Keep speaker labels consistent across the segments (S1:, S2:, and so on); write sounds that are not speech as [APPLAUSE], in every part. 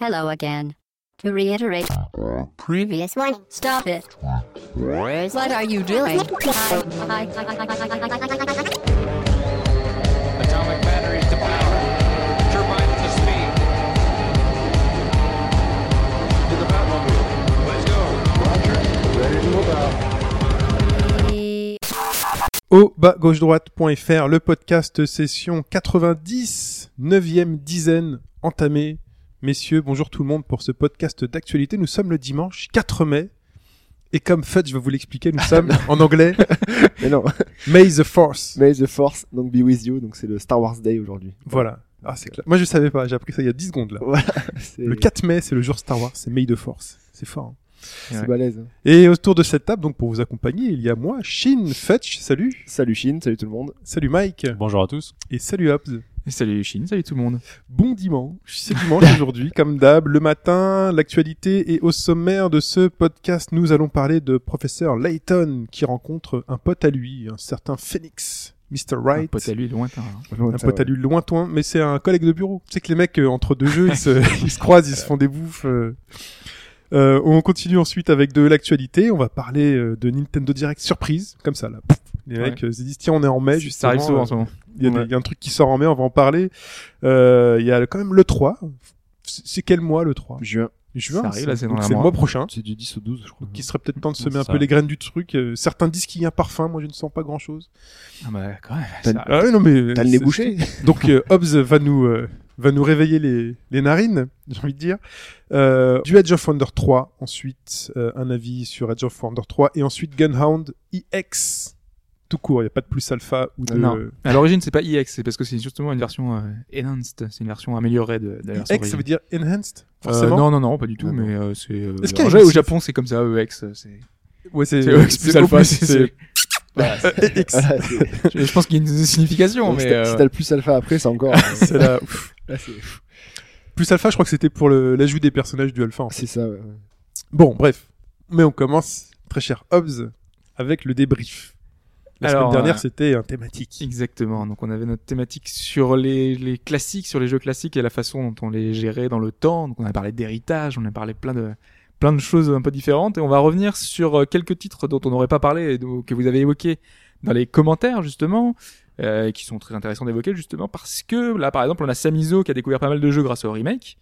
S1: Hello again. To reiterate, previous one, stop it. What are you doing?
S2: Atomic batteries to power. Turbines to speed. To the Batmobile. Let's go.
S3: au bas gauche droite.fr, le podcast session 90, 9e dizaine entamée. Messieurs, bonjour tout le monde pour ce podcast d'actualité. Nous sommes le dimanche 4 mai. Et comme Fudge va vous l'expliquer, nous
S4: [LAUGHS]
S3: sommes en anglais
S4: Mais non, [LAUGHS]
S3: May the Force.
S4: May the Force, donc be with you, donc c'est le Star Wars Day aujourd'hui.
S3: Voilà. Ah, c'est clair. Moi, je savais pas. J'ai appris ça il y a 10 secondes là.
S4: Oh, C'est
S3: Le 4 mai, c'est le jour Star Wars. C'est May the Force. C'est fort. hein.
S4: c'est balèze. hein.
S3: Et autour de cette table, donc pour vous accompagner, il y a moi, Shin, Fudge, salut.
S4: Salut Chine, salut tout le monde.
S3: Salut Mike.
S5: Bonjour à tous.
S3: Et salut Hobbs.
S5: salut Chine, salut tout le monde.
S3: Bon dimanche, c'est
S5: [LAUGHS]
S3: dimanche aujourd'hui, comme d'hab, le matin, l'actualité et au sommaire de ce podcast, nous allons parler de professeur Layton qui rencontre un pote à lui, un certain Phoenix, Mr. Wright.
S5: Un pote à lui lointain. hein.
S3: Un pote à lui lointain, mais c'est un collègue de bureau. Tu sais que les mecs, euh, entre deux jeux, ils
S5: [LAUGHS]
S3: se, ils se croisent, ils se font des bouffes. euh. Euh, on continue ensuite avec de l'actualité. On va parler euh, de Nintendo Direct surprise, comme ça, là. Pouf. Les
S5: Ouais.
S3: mecs euh, se disent, tiens, on est en mai,
S5: ça
S3: justement.
S5: arrive souvent
S3: euh,
S5: en ce moment.
S3: il y, a des-
S4: Ouais.
S3: il y a un truc qui sort en mai, on va en parler. Euh, Il y a quand même le 3. C'est c'est quel mois le 3
S4: Juin,
S3: Juin.
S5: ça arrive,
S3: c'est-
S5: là, c'est dans
S3: donc
S5: un
S3: c'est le
S5: mois.
S3: mois prochain.
S4: c'est du 10 au 12, je crois.
S3: Qui serait peut-être temps de
S5: C'est
S3: semer un
S5: ça.
S3: peu les graines du truc. Euh, certains disent qu'il y a un parfum, moi je ne sens pas grand chose.
S5: Ah bah quand même.
S4: T'as-
S5: ça-
S3: Ah ouais, non mais.
S4: T'as le
S3: c'est-
S4: nez bouché
S3: Donc euh, Hobbs va nous euh, va nous réveiller les, les narines, [LAUGHS] j'ai envie de dire. Euh, du Edge of Wonder 3, ensuite euh, un avis sur Edge of Wonder 3 et ensuite Gunhound EX. Tout court, il n'y a pas de plus alpha ou de E
S5: Non. À l'origine, c'est pas EX, c'est parce que c'est justement une version euh, enhanced, c'est une version améliorée de, de la version
S3: EX, E ça veut
S5: originale.
S3: dire enhanced
S5: Euh,
S3: forcément.
S5: non, non, non, pas du tout,
S4: Ah, non.
S5: mais euh, c'est. euh,
S3: Est-ce qu'il y a
S5: en
S3: une
S5: vrai, au
S3: version-
S5: Japon, c'est comme ça, EX. c'est-
S3: Ouais, [LAUGHS] c'est
S5: C'est EX plus
S3: c'est
S5: alpha.
S3: plus,
S5: c'est- Ah,
S3: c'est- EX.
S4: [LAUGHS] Voilà, c'est-
S5: [LAUGHS] Je pense qu'il y a une signification,
S4: donc, si
S5: mais.
S4: t'as- si
S5: euh,
S4: t'as le plus alpha après, c'est
S5: [LAUGHS]
S4: encore. euh,
S3: [LAUGHS] C'est la- ouf.
S4: là, c'est-
S3: Plus alpha, je crois que c'était pour le- l'ajout des personnages du alpha. en fait.
S4: c'est ça. ouais.
S3: Bon, bref. Mais on commence, très cher Hobbs, avec le débrief. La
S5: Alors,
S3: semaine dernière,
S5: euh,
S3: c'était un thématique.
S5: Exactement. Donc on avait notre thématique sur les, les classiques, sur les jeux classiques et la façon dont on les gérait dans le temps. Donc on a parlé d'héritage, on a parlé plein de plein de choses un peu différentes et on va revenir sur euh, quelques titres dont on n'aurait pas parlé et dont- que vous avez évoqués dans les commentaires justement euh, qui sont très intéressants d'évoquer justement parce que là par exemple on a Samizo qui a découvert pas mal de jeux grâce au remake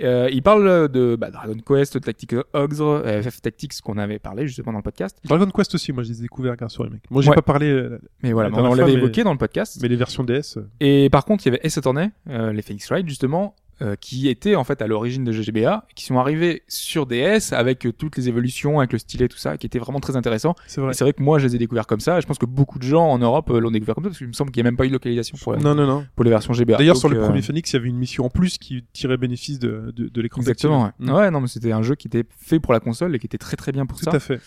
S5: Euh, il parle de bah, Dragon Quest, Tactics Ogre, euh, FF Tactics qu'on avait parlé justement dans le podcast.
S3: Dragon Quest aussi, moi, je les ai découverts grâce au remake. Moi, j'ai
S5: Ouais.
S3: pas parlé, euh,
S5: Mais voilà,
S3: La
S5: on
S3: dernière fois,
S5: l'avait
S3: mais-
S5: évoqué dans le podcast.
S3: mais les versions DS. euh,
S5: Et par contre, il y avait S. Attorney, euh, les Phoenix Wright, justement, euh, qui étaient en fait à l'origine de GGBA, qui sont arrivés sur DS avec euh, toutes les évolutions, avec le stylet, tout ça, qui était vraiment très intéressant.
S3: C'est vrai.
S5: Et c'est vrai que moi, je les ai découverts comme ça. Et je pense que beaucoup de gens en Europe euh, l'ont découvert comme ça, parce qu'il me semble qu'il n'y a même pas eu de localisation pour, la-
S3: Non, non, non.
S5: pour les versions GBA.
S3: D'ailleurs,
S5: Donc,
S3: sur le
S5: euh,
S3: premier Phoenix, il y avait une mission en plus qui tirait bénéfice de, de, de l'écran.
S5: Exactement. Ouais.
S3: tactile. Mm.
S5: Ouais, non, mais c'était un jeu qui était fait pour la console et qui était très très bien pour
S3: Tout
S5: ça.
S3: à fait.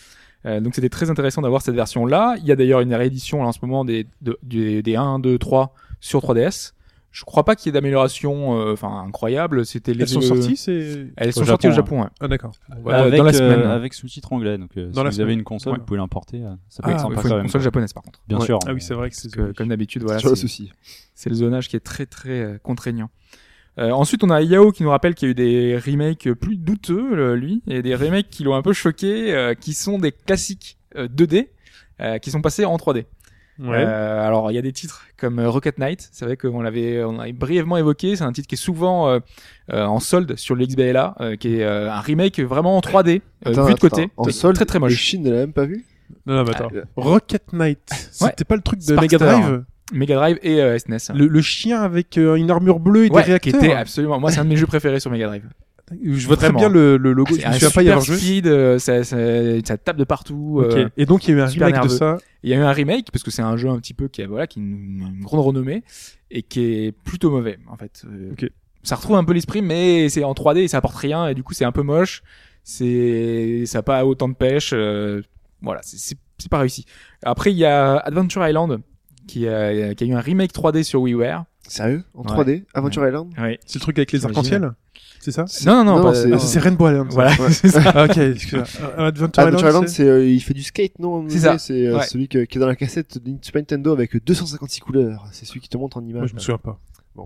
S5: Euh, donc c'était très intéressant d'avoir cette version là. Il y a d'ailleurs une réédition là, en ce moment des, de- des, des 1, 2, 3 sur 3DS. Je crois pas qu'il y ait d'amélioration euh, enfin incroyable. C'était les
S3: Elles sont
S5: euh,
S3: sorties, c'est.
S5: Elles sont
S6: Au
S5: sorties au
S6: Japon, hein.
S5: Japon. ouais.
S3: Ah, d'accord.
S5: Voilà,
S6: avec,
S5: dans la semaine.
S6: euh, avec sous-titres anglais. Donc, euh,
S3: Dans
S6: si
S3: la
S6: vous avez
S3: semaine.
S6: une console,
S3: Ouais.
S6: vous pouvez l'importer. euh, Ça
S3: Ah,
S6: peut être
S5: Il
S6: sympa
S5: faut
S6: quand
S5: une
S6: même.
S5: console japonaise par contre.
S6: Bien
S3: Ouais.
S6: sûr.
S3: Ah oui,
S6: mais-
S3: c'est vrai que c'est.
S5: Parce que, comme d'habitude, voilà,
S4: Sur le
S5: c'est-
S4: souci.
S5: c'est le zonage qui est très très euh, contraignant. Euh, ensuite, on a Yao qui nous rappelle qu'il y a eu des remakes plus douteux, euh, lui, et des remakes qui l'ont un peu choqué, euh, qui sont des classiques euh, 2D, euh, qui sont passés en 3D.
S3: Ouais.
S5: Euh, alors il y a des titres comme euh, Rocket Knight, c'est vrai qu'on l'avait on l'avait brièvement évoqué, c'est un titre qui est souvent euh, euh, en solde sur le XBLA, euh, qui est euh, un remake vraiment en 3D, euh,
S4: Attends,
S5: vu de
S4: attends,
S5: côté,
S4: en
S5: très,
S4: solde,
S5: très très
S4: Le
S5: moche.
S4: Chine ne l'a même pas vu
S3: Non, non, mais attends.
S5: Euh,
S4: Ah,
S3: Rocket Knight, c'était pas le truc de Mega
S5: Sparkster.
S3: Drive
S5: Mega Drive et euh, SNES.
S3: le, le chien avec euh, une armure bleue et
S5: Ouais,
S3: des réacteurs.
S5: qui était absolument. Moi, c'est un de mes jeux préférés sur Mega Drive.
S3: Je vois très
S5: Vraiment.
S3: bien le, le logo.
S5: C'est
S3: je me
S5: un
S3: souviens
S5: super
S3: pas y avoir joué.
S5: speed, euh, ça, ça, ça tape de partout.
S3: Ok.
S5: euh,
S3: Et donc il y a eu un
S5: super
S3: remake de
S5: nerveux.
S3: ça.
S5: Il y a eu un remake parce que c'est un jeu un petit peu qui a voilà qui a une, une grande renommée et qui est plutôt mauvais en fait. Euh,
S3: Ok.
S5: Ça retrouve un peu l'esprit mais c'est en 3D et ça apporte rien et du coup c'est un peu moche. C'est ça a pas autant de pêche. euh, voilà c'est- c'est c'est pas réussi. Après il y a Adventure Island qui a, qui a eu un remake 3D sur WiiWare.
S4: Sérieux En
S5: Ouais.
S4: 3D Adventure Island
S5: Oui.
S3: C'est le truc avec les
S5: J'imagine.
S3: arcs-en-ciel. C'est ça
S5: Non non non.
S4: Non,
S5: pas-
S4: c'est-
S3: Ah, ça, C'est Rainbow Alliance.
S5: Voilà. [LAUGHS]
S4: Ouais.
S5: c'est ça.
S3: Ah, ok, excuse-moi. Euh, Adventure,
S4: Adventure Island,
S3: c'est-
S4: c'est euh, il fait du skate, non
S5: C'est ça.
S4: C'est euh,
S5: Ouais.
S4: celui que- qui est dans la cassette de Super Nintendo avec 256 couleurs. C'est celui qui te montre en
S3: Moi,
S4: image.
S3: je me souviens pas.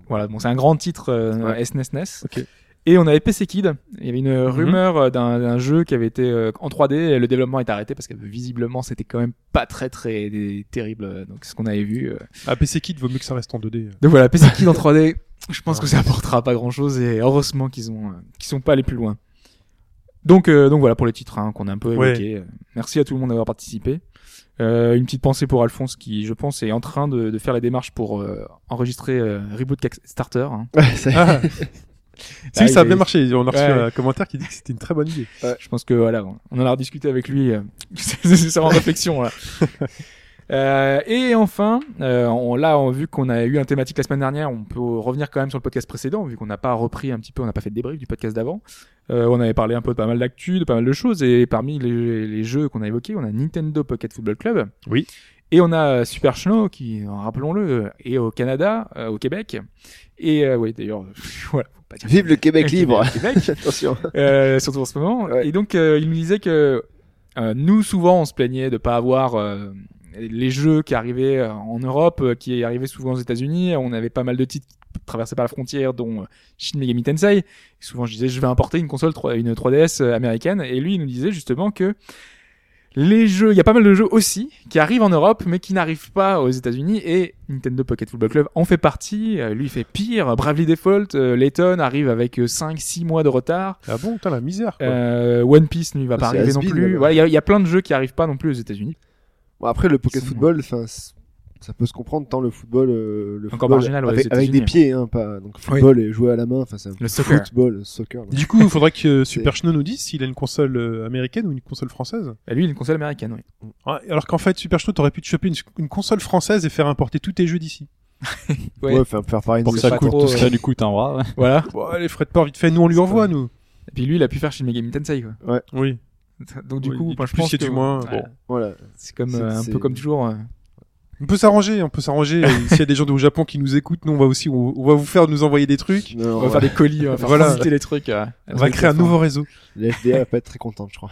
S5: Voilà, bon, c'est un grand titre euh,
S4: Ouais.
S5: SNES NES.
S3: Ok. Mhm.
S5: Et on avait PC Kid. Il y avait une rumeur euh, d'un d'un jeu qui avait été euh, en 3D. Et le développement est arrêté parce que visiblement c'était quand même pas très très des- terrible. euh, Donc ce qu'on avait vu. euh.
S3: Ah, PC Kid vaut mieux que ça reste en
S5: [LAUGHS]
S3: 2D. euh.
S5: Donc voilà, PC Kid en 3D. Je pense que ça apportera pas grand chose et heureusement qu'ils ont euh, qu'ils sont pas allés plus loin. Donc euh, donc voilà pour les titres hein, qu'on a un peu
S3: Ouais.
S5: évoqués. Euh, Merci à tout le monde d'avoir participé. Euh, une petite pensée pour Alphonse qui, je pense, est en train de, de faire la démarche pour euh, enregistrer euh, Reboot Kickstarter. hein.
S4: Ouais, ça-
S3: Ah, si,
S5: Ah,
S3: ça a
S5: il
S3: bien
S5: est-
S3: marché. On a reçu
S5: Ouais.
S3: un commentaire qui dit que c'était une très bonne idée.
S5: Je pense que voilà, on on en a discuté avec lui. euh, [LAUGHS] C'est c'est en réflexion là. Euh, et enfin, euh, on, là, on, vu qu'on a eu un thématique la semaine dernière, on peut revenir quand même sur le podcast précédent, vu qu'on n'a pas repris un petit peu, on n'a pas fait de débrief du podcast d'avant. Euh, on avait parlé un peu de pas mal d'actu, de pas mal de choses, et parmi les, les jeux qu'on a évoqués, on a Nintendo Pocket Football Club.
S3: Oui.
S5: Et on a euh, Super Snow, qui, rappelons-le, est au Canada, euh, au Québec. Et euh, oui, d'ailleurs, [LAUGHS] voilà. faut pas dire-
S4: Vive le Québec libre
S5: [LAUGHS]
S4: [LAUGHS]
S5: Québec.
S4: Attention.
S5: [LAUGHS] Euh, surtout en ce moment.
S4: Ouais.
S5: Et donc, euh, il nous disait que euh, nous, souvent, on se plaignait de pas avoir euh, les jeux qui arrivaient euh, en Europe, euh, qui arrivaient souvent aux États-Unis. On avait pas mal de titres qui traversaient par la frontière, dont euh, Shin Megami Tensei. Et souvent, je disais, je vais importer une console, 3, une 3DS euh, américaine. Et lui, il nous disait justement que les jeux, il y a pas mal de jeux aussi qui arrivent en Europe, mais qui n'arrivent pas aux États-Unis. Et Nintendo Pocket Football Club en fait partie. Euh, lui, il fait pire. Bravely Default, euh, Layton arrive avec 5-6 mois de retard.
S3: Ah bon, putain, la misère. quoi.
S5: Euh, One Piece ne va pas
S4: Ah, C'est
S5: arriver non
S4: has-been,
S5: plus.
S4: là-bas.
S5: Voilà, Il y, a- il y a plein de jeux qui arrivent pas non plus aux États-Unis.
S4: Bon, après, le pocket
S5: C'est-
S4: football, enfin, c'est- ça peut se comprendre tant le football, euh, le
S5: Encore
S4: football
S5: marginal, ouais, aux
S4: avec, avec
S5: États-Unis.
S4: des pieds, hein, pas donc football et jouer à la main, enfin, c'est un
S5: Le soccer.
S4: football, soccer. donc.
S3: Du coup, il faudrait
S5: [LAUGHS]
S3: que Super Chino nous dise s'il a une console euh, américaine ou une console française.
S5: Bah, lui, il a une console américaine, oui.
S3: Ouais, Alors qu'en fait, Super Chino, t'aurais pu te choper une, une console française et faire importer tous tes jeux d'ici.
S5: Ouais.
S4: Ouais, enfin, faire pareil.
S6: Pour
S5: que
S6: que
S5: ça
S6: ça
S5: pas coûte,
S6: coûte,
S5: trop, tout
S6: tout
S5: ce euh, qui a
S6: ça lui coûte un bras. Ouais.
S5: [LAUGHS] Voilà.
S3: Bon, les frais de port, vite fait, nous on lui envoie, nous.
S5: Et puis lui, il a pu faire Shin Megami Tensei, quoi. [LAUGHS]
S3: Oui.
S5: Donc du
S3: Oui,
S5: coup,
S3: du
S5: moi, je
S3: plus
S5: pense
S3: et
S5: que
S3: du moins,
S5: voilà.
S3: bon.
S4: Voilà.
S5: c'est comme
S4: C'est-
S5: euh, un
S4: c'est-
S5: peu comme toujours. euh,
S3: On peut s'arranger, on peut s'arranger. Euh, S'il y a des gens au Japon qui nous écoutent, nous on va aussi, on, on va vous faire nous envoyer des trucs.
S4: Non,
S5: on va faire des colis, on va faire
S3: Voilà.
S5: transiter les trucs. euh,
S3: On va créer un nouveau réseau.
S4: [LAUGHS] La FDA va pas être très contente, je crois.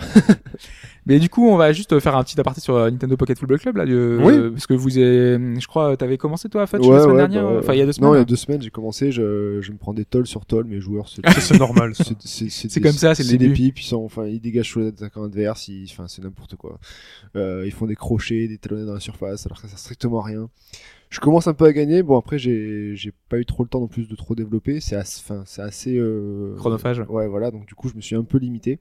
S5: Mais du coup, on va juste faire un petit aparté sur euh, Nintendo Pocket Football Club là, de-
S3: Oui.
S5: euh, parce que vous, avez, je crois, t'avais commencé toi, Fudge,
S4: Ouais,
S5: la semaine
S4: ouais,
S5: dernière,
S4: bah,
S5: enfin il y a deux semaines. hein.
S4: Non, il y a deux semaines, j'ai commencé, je, je me prends des tolls sur tolls, mes joueurs,
S5: [LAUGHS]
S4: c'est
S3: Ça, c'est normal. [LAUGHS] ça.
S4: c'est- c'est c'est
S5: C'est
S4: des-
S5: comme ça, c'est le
S4: des
S5: début.
S4: pipes, ils sont, enfin, ils dégagent sur les attaquants adverses, ils, enfin, c'est n'importe quoi. Euh, ils font des crochets, des talonnets dans la surface, alors que ça sert strictement à rien. Je commence un peu à gagner, bon après j'ai, j'ai pas eu trop le temps non plus de trop développer, c'est assez, enfin, c'est assez euh,
S5: Chronophage.
S4: Ouais, voilà, donc du coup je me suis un peu limité.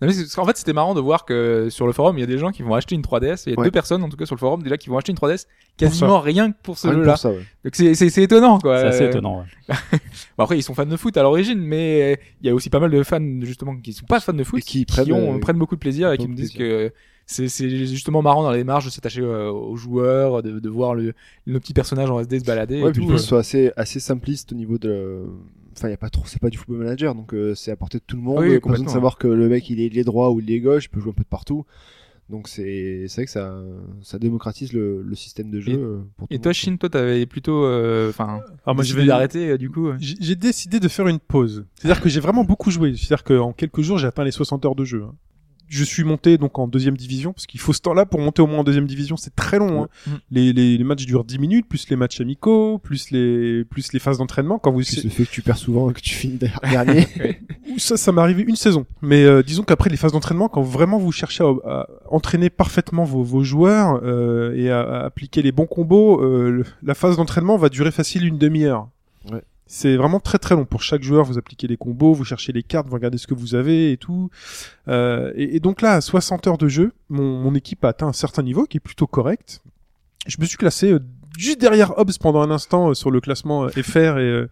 S5: Non, mais c'est- parce qu'en fait, c'était marrant de voir que sur le forum, il y a des gens qui vont acheter une 3DS. Il y a
S4: Ouais.
S5: deux personnes, en tout cas, sur le forum, déjà, qui vont acheter une 3DS quasiment rien que pour ce
S4: Rien que
S5: jeu-là.
S4: pour ça, ouais.
S5: Donc c'est- c'est c'est étonnant, quoi.
S6: C'est assez
S5: Euh,
S6: étonnant. Ouais.
S5: bon, après, ils sont fans de foot à l'origine, mais euh, il y a aussi pas mal de fans, justement, qui sont pas fans de foot,
S4: Et qui prennent,
S5: ont-
S4: euh,
S5: prennent beaucoup de plaisir et qui
S4: beaucoup
S5: me
S4: de
S5: disent
S4: plaisir.
S5: que c'est c'est justement marrant dans les marges de s'attacher euh, aux joueurs, de, de voir le, nos petits personnages en SD se balader.
S4: Ouais,
S5: et euh,
S4: puis
S5: tout.
S4: je pense que c'est assez, assez simpliste au niveau de. Enfin, il y a pas trop, c'est pas du football manager, donc euh, c'est à portée de tout le monde.
S5: Oui,
S4: pas besoin
S5: complètement.
S4: de savoir que le mec il est, il est droit ou il est gauche, il peut jouer un peu de partout. Donc c'est c'est vrai que ça, ça démocratise le, le système de jeu.
S5: Et-
S4: euh, pour tout
S5: Et
S4: le
S5: toi,
S4: monde.
S5: Shin, toi, t'avais plutôt, euh, enfin,
S3: Alors Ah, moi, je
S5: décidé
S3: vais
S5: d'arrêter euh, du coup. euh.
S3: J'ai j'ai décidé de faire une pause. C'est-à-dire que j'ai vraiment beaucoup joué. C'est-à-dire qu'en quelques jours, j'ai atteint les 60 heures de jeu. hein. Je suis monté donc en deuxième division, parce qu'il faut ce temps-là pour monter au moins en deuxième division. C'est très long. hein.
S5: Ouais. Mm.
S3: Les, les, les matchs durent 10 minutes, plus les matchs amicaux, plus les, plus les phases d'entraînement. Quand vous,
S4: Puis le fait que tu perds souvent et que tu finis der- dernier.
S3: ça, ça m'est arrivé une saison. Mais euh, disons qu'après les phases d'entraînement, quand vraiment vous cherchez à, à entraîner parfaitement vos, vos joueurs euh, et à, à appliquer les bons combos, euh, le- la phase d'entraînement va durer facile une demi-heure.
S4: Ouais.
S3: C'est vraiment très très long pour chaque joueur. Vous appliquez les combos, vous cherchez les cartes, vous regardez ce que vous avez et tout. Euh, et, et donc là, à 60 heures de jeu, mon, mon équipe a atteint un certain niveau qui est plutôt correct. Je me suis classé euh, juste derrière Hobbs pendant un instant euh, sur le classement euh, FR et, euh,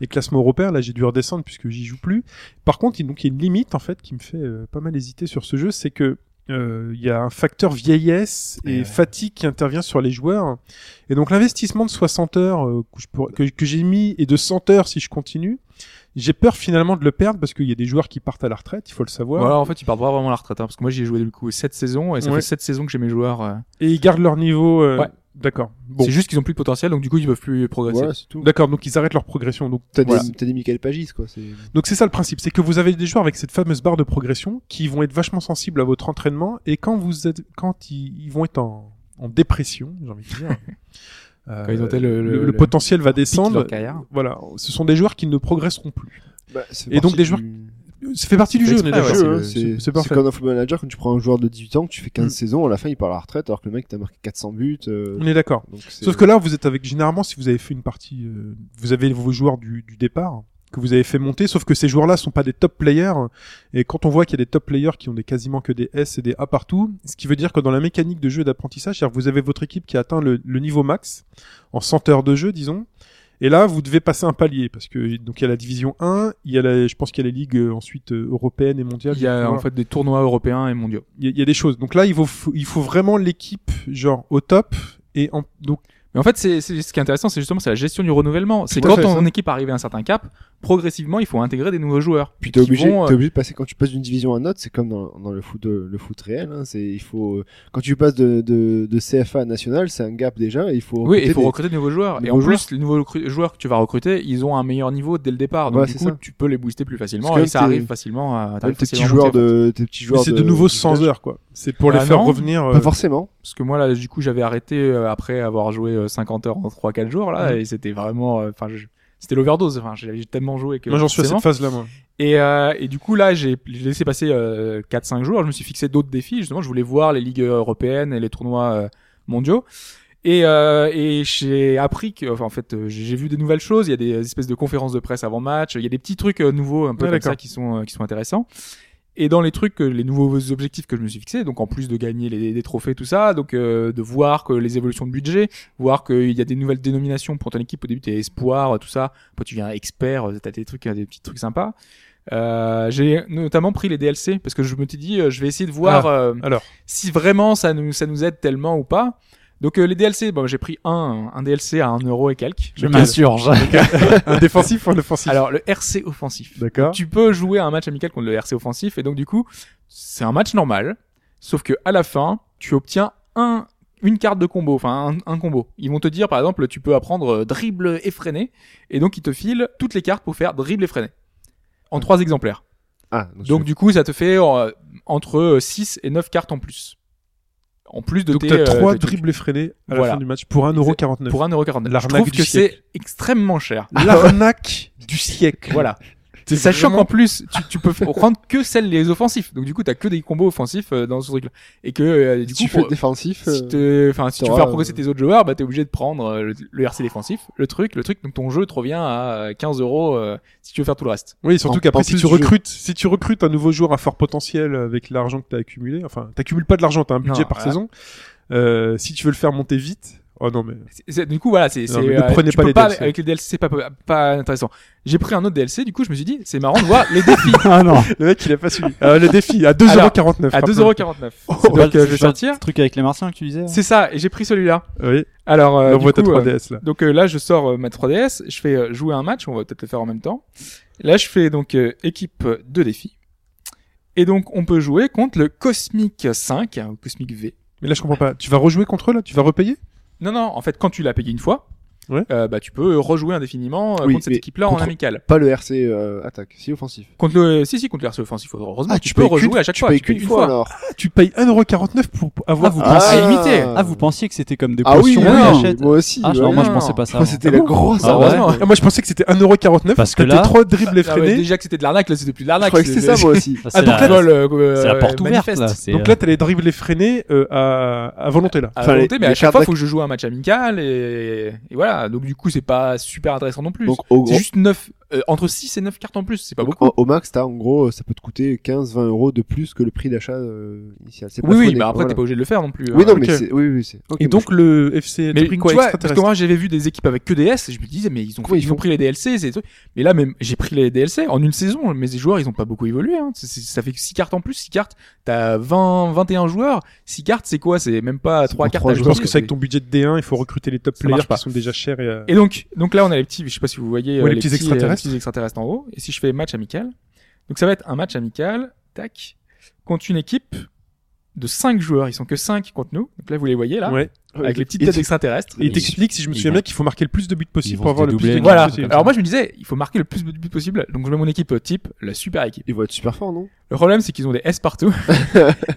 S3: et classement européen. Là, j'ai dû redescendre puisque j'y joue plus. Par contre, il donc, il y a une limite en fait qui me fait euh, pas mal hésiter sur ce jeu, c'est que euh, il y a un facteur vieillesse et
S5: Eh ouais.
S3: fatigue qui intervient sur les joueurs. Et donc l'investissement de 60 heures euh, que, je pourrais- que- que j'ai mis et de 100 heures si je continue, j'ai peur finalement de le perdre parce qu'il y a des joueurs qui partent à la retraite, il faut le savoir,
S5: Voilà, en fait, il part pas vraiment à la retraite, hein, parce que moi, j'y ai joué du coup 7 saisons, et ça
S3: Ouais.
S5: fait 7 saisons que j'ai mes joueurs. euh,
S3: et ils gardent leur niveau. euh,
S5: Ouais.
S3: D'accord. Bon.
S5: C'est juste qu'ils ont plus de potentiel, donc du coup, ils peuvent plus progresser.
S4: voilà, c'est tout.
S3: D'accord, donc ils arrêtent leur progression. Donc
S4: T'as
S3: voilà.
S4: des, t'as des Michael Pagis, quoi. C'est
S3: Donc c'est ça le principe, c'est que vous avez des joueurs avec cette fameuse barre de progression qui vont être vachement sensibles à votre entraînement et quand vous êtes, quand ils, ils vont être en, en dépression, j'ai envie de dire, euh,
S5: [LAUGHS] Quand ils ont été le- le-
S3: le
S5: le-
S3: potentiel va
S5: pic de leur
S3: descendre.
S5: carrière.
S3: Voilà, ce sont des joueurs qui ne progresseront plus.
S4: Bah, c'est
S3: Et donc,
S4: parti
S3: des joueurs- Ça fait partie du
S5: C'est
S3: jeu, on est
S5: exprès,
S3: d'accord.
S5: ouais,
S4: Ouais,
S3: C'est-
S4: c'est-
S3: c'est
S4: c'est
S3: parfait.
S4: comme un football manager quand tu prends un joueur de 18 ans, que tu fais 15
S3: Mm.
S4: saisons, à la fin il part à la retraite alors que le mec t'a marqué 400 buts. euh,
S3: On est d'accord.
S4: donc c'est-
S3: Sauf que là, vous êtes avec généralement si vous avez fait une partie, euh, vous avez vos joueurs du, du départ que vous avez fait monter. Sauf que ces joueurs-là sont pas des top players. Et quand on voit qu'il y a des top players qui ont des quasiment que des S et des A partout, ce qui veut dire que dans la mécanique de jeu et d'apprentissage, c'est-à-dire que vous avez votre équipe qui a atteint le, le niveau max en 100 heures de jeu, disons. Et là, vous devez passer un palier parce que donc il y a la division 1, il y a la, je pense qu'il y a les ligues euh, ensuite euh, européennes et mondiales.
S5: Il y a
S3: Voilà
S5: en fait des tournois européens et mondiaux.
S3: il y, a- il y a des choses. Donc là, il faut, il faut vraiment l'équipe genre au top et en, donc
S5: Mais en fait, c'est c'est- ce qui est intéressant, c'est justement c'est la gestion du renouvellement. C'est
S3: Tout à
S5: quand
S3: fait,
S5: ton
S3: ça.
S5: équipe arrive à un certain cap, progressivement, il faut intégrer des nouveaux joueurs.
S4: Puis t'es
S5: qui
S4: obligé,
S5: vont, euh,
S4: t'es obligé de passer quand tu passes d'une division à une autre, c'est comme dans, dans le foot, le foot réel. Hein, c'est il faut euh, quand tu passes de, de, de CFA à national, c'est un gap déjà. et Il faut.
S5: Oui,
S4: recruter
S5: et il faut
S4: des-
S5: recruter de nouveaux joueurs. Et
S4: nouveaux
S5: en plus, les nouveaux recru- joueurs que tu vas recruter, ils ont un meilleur niveau dès le départ. Donc
S4: Ouais,
S5: du
S4: c'est
S5: coup,
S4: ça.
S5: tu peux les booster plus facilement
S4: Parce que
S5: et ça
S4: t'es-
S5: arrive facilement à
S4: même
S5: t'arrives
S4: tes petits
S5: facilement à
S4: joueurs
S5: monter, en fait.
S4: de tes petits
S3: mais
S4: joueurs.
S3: c'est de nouveau 100
S4: village.
S3: heures quoi. C'est pour
S5: Ah
S3: les faire
S5: non,
S3: revenir. euh,
S4: Pas forcément.
S5: Parce que moi là, du coup, j'avais arrêté euh, après avoir joué euh, 50 heures en 3-4 jours là, et c'était vraiment, euh, enfin, je- c'était l'overdose. Enfin, j'avais tellement joué que.
S3: moi j'en suis à
S5: forcément.
S3: cette phase là moi.
S5: Et, euh, et du coup, là, j'ai j'ai laissé passer euh, 4-5 jours. Je me suis fixé d'autres défis. Justement, je voulais voir les ligues européennes et les tournois euh, mondiaux. Et, euh, et j'ai appris que, enfin, en fait, euh, j'ai vu des nouvelles choses. Il y a des espèces de conférences de presse avant match. Il y a des petits trucs euh, nouveaux, un peu
S3: Ouais,
S5: comme
S3: d'accord.
S5: ça, qui sont euh, qui sont intéressants. Et dans les trucs, euh, les nouveaux objectifs que je me suis fixé, donc en plus de gagner les, des trophées, tout ça, donc euh, de voir que les évolutions de budget, voir qu'il y a des nouvelles dénominations pour ton équipe. Au début, t'es espoir, tout ça. Après, tu viens expert. euh, T'as des trucs, euh, des petits trucs sympas. Euh, j'ai notamment pris les DLC parce que je me suis dit, euh, je vais essayer de voir euh,
S3: Alors
S5: si vraiment ça nous, ça nous aide tellement ou pas. Donc euh, les DLC, bon, j'ai pris un, un DLC à 1 euro et quelques.
S6: Je m'insurge.
S3: un défensif ou un offensif
S5: Alors le RC offensif.
S3: D'accord.
S5: Tu peux jouer à un match amical contre le RC offensif et donc du coup, c'est un match normal, sauf que à la fin, tu obtiens un une carte de combo, enfin un, un combo. Ils vont te dire par exemple, tu peux apprendre euh, dribble effréné et donc ils te filent toutes les cartes pour faire dribble effréné en trois exemplaires.
S4: Ah, donc,
S5: Donc du coup, ça te fait euh, entre 6 et 9 cartes en plus. En plus de
S3: donc
S5: tes
S3: t'as
S5: euh,
S3: trois
S5: tes trucs.
S3: dribbles effrénés à la
S5: Voilà.
S3: fin du match pour 1,49€.
S5: pour 1,49€. Je
S3: L'arnaque
S5: trouve
S3: du
S5: que
S3: siècle.
S5: c'est extrêmement cher.
S3: [LAUGHS] L'arnaque du siècle.
S5: [LAUGHS] Voilà.
S3: T'es
S5: Sachant
S3: vraiment-
S5: qu'en plus, tu, tu peux prendre que celles les offensifs. Donc du coup, t'as que des combos offensifs euh, dans ce truc-là. Et que euh, du
S4: si tu
S5: coup,
S4: fais
S5: pour-
S4: le défensif.
S5: si, te- enfin, si tu veux
S4: t'auras,
S5: faire progresser
S4: euh,
S5: tes autres joueurs, bah, t'es obligé de prendre euh, le, le RC défensif, le truc, le truc. Donc ton jeu te revient à euh, 15 euros euh, si tu veux faire tout le reste.
S3: Oui, surtout
S4: En-
S3: qu'après
S4: en
S3: si
S4: plus
S3: tu
S4: du jeu.
S3: recrutes, si tu recrutes un nouveau joueur à fort potentiel avec l'argent que t'as accumulé, enfin t'accumules pas de l'argent, t'as un budget
S5: Non,
S3: par
S5: voilà.
S3: saison. Euh, si tu veux le faire monter vite, oh non mais
S5: C'est- c'est- du coup, voilà, c'est.
S3: Non,
S5: c'est, euh,
S3: mais ne prenez
S5: tu
S3: pas
S5: peux
S3: les DLC.
S5: Avec les DLC, c'est pas, pas, pas intéressant. J'ai pris un autre DLC, du coup, je me suis dit, c'est marrant de voir
S3: [LAUGHS]
S5: les défis
S6: ah non.
S3: le mec il a pas suivi. Euh, le défi à 2,49€.
S5: à
S3: rappelons-le.
S5: 2,49€.
S3: Oh.
S6: Oh, C'est [LAUGHS] pas
S5: donc, euh, je vais
S6: c'est pas
S5: sortir.
S6: le truc avec les martiens que tu disais. hein.
S5: C'est ça, et j'ai pris celui-là.
S3: Oui.
S5: Alors, euh,
S3: Là, on
S5: du
S3: voit ta
S5: coup, euh,
S3: 3DS là.
S5: donc euh, là, je sors euh, ma 3DS, je fais euh, jouer un match, on va peut-être le faire en même temps. Là, je fais donc euh, équipe euh, de défis. Et donc, on peut jouer contre le Cosmic 5, hein, ou Cosmic V.
S3: Mais là, je comprends pas. Tu vas rejouer contre eux, là Tu vas repayer
S5: Non, non, en fait, quand tu l'as payé une fois,
S3: Ouais.
S5: euh, bah, tu peux rejouer indéfiniment euh,
S4: Oui,
S5: contre cette
S4: mais
S5: équipe-là en
S4: contre-
S5: amical.
S4: Pas le RC euh, attaque, si offensif.
S5: Contre le, si, si, contre le RC offensif, heureusement, tu, peux
S4: payes
S5: rejouer
S4: qu'une-
S5: à chaque
S4: Ah, tu
S5: fois.
S4: payes
S5: tu payes
S4: qu'une fois alors.
S3: Tu payes 1,49€ pour avoir...
S6: Ah, vous
S3: Ah,
S6: pensez
S5: Ah, illimité.
S6: Ah, vous pensiez que c'était comme des
S4: Ah oui,
S6: potions
S5: oui,
S6: qu'on
S5: non.
S6: achète
S4: moi aussi.
S6: Ah,
S4: ouais.
S6: genre, moi je
S5: Non.
S6: pensais pas
S4: Je
S6: ça.
S4: crois que
S6: moi.
S4: c'était la grosse.
S6: Ah ouais.
S4: arnaque.
S5: Heureusement.
S3: moi, je pensais que c'était 1,49€.
S6: Parce que
S3: T'as
S6: là-
S3: tes trois dribbles
S5: Ah ouais,
S3: effrénés.
S5: déjà que c'était de l'arnaque, là, c'était plus de l'arnaque.
S4: Je croyais que c'est ça moi aussi.
S6: Ça,
S3: Ah,
S6: c'est
S3: donc
S6: la-
S3: là,
S5: vol, euh,
S6: c'est la porte
S5: euh,
S6: ouverte
S5: manifeste.
S6: là. c'est,
S3: Donc
S6: euh,
S3: là, t'as les dribbles effrénés euh, à... à volonté, là.
S5: à
S4: Enfin,
S5: volonté,
S4: les-
S5: mais à
S4: les
S5: chaque
S4: cartes
S5: fois,
S4: d'ac-
S5: faut que je joue un match amical et, et voilà. Donc du coup, c'est pas super intéressant non plus.
S4: Donc au
S5: c'est
S4: gros,
S5: juste 9 entre 6 et 9 cartes en plus, c'est pas
S4: Donc,
S5: beaucoup.
S4: Au, au max, t'as en gros, ça peut te coûter 15-20 euros de plus que le prix d'achat euh, initial. C'est pas
S5: Oui oui,
S4: freiné,
S5: mais après
S4: voilà.
S5: t'es pas obligé de le faire non plus.
S4: Oui,
S5: euh,
S4: non,
S3: ok.
S4: mais c'est. Oui, oui, c'est. ok,
S3: Et
S4: mais
S3: donc, le FC...
S5: mais
S3: t'as
S5: tu
S3: pris quoi
S5: vois, parce que
S3: extraterrestre
S5: moi j'avais vu des équipes avec que DS, et je me disais mais ils ont
S4: Comment ils
S5: ils, ont
S4: font
S5: pris les DLC, c'est des trucs. Mais là même j'ai pris les DLC en une saison, mais les joueurs ils ont pas beaucoup évolué hein. C'est- c'est- ça fait 6 cartes en plus, 6 cartes, t'as 20 21 joueurs, 6 cartes c'est quoi C'est même pas
S4: C'est
S5: 3
S4: pour
S5: cartes
S4: trois
S5: à
S3: Je
S5: jouer.
S3: pense que c'est avec ton budget de D1, il faut recruter les top
S5: Ça marche
S3: players
S5: pas.
S3: qui sont déjà chers et... euh,
S5: Et donc, donc là, on a les petits, je sais pas si vous voyez, euh,
S3: Ouais, les petits extraterrestres.
S5: les petits extraterrestres en haut. Et si je fais match amical, donc ça va être un match amical, tac, contre une équipe de 5 joueurs. Ils sont que 5 contre nous. Donc là, vous les voyez, là,
S3: Ouais.
S4: je-
S5: avec les petites
S4: Et
S5: têtes
S4: tu-
S5: extraterrestres.
S3: Et il t'explique, si je me
S6: Ils
S3: souviens
S6: vont-
S3: bien, qu'il faut marquer le plus de buts
S6: Ils
S3: possible
S6: vont
S3: pour
S6: se
S3: avoir le plus de
S6: dédoubler,
S3: buts
S6: Et
S5: Voilà.
S3: possible.
S5: Alors moi, je me disais, il faut marquer le plus de buts possible. Donc je mets mon équipe type, la super équipe.
S4: Ils vont être super forts, non
S5: Le problème, c'est qu'ils ont des
S3: [LAUGHS]
S5: S partout.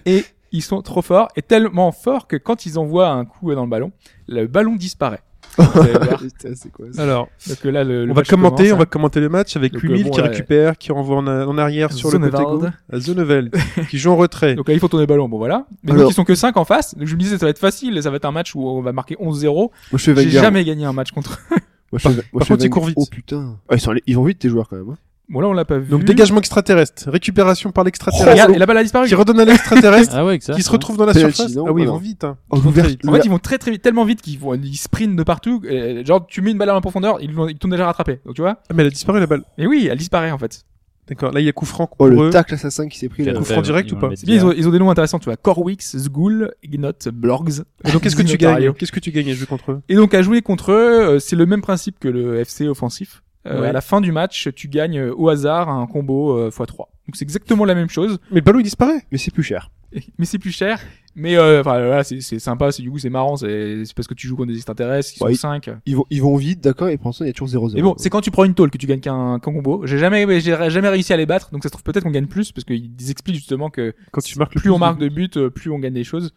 S5: et
S3: [LAUGHS]
S5: ils sont trop forts, et tellement forts que quand ils envoient un coup dans le ballon, le ballon disparaît. Vous allez voir.
S4: Putain, c'est quoi ça
S3: Alors,
S5: Donc euh, là, le, le
S3: on va
S5: match
S3: commenter,
S5: commence,
S3: on
S5: hein.
S3: va commenter le match avec
S5: Donc,
S3: Humil
S5: euh, bon,
S3: qui
S5: là,
S3: récupère, qui renvoie en, a- en arrière sur le côté
S5: Zonneveld.
S3: gauche à Zoneveld, qui joue en [LAUGHS]
S5: [LAUGHS]
S3: retrait.
S5: Donc là, il faut tourner le ballon. Bon, voilà. Mais
S4: Alors-
S5: donc, ils sont que 5 en face. Donc je me disais, ça va être facile. Ça va être un match où on va marquer 11-0.
S4: Moi, je fais
S5: J'ai
S4: Wenger.
S5: jamais gagné un match contre eux.
S4: Moi, je fais, moi, je fais
S3: contre, ils
S4: Wenger.
S3: courent vite.
S4: Oh putain. Ah, ils, sont allés- ils vont vite, tes joueurs, quand même. hein.
S5: Bon, là, on l'a pas vu.
S3: Donc dégagement extraterrestre, récupération par
S5: Oh,
S3: l'extraterrestre,
S5: regarde, et la balle a disparu.
S3: qui redonne à
S5: [LAUGHS]
S3: l'extraterrestre,
S6: Ah ouais, exact.
S3: qui se retrouve dans la
S4: Penalty,
S3: surface.
S4: non
S3: Ah oui, ils
S4: Ah non.
S3: vont vite. hein.
S4: Oh, l'ouvert-
S5: En fait, ils vont très très vite, tellement vite qu'ils vont, ils sprintent de partout. euh, genre, tu mets une balle à la profondeur, ils l'ont- ils t'ont déjà rattrapé. Donc tu vois.
S3: Ah, mais elle a disparu la balle.
S5: Mais oui, elle disparaît en fait.
S3: D'accord, là il y a coup franc
S4: Oh,
S3: pour
S4: le
S3: eux.
S4: tacle assassin qui s'est pris. euh, là.
S3: Quatre. franc direct ou pas
S5: C'est bien, ils ont, ils ont des noms intéressants. Tu vois, Corwix, Zgul, Ignot, Blorgs.
S3: Et donc
S5: [LAUGHS]
S3: qu'est-ce que tu
S5: Zinotario.
S3: gagnes Qu'est-ce que tu gagnes à jouer contre eux
S5: Et donc à jouer contre eux, euh, c'est le même principe que le FC offensif. Euh,
S3: Ouais.
S5: À la fin du match, tu gagnes euh, au hasard un combo euh, x3. Donc c'est exactement la même chose,
S3: Mais le ballon il disparaît.
S4: Mais c'est plus cher.
S5: Et- [LAUGHS] mais c'est plus cher. Mais euh, enfin voilà, c'est c'est sympa, c'est du coup c'est marrant, c'est c'est parce que tu joues contre des extraterrestres, ils
S4: Ouais,
S5: sont 5.
S4: Ils vont, ils vont vite, d'accord, et pour l'instant, il y a toujours 0-0.
S5: Mais bon, c'est quand tu prends une tôle que tu gagnes qu'un qu'un combo. J'ai jamais j'ai jamais réussi à les battre, donc ça se trouve peut-être qu'on gagne plus parce qu'ils expliquent justement que
S3: Quand tu marques le
S5: plus on
S3: de-
S5: marque de buts, euh, plus on gagne des choses.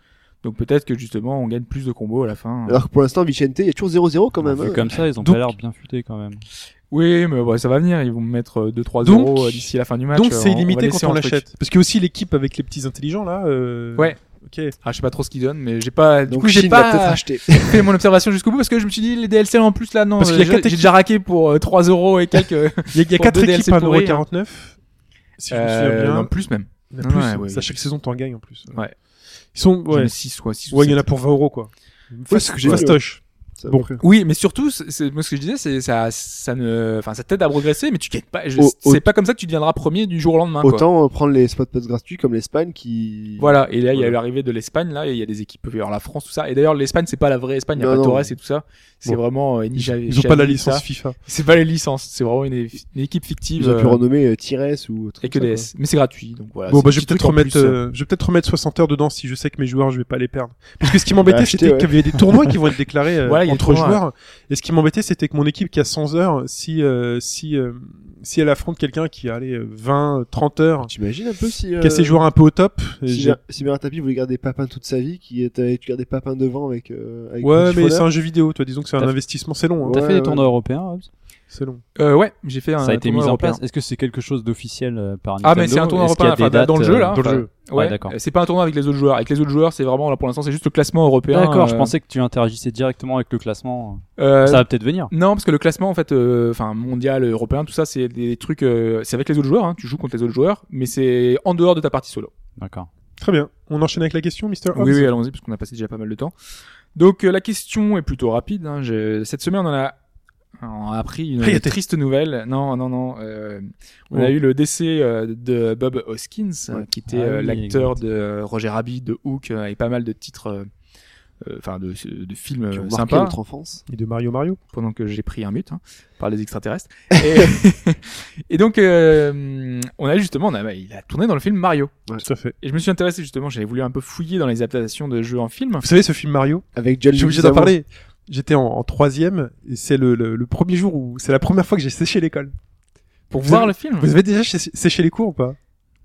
S5: Donc peut-être que justement on gagne plus de combos à la fin.
S4: Alors que pour l'instant, Vicente, il y a toujours 0-0 quand même. hein.
S6: Vu comme ça, ils ont
S3: Donc-
S6: pas l'air bien futés quand même.
S5: Oui, mais ouais, ça va venir, ils vont me mettre euh, 2 3
S3: Donc-
S5: 0 d'ici la fin du match.
S3: Donc
S5: Euh,
S3: c'est
S5: on- on va
S3: illimité
S5: laisser
S3: quand on
S5: un truc.
S3: l'achète. Parce que aussi l'équipe avec les petits intelligents là. euh,
S5: Ouais.
S3: Ok.
S5: Ah, je sais pas trop ce qu'ils donnent mais j'ai pas du
S4: Donc,
S5: coup j'ai
S4: Chine va peut-être
S5: pas [LAUGHS]
S4: acheter.
S5: fait mon observation jusqu'au bout parce que je me suis dit les DLC en plus là non,
S3: Parce qu'il y a
S5: euh, j'ai
S3: quatre
S5: j'ai
S3: équipes.
S5: déjà raqué pour euh, 3 euros et quelques euh,
S3: Il y a, il y a
S5: Pour
S3: quatre
S5: deux
S3: équipes
S5: DLC
S3: à
S5: pourris,
S3: 1,49€. Si je me souviens bien.
S5: hein. Euh, non, plus même.
S3: Il y en a
S5: non,
S3: plus.
S5: ouais, ouais,
S3: ça, chaque saison t'en gagnes en plus.
S5: Ouais.
S3: Ils sont.
S5: J'en ai
S3: Ouais.
S5: six, ouais, six ou
S3: Ouais, il y en
S5: sept.
S3: a pour 20 euros quoi.
S4: Ouais, c'est ce que j'ai vu.
S3: Fastoche.
S4: Ça,
S3: Bon.
S4: après.
S5: Oui, mais surtout, c'est- c'est moi ce que je disais, c'est ça, ça ne, enfin, ça t'aide à progresser, mais tu gagnes pas. je-
S4: Au- au-
S5: C'est pas comme ça que tu deviendras premier du jour au lendemain. Quoi.
S4: Autant euh, prendre les spots pass gratuits comme l'Espagne qui.
S5: Voilà. Et là, il y a eu
S4: Voilà.
S5: l'arrivée de l'Espagne, là, et il y a des équipes, alors la France, tout ça. Et d'ailleurs, l'Espagne, c'est pas la vraie Espagne, il y a
S4: Non,
S5: pas
S4: non.
S5: Torres et tout ça. C'est
S3: Bon.
S5: vraiment. euh,
S3: Ils
S5: Xavi-
S3: ont pas la
S5: Xavi,
S3: licence
S5: ça.
S3: FIFA.
S5: C'est pas les licences. C'est vraiment une, une équipe fictive.
S4: Ils ont pu
S5: euh,
S4: renommer euh, Tires ou. autre
S5: et que
S4: comme ça, quoi.
S5: DS. Mais c'est gratuit, donc voilà.
S3: Bon,
S5: c'est
S3: bah,
S5: un
S3: je vais
S5: petit
S3: peut-être
S5: truc en
S3: remettre,
S5: plus, euh.
S3: euh, je vais peut-être remettre 60 heures dedans si je sais que mes joueurs, je vais pas les perdre. Parce que ce qui
S4: [LAUGHS]
S3: m'embêtait,
S4: Bah, acheter,
S3: c'était qu'il y avait des tournois qui vont être déclarés euh,
S5: Voilà, il y a des
S3: entre
S5: tournois,
S3: joueurs. Et ce qui m'embêtait, c'était que mon équipe qui a 100 heures, si, euh, si, euh, si elle affronte quelqu'un qui a, allez, euh, 20, 30 heures,
S4: T'imagines un peu si. euh,
S3: qui a ses joueurs un peu au top, et
S4: Si,
S3: j'ai-
S4: Mer- si Meratapi voulait garder Papin toute sa vie, qui était, tu gardais Papin devant avec. euh, avec
S3: Ouais,
S4: Petit
S3: mais
S4: Folleur.
S3: c'est un jeu vidéo, toi. Disons que c'est un
S6: T'as-
S3: investissement, c'est long. hein.
S6: T'as
S4: Ouais,
S6: fait
S4: ouais.
S6: des tournois européens, Hobbs
S3: C'est long.
S5: Euh, ouais, j'ai fait un.
S6: Ça a été
S5: tournoi
S6: mis en
S5: européen.
S6: place. Est-ce que c'est quelque chose d'officiel euh, par Nintendo
S5: Ah, mais c'est un tournoi
S6: Est-ce qu'il y
S5: européen,
S6: a des
S5: enfin, dans le
S6: dates,
S5: jeu,
S6: euh,
S5: là.
S3: dans le
S5: enfin,
S3: jeu.
S5: Ouais,
S6: Ouais, d'accord.
S5: C'est pas un tournoi avec les autres joueurs. Avec les autres joueurs, c'est vraiment, là, pour l'instant, c'est juste le classement européen.
S6: D'accord, je
S5: euh,
S6: pensais que tu interagissais directement avec le classement.
S5: euh,
S6: Ça va peut-être venir.
S5: Non, parce que le classement, en fait, euh, enfin mondial, européen, tout ça, c'est des trucs, euh, c'est avec les autres joueurs. Hein, tu joues contre les autres joueurs, mais c'est en dehors de ta partie solo.
S6: D'accord.
S3: Très bien. On enchaîne avec la question, Mister Hobbs
S5: Oui, oui, allons-y, parce qu'on a passé déjà pas mal de temps. Donc euh, la question est plutôt rapide. Hein, j'ai- Cette semaine, on en a, on a appris une
S3: Ah, il y a des-
S5: triste nouvelle. Non, non, non. euh, on
S3: Oh.
S5: a eu le décès euh, de Bob Hoskins, euh, qui était
S6: Ah
S5: euh,
S6: oui,
S5: l'acteur de euh, Roger Rabbit, de Hook, euh, et pas mal de titres, euh, euh, enfin de, de films
S4: Qui ont
S5: euh,
S4: marqué
S5: sympas.
S4: notre enfance.
S3: Et de Mario Mario.
S5: pendant que j'ai pris un mute hein, par
S3: [LAUGHS]
S5: les extraterrestres. Et, [LAUGHS] et donc, euh, on a justement, on a, il a tourné dans le film Mario.
S3: Tout à fait.
S5: Et je me suis intéressé justement, j'avais voulu un peu fouiller dans les adaptations de jeux en film.
S3: Vous savez, ce film Mario,
S4: Avec
S3: Je
S4: John
S3: suis obligé d'en
S4: Leguizamo.
S3: parler. J'étais en, en troisième et c'est le, le, le premier jour où c'est la première fois que j'ai séché l'école.
S5: Pour
S3: Vous
S5: voir
S3: avez-
S5: le film.
S3: Vous avez déjà sé- séché les cours ou pas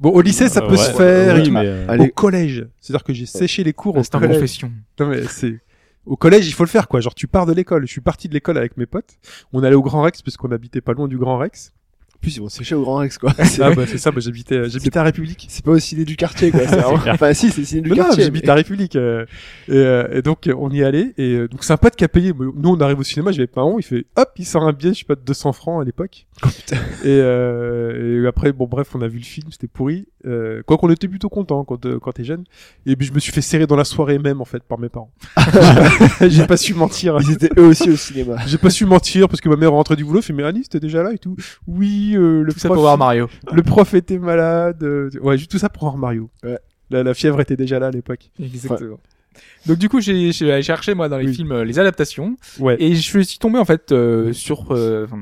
S3: Bon, au lycée, ça
S6: Euh,
S3: peut
S6: ouais.
S3: se faire. et
S6: Oui,
S3: tout.
S6: mais, euh,
S3: Au
S4: Allez,
S3: collège, c'est-à-dire que j'ai séché les cours
S5: Ah,
S3: au
S5: C'est un
S3: collège.
S5: confession.
S3: Non, mais c'est au collège, il faut le faire quoi. Genre, tu pars de l'école. Je suis parti de l'école avec mes potes. On allait au Grand Rex parce qu'on habitait pas loin du Grand Rex.
S4: en plus, ils vont sécher au Grand Rex, quoi. C'est-
S3: Ah bah c'est ça. Bah, j'habitais, j'habitais à République.
S4: C'est pas au ciné du quartier,
S3: [LAUGHS]
S4: quoi. c'est vraiment- Enfin, si, c'est le ciné du
S3: Mais non,
S4: quartier.
S3: j'habite à République. euh, et, euh, et donc, euh, on y allait. Et euh, donc, c'est un pote qui a payé. Mais Nous, on arrive au cinéma, j'avais pas un rond. Il fait hop, il sort un billet, je sais pas, de 200 francs à l'époque.
S4: Oh,
S3: [LAUGHS] et, euh, et après, bon, bref, on a vu le film, c'était pourri. Euh, quoi qu'on était plutôt content quand, euh, quand t'es jeune. Et puis, je me suis fait serrer dans la soirée même, en fait, par
S4: [LAUGHS]
S3: mes parents. [LAUGHS] J'ai pas su mentir.
S4: Ils étaient eux aussi au cinéma.
S3: J'ai pas su mentir parce que ma mère rentrait du boulot, fait mais Annie, c'était déjà là et tout. Oui, euh, le
S5: Tout ça
S3: prof-
S5: pour voir Mario.
S3: le prof était malade. euh, ouais, juste tout ça pour voir Mario.
S4: Ouais.
S3: La, la fièvre était déjà là à l'époque.
S5: Exactement. Donc du coup, j'ai j'ai allé chercher moi dans les
S3: Oui.
S5: films euh, les adaptations
S3: Ouais.
S5: et je suis tombé en fait euh, sur euh, enfin,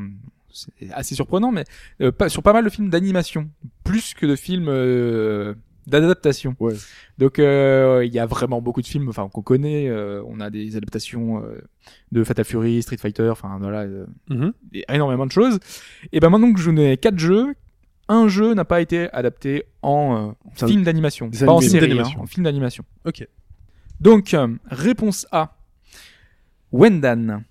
S5: c'est assez surprenant mais euh, pas, sur pas mal de films d'animation plus que de films euh, d'adaptation.
S4: Ouais.
S5: Donc euh, il y a vraiment beaucoup de films enfin qu'on connaît, euh, on a des adaptations euh, de Fatal Fury, Street Fighter, enfin voilà, euh,
S4: Mm-hmm.
S3: Mhm.
S5: des- énormément de choses. Et ben maintenant que je n'ai quatre jeux, un jeu n'a pas été adapté en euh,
S4: Ça-
S5: film d'animation,
S4: des
S5: pas en
S4: animés.
S5: série, hein,
S3: D'animation.
S5: en film d'animation.
S3: Ok.
S5: Donc euh, réponse A, Wendan.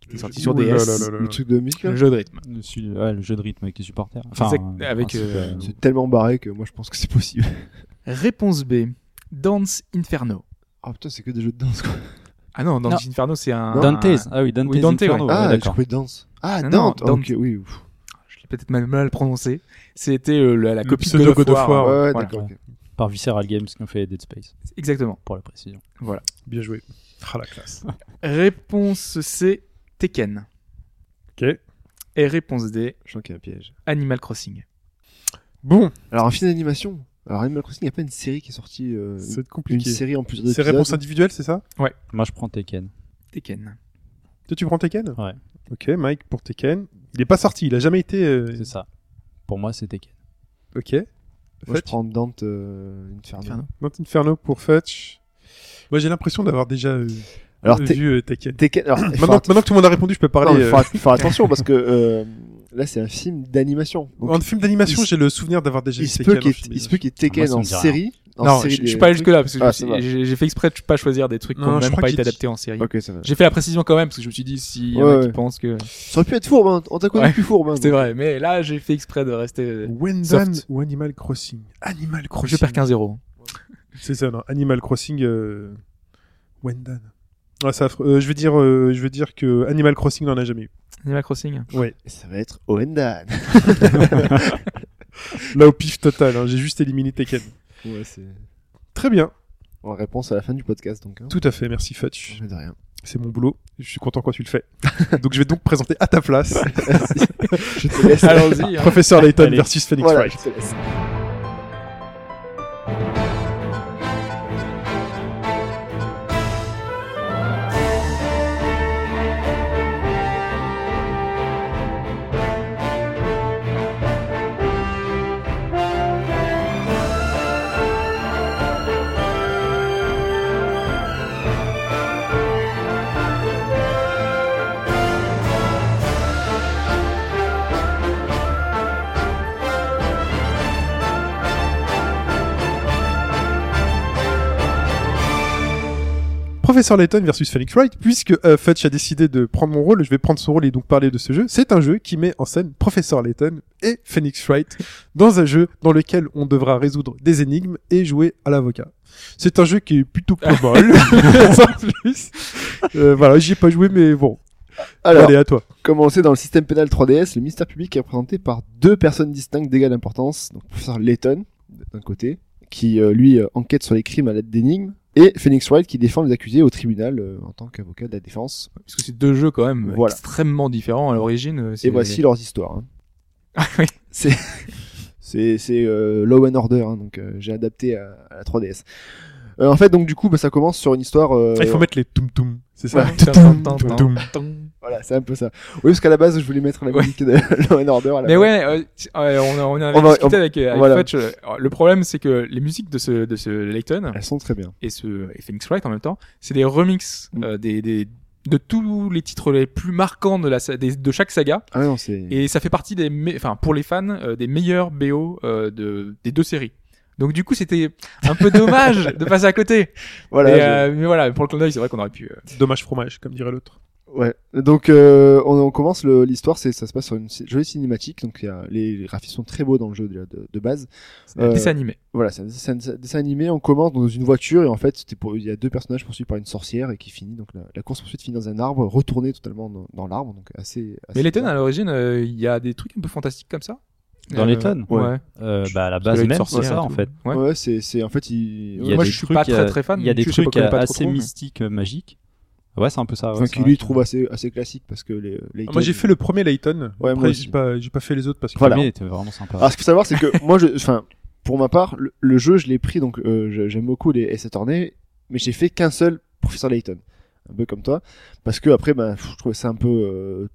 S5: qui est sorti
S4: Ouh
S5: sur
S4: là
S5: DS.
S4: là
S3: Euh,
S4: là là. Le truc de Mick, hein. là,
S5: Le jeu de rythme.
S6: Le, su- ouais, le jeu de rythme avec les supporters.
S5: Exact-
S6: euh,
S5: avec,
S6: principe,
S5: euh,
S4: c'est tellement barré que moi je pense que c'est
S3: [LAUGHS]
S4: possible.
S5: Réponse B. Dance Inferno.
S4: Ah putain, c'est que des jeux de danse quoi.
S5: Ah non, Dance
S6: Non.
S5: Inferno, c'est un.
S6: Dante's. Ah oui, Dante's.
S5: Oui, Dante,
S6: Inferno,
S5: ouais.
S6: ouais,
S4: ah, j'ai
S6: d'accord.
S4: cru danse. Ah,
S5: Non,
S4: Dante.
S5: non, Dante.
S4: Ok, oui. ouf.
S5: Ah, Je l'ai peut-être mal, mal prononcé. C'était euh, la, la
S3: Le
S5: copie de
S3: pseudo
S5: God of War.
S4: Ouais, ouais,
S5: Voilà.
S4: d'accord. ok.
S6: Par Visceral Games qui ont fait Dead Space,
S5: Exactement.
S6: pour la précision.
S3: Bien joué. Ah la classe.
S5: Réponse C. Tekken.
S3: Ok.
S5: Et réponse D.
S4: Je sens qu'il y a un piège.
S5: Animal Crossing.
S3: Bon,
S4: Alors, un film d'animation. Alors, Animal Crossing, il n'y a pas une série qui est sortie. euh, une-
S3: c'est
S4: une
S3: compliqué.
S4: série en plus
S3: C'est réponse
S4: d'épisodes.
S3: individuelle, c'est ça
S6: Moi, je prends Tekken.
S5: Tekken.
S3: Toi, tu prends Tekken
S6: Ouais.
S3: Ok, Mike pour Tekken. Il n'est pas sorti, il a jamais été. euh,
S6: C'est ça. Pour moi, c'est Tekken.
S3: Ok.
S4: Moi, je
S3: Fetch.
S4: prends Dante euh, Inferno.
S5: Inferno.
S3: Mount Inferno pour Fetch. Moi, j'ai l'impression d'avoir déjà euh,
S4: Alors, t'es-
S3: vu euh, Tekken.
S4: Tekken. Alors, faut
S3: Maintenant,
S4: att-
S3: maintenant que tout le monde a répondu, je peux
S4: non,
S3: parler.
S4: mais
S3: euh,
S4: faut att- faut faire attention parce que euh, là, c'est un film d'animation. Donc,
S3: euh, En film d'animation,
S4: il-
S3: j'ai le souvenir d'avoir déjà
S4: il
S3: vu
S4: se
S3: Tekken.
S4: peut qu'il
S3: en
S4: y ait-
S3: film
S4: il se peut qu'il y ait Tekken
S6: Ah, moi,
S4: en
S6: ça me dit rien.
S4: série. en
S5: non, je,
S4: série
S5: je suis
S4: des
S5: pas
S4: trucs.
S5: jusque là parce que
S4: Ah,
S5: je
S4: ça
S5: me
S4: va.
S5: suis- j'ai j'ai fait exprès de pas choisir des trucs qui
S3: Non,
S5: n'ont
S3: je
S5: même
S3: crois
S5: pas
S3: qu'il
S5: été
S3: dit-
S5: adaptés en série.
S4: Ok, ça va.
S5: J'ai fait la précision quand même parce que je me suis dit s'il y en
S4: Ouais,
S5: a qui
S4: ouais.
S5: pensent que
S4: Ça aurait pu être fourbe, hein. on t'a connu
S5: Ouais.
S4: plus fourbe. hein.
S5: c'est vrai, mais là j'ai fait exprès de rester. euh,
S3: Wendan
S5: Soft.
S3: ou Animal Crossing Animal
S5: Je
S3: Crossing.
S5: perds 15-0.
S3: C'est ça, non. Animal Crossing. euh, Wendan. Ah, c'est affreux. Euh, je vais dire, euh, je vais dire que Animal Crossing n'en a jamais eu.
S5: Animal Crossing.
S4: Ça va être Oendan.
S3: Là au pif total. hein, j'ai juste éliminé Tekken.
S4: [LAUGHS] Ouais, c'est.
S3: Très bien.
S4: On réponse à la fin du podcast donc. Hein.
S3: Tout à fait. Merci Fetch.
S4: Je dis rien. [LAUGHS]
S3: C'est mon boulot. Je suis content quand tu le fais. donc je vais donc présenter à ta place
S4: [LAUGHS] Je te laisse.
S5: [LAUGHS] Allons-y.
S4: [LAUGHS]
S5: hein.
S3: Professeur Layton
S6: Allez.
S3: versus Phoenix
S4: Voilà,
S3: Wright.
S4: je te laisse.
S3: Professeur Layton versus Phoenix Wright, puisque euh, Fetch a décidé de prendre mon rôle, je vais prendre son rôle et donc parler de ce jeu. C'est un jeu qui met en scène Professeur Layton et Phoenix Wright [LAUGHS] dans un jeu dans lequel on devra résoudre des énigmes et jouer à l'avocat. C'est un jeu qui est
S4: [LAUGHS]
S3: plutôt pas mal, [LAUGHS] sans plus. Euh, voilà, j'y ai pas joué, mais bon.
S4: Alors,
S3: Allez, à toi.
S4: commencer dans le système pénal 3DS, le ministère public est représenté par deux personnes distinctes d'égale importance. Donc, professeur Layton, d'un côté, qui euh, lui euh, enquête sur les crimes à l'aide d'énigmes, et Phoenix Wright qui défend les accusés au tribunal euh, en tant qu'avocat de la défense.
S5: Parce que c'est deux jeux quand même
S4: Voilà.
S5: extrêmement différents à l'origine. euh,
S4: Et
S5: c'est-
S4: voici leurs histoires. hein.
S5: Ah oui.
S4: C'est c'est c'est euh, Law and Order, hein, donc euh, j'ai adapté à, à la 3DS. Euh, en fait, donc du coup, bah, ça commence sur une histoire. euh,
S3: Ah, Il faut mettre les toum toum, c'est
S4: [LAUGHS]
S3: ça hein
S5: Ouais.
S3: Toum,
S5: Tan,
S3: toum,
S5: tan,
S3: toum.
S5: tan.
S4: Voilà, c'est un peu ça. Oui, parce qu'à la base, je voulais mettre la
S5: Ouais.
S4: musique de [LAUGHS] Law and Order. À la
S5: Mais
S4: base.
S5: ouais, euh, t- ouais, on, a- on en avait
S4: On va-
S5: discuté
S4: on-
S5: avec, avec
S4: voilà.
S5: Fudge, euh, alors, Le problème, c'est que les musiques de ce, de ce Layton
S4: Elles sont très bien.
S5: et, ce, et Phoenix Wright en même temps, c'est des remixes
S4: Mm.
S5: euh, des, des- de tous les titres les plus marquants de, la, sa- des- de chaque saga.
S4: Ah non, c'est.
S5: Et ça fait partie, des me- enfin, pour les fans, euh, des meilleurs BO euh, de, des deux séries. Donc du coup, c'était un
S4: [LAUGHS]
S5: peu dommage de passer à côté.
S4: Voilà.
S5: Et,
S4: je-
S5: euh, mais voilà, pour le clin d'œil, c'est vrai qu'on aurait pu... euh,
S3: Dommage fromage, comme dirait l'autre.
S4: Ouais. Donc euh, on, on commence le- l'histoire, c'est ça se passe sur une ci- jolie cinématique. Donc il y a- les, les graphismes sont très beaux dans le jeu déjà, de, de base.
S5: c'est un
S4: Euh,
S5: dessin animé.
S4: Voilà, c'est un dessin- c'est un dessin animé. On commence dans une voiture et en fait c'était pour- il y a deux personnages poursuivis par une sorcière et qui finit donc la, la course poursuite finit dans un arbre, retourné totalement dans, dans l'arbre, donc assez. assez
S5: Mais Layton,
S4: bizarre.
S5: à l'origine, euh, il y a des trucs un peu fantastiques comme ça.
S6: Dans Layton
S5: Ouais.
S4: Ouais.
S6: Euh, bah, à la
S5: Parce
S6: base
S5: que là, une
S6: même,
S5: sorcière
S6: c'est
S5: et
S6: ça, en
S5: hein, tout.
S6: fait.
S5: Ouais.
S4: Ouais, c'est c'est en fait il.
S6: Il y a
S5: Moi,
S6: des
S5: je suis
S6: trucs,
S5: pas
S6: il y a-
S5: très, très fan,
S6: Il y a
S5: donc
S6: des
S5: je sais pas
S6: trucs
S5: comment
S6: euh,
S5: pas trop
S6: assez
S5: trop, mais-
S6: mystiques, euh, magiques. Ouais, c'est un peu ça. ouais,
S4: Enfin,
S6: c'est
S4: qui
S6: vrai
S4: lui
S6: que-
S4: trouve assez, assez classique parce que les. les
S3: Ah, moi, j'ai fait le premier Layton.
S4: Ouais, moi
S3: Après,
S4: aussi.
S3: j'ai pas, j'ai pas fait les autres parce que.
S4: Voilà.
S6: Le premier était vraiment sympa.
S4: Alors, Ah, ce qu'il faut savoir, c'est que moi, je, enfin, pour ma part, le, le jeu, je l'ai pris, donc euh, je- j'aime beaucoup les essais tournés, mais j'ai fait qu'un seul professeur Layton, un peu comme toi, parce que après, ben, pff, je trouvais ça un peu euh,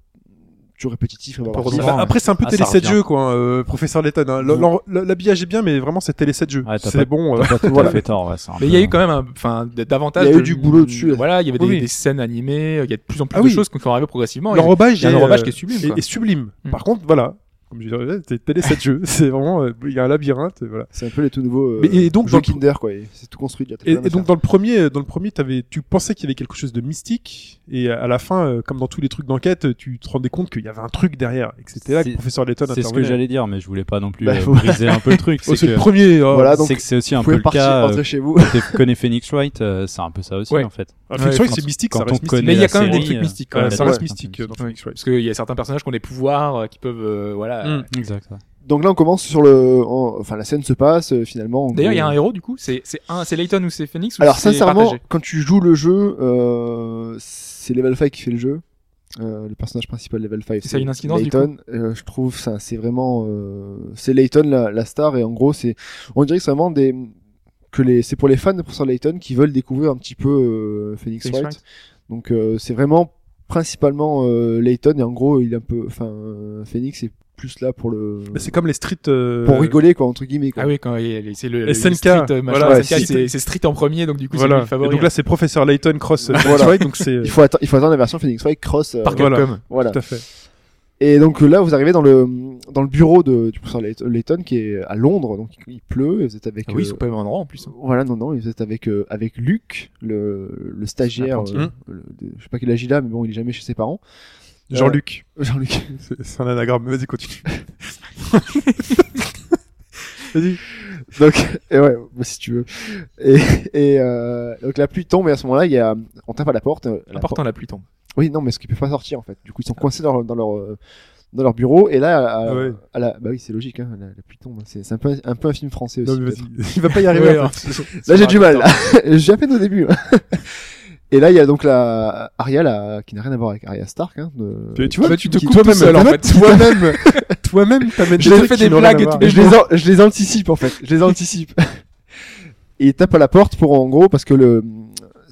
S4: toujours répétitif. et voilà.
S5: redondant.
S3: Oui,
S5: Vraiment,
S3: bah,
S5: ouais.
S3: après, c'est un peu
S6: Ah,
S3: télé
S6: ça
S3: 7
S6: revient.
S3: jeux, quoi, hein, euh, professeur Letton. hein. L- l'en- l- L'habillage est bien, mais vraiment, c'est télé 7 jeux.
S6: Ouais, t'as
S3: c'est
S6: pas-
S3: bon. euh,
S6: T'as pas tout
S3: voilà.
S6: à fait tort, ouais, c'est un
S5: Mais
S6: peu-
S5: il y a eu quand même un, enfin, d- davantage.
S4: Il y a eu
S5: de-
S4: du boulot dessus.
S5: Voilà, il y avait des,
S3: Oui, oui.
S5: des scènes animées, il y a de plus en plus
S3: Ah
S5: de
S3: oui.
S5: choses qui sont arrivées progressivement. Il y a-
S3: L'enrobage
S5: il y a un enrobage qui est sublime,
S3: euh, est,
S5: quoi.
S6: Mmh.
S3: est sublime.
S5: Mm.
S3: Par contre, voilà. comme je disais, c'est télé 7 jeux. [LAUGHS] C'est vraiment, euh, il y a un labyrinthe, voilà.
S4: C'est un peu les tout nouveaux. euh,
S3: Mais- et donc,
S4: jeux
S3: dans le-
S4: Kinder, quoi. et C'est tout construit. là, t'as
S3: Et,
S4: rien à
S3: et donc
S4: faire.
S3: dans le premier, euh, dans le premier, t'avais, tu pensais qu'il y avait quelque chose de mystique, et à à la fin, euh, comme dans tous les trucs d'enquête, tu te rendais compte qu'il y avait un truc derrière, et que c'était là que
S6: C'est-
S3: le professeur Letton
S6: C'est ce que
S3: intervenait.
S6: j'allais dire, mais je voulais pas non plus
S4: Bah,
S6: euh,
S4: faut-
S6: briser un peu le
S4: [LAUGHS]
S6: truc.
S3: Oh,
S6: C'est
S3: c'est le
S6: que
S3: premier. oh.
S4: Voilà, donc,
S6: c'est que c'est aussi
S4: vous
S6: un peu
S4: pouvez
S6: le
S4: partir,
S6: cas. euh,
S4: rentrer chez vous.
S6: Quand tu connais Phoenix Wright, euh, c'est un peu ça aussi
S5: Ouais.
S6: en fait.
S3: Alors, Phoenix
S5: Ouais,
S3: Wright,
S6: quand-
S3: c'est mystique,
S6: quand
S3: ça
S6: on
S3: reste mystique.
S6: connaît
S5: Mais il y a
S6: la
S5: quand même des
S6: série,
S5: trucs
S6: euh,
S5: mystiques.
S3: Ouais,
S5: quand même.
S3: ça
S4: Ouais.
S3: reste mystique euh, dans Phoenix Wright.
S5: Parce qu'il y a certains personnages qui ont des pouvoirs, euh, qui peuvent, euh, voilà.
S3: Mm.
S6: Exact. ouais.
S4: Donc là, on commence sur le. en- Enfin, la scène se passe euh, finalement. en
S5: D'ailleurs,
S4: gros-
S5: il y a un héros du coup. C'est c'est un, c'est Layton ou c'est Phoenix ou
S4: Alors
S5: c'est
S4: sincèrement,
S5: partagé
S4: quand tu joues le jeu, euh, c'est Level 5 qui fait le jeu. Euh, le personnage principal Level 5,
S5: Et ça a une incidence, du
S4: Layton. Euh, je trouve ça, c'est vraiment, euh, c'est Layton la, la star et en gros c'est, on dirait que c'est vraiment des que les, c'est pour les fans de Professeur Layton qui veulent découvrir un petit peu euh, Phoenix,
S5: Phoenix
S4: Wright. Donc euh, c'est vraiment principalement euh, Layton et en gros il est un peu, enfin euh, Phoenix est plus là pour le,
S3: Mais c'est comme les streets. euh,
S4: pour rigoler quoi entre guillemets. Quoi.
S5: Ah oui, quand il y a les- c'est le, le- le
S3: SNK,
S5: street, euh, machin,
S3: voilà,
S5: SNK,
S3: ouais,
S5: c'est c'est street en premier, donc du coup c'est
S3: Voilà.
S5: lui le favori. hein.
S3: Et donc là, c'est professeur Layton cross euh,
S4: Voilà.
S3: Phoenix Wright, donc c'est euh,
S4: Il faut, atte- il faut attendre la version Phoenix Wright Cross. euh,
S5: par
S3: voilà.
S5: Capcom.
S4: voilà.
S3: tout à fait.
S4: Et donc euh, là, vous arrivez dans le dans le bureau de, du professeur Lay- Layton qui est à Londres, donc il pleut. Et vous êtes avec
S5: Ah oui,
S4: euh,
S5: ils sont pas au même endroit en plus.
S4: voilà non non, vous êtes avec euh, avec Luc, le le stagiaire.
S5: L'apprenti.
S4: euh,
S3: Hein
S4: le- de- je sais pas qu'il agit là, mais bon, il est jamais chez ses parents. [LAUGHS]
S3: Jean-Luc,
S4: Jean-Luc.
S3: C'est- c'est un anagramme. Vas-y, continue.
S4: Donc et ouais, bah, si tu veux. Et, et euh, donc la pluie tombe et à ce moment-là, il y a on tape à la porte. euh, la
S5: Important Ah, la hein. pluie tombe.
S4: Oui, non, mais ce qu'ils peuvent pas sortir en fait. Du coup, ils sont coincés dans leur, dans leur, euh, dans leur bureau. Et là, à, à-
S3: Ah Ouais.
S4: à la, bah oui, c'est logique, hein, la, la pluie tombe. C'est c'est un peu, un peu un film français aussi.
S3: Non, mais
S4: peut-être.
S3: vas-y. Il va pas y arriver.
S4: [LAUGHS]
S3: en
S5: Ouais, hein. alors,
S3: fait.
S4: Là, j'ai du mal. [LAUGHS] j'ai à peine au début. et là, il y a donc la Arya, la- qui n'a rien à voir avec Arya Stark. Hein, de-
S3: Tu- Tu vois,
S5: Toi,
S3: tu te
S5: qui-
S3: coupes
S5: toi-même,
S4: [LAUGHS]
S3: toi-même.
S5: en
S3: en
S5: fait.
S3: fait, Toi-même, toi-même, t'amènes
S5: Je
S3: des
S5: te
S3: trucs
S5: fais
S3: qui
S5: des
S3: n'ont rien à
S5: blagues et
S3: voir.
S5: tout.
S4: Mais je les, an- je les anticipe en fait. Je les anticipe.
S3: [LAUGHS]
S4: et il tape à la porte pour en gros parce que le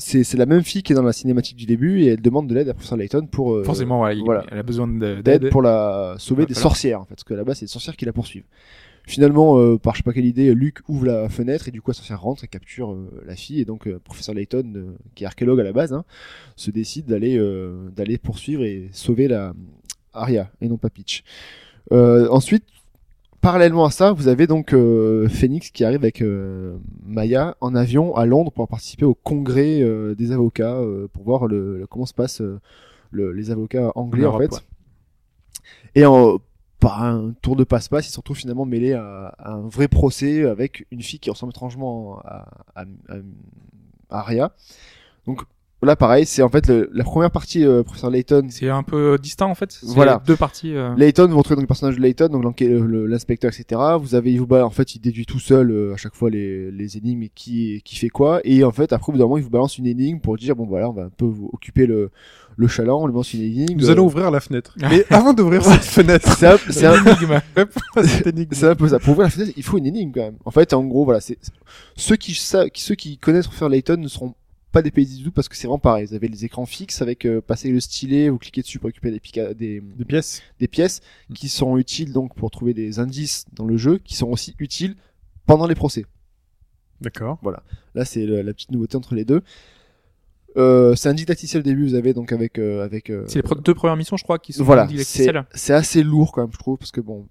S4: c'est c'est la même fille qui est dans la cinématique du début et elle demande de l'aide à Professeur Layton pour euh,
S5: Forcément, ouais, il-
S4: voilà.
S5: elle a besoin de-
S4: d'aide
S5: euh, d'aide.
S4: pour la sauver
S5: Va
S4: des
S5: falloir.
S4: sorcières en fait, parce que là-bas c'est les sorcières qui la poursuivent. Finalement, euh, par je sais pas quelle idée, Luke ouvre la fenêtre et du coup la sorcière rentre et capture euh, la fille et donc euh, professeur Layton, euh, qui est archéologue à la base, hein, se décide d'aller euh, d'aller poursuivre et sauver la euh, Arya et non pas Peach. Euh, ensuite, parallèlement à ça, vous avez donc euh, Phoenix qui arrive avec euh, Maya en avion à Londres pour participer au congrès euh, des avocats euh, pour voir le, le- comment se passe euh, le- les avocats anglais en,
S5: En Europe,
S4: fait. Et en, par un tour de passe-passe, ils se retrouvent finalement mêlés à, à un vrai procès avec une fille qui ressemble étrangement à, à, à- à Arya. Donc là, pareil, c'est en fait le- la première partie, euh, professeur Layton,
S5: C'est un peu distinct en fait. C'est
S4: Voilà.
S5: Deux parties. euh,
S4: Layton, vous retrouvez donc le personnage de Layton, donc l'enquê- euh, le- l'inspecteur, etc. Vous avez il vous balance, en fait, il déduit tout seul euh, à chaque fois les, les énigmes et qui, qui fait quoi. Et en fait, après, au bout d'un moment, il vous balance une énigme pour dire, bon, voilà, on va un peu vous occuper le, le chaland, on lui balance une énigme.
S3: Nous
S4: Euh,
S3: allons ouvrir la fenêtre.
S5: Ah.
S3: Mais avant d'ouvrir cette fenêtre,
S4: C'est un, c'est
S5: [LAUGHS]
S4: un-
S5: l'énigme.
S3: cette énigme.
S4: c'est un peu ça. Pour ouvrir la fenêtre, il faut une énigme quand même. En fait, en gros, voilà, c'est ceux qui, sa- qui- ceux qui connaissent faire Layton ne seront pas des pays du tout parce que c'est vraiment pareil. Vous avez les écrans fixes avec euh, passer le stylet, vous cliquez dessus pour récupérer des, pica- des,
S3: Des pièces.
S4: des pièces
S5: Mm.
S4: qui sont utiles donc pour trouver des indices dans le jeu, qui sont aussi utiles pendant les procès.
S3: D'accord.
S4: Là, c'est le- la petite nouveauté entre les deux. Euh, c'est un didacticiel au début, vous avez donc avec euh, avec. euh,
S5: C'est les pre- deux premières missions, je crois, qui sont
S4: voilà, c'est
S5: didacticielles.
S4: c'est assez lourd quand même, je trouve, parce que bon,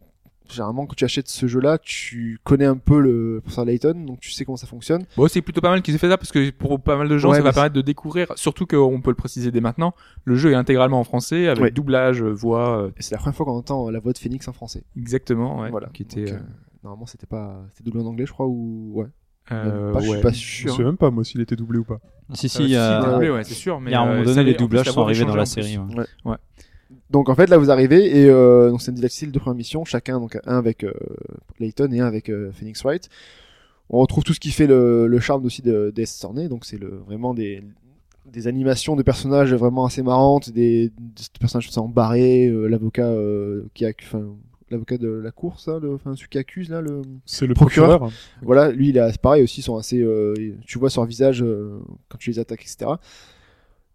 S4: généralement quand tu achètes ce jeu-là, tu connais un peu le professeur Layton, donc tu sais comment ça fonctionne.
S5: Bon, c'est plutôt pas mal qu'ils aient fait ça parce que pour pas mal de gens,
S4: Ouais,
S5: ça
S4: mais
S5: va
S4: c'est-
S5: permettre de découvrir. Surtout qu'on peut le préciser dès maintenant, le jeu est intégralement en français avec
S4: Ouais.
S5: doublage, euh, voix, euh,
S4: Et c'est la première fois qu'on entend la voix de Phoenix en français.
S5: exactement. Ouais,
S4: Voilà.
S5: Qui était.
S4: Donc, euh, Normalement, c'était pas, c'était doublé en anglais, je crois, ou ouais.
S5: euh,
S4: Pas- Je
S5: ouais.
S4: suis pas
S3: Je
S4: sûr.
S3: sais même pas, moi, s'il était doublé ou pas.
S6: Si,
S5: Euh,
S6: si, il y a-
S5: si,
S4: euh,
S5: doublé, ouais, c'est sûr. Mais
S6: il y a un
S5: euh,
S6: moment
S5: ça
S6: donné,
S5: avait-
S6: les
S5: en
S6: doublages
S5: plus, la
S6: sont
S5: voix avait
S6: arrivés dans
S5: changé en
S6: la
S5: plus.
S6: série. ouais.
S4: Donc en fait là vous arrivez et euh, donc c'est un didacticiel de première mission, chacun donc un avec euh, Layton et un avec euh, Phoenix Wright. On retrouve tout ce qui fait le, le charme aussi de Death Sorney, donc c'est le vraiment des des animations de personnages vraiment assez marrantes, des, des personnages qui en barré, euh, l'avocat euh, qui a enfin l'avocat de la cour ça, le enfin celui qui accuse là le
S3: C'est le
S4: Procureur.
S3: procureur.
S4: voilà, lui, il a c'est pareil aussi, ils sont assez, euh, tu vois sur le visage euh, quand tu les attaques, etc.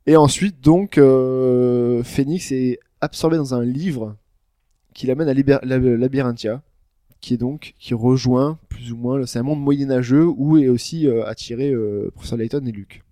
S4: Et ensuite, donc, euh, Phoenix est absorbé dans un livre qui l'amène à Liber- Lab- Labyrinthia, qui est donc qui rejoint plus ou moins, le- c'est un monde moyenâgeux où est aussi euh, attiré euh, Professeur Layton et Luke.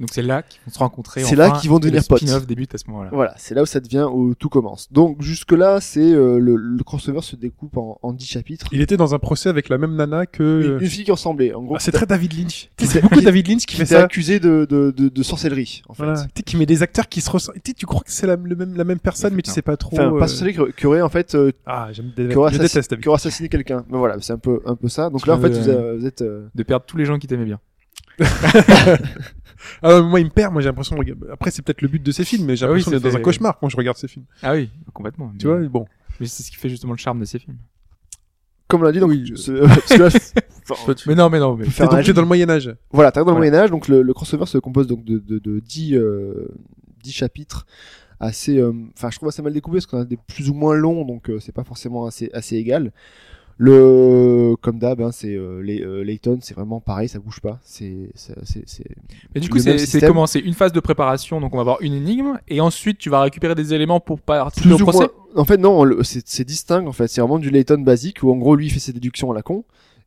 S5: Donc c'est là qu'ils vont se rencontrer.
S4: C'est là
S5: enfin,
S4: qu'ils vont
S5: et le
S4: devenir potes.
S5: spin-off débute à ce moment-là.
S4: Voilà, c'est là où ça devient, où tout commence. Donc jusque-là, c'est euh, le, le crossover se découpe en, en 10 chapitres.
S3: Il était dans un procès avec la même nana
S4: Une,
S3: que.
S4: une fille qui ressemblait, en gros.
S3: Ah, c'est très David Lynch.
S4: Qui
S3: C'est
S4: t'a-
S3: beaucoup
S4: qui-
S3: David Lynch qui
S4: qui
S3: fait
S4: était
S3: ça.
S4: accusée de, de, de, de sorcellerie, en fait.
S3: Voilà. Tu sais, qui met des acteurs qui se ressemblent. Tu sais, tu crois que c'est la, le même, la même personne, mais tu sais pas trop.
S4: Enfin,
S3: euh,
S4: pas sorcellerie, qui- qui aurait en fait euh,
S3: Ah, j'aime
S4: qui aurait
S3: Je
S4: assassiné-
S3: déteste David
S4: qui aurait assassiné quelqu'un. Mais voilà, c'est un peu, un peu ça. Donc là, en fait,
S5: Euh,
S4: vous, euh, vous êtes. euh,
S5: De perdre tous les gens qui t'aimaient bien.
S3: Ah, ouais, moi, il me perd. Moi, j'ai l'impression. Après, c'est peut-être le but de ces films, mais j'ai
S5: Ah oui,
S3: l'impression
S5: ça
S3: d'être dans
S5: fait-
S3: un cauchemar quand je regarde ces films.
S5: Ah oui, complètement.
S3: Tu
S5: mais,
S3: vois, bon.
S5: Mais c'est ce qui fait justement le charme de ces films.
S4: Comme on l'a dit, donc.
S3: Oui.
S4: [LAUGHS] ce- parce que là,
S3: [LAUGHS]
S4: enfin,
S5: Mais non, mais non, mais.
S3: T'es
S4: Faire un
S3: donc t'es
S4: régime.
S3: dans le Moyen-Âge.
S4: Voilà, t'arrives dans le
S5: Voilà.
S4: Moyen-Âge, donc le, le crossover se compose donc de, de, de 10, euh, 10 chapitres assez. euh, Enfin, je trouve assez mal découpés parce qu'on a des plus ou moins longs, donc euh, c'est pas forcément assez, assez égal. Le, comme d'hab, hein, c'est euh, les- euh, Layton, c'est vraiment pareil, ça bouge pas. C'est, c'est, c'est- c'est-
S5: Mais du
S4: Le
S5: coup,
S4: même
S5: c'est c'est
S4: système.
S5: comment C'est une phase de préparation, donc on va avoir une énigme, et ensuite tu vas récupérer des éléments pour participer
S4: plus
S5: au
S4: ou
S5: procès.
S4: moins. En fait, non, le- c'est, c'est distinct. En fait, c'est vraiment du Layton basique où en gros lui il fait ses déductions à la con.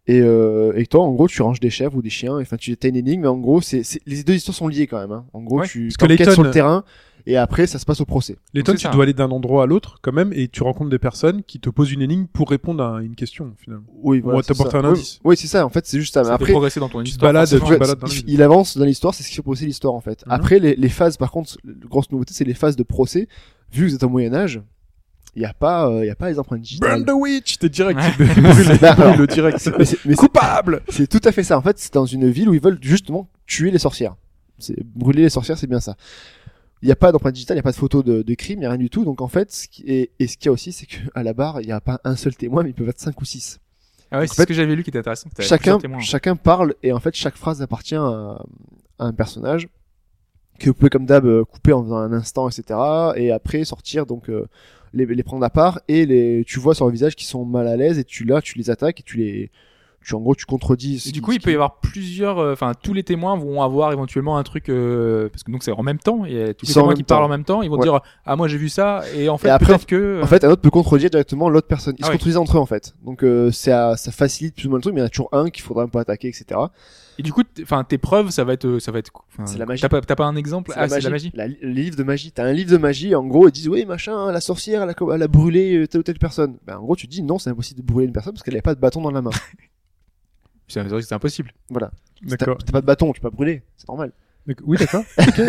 S4: Et, euh, et toi, en gros, tu ranges des chèvres ou des chiens. et, Enfin, tu t'as une énigme, mais en gros, c'est, c'est- les deux histoires sont liées quand même. Hein. En gros,
S5: Ouais,
S4: tu
S3: parce que
S4: t'enquêtes
S3: Layton-
S4: sur le terrain et après, ça se passe au procès.
S3: Les tonnes,
S5: c'est
S3: tu
S5: ça.
S3: dois aller d'un endroit à l'autre quand même, et tu rencontres des personnes qui te posent une énigme pour répondre à une question finalement.
S4: Oui, voilà,
S3: va
S4: c'est
S3: t'apporter
S4: ça.
S3: un
S4: Oui,
S3: indice.
S4: Oui, c'est ça. En fait, c'est juste ça. Mais
S5: Ça fait
S4: après,
S5: progresser dans ton
S3: Tu te
S5: histoire.
S3: balades, tu
S5: forcément.
S3: te balades dans
S4: il,
S3: la ville.
S4: il avance dans l'histoire, c'est ce qui fait progresser l'histoire en fait.
S3: Mhm.
S4: Après, les, les phases, par contre, la grosse nouveauté, c'est les phases de procès. Vu que vous êtes au Moyen Âge, il n'y a pas, euh, il y a pas les empreintes
S3: Burn
S4: digitales.
S3: the witch, t'es direct,
S5: Ouais.
S3: tu [LAUGHS] brûles- tu
S4: Bah, alors,
S3: brûles le direct.
S4: mais c'est- mais c'est-
S3: Coupable.
S4: c'est tout à fait ça. En fait, c'est dans une ville où ils veulent justement tuer les sorcières. C'est brûler les sorcières, c'est bien ça. Il n'y a pas d'empreinte digitale, il n'y a pas de photo de, de crime, il n'y a rien du tout. Donc en fait, ce qui est- et ce qu'il y a aussi, c'est qu'à la barre, il n'y a pas un seul témoin, mais ils peuvent être 5 ou 6.
S5: Ah ouais,
S4: En
S5: c'est
S4: fait,
S5: ce que j'avais lu qui était intéressant. que t'avais
S4: chacun,
S5: plusieurs témoins.
S4: chacun parle et en fait chaque phrase appartient à, à un personnage que vous pouvez comme d'hab euh, couper en faisant un instant etc et après sortir donc euh, les, les prendre à part et les tu vois sur le visage qui sont mal à l'aise et tu là tu les attaques et tu les tu en gros tu contredis ce qui-
S5: Et du coup,
S4: ce
S5: il peut y
S4: qui-
S5: avoir plusieurs, euh, enfin tous les témoins vont avoir éventuellement un truc euh, parce que donc c'est en même temps. Il y a tous
S4: Ils
S5: les
S4: sont en
S5: témoins
S4: même
S5: qui
S4: temps.
S5: parlent en même temps. Ils vont
S4: Ouais.
S5: dire ah moi j'ai vu ça et en fait
S4: Et après,
S5: peut-être que euh,
S4: en fait un autre peut contredire directement l'autre personne ils
S5: Ah
S4: se
S5: oui.
S4: contredisent entre eux en fait donc euh, ça ça facilite plus ou moins le truc mais il y en a toujours un qu'il faudra un peu attaquer etc
S5: et du coup t- enfin tes preuves ça va être euh, ça va être enfin,
S4: C'est la magie.
S5: T'as pas t'as pas un exemple
S4: C'est
S5: ah c'est de la magie.
S4: La, li- le livre de magie. T'as un livre de magie, en gros, ils disent, oui, machin, hein, la sorcière, elle a, co- elle a brûlé euh, telle ou telle personne. Ben, en gros, tu dis, non, c'est impossible de brûler une personne parce qu'elle n'avait pas de bâton dans
S5: [LAUGHS]
S4: la main.
S5: C'est c'est vrai que c'est impossible.
S4: voilà. Si T'as
S3: D'accord.
S4: t'as pas de bâton, tu peux pas brûler, c'est normal.
S3: D'accord. Oui,
S4: [LAUGHS]
S3: d'accord. Ok.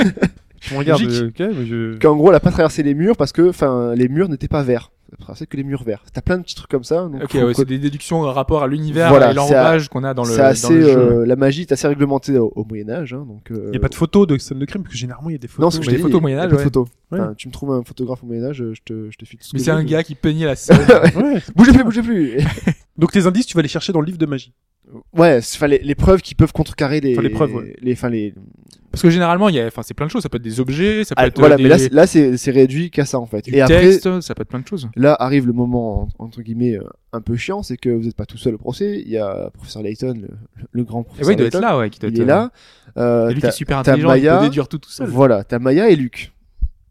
S3: Je me regarde.
S5: Logique.
S3: euh, Ok, mais je.
S4: Qu'en gros, elle a pas traversé les murs parce que, enfin, les murs n'étaient pas verts. Elle a traversé que les murs verts. T'as plein de petits trucs comme ça. donc
S5: Ok,
S4: faut
S5: ouais,
S4: que-
S5: c'est des déductions en rapport à l'univers
S4: Voilà,
S5: et
S4: c'est
S5: l'enrobage qu'on a dans le
S4: c'est
S5: dans le
S4: assez,
S5: jeu.
S4: euh, la magie est assez réglementée au, Moyen-Âge, donc, euh,
S3: Il y a pas de photo de scène de crime parce que généralement il y a des photos.
S4: non, ce que
S5: mais
S4: je
S5: des
S4: t'ai dit,
S5: photos
S4: y a
S5: au Moyen Âge,
S4: pas de
S5: ouais.
S4: photos.
S3: Ouais.
S4: Enfin, tu me trouves un photographe au Moyen-Âge, je te, je te file tout ce
S5: Mais
S4: que
S5: c'est
S4: je
S5: un
S4: veux.
S5: gars qui
S4: [LAUGHS]
S5: peignait la scène.
S3: [LAUGHS] Ouais.
S4: Bougez plus, bougez
S5: [LAUGHS]
S4: plus!
S3: Donc les indices, tu vas les chercher dans le livre de magie.
S4: Ouais, c'est- enfin, les, les preuves qui peuvent contrecarrer les,
S3: Enfin, les preuves, ouais.
S4: les, enfin, les,
S5: Parce que généralement, il y a, enfin, c'est plein de choses. Ça peut être des objets, ça peut
S4: Ah,
S5: être
S4: voilà,
S5: euh, des,
S4: mais là, c'est- là, c'est c'est réduit qu'à ça en fait.
S5: du
S4: Et après,
S5: texte, ça peut être plein de choses.
S4: là arrive le moment en- entre guillemets euh, un peu chiant, c'est que vous n'êtes pas tout seul au procès. Il y a professeur Layton, le, le grand
S5: Et
S4: professeur.
S5: ouais, Eh il doit être
S4: Layton,
S5: là, ouais, qui doit
S4: Il
S5: être,
S4: est
S5: euh,
S4: là. Euh,
S5: et lui qui
S4: t'as-
S5: est super
S4: t'as
S5: intelligent, il
S4: Maya-
S5: peut déduire tout tout seul.
S4: voilà, t'as Maya et Luc.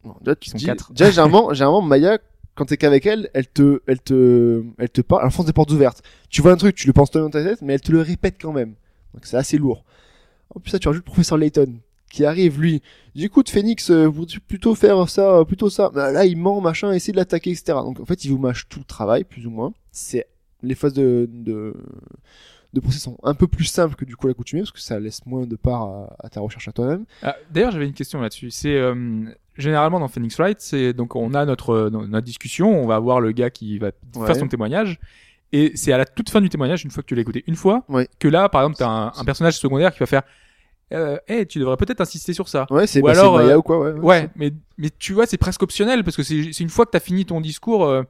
S4: Bon, déjà, tu
S5: Qui sont
S4: dis-
S5: quatre.
S4: Déjà, généralement, généralement, Maya, quand t'es qu'avec elle, elle te, elle te, elle te parle, elle fonce des portes ouvertes. Tu vois un truc, tu le penses toi dans ta tête, mais elle te le répète quand même. Donc c'est assez lourd. En plus, ça, tu rajoutes le professeur Layton, qui arrive, lui. Il dit, écoute, Phoenix, euh, voudrais-tu plutôt faire ça, euh, plutôt ça. Bah, Là, il ment, machin, essayer de l'attaquer, etc. Donc en fait, il vous mâche tout le travail, plus ou moins. C'est, les phases de, de, de procès sont un peu plus simples que du coup la coutumier, parce que ça laisse moins de part à, à ta recherche à toi-même.
S5: Ah, D'ailleurs, j'avais une question là-dessus. C'est euh, généralement dans Phoenix Wright, c'est donc on a notre euh, dans notre discussion, on va avoir le gars qui va
S4: Ouais.
S5: faire son témoignage. Et c'est à la toute fin du témoignage, une fois que tu l'as écouté une fois,
S4: Ouais.
S5: que là, par exemple, t'as un, un personnage secondaire qui va faire, euh, hey, tu devrais peut-être insister sur ça.
S4: Ouais, c'est
S5: Ou
S4: bah, c'est
S5: alors,
S4: Maya
S5: euh,
S4: ou quoi, ouais.
S5: Ouais, mais mais tu vois, c'est presque optionnel parce que c'est c'est une fois que t'as fini ton discours, euh,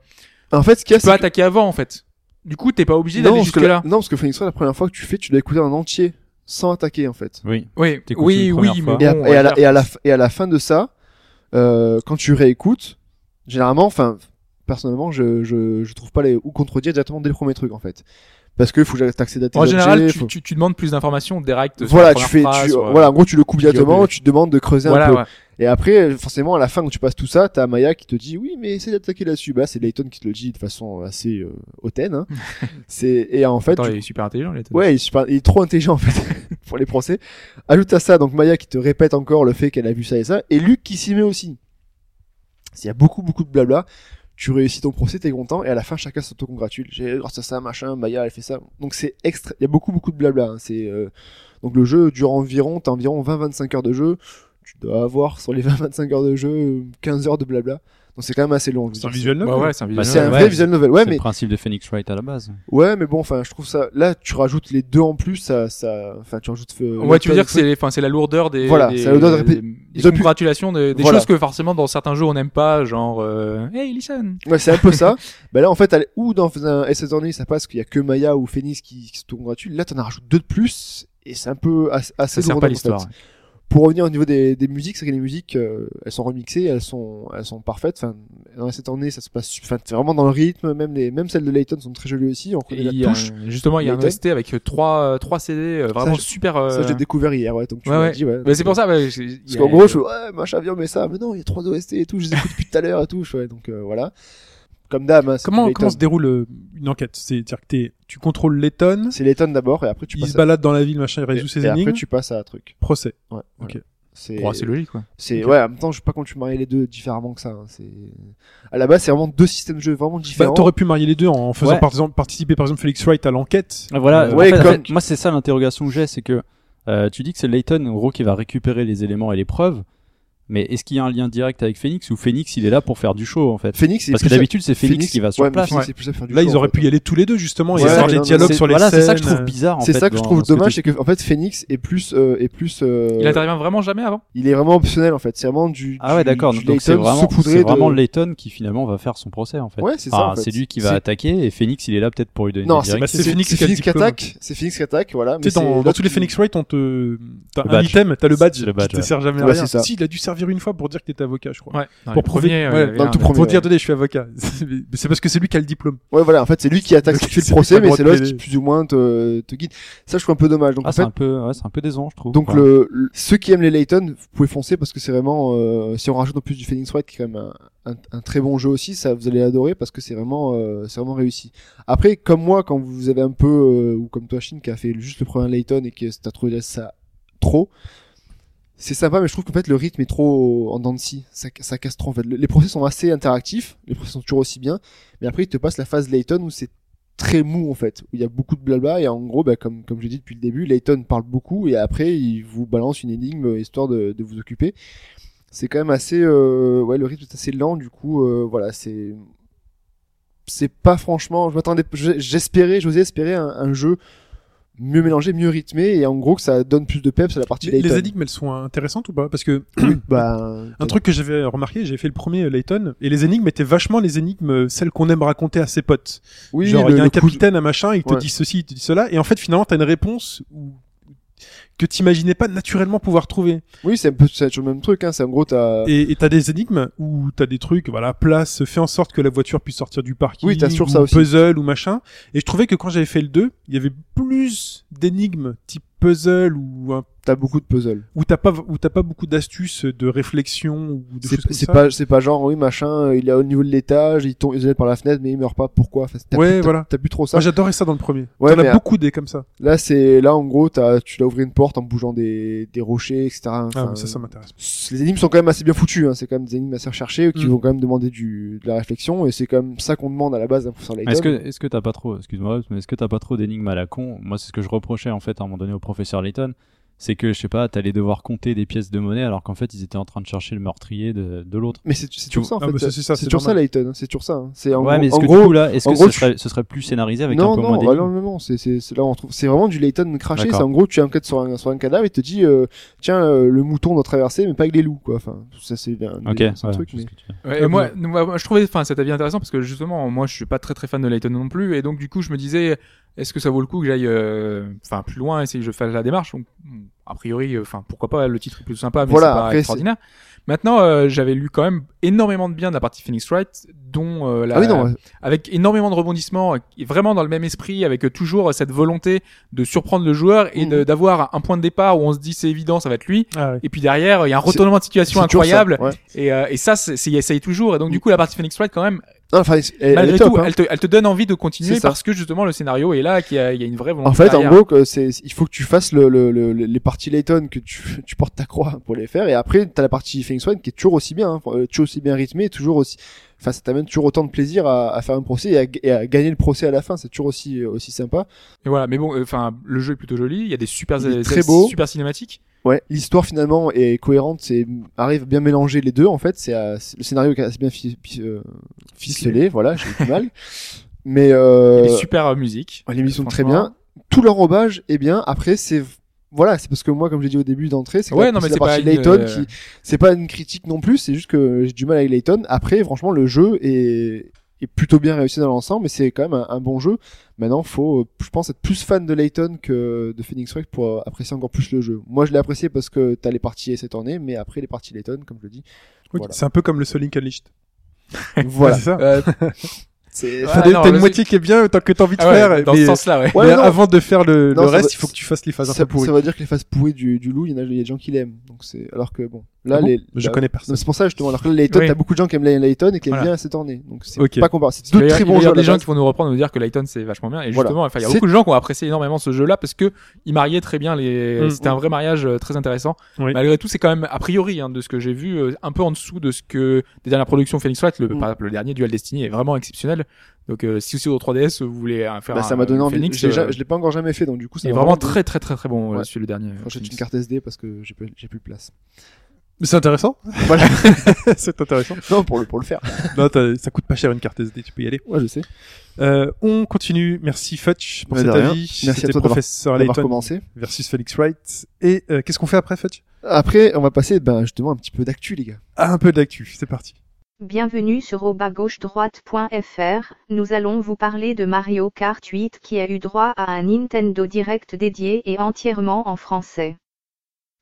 S4: En fait, ce qu'il y a,
S5: tu peux
S4: c'est que-
S5: attaquer avant en fait. Du coup, t'es pas obligé
S4: non,
S5: d'aller
S4: parce que
S5: jusque
S4: la-
S5: là.
S4: non, parce que Phoenix Wright, la première fois que tu fais, tu dois écouter en entier, sans attaquer en fait.
S6: Oui.
S5: Oui,
S6: T'écoutes
S5: oui,
S6: une
S5: oui,
S6: première
S5: mais
S6: fois.
S5: Ah
S4: et, à,
S5: bon, on
S4: et
S5: va
S4: à la,
S5: dire-
S4: et, à la, f- et à la fin de ça, euh, quand tu réécoutes, généralement, enfin, personnellement, je, je, je trouve pas les ou contredire directement dès le premier truc en fait, parce que faut que j'attaque ces dates.
S5: en général, tu, tu, tu demandes plus d'informations directes. sur la
S4: Voilà, tu
S5: première
S4: fais,
S5: phrase,
S4: tu,
S5: sur, euh,
S4: voilà, en gros, tu le coupes
S5: tu as
S4: directement,
S5: des-
S4: tu te demandes de creuser un
S5: voilà,
S4: peu.
S5: ouais.
S4: Et après, forcément, à la fin, quand tu passes tout ça, t'as Maya qui te dit, oui, mais essaie d'attaquer là-dessus. Bah, c'est Layton qui te le dit de façon assez euh, hautaine. Hein. c'est, et en fait,
S5: Attends,
S4: du
S5: il est super intelligent, il est-
S4: Ouais, il est, super- il est trop intelligent en fait. [LAUGHS] pour les procès. Ajoute à ça donc Maya qui te répète encore le fait qu'elle a vu ça et ça, et Luc qui s'y met aussi. S'il y a beaucoup beaucoup de blabla, tu réussis ton procès, t'es content, et à la fin chacun s'autocongratule. J'ai grâce à ça machin, Maya elle fait ça. Donc c'est extra, il y a beaucoup beaucoup de blabla. hein. C'est euh, donc le jeu dure environ, t'as environ 20-25 heures de jeu. Tu dois avoir sur les 20-25 heures de jeu euh, 15 heures de blabla. Donc c'est quand même assez long. Je veux
S3: C'est un
S4: dire,
S3: visuel novel.
S5: Ouais, ouais, c'est un
S6: Bah,
S5: visuel.
S4: c'est un
S6: Ouais,
S4: vrai
S6: ouais.
S4: visual novel. Ouais,
S6: c'est
S4: mais
S6: le principe de Phoenix Wright à la base.
S4: Ouais, mais bon, enfin, je trouve ça. Là, tu rajoutes les deux en plus, ça, ça, enfin, tu rajoutes. euh,
S5: Ouais, tu veux dire que
S4: l'automne,
S5: c'est, les- enfin, c'est la lourdeur des,
S4: Voilà,
S5: des,
S4: c'est la lourdeur de
S5: des,
S4: répé-
S5: des
S4: Ils auraient pu-
S5: congratulations, de- des
S4: Voilà.
S5: choses que forcément dans certains jeux on n'aime pas, genre euh, Hey, listen.
S4: Ouais, c'est un peu ça. [LAUGHS] bah là, en fait, elle- ou dans un SS Orly, ça passe qu'il y a que Maya ou Phoenix qui, qui se tournent gratuits. Là, t'en rajoutes deux de plus, et c'est un peu as- assez
S5: Ça sert
S4: lourd
S5: pas
S4: en fait.
S5: l'histoire.
S4: Pour revenir au niveau des, des musiques, c'est que les musiques, euh, elles sont remixées, elles sont, elles sont parfaites. Enfin, dans SS Orly, ça se passe, su- enfin, c'est vraiment dans le rythme, même les, même celles de Layton sont très jolies aussi. On
S5: Et
S4: reconnaît
S5: il y
S4: la
S5: a-
S4: touche.
S5: justement, il y a un
S4: Layton.
S5: OST avec euh, trois, euh, trois CD euh, vraiment
S4: je-
S5: super.
S4: Ça, je
S5: euh,
S4: l'ai découvert hier, ouais, donc tu
S5: ouais,
S4: m'as
S5: ouais.
S4: dit, ouais.
S5: mais c'est pour ça. bah, j'ai- il
S4: Parce
S5: y a-
S4: qu'en gros, je fais,
S3: euh,
S4: ouais, machin, viens, mais ça, mais non, il y a trois OST et tout, je les écoute depuis tout à l'heure et tout, je fais, donc euh, voilà. Comme d'hab, hein, c'est
S3: Comment,
S4: du
S3: comment
S4: Layton.
S3: se déroule euh, une enquête C'est-à-dire que t'es- tu contrôles les tonnes,
S4: C'est Layton d'abord et après tu
S3: il
S4: passes
S3: se balade dans la ville, machin, il
S4: à... et,
S3: résout ses
S4: et après
S3: énigmes,
S4: tu passes à un truc.
S3: procès.
S4: Ouais, voilà.
S3: Ok.
S4: C'est
S5: Ouais, c'est logique, quoi.
S4: c'est-
S3: Ok.
S4: ouais, en même temps, je sais pas comment tu maries les deux différemment que ça. hein, C'est à la base, c'est vraiment deux systèmes de jeu vraiment
S3: Bah,
S4: différents.
S3: t'aurais pu marier les deux en faisant
S6: Ouais.
S3: par exemple participer par exemple Felix Wright à l'enquête.
S6: Voilà.
S4: Euh, ouais,
S6: en fait,
S4: comme-
S6: en fait, moi, c'est ça l'interrogation que j'ai, c'est que euh, tu dis que c'est Layton, en gros, qui va récupérer les éléments et les preuves, mais est-ce qu'il y a un lien direct avec Phoenix ou Phoenix, il est là pour faire du show, en fait
S4: Phoenix, il est
S6: Parce que
S4: plus
S6: d'habitude, c'est Phoenix, qui va sur
S4: ouais, mais
S6: place.
S4: Phoenix, c'est plus à faire du
S3: Là,
S4: show,
S3: ils
S4: en
S3: auraient
S4: fait.
S3: pu y aller tous les deux justement et
S4: Ouais,
S3: avoir
S4: mais
S3: les
S4: non,
S3: dialogues
S6: C'est-
S3: sur les
S6: voilà,
S3: scènes.
S6: c'est ça que je trouve
S3: euh,
S6: bizarre. en
S4: C'est
S6: fait,
S4: ça que je
S6: dans-
S4: trouve
S6: dans ce
S4: dommage,
S6: côté.
S4: c'est que en fait Phoenix est plus euh, est plus euh,
S5: Il intervient vraiment jamais avant.
S4: il est vraiment optionnel en fait, c'est vraiment du
S6: Ah ouais,
S4: du-
S6: d'accord.
S4: du
S6: Donc donc c'est
S4: Layton
S6: vraiment,
S4: saupoudré
S6: c'est
S4: de-
S6: vraiment Layton qui finalement va faire son procès en fait.
S4: Ouais, c'est ça,
S6: Ah,
S4: en fait.
S6: c'est lui qui va
S4: C'est-
S6: attaquer et Phoenix il est là peut-être pour lui donner
S4: Non,
S6: des
S4: c'est
S3: Bah,
S6: directives.
S3: c'est Phoenix qui a le
S4: qui
S3: diplôme.
S4: attaque. C'est Phoenix qui attaque, voilà.
S3: Tu sais, dans,
S4: c'est-
S3: dans tous les Phoenix Wright, on te, t'as
S6: Le
S3: un
S6: badge.
S3: item, t'as le badge,
S6: C'est le badge,
S3: qui te
S6: ouais.
S3: sert jamais à
S4: Ouais,
S3: rien.
S4: c'est ça.
S3: Si, il a dû servir une fois pour dire que t'étais avocat, je crois.
S5: Ouais. Dans
S3: Pour
S5: les premiers,
S3: prouver-
S5: euh,
S3: ouais,
S5: il y avait
S4: dans le
S5: un-
S4: tout premier.
S3: Pour
S4: ouais.
S3: dire, attendez, je suis avocat. [LAUGHS] Mais c'est parce que c'est lui qui a le diplôme.
S4: Ouais, voilà, en fait, c'est lui qui
S3: [LAUGHS]
S4: attaque, qui fait le
S3: C'est lui qui a
S4: procès,
S3: le
S4: mais
S3: droit
S4: c'est
S3: de
S4: l'autre qui
S3: plaider.
S4: plus ou moins te, te guide. Ça, je trouve un peu dommage. Donc,
S6: Ah,
S4: en
S6: c'est
S4: fait,
S6: un peu, ouais, c'est un peu décevant, je trouve.
S4: donc
S6: Ouais.
S4: le, le- ceux qui aiment les Layton, vous pouvez foncer parce que c'est vraiment, euh, si on rajoute en plus du Phoenix Wright, qui est quand même un, un, un très bon jeu aussi, ça, vous allez adorer parce que c'est vraiment, euh, c'est vraiment réussi. Après, comme moi, quand vous avez un peu, euh, ou comme toi, Shin, qui a fait juste le premier Layton et qui t'as trouvé ça trop, c'est sympa, mais je trouve qu'en fait, le rythme est trop en dents de scie. Ça, ça casse trop, en fait. Le- les procès sont assez interactifs, les procès sont toujours aussi bien, mais après, il te passe la phase Layton où c'est très mou, en fait, où il y a beaucoup de blabla, et en gros, bah, comme, comme j'ai dit depuis le début, Layton parle beaucoup, et après, il vous balance une énigme histoire de, de vous occuper. C'est quand même assez, euh, ouais, le rythme est assez lent, du coup, euh, voilà, c'est, c'est pas franchement, je m'attendais, je- j'espérais, j'osais espérer un, un jeu mieux mélangé, mieux rythmé, et en gros, que ça donne plus de peps à la partie
S3: Les,
S4: Layton.
S3: les énigmes, elles sont intéressantes ou pas? Parce que,
S4: Bah,
S3: un truc que j'avais remarqué, j'ai fait le premier euh, Layton, et les énigmes étaient vachement les énigmes, euh, celles qu'on aime raconter à ses potes.
S4: oui,
S3: Genre,
S4: le-
S3: il y a un
S4: le coup de-
S3: capitaine, un machin, il te
S4: Ouais.
S3: dit ceci, il te dit cela, et en fait, finalement, t'as une réponse où- que t'imaginais pas naturellement pouvoir trouver.
S4: Oui, c'est un peu c'est toujours le même truc, hein. C'est en gros, t'as.
S3: Et et t'as des énigmes où t'as des trucs, voilà, place, fais en sorte que la voiture puisse sortir du parking,
S4: Oui, t'as toujours
S3: ou
S4: ça aussi.
S3: puzzle ou machin. Et je trouvais que quand j'avais fait le 2, il y avait plus d'énigmes type puzzle ou un-
S4: T'as beaucoup de puzzles.
S3: où t'as pas où t'as pas beaucoup d'astuces de réflexion ou de choses
S4: C'est
S3: comme
S4: c'est
S3: ça.
S4: pas, c'est pas genre, oui, machin, euh, il est au niveau de l'étage, il tombe, il est par la fenêtre, mais il meurt pas. Pourquoi? Enfin, t'as
S3: Ouais,
S4: plus, t'as-
S3: voilà.
S4: T'as plus trop ça.
S3: Moi, j'adorais ça dans le premier.
S4: Ouais,
S3: T'en
S4: mais-
S3: as beaucoup des comme ça.
S4: Là, c'est, là, en gros, t'as, tu dois ouvrir une porte en bougeant des, des rochers, etc.
S3: Ah,
S4: Enfin,
S3: mais ça, ça m'intéresse.
S4: les énigmes sont quand même assez bien foutues, hein. C'est quand même des énigmes assez recherchées, qui
S3: Mm.
S4: vont quand même demander du, de la réflexion, et c'est quand même ça qu'on demande à la base d'un professeur Layton.
S6: Est-ce que est-ce que t'as pas trop excuse-moi mais est-ce que t'as pas trop d'énigmes à la con Moi c'est ce que je reprochais en fait à un moment donné au professeur Layton, c'est que je sais pas t'allais devoir compter des pièces de monnaie alors qu'en fait ils étaient en train de chercher le meurtrier de, de l'autre.
S4: Mais c'est c'est toujours ça, en
S3: Ah,
S4: fait.
S3: mais ça, c'est ça,
S4: C'est
S3: c'est
S4: toujours ça,
S3: normal.
S4: Layton. hein. C'est toujours ça. hein. C'est en
S6: ouais
S4: gros-
S6: mais est-ce
S4: en
S6: que
S4: gros,
S6: du coup là est-ce
S4: en
S6: que
S4: gros,
S6: ce
S4: tu-
S6: serait ce serait plus scénarisé avec
S4: non,
S6: un peu
S4: non,
S6: moins
S4: ah
S6: d'énigmes
S4: non, non, non, c'est, c'est, c'est- là on retrouve, c'est vraiment du Layton craché.
S6: D'accord.
S4: C'est en gros, tu enquêtes sur un, sur un cadavre et te dis, euh, tiens, euh, le mouton doit traverser, mais pas avec les loups, quoi. Enfin, ça c'est un,
S6: Ok.
S4: des- c'est un
S6: ouais,
S4: truc,
S6: je sais
S4: mais.
S5: Bah,
S6: ce que tu veux dire.
S5: Ouais, et
S4: Euh,
S5: moi, nous, moi, je trouvais, enfin, cet avis intéressant parce que justement, moi, je suis pas très très fan de Layton non plus, et donc du coup, je me disais, est-ce que ça vaut le coup que j'aille, euh, enfin, plus loin, essayer que je fasse la démarche Donc, mm, a priori, euh, enfin, pourquoi pas Le titre est plutôt sympa, mais
S4: Voilà,
S5: c'est pas
S4: après, c'est-
S5: extraordinaire. Maintenant, euh, j'avais lu quand même énormément de bien de la partie Phoenix Wright, dont euh, la,
S4: Ah oui, non, ouais.
S5: avec énormément de rebondissements, euh, et vraiment dans le même esprit, avec euh, toujours cette volonté de surprendre le joueur et de-
S4: Mhm.
S5: d'avoir un point de départ où on se dit c'est évident, ça va être lui.
S3: Ah, ouais.
S5: Et puis derrière, il y a un retournement de situation
S4: C'est toujours ça,
S5: incroyable.
S4: ouais.
S5: Et, euh, et ça, c'est- c'est- il essaye toujours. Et donc, du coup, la partie Phoenix Wright, quand même,
S4: Non, enfin, elle- elle,
S5: Malgré
S4: est top,
S5: tout,
S4: hein.
S5: elle, te, elle te donne envie de continuer
S4: C'est ça.
S5: parce que justement le scénario est là, qu'il y a, il y a une vraie volonté.
S4: En fait, en
S5: derrière.
S4: gros, que c'est, il faut que tu fasses le, le- le- les parties Layton que tu, tu portes ta croix pour les faire, et après t'as la partie Phoenix One qui est toujours aussi bien, hein, euh, toujours aussi bien rythmée, toujours aussi, enfin ça t'amène toujours autant de plaisir à, à faire un procès et à, et à gagner le procès à la fin, c'est toujours aussi euh, aussi sympa.
S5: Et voilà, mais bon, euh, enfin, le jeu est plutôt joli. Il y a des super, euh,
S4: Il est
S5: des
S4: très beau.
S5: super cinématiques.
S4: Ouais, l'histoire finalement est cohérente, c'est arrive à bien mélanger les deux en fait, c'est, à- c'est- le scénario est assez bien fi- fi- euh, ficelé, voilà, j'ai eu du mal, mais
S5: Il y
S4: euh,
S5: a des super
S4: [LAUGHS]
S5: euh, musiques.
S4: Ouais, L'émission
S5: Euh,
S4: très
S5: franchement.
S4: bien. Tout l'enrobage est bien. Après, c'est voilà, c'est parce que moi, comme j'ai dit au début d'entrée, c'est que
S5: Ouais,
S4: la-
S5: non, mais
S4: c'est la
S5: c'est pas
S4: partie
S5: une,
S4: Layton
S5: euh,
S4: qui, c'est pas une critique non plus. C'est juste que j'ai du mal avec Layton. Après, franchement, le jeu est, est plutôt bien réussi dans l'ensemble, mais c'est quand même un, un bon jeu. Maintenant, faut, euh, je pense, être plus fan de Layton que de Phoenix Wright pour euh, apprécier encore plus le jeu. Moi, je l'ai apprécié parce que t'as les parties cette année, mais après les parties Layton, comme
S5: [LAUGHS]
S4: je le dis,
S3: Oui,
S4: Voilà.
S3: C'est un peu comme le Sonic Unleashed.
S4: voilà.
S3: C'est ça.
S5: Euh,
S4: C'est-
S5: Ouais,
S3: T'as des-
S5: non,
S3: t'as une
S5: le-
S3: moitié qui est bien, tant que t'as envie de
S5: ah ouais,
S3: faire.
S5: dans
S3: mais
S5: ce sens-là, ouais.
S4: Ouais,
S3: mais
S4: non.
S3: avant de faire le,
S4: Non,
S3: le
S4: ça
S3: reste,
S4: va-
S3: il faut que tu fasses les phases un
S4: Ça,
S3: peu pourries.
S4: ça veut dire que les phases pourries du, du loup, il y en a, il y a des gens qui l'aiment. Donc c'est, alors que bon, là
S3: Ah bon
S4: les,
S3: Je
S4: la-
S3: connais
S4: Non,
S3: personne.
S4: c'est pour ça justement. Alors que Layton,
S5: Oui.
S4: t'as beaucoup de gens qui aiment Layton et qui aiment
S5: Voilà.
S4: bien cette année. Donc c'est
S3: Ok.
S4: pas comparable. C'est
S5: Il va
S4: deux
S5: y
S4: très
S5: avoir-
S4: bons
S5: il y
S4: jeux.
S5: a
S4: à
S5: des
S4: la
S5: gens
S4: base.
S5: qui vont nous reprendre et nous dire que Lighton c'est vachement bien. Et
S4: Voilà.
S5: justement, enfin, il y a
S4: C'est-
S5: beaucoup de gens qui ont apprécié énormément ce jeu-là parce que il mariait très bien les.
S3: Mm.
S5: C'était un vrai mariage euh, très intéressant.
S3: Oui.
S5: Malgré tout, c'est quand même a priori hein, de ce que j'ai vu euh, un peu en dessous de ce que des dernières productions Phoenix Wright. Le,
S4: Mm.
S5: Par exemple, le dernier Dual Destiny est vraiment exceptionnel. Donc euh, si aussi au 3DS vous voulez euh, faire,
S4: Bah,
S5: un-
S4: ça m'a donné
S5: un
S4: envie.
S5: Phoenix,
S4: J'ai
S5: euh,
S4: ja- je l'ai pas encore jamais fait, donc du coup,
S5: il
S4: c'est
S5: est vraiment très très très très bon
S4: Ouais.
S5: euh, celui le dernier. euh,
S4: J'achète
S5: Phoenix.
S4: une carte SD parce que j'ai plus, j'ai plus de
S5: [LAUGHS]
S4: place.
S3: Mais C'est [LAUGHS] intéressant.
S4: Voilà.
S3: c'est intéressant.
S4: non, pour le, pour le faire.
S3: Non, t'as- ça coûte pas cher une carte SD, tu peux y aller.
S4: Ouais, je sais.
S3: Euh, on continue. Merci Fudge pour
S4: Mais de
S3: cet
S4: rien.
S3: avis.
S4: Merci à
S3: C'était
S4: toi d'avoir-
S3: professeur
S4: On va
S3: Layton
S4: recommencer.
S3: versus Felix Wright. Et euh, qu'est-ce qu'on fait après Fudge
S4: Après, on va passer, ben, justement, un petit peu d'actu, les gars.
S3: Ah, un peu d'actu. C'est parti.
S7: Bienvenue sur au bas gauche droite.fr, nous allons vous parler de Mario Kart 8 qui a eu droit à un Nintendo Direct dédié et entièrement en français.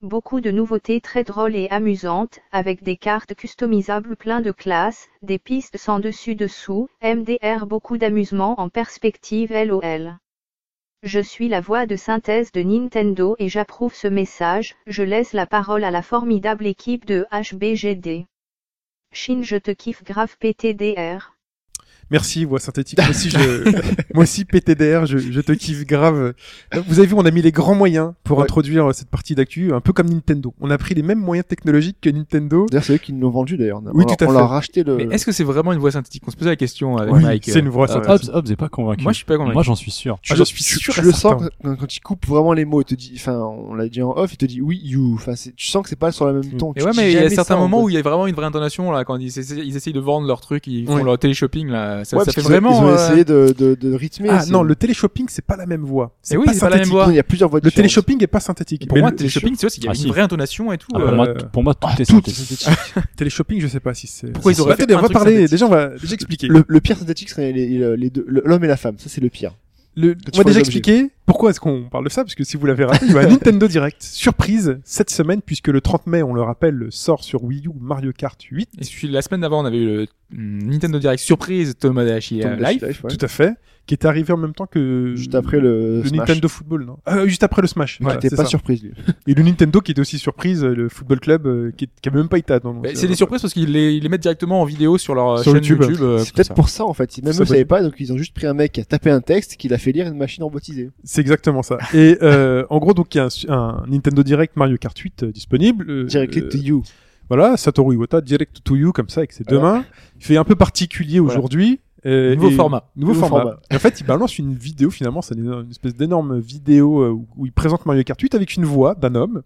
S7: Beaucoup de nouveautés très drôles et amusantes, avec des cartes customisables plein de classes, des pistes sans dessus-dessous, MDR beaucoup d'amusement en perspective LOL. Je suis la voix de synthèse de Nintendo et j'approuve ce message, je laisse la parole à la formidable équipe de HBGD. Chine, je te kiffe grave PTDR.
S3: Merci, voix synthétique. Moi aussi,
S5: [LAUGHS]
S3: je, moi aussi PTDR, je, je te kiffe grave. Vous avez vu, on a mis les grands moyens pour
S4: Ouais.
S3: introduire euh, cette partie d'actu, un peu comme Nintendo. On a pris les mêmes moyens technologiques que Nintendo.
S4: D'ailleurs, c'est eux qui nous l'ont vendu, d'ailleurs. On a-
S3: Oui,
S4: on,
S3: tout à
S4: on
S3: fait.
S4: leur a racheté le.
S5: Mais est-ce que c'est vraiment une voix synthétique On se posait la question avec
S3: Oui,
S5: Mike.
S3: c'est une voix
S5: euh,
S4: Ah,
S3: synthétique.
S6: Hobbs, Hobbs est pas convaincu.
S5: Moi je suis pas convaincu.
S6: Moi, j'en suis sûr.
S3: Ah,
S4: Tu
S3: je
S4: le-
S3: suis
S4: tu-
S3: sûr
S4: tu
S3: et
S4: le
S3: certain.
S4: sens quand, quand il coupe vraiment les mots et te dit, enfin, on l'a dit en off, il te dit oui, you. Enfin, c'est- tu sens que c'est pas sur le même ton.
S5: Et
S4: Tu
S5: ouais,
S4: dis
S5: mais il y a
S4: jamais
S5: certains
S4: ça, en
S5: moments
S4: mode.
S5: où il y a vraiment une vraie intonation là quand ils essayent, ils essayent de vendre leur truc, ils font
S3: Ouais.
S5: leur télé-shopping là. Ça,
S4: Ouais, parce
S5: ça fait
S4: qu'ils ont-
S5: vraiment.
S4: Ils ont
S5: euh,
S4: essayé de, de, de rythmer.
S3: Ah
S4: c'est-
S3: non, le téléshopping, c'est pas la même voix. C'est
S5: Eh oui,
S3: pas
S5: c'est pas la même
S3: synthétique.
S5: voix.
S4: Il y a plusieurs voix
S3: Le
S4: différentes.
S3: téléshopping est pas synthétique.
S5: Pour
S3: Mais
S5: moi,
S3: le-
S5: télé-shopping, c'est aussi, il y
S6: Ah,
S5: avait
S6: si.
S5: une vraie intonation et tout.
S6: Ah, pour,
S5: euh,
S6: moi, t- pour moi, tout est
S3: tout-
S6: synthétique.
S3: Téléshopping, je sais pas si c'est.
S5: Pourquoi ils auraient
S3: Bah,
S5: fait
S3: attendez,
S5: un
S3: on va
S5: truc
S3: parler.
S5: synthétique
S3: Déjà, on va déjà expliquer.
S4: Le, le pire synthétique serait les, les- les deux, le- l'homme et la femme. Ça, c'est le pire.
S3: Le-
S4: tu
S3: on
S4: vois
S3: va déjà
S4: les objets.
S3: expliquer pourquoi est-ce qu'on parle de ça, parce que si vous l'avez raté, il
S5: [LAUGHS]
S3: y a un Nintendo Direct surprise cette semaine, puisque le 30 mai, on le rappelle, sort sur Wii U Mario Kart 8.
S5: Et puis la semaine d'avant, on avait eu le mm, Nintendo Direct surprise Tomodachi euh,
S4: Tom Dash
S5: Live.
S4: Life, ouais.
S3: Tout à fait, qui est arrivé en même temps que
S4: Juste après le,
S3: le
S4: Smash.
S3: Nintendo Football, non Euh, Juste après le Smash.
S4: Qui
S3: voilà,
S4: était
S3: c'est
S4: pas
S3: ça.
S4: surprise lui.
S3: Et le Nintendo qui était aussi surprise, euh, le Football Club euh, qui, est- qui avait même pas été attendu.
S5: Bah, C'est des surprises parce qu'ils les, ils les mettent directement en vidéo sur leur euh,
S3: Sur
S5: chaîne
S3: YouTube.
S5: YouTube. euh,
S4: C'est peut-être pour ça en fait. Même
S3: Ça
S4: eux
S3: peut
S4: savaient
S3: être.
S4: pas, donc ils ont juste pris un mec qui a tapé un texte et qui l'a fait lire une machine robotisée.
S3: C'est exactement ça. Et euh, en gros, donc il y a un su- un, Nintendo Direct Mario Kart 8 euh, disponible. euh,
S4: Directly
S3: euh,
S4: to you.
S3: Voilà, Satoru Iwata, direct to you, comme ça, avec ses deux
S4: Voilà.
S3: mains. Il fait un peu particulier
S4: Voilà.
S3: aujourd'hui. euh,
S5: Nouveau
S3: et-
S5: format.
S3: Nouveau,
S4: Nouveau
S3: format.
S4: format.
S3: Et en fait, il balance une vidéo, finalement, c'est une, une espèce d'énorme vidéo euh, où- où il présente Mario Kart 8 avec une voix d'un homme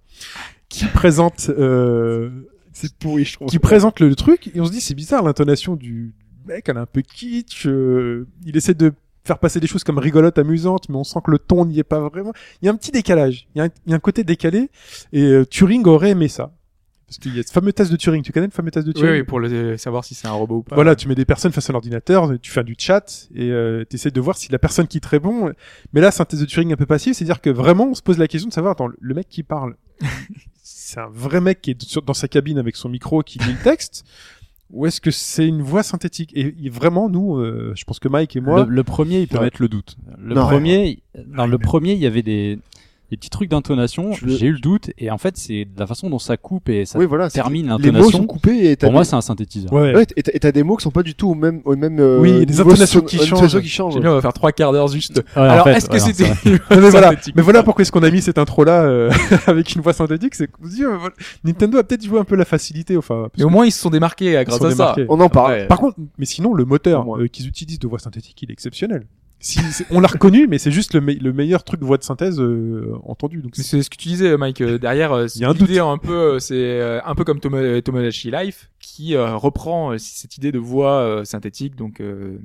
S3: qui présente, euh,
S4: C'est pourri,
S5: [LAUGHS]
S4: je trouve.
S3: qui présente le truc et on se dit, c'est bizarre, l'intonation du mec, elle est un peu kitsch, euh, il essaie de faire passer des choses comme rigolotes, amusantes, mais on sent que le ton n'y est pas vraiment. Il y a un petit décalage. Il y a un, il y a un côté décalé et euh, Turing aurait aimé ça. Parce qu'il y a ce fameux test de Turing. Tu connais le fameux test de
S5: Oui,
S3: Turing?
S5: oui, pour le- savoir si c'est un robot ou pas.
S3: Voilà, tu mets des personnes face à l'ordinateur, tu fais du chat et tu essaies de voir si la personne qui te répond. Mais là, c'est un test de Turing un peu passif, c'est-à-dire que vraiment, on se pose la question de savoir, attends, le mec qui
S5: [LAUGHS]
S3: parle, c'est un vrai mec qui est sur- dans sa cabine avec son micro qui lit le texte, ou est-ce que c'est une voix synthétique et, et vraiment, nous, euh, je pense que Mike et moi,
S6: le, le premier, il peut
S3: Ouais.
S6: mettre le doute. Le
S4: Non,
S6: premier, il- non, le premier, il y avait des, les petits trucs d'intonation,
S4: Je le-
S6: j'ai eu le doute, et en fait, c'est de la façon dont ça coupe et ça
S4: oui, voilà. c'est-
S6: termine
S4: Les mots sont
S6: l'intonation.
S4: coupés et t'as
S6: Pour moi,
S4: des-
S6: c'est un synthétiseur.
S3: Ouais.
S4: Ouais, et t'as- et t'as des mots qui sont pas du tout au même, au même euh,
S3: Oui, il y a des
S4: niveau
S3: intonations
S4: son-
S3: qui
S4: intonations
S3: changent.
S4: qui changent.
S5: J'aime bien, on va faire trois quarts d'heure juste.
S6: Ouais, en
S5: Alors,
S6: fait,
S5: est-ce que
S6: ouais, non,
S5: c'était
S6: c'est vrai.
S3: Non, mais voilà.
S5: synthétique
S3: Mais voilà pourquoi est-ce qu'on a mis cette intro là [LAUGHS] avec une voix synthétique, c'est que on se dit, euh, voilà, Nintendo a peut-être joué un peu la facilité, enfin. parce
S5: [LAUGHS] Mais au moins, ils se sont démarqués euh,
S3: qu'ils
S5: grâce
S3: sont
S5: à ça.
S3: démarqués.
S4: On en parle.
S5: Après,
S3: Par contre, mais sinon le moteur
S4: Pour moi.
S3: euh, qu'ils utilisent de voix synthétique, il est exceptionnel. Si, c'est- on l'a reconnu, mais c'est juste le, me- le meilleur truc de voix de synthèse euh, entendu. Donc
S5: Mais c'est ce que tu disais, Mike. euh, derrière, euh,
S3: [LAUGHS] Il y a un
S5: cette idée un peu, euh, c'est euh, un peu comme Tomo- Tomodachi Life, qui euh, reprend euh, cette idée de voix euh, synthétique, donc euh,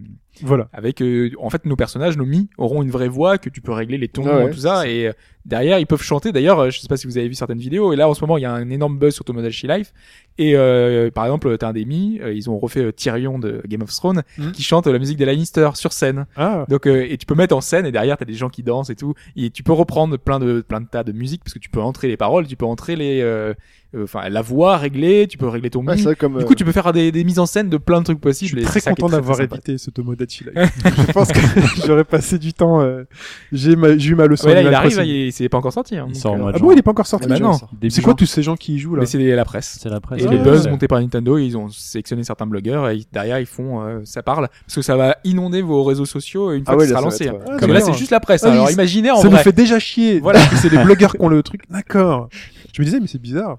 S3: voilà.
S5: avec, euh, en fait, nos personnages, nos mi, auront une vraie voix que tu peux régler les tons
S4: Ah ouais,
S5: et tout ça. Et euh, derrière, ils peuvent chanter. D'ailleurs, euh, je sais pas si vous avez vu certaines vidéos. Et là, en ce moment, il y a un énorme buzz sur Tomodachi Life. Et euh, par exemple, t'as un des mi, euh, ils ont refait euh, Tyrion de Game of Thrones,
S3: Mhm.
S5: qui chante euh, la musique des Lannister sur scène.
S3: Ah,
S5: Donc euh, et tu peux mettre en scène et derrière t'as des gens qui dansent et tout et tu peux reprendre plein de plein de tas de musique parce que tu peux entrer les paroles, tu peux entrer les euh, euh, enfin la voix régler, tu peux régler ton
S4: Ouais,
S5: mi.
S4: c'est vrai, comme,
S5: du
S4: euh,
S5: coup tu peux faire des, des mises en scène de plein de trucs
S3: je
S5: possibles.
S3: suis
S5: et
S3: très
S5: c'est ça qui est
S3: content d'avoir
S5: sympa.
S3: édité ce Tomodachi
S5: [LAUGHS]
S3: Live. je pense que [LAUGHS] j'aurais passé du temps. euh, j'ai ma- j'ai eu ma leçon.
S5: Ouais, là,
S3: Animal
S5: il arrive, là,
S3: Crossing.
S5: il c'est pas encore sorti. hein.
S6: Il
S5: Donc,
S6: sort en
S5: euh,
S6: mois de
S3: Ah
S6: juin.
S3: bon, il est pas encore sorti.
S4: Ah bah non.
S6: Début
S3: C'est quoi
S6: juin.
S3: tous ces gens qui y jouent là
S5: mais c'est la presse.
S6: C'est la presse. Euh,
S5: Et
S3: Ah
S5: les
S3: ouais,
S5: buzz
S3: ouais.
S5: montés par Nintendo, ils ont sélectionné certains blogueurs et derrière ils font euh, ça parle parce que ça va inonder vos réseaux sociaux une fois
S4: Ah ouais,
S5: que ça
S4: là,
S5: sera
S4: ça
S5: lancé.
S4: va être,
S3: Ah,
S5: Comme là
S3: bien.
S5: c'est juste la presse. hein.
S3: Ah oui,
S5: Alors
S3: ça-
S5: imaginez en
S3: Ça nous
S5: vrai.
S3: fait déjà chier.
S5: Voilà.
S3: Voilà, que c'est les blogueurs qui ont le
S5: [LAUGHS]
S3: truc. D'accord. Je me disais, mais c'est bizarre.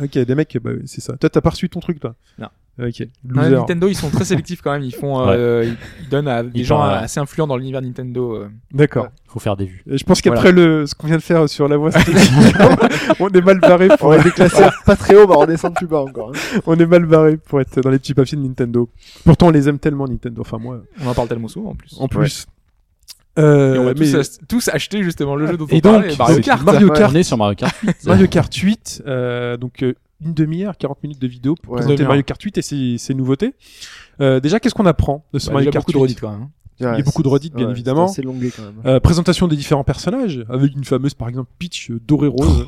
S3: ok, des mecs, bah, c'est ça. Toi, t'as pas reçu ton truc, toi
S5: Non.
S3: Ok.
S5: Ouais,
S3: Loser.
S5: Nintendo, ils sont très sélectifs quand même. Ils font, euh, ils- ils donnent à des
S6: Ils
S5: gens
S6: parlent,
S5: euh,
S6: ouais.
S5: assez influents dans l'univers Nintendo. euh.
S3: D'accord.
S6: Faut faire des vues.
S3: Et Euh, Je pense qu'après le ce qu'on vient de faire sur la
S4: [LAUGHS]
S3: voix, c'est- [LAUGHS] on est mal barré
S4: on
S3: pour
S4: va déclasser pas très haut, bah on descend plus bas encore. hein.
S3: on est mal barré pour être dans les petits papiers de Nintendo. Pourtant, on les aime tellement Nintendo. Enfin moi,
S5: On en parle tellement souvent en plus.
S3: en plus. Euh,
S5: Et on va
S3: mais-
S5: tous, ach- tous acheter justement le jeu dont
S3: Et
S5: on
S3: donc,
S5: parlait, Mario
S3: donc,
S5: Kart.
S3: Mario
S4: Ouais.
S3: Kart,
S6: On est sur Mario
S3: [LAUGHS]
S6: Kart.
S3: Mario Kart 8, euh, donc euh, une demi-heure, 40 minutes de vidéo pour
S4: Ouais.
S3: présenter
S5: Demi-heure.
S3: Mario Kart 8 et ses, ses nouveautés. Euh, déjà, qu'est-ce qu'on apprend de ce
S5: Bah,
S3: Mario
S5: déjà
S3: Kart
S5: beaucoup de
S3: 8?
S5: redites quand même. hein.
S3: Il y a beaucoup de redites, bien
S4: Ouais,
S3: évidemment.
S4: C'est longué quand même.
S3: Euh, présentation des différents personnages, avec une fameuse, par exemple, Peach euh, dorée rose.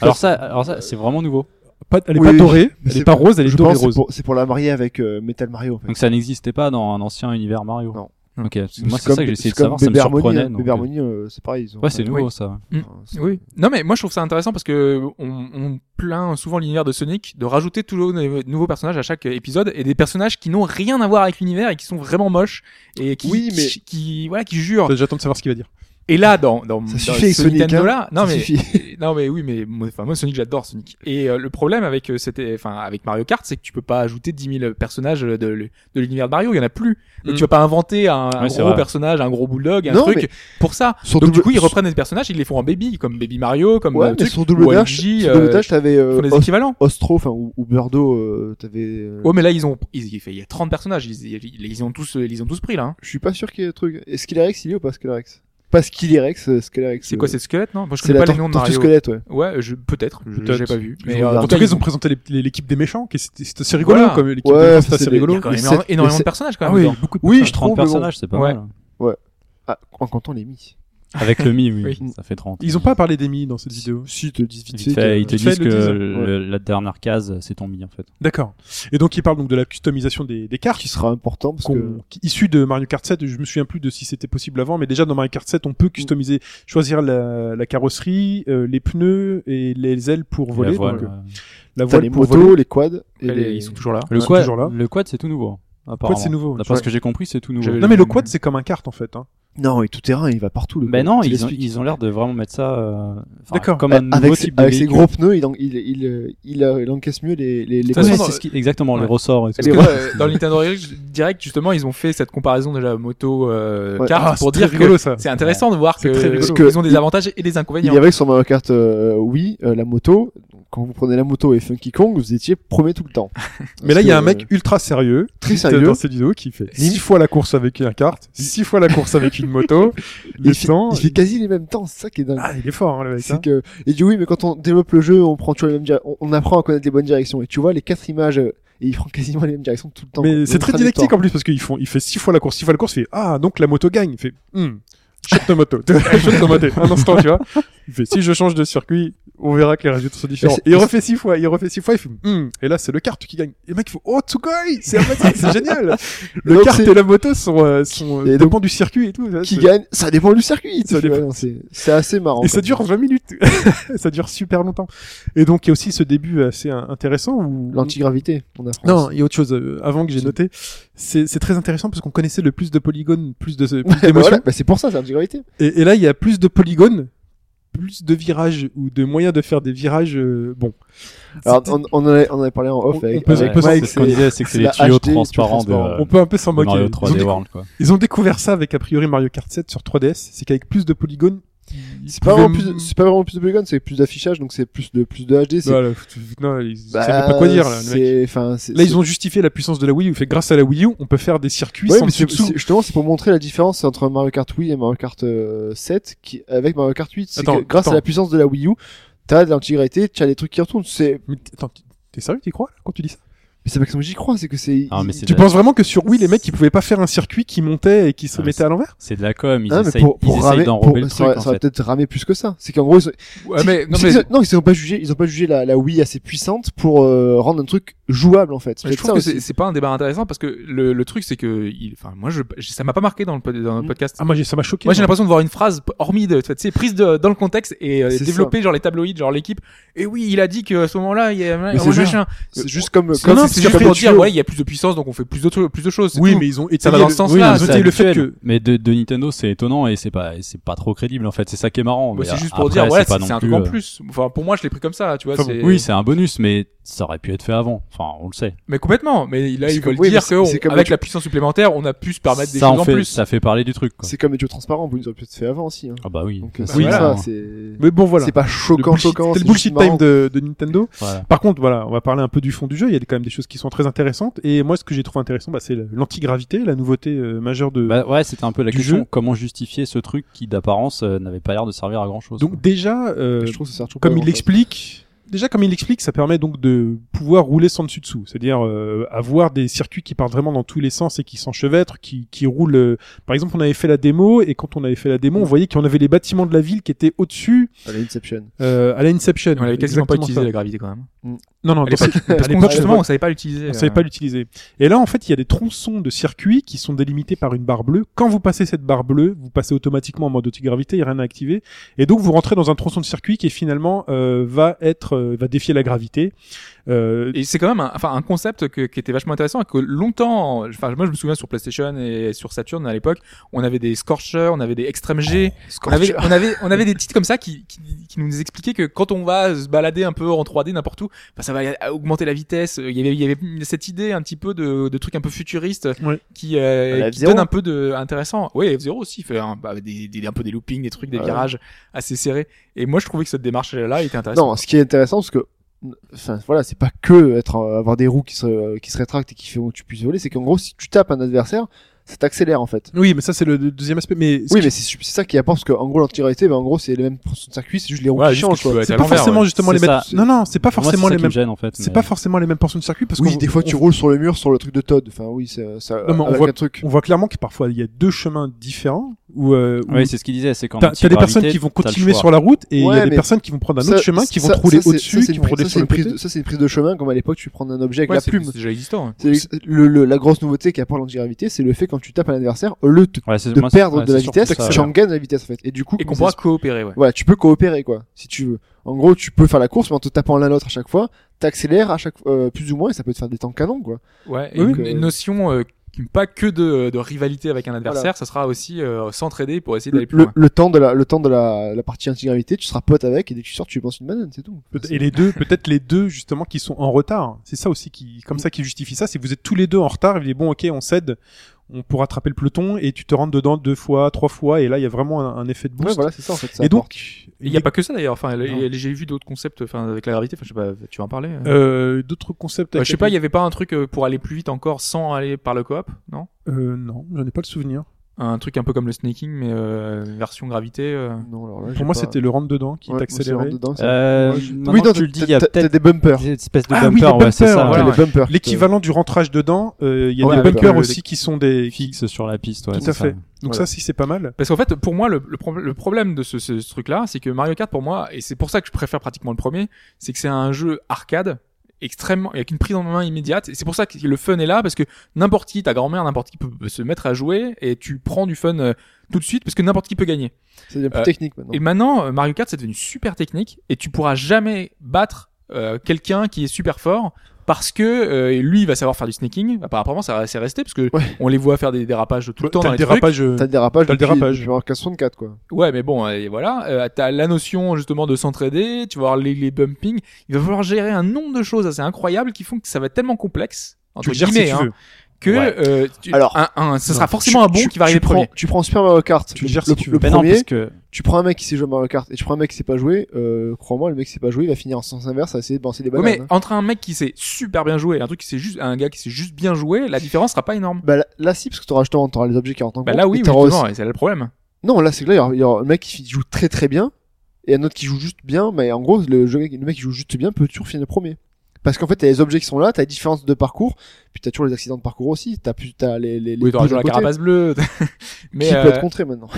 S6: alors ça, alors ça, c'est vraiment nouveau.
S3: Pas- elle est
S4: Oui,
S3: pas
S4: Oh. oui.
S3: dorée,
S4: Mais
S3: elle est
S4: c'est-
S3: pas rose, elle est
S4: Je
S3: dorée
S4: pense que c'est
S3: rose.
S4: pour, c'est pour la marier avec euh, Metal Mario. En fait.
S6: Donc ça n'existait pas dans un ancien univers Mario.
S4: Non.
S6: Ok. parce que Moi, c'est
S4: comme-
S6: ça que j'ai essayé de
S4: c'est comme
S6: savoir. Ça me
S4: Baby Harmony,
S6: surprenait.
S4: hein.
S6: donc,
S4: Baby
S6: euh,
S4: Harmony, euh, c'est pareil. Ils ont
S6: Ouais, c'est nouveau
S5: Oui.
S6: ça.
S4: Enfin, c'est-
S5: Oui. Non mais moi je trouve ça intéressant parce que on, on plaint souvent l'univers de Sonic de rajouter tous les nouveaux personnages à chaque épisode et des personnages qui n'ont rien à voir avec l'univers et qui sont vraiment moches et qui
S4: Oui, mais-
S5: qui, qui- voilà qui jurent.
S3: Euh, J'attends de savoir ce qu'il va dire.
S5: Et là dans dans,
S4: Ça
S5: dans
S4: suffit avec
S5: ce
S4: Sonic,
S5: Nintendo là,
S4: hein.
S5: non
S4: Ça
S5: mais
S4: suffit.
S5: Et- non mais oui mais moi, enfin moi Sonic j'adore Sonic et euh, le problème avec euh, cette- enfin avec Mario Kart c'est que tu peux pas ajouter 10 000 personnages euh, de, le- de l'univers de Mario il y en a plus donc
S3: Mm.
S5: tu vas pas inventer un, un
S6: Ouais, c'est
S5: gros
S6: vrai.
S5: personnage un gros bulldog un
S4: Non,
S5: truc
S4: mais-
S5: pour ça
S4: Sur
S5: donc du
S4: double-
S5: coup ils reprennent des personnages ils les font en baby comme baby Mario comme
S4: Ouais,
S5: euh,
S4: mais
S5: truc,
S4: sur double
S5: ou
S4: dash,
S5: LG,
S4: sur
S5: euh,
S4: double dash, t'avais
S5: ils font
S4: euh,
S5: des
S4: Os-
S5: équivalents
S4: Ostro, enfin ou, ou Birdo, euh, t'avais. euh,
S5: ouais mais là ils ont ils, il fait- il y a 30 personnages ils, ils, ils ont tous euh, ils ont tous pris là hein.
S4: Je suis pas sûr qu'il y ait le truc. Est-ce Skylarex il est ou pas Skylarex Pas Skylarex, euh, Skylarex.
S5: c'est quoi
S4: euh,
S5: ces squelettes non moi je
S4: C'est
S5: connais
S4: la
S5: pas les noms
S4: tor-
S5: de
S4: tortue
S5: Mario
S4: squelette, ouais.
S5: ouais je peut-être je
S3: Peut-être.
S5: j'ai pas vu
S4: Je
S5: mais
S4: regarde.
S5: euh,
S3: En tout cas, ils
S5: ils-
S3: ont présenté les- les- l'équipe des méchants, qui c'était c'était assez rigolo
S5: Voilà.
S3: comme
S4: Ouais,
S3: l'équipe des méchants, c'était
S4: c'est
S3: assez
S4: des-
S5: il y
S3: rigolo.
S5: a quand même
S4: les
S5: énormément-
S4: sept-
S5: énormément
S4: les
S5: de
S4: sept-
S5: personnages quand
S3: Ah
S5: même
S3: oui,
S5: dedans.
S3: beaucoup de
S4: Oui,
S3: personnages.
S4: je
S6: 30
S4: trouve, mais bon.
S6: personnages, c'est pas
S5: Ouais.
S6: mal.
S4: Ah, en comptant les mi.
S6: Avec le mi, oui,
S4: Oui.
S6: ça fait 30.
S3: Ils ont pas parlé des mi dans cette vidéo.
S4: Si, ils te le disent vite
S6: Vite
S4: fait.
S6: fait,
S4: que-
S6: ils te
S3: Vite fait,
S6: disent
S3: ils
S6: que
S3: le disent.
S6: le- la dernière case, c'est ton mi en fait.
S3: D'accord. Et donc, ils parlent donc de la customisation des, des cartes.
S4: Qui sera important parce
S3: qu'on-
S4: que.
S3: qui- issues de Mario Kart 7, je me souviens plus de si c'était possible avant, mais déjà dans Mario Kart 7, on
S4: Mm.
S3: peut customiser, choisir la, la carrosserie, euh, les pneus et les ailes pour voler,
S6: la voile,
S3: donc, euh,
S6: euh.
S3: la
S4: T'as
S3: voile
S4: les
S3: pour
S4: motos,
S3: voler.
S4: les quads. Et
S5: Après, les-
S4: les...
S5: ils sont toujours là
S6: Le
S3: Ouais,
S6: quad,
S3: toujours là.
S6: le quad, c'est tout nouveau.
S3: Quad,
S6: apparemment.
S3: c'est nouveau.
S6: D'après ce que j'ai compris, c'est tout nouveau.
S5: J'avais-
S3: Non mais le quad c'est comme un kart en fait. Hein.
S4: Non, et tout terrain, il va partout. Le
S6: Ben
S4: quad,
S6: non,
S4: tu
S6: ils ont,
S4: l'expliques.
S6: ils ont l'air de vraiment mettre ça euh, enfin,
S3: D'accord.
S6: comme
S4: Ouais,
S6: un nouveau
S4: Ah, avec,
S6: type de
S4: avec ses
S6: véhicule.
S4: gros pneus, il, en- il, il, euh, il, euh, il encaisse mieux les, les, les
S5: Ça,
S6: Ouais,
S5: façon,
S6: c'est
S5: dans-
S6: ce qui- exactement, les
S5: Ouais.
S6: ressorts. et tout.
S4: Les
S5: Parce que
S4: ouais,
S5: dans le Nintendo Direct- Direct, justement, ils ont fait cette comparaison déjà moto euh,
S4: Ouais.
S5: kart
S3: Ah,
S5: pour
S3: c'est
S5: dire
S3: très rigolo
S5: que
S3: ça.
S5: c'est intéressant de voir
S3: C'est très rigolo.
S5: que
S4: Parce
S5: qu'ils
S4: que
S5: ont des
S4: il-
S5: avantages et des
S4: Il
S5: inconvénients.
S4: y avait sur Mario Kart euh, oui, euh, la moto. donc, Quand vous prenez la moto et Funky Kong, vous étiez premier tout le temps.
S3: Mais là il y a un
S4: Parce que,
S3: mec ultra sérieux,
S4: très
S3: qui,
S4: sérieux.
S3: dans cette vidéo qui fait six fois la course avec un kart, six fois la course avec une moto,
S4: euh, [LAUGHS]
S3: le
S4: il, fait,
S3: temps.
S4: il fait quasi les mêmes temps, c'est ça qui est dingue.
S3: Ah il est fort hein, le mec. hein.
S4: c'est que il dit oui, mais quand on développe le jeu, on prend toujours les mêmes dir- on, on apprend à connaître les bonnes directions. Et tu vois les quatre images, euh, et il prend quasiment les mêmes directions tout le temps. quoi.
S3: Mais
S4: Les
S3: c'est
S4: mêmes
S3: très
S4: trajectoires.
S3: didactique en plus parce qu'il font, il fait six fois la course, six fois la course, il fait ah donc la moto gagne, il [LAUGHS] fait hmm, chute de moto, chute de moto, un instant tu vois, il fait si je change de circuit, on verra que les résultats sont différents.
S4: Mais c'est-
S3: Et il refait six fois, il refait six fois, il fait Hmm. Et là, c'est le kart qui gagne. Et le mec, il fait Oh, Tsugoi C'est amazing,
S4: [LAUGHS]
S3: c'est génial Le
S4: Donc,
S3: kart
S4: c'est-
S3: et la moto sont, euh, sont
S4: Et
S3: euh,
S4: donc,
S3: dépendent du circuit et tout. ça,
S4: Qui
S3: c'est-
S4: gagne Ça dépend du circuit. tu
S3: Ça
S4: vois,
S3: dépend.
S4: non, C'est c'est assez marrant.
S3: Et ça
S4: quoi.
S3: dure 20 minutes. [LAUGHS] ça dure super longtemps. Et donc, il y a aussi ce début assez euh, intéressant où.
S4: L'antigravité, on apprend.
S3: Non, il y a autre chose euh, avant que j'ai
S4: C'est-
S3: noté. C'est c'est très intéressant parce qu'on connaissait le plus de polygones,
S4: [LAUGHS]
S3: plus de plus
S4: Ouais, bah
S3: d'émotions.
S4: voilà, bah c'est pour ça, c'est l'antigravité.
S3: Et, et là, il y a plus de polygones, plus de virages ou de moyens de faire des virages. euh, bon.
S4: Alors,
S3: C'était-
S4: on, on, en avait, on en avait parlé en off
S3: On-
S4: avec,
S3: on peut-
S4: avec
S3: on peut-
S4: Mike,
S6: c'est ce qu'on
S4: c'est-
S6: disait, c'est que
S4: c'est
S6: c'est les
S4: la
S6: tuyaux
S4: HD, tuyaux
S6: transparents de,
S4: transparents.
S3: on peut un peu s'en
S6: de
S3: moquer.
S6: Mario
S3: ils, ont
S6: 3D
S3: décou-
S6: World, quoi.
S3: ils ont découvert ça avec a priori Mario Kart 7 sur 3DS, c'est qu'avec plus de polygones, ils
S4: C'est pas, vraiment
S3: pouvaient-
S4: plus, c'est pas vraiment plus de polygones, c'est plus d'affichage, donc c'est plus de, plus de HD. C'est,
S3: Non, là, pff, non, ils
S4: bah,
S3: savaient Bah, pas quoi dire là. le mec.
S4: c'est- enfin, c'est-
S3: Là,
S4: c'est-
S3: ils ont justifié la puissance de la Wii U. Fait que grâce à la Wii U, on peut faire des circuits
S4: Ouais,
S3: sans
S4: mais c'est-
S3: dessous.
S4: c'est- justement, c'est pour montrer la différence entre Mario Kart Wii et Mario Kart euh, 7, qui, avec Mario Kart 8, c'est
S3: Attends,
S4: que grâce
S3: attends.
S4: à la puissance de la Wii U, t'as de l'intégralité, t'as des trucs qui retournent. C'est,
S3: Mais t- attends, t- t'es sérieux, t'y crois là, quand tu dis ça
S4: mais c'est pas que ça, moi, j'y crois, c'est que c'est,
S6: Ah, mais
S4: il-
S6: c'est
S3: Tu
S6: de la-
S3: penses vraiment que sur Wii, les mecs, ils pouvaient pas faire un circuit qui montait et qui se
S6: Ah, mais
S3: mettait à l'envers
S6: C'est de la com, ils
S4: Hein, mais
S6: essayent,
S4: pour,
S6: ils
S4: pour
S6: essayent
S4: ramer,
S6: d'enrober
S4: pour- ça
S6: le truc,
S4: aurait-
S6: en
S4: ça aurait
S6: fait.
S4: peut-être ramé plus que ça. C'est qu'en gros, ils, sont- c'est-
S5: Ouais, Ah, mais, non,
S4: c'est-
S5: mais,
S4: non, ils ont pas jugé, ils ont pas jugé la, la Wii assez puissante pour euh, rendre un truc jouable en fait. C'est
S5: je
S4: peut-être
S5: trouve
S4: ça
S5: que
S4: aussi.
S5: c'est c'est pas un débat intéressant parce que le, le truc, c'est que, il- enfin, moi, je, ça m'a pas marqué dans le, pod- dans le
S4: Mm.
S5: podcast.
S3: Ah, moi, j'ai- ça m'a choqué.
S5: Moi, j'ai
S3: moi.
S5: l'impression de voir une phrase, p- hormis de, tu sais, prise de- dans le contexte et euh,
S4: C'est
S5: développée, genre les tabloïds, genre l'équipe. Et oui, il a dit que à ce moment-là, il y a,
S4: c'est
S5: oh,
S4: genre-
S5: machin.
S4: C'est juste comme,
S5: C'est-
S4: comme
S5: non,
S4: si
S5: c'est
S4: tu
S5: juste
S4: avais
S5: pour
S4: un
S5: dire,
S4: tuyau.
S5: ouais, il y a plus de puissance, donc on fait plus de, tru- plus de choses. c'est
S3: Oui,
S5: tout.
S3: mais ils ont
S5: va
S3: étayé
S5: dans
S3: le-
S5: ce sens-là,
S3: oui,
S6: Ah,
S3: ils ont
S5: c'est
S3: étayé le fait
S6: habituel.
S3: que
S6: Mais de, de Nintendo, c'est étonnant et c'est pas, c'est pas trop crédible en fait. C'est ça qui est marrant.
S5: Bah,
S6: Mais
S5: c'est juste pour
S6: après,
S5: dire, voilà,
S6: pas
S5: c'est
S6: non
S5: c'est un truc en
S6: euh,
S5: plus. Enfin, pour moi, je l'ai pris comme ça, tu vois.
S3: Enfin,
S5: c'est-
S6: Oui, c'est un bonus, mais ça aurait pu être fait avant. Enfin, on le sait.
S5: Mais complètement. Mais là,
S4: C'est
S5: ils
S4: comme-
S5: veulent
S4: oui,
S5: dire
S4: mais c'est-
S5: que
S4: c'est
S5: on-
S4: comme
S5: avec
S4: le-
S5: la puissance supplémentaire, on a pu se permettre des
S6: ça,
S5: choses
S6: en
S5: en
S6: fait,
S5: plus.
S6: ça fait parler du truc. Quoi.
S4: C'est comme les jeux transparents, vous nous auriez peut-être fait avant aussi. hein.
S6: Ah bah oui.
S4: Donc,
S6: Ça,
S4: euh,
S6: c'est
S4: c'est
S3: voilà.
S6: marrant.
S4: ça, c'est,
S3: Mais bon, voilà.
S4: c'est pas
S3: Le
S4: choquant,
S3: bullshit-
S4: choquant.
S3: C'était le
S4: c'est
S3: bullshit
S4: juste marrant.
S3: time de, de Nintendo.
S6: Voilà.
S3: Par contre, voilà, on va parler un peu du fond du jeu. Il y a quand même des choses qui sont très intéressantes. Et moi, ce que j'ai trouvé intéressant, bah, c'est l'antigravité, la nouveauté euh, majeure de.
S6: Bah ouais, c'était un peu la
S3: du
S6: question.
S3: jeu.
S6: Comment justifier ce truc qui d'apparence euh, n'avait pas l'air de servir à grand chose
S3: Donc déjà, euh,
S4: Je trouve que ça sert toujours
S3: comme
S4: pas
S3: il
S4: grand-chose.
S3: l'explique, déjà comme il l'explique, ça permet donc de pouvoir rouler sans dessus dessous, c'est-à-dire euh, avoir des circuits qui partent vraiment dans tous les sens et qui s'enchevêtrent, qui, qui roulent. euh, Par exemple, on avait fait la démo et quand on avait fait la démo, on voyait qu'on avait les bâtiments de la ville qui étaient au-dessus
S4: Allez, Inception.
S3: euh, à la Inception.
S5: On avait quasiment pas
S3: Exactement
S5: utilisé
S3: ça.
S5: la gravité quand même.
S3: Non, non,
S5: à
S3: dans ce-
S5: l'époque. Parce
S3: à
S5: qu'on-
S3: l'époque,
S5: justement, on savait pas l'utiliser. euh,
S3: on savait pas l'utiliser. Et là, en fait, il y a des tronçons de circuits qui sont délimités par une barre bleue. Quand vous passez cette barre bleue, vous passez automatiquement en mode antigravité, il n'y a rien à activer. Et donc, vous rentrez dans un tronçon de circuit qui finalement euh, va être, euh, va défier la gravité. Euh,
S5: Et c'est quand même un, enfin, un concept que- qui était vachement intéressant et que longtemps, enfin, moi je me souviens sur PlayStation et sur Saturn à l'époque, on avait des Scorcher, on avait des Extreme G, on avait, on avait, on avait des titres comme ça qui, qui, qui nous expliquaient que quand on va se balader un peu en 3D n'importe où, bah, ça va augmenter la vitesse. Il y avait, il y avait cette idée un petit peu de, de truc un peu futuriste
S3: Ouais.
S5: qui, euh,
S4: Bah, la
S5: qui
S4: F-Zero.
S5: donne un peu de intéressant. Oui, F0 aussi fait un, bah, des, des- un peu des loopings, des trucs, des
S4: Ah Ouais.
S5: virages assez serrés. Et moi je trouvais que cette démarche là était intéressante.
S4: Non, ce qui est intéressant, parce que, enfin, voilà, c'est pas que être, euh, avoir des roues qui se, qui se rétractent et qui font que tu puisses voler, c'est qu'en gros, si tu tapes un adversaire, ça t'accélère, en fait.
S3: Oui, mais ça c'est le le deuxième aspect. Mais ce
S4: Oui,
S3: qui-
S4: mais c'est c'est ça qui apporte, parce qu'en gros, l'anti-réalité, ben, en gros, c'est les mêmes portions de circuit, c'est juste les roues
S5: Voilà,
S4: qui
S5: juste que
S4: changent,
S5: tu
S4: quoi.
S5: peux être à
S3: pas
S5: l'envers,
S3: forcément
S5: ouais.
S3: justement les
S6: C'est
S3: mêmes.
S6: ça.
S3: Non, non, c'est pas
S6: Pour moi,
S3: forcément
S6: c'est ça
S3: les
S6: qui me
S3: mêmes.
S6: gêne, en fait.
S3: C'est
S6: mais-
S3: pas forcément les mêmes portions de circuit parce
S4: Oui,
S3: qu'on
S4: des fois, tu
S3: on-
S4: roules sur le mur, sur le truc de Todd. Enfin, oui, ça, ça,
S3: mais on
S4: avec
S3: voit-
S4: un truc.
S3: on voit clairement que parfois il y a deux chemins différents où, euh, où
S6: Oui, c'est ce qu'il disait. C'est quand
S3: t'as t'as des personnes qui vont continuer sur la route et il y
S4: Ouais,
S3: a des
S4: mais
S3: personnes qui vont prendre un
S4: Ça-
S3: autre chemin, qui vont
S4: ça-
S3: te rouler
S4: ça, c'est- ça,
S3: au-dessus,
S4: c'est une
S3: qui vont
S4: prise-
S3: rouler
S4: ça,
S3: sur
S4: c'est
S3: le
S4: une prise
S3: côté.
S4: de- Ça, c'est une prise de chemin, comme à l'époque, tu prends un objet avec
S5: Ouais,
S4: la
S5: c'est-
S4: plume.
S5: c'est déjà existant. hein.
S4: C'est le, le- la grosse nouveauté qui apporte l'antigravité, c'est le fait quand tu tapes un adversaire, au lieu de, de perdre de la vitesse, tu en gagnes de la vitesse en fait. Et du coup,
S5: Et qu'on
S4: c'est-
S5: pourra coopérer, ouais.
S4: voilà, tu peux coopérer quoi, si tu veux. En gros, tu peux faire la course, mais en te tapant l'un l'autre à chaque fois, t'accélères à chaque euh, plus ou moins, et ça peut te faire des temps canons quoi.
S5: Ouais, et
S4: Oui,
S5: une,
S4: oui.
S5: une notion euh, qui- pas que de, de rivalité avec un adversaire,
S4: Voilà.
S5: ça sera aussi euh, s'entraider pour essayer
S4: Le,
S5: d'aller plus loin.
S4: le temps de la, le temps de la, la partie antigravité, tu seras pote avec, et dès que tu sors, tu lui penses une banane, c'est tout.
S3: Peut- Et les deux, peut-être les deux justement qui sont en retard. C'est ça aussi qui, comme ça, qui justifie ça. C'est que vous êtes tous les deux en retard. Il est bon, ok, on cède, on pour rattraper le peloton et tu te rentres dedans deux fois, trois fois et là il y a vraiment un, un effet de
S4: Ouais,
S3: boost.
S4: voilà, c'est ça en fait. Ça
S3: Et
S4: apporte.
S3: donc,
S5: Il n'y a pas que ça d'ailleurs. Enfin, les-
S3: Non.
S5: les- j'ai vu d'autres concepts, enfin, avec la gravité. Enfin, je sais pas, tu vas en parler. euh
S3: euh, d'autres concepts.
S5: Euh,
S3: avec
S5: je sais
S3: la-
S5: pas, il y avait pas un truc euh, pour aller plus vite encore sans aller par le coop, non
S3: Euh, non, j'en ai pas le souvenir.
S5: un truc un peu comme le snaking, mais euh, version gravité. euh.
S4: Non, alors là, j'ai
S3: Pour moi,
S4: pas-
S3: c'était le rentre dedans qui
S4: Ouais, moi,
S3: t'accélérait.
S4: c'est dedans, ça.
S6: Euh,
S4: Ouais, je-
S6: maintenant
S4: Oui, non,
S6: que tu le dis, il y
S4: t'as-
S6: a
S4: t'as- t'as
S6: peut-être
S4: des bumpers.
S6: des espèces de
S3: Ah oui,
S6: bumpers,
S3: des
S6: ouais, c'est
S3: bumpers,
S6: ça.
S5: voilà.
S6: ouais.
S4: T'as les bumpers.
S3: L'équivalent du rentrage dedans, euh, il y a
S5: Ouais,
S3: des
S5: avec,
S3: bumpers
S5: euh,
S3: aussi qui sont des. qui-
S6: Fixe sur la piste, ouais.
S3: Tout
S6: c'est
S3: à
S6: ça.
S3: fait. Donc
S5: Voilà.
S3: ça, si c'est pas mal.
S5: Parce qu'en fait, pour moi, le, le, pro- le problème de ce, ce- ce truc-là, c'est que Mario Kart, pour moi, et c'est pour ça que je préfère pratiquement le premier, c'est que c'est un jeu arcade extrêmement avec une prise en main immédiate et c'est pour ça que le fun est là parce que n'importe qui ta grand-mère n'importe qui peut peut se mettre à jouer et tu prends du fun euh, tout de suite parce que n'importe qui peut gagner
S4: C'est bien plus
S5: Euh,
S4: technique maintenant.
S5: Et maintenant, euh, Mario Kart, c'est devenu super technique et tu pourras jamais battre euh, quelqu'un qui est super fort parce que euh, lui, il va savoir faire du sneaking. Apparemment, ça va c'est resté parce que
S4: Ouais.
S5: on les voit faire des dérapages tout le temps
S3: T'as
S5: dans
S3: le
S5: les
S3: dérapage. euh,
S4: T'as le dérapage
S3: T'as le
S4: depuis,
S3: dérapage.
S4: depuis 1964, quoi.
S5: trucs. Ouais, mais bon, euh, et voilà. Euh, T'as la notion justement de s'entraider. Tu vas voir les, les bumpings. Il va falloir gérer un nombre de choses assez incroyables qui font que ça va être tellement complexe.
S3: Tu
S5: Entre
S3: veux dire si
S5: guillemets,
S3: tu
S5: hein,
S3: veux.
S5: que
S4: Ouais.
S5: euh, tu-
S4: Alors,
S5: un, un- ce sera
S4: Non.
S5: forcément
S4: Tu-
S5: un bon
S4: tu-
S5: qui va arriver
S4: tu prends,
S5: premier.
S4: Tu prends Super Mario Kart.
S3: Tu le gères si
S4: le, ben
S3: tu veux. Ben
S4: le
S6: Mais non,
S4: premier,
S6: parce que
S4: tu prends un mec qui sait jouer à Mario Kart et tu prends un mec qui sait pas jouer, euh, crois-moi, le mec qui sait pas jouer, il va finir en sens inverse à essayer de balancer des
S5: Ouais,
S4: bananes.
S5: mais
S4: hein.
S5: entre un mec qui sait super bien jouer et un truc qui sait juste un gars qui sait juste bien jouer, la différence sera pas énorme.
S4: Bah là, là, si, parce que t'auras justement, t'auras les objets qui rentrent en
S5: Bah
S4: compte,
S5: là
S4: et
S5: oui,
S4: t'auras
S5: justement,
S4: aussi-
S5: et c'est là le problème.
S4: Non, là, c'est que là, il y aura- il y, aura un mec qui joue très très bien et un autre qui joue juste bien, mais en gros, le, jeu- le mec qui joue juste bien peut toujours finir premier. Parce qu'en fait, t'as les objets qui sont là, t'as les différences de parcours, puis t'as toujours les accidents de parcours aussi, t'as plus, t'as les, les, les
S5: Oui, t'auras
S4: bouts de
S5: toujours la
S4: côté,
S5: carapace bleue. [LAUGHS] mais
S4: qui
S5: euh,
S4: peut être contré maintenant.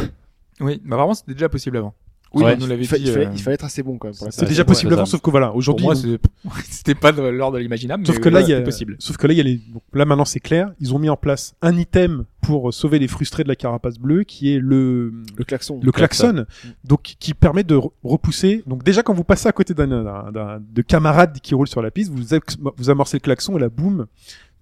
S5: oui, bah vraiment c'était déjà possible avant.
S4: Oui,
S5: Ouais,
S4: mais
S5: nous
S4: il
S5: l'avait
S4: fa-
S5: dit,
S4: il, fallait,
S5: euh,
S4: il fallait être assez bon quand même. pour la
S3: C'est
S6: c'est
S4: faire.
S3: déjà
S6: ouais,
S3: possible
S6: c'est
S3: avant,
S6: ça.
S3: sauf que voilà,
S5: Pour
S3: aujourd'hui.
S5: moi
S3: donc-
S5: c'est- [LAUGHS] c'était pas de l'ordre de l'imaginable, mais
S3: Sauf que là, il
S5: voilà,
S3: y a,
S5: c'était possible.
S3: sauf que là, il y a les, donc là maintenant c'est clair, ils ont mis en place un item pour euh, sauver les frustrés de la carapace bleue, qui est le,
S4: Le klaxon.
S3: le klaxon, donc qui permet de re- repousser. Donc déjà quand vous passez à côté d'un, d'un- d'un- de camarades qui roulent sur la piste, vous, ex- vous amorcez le klaxon et là boum,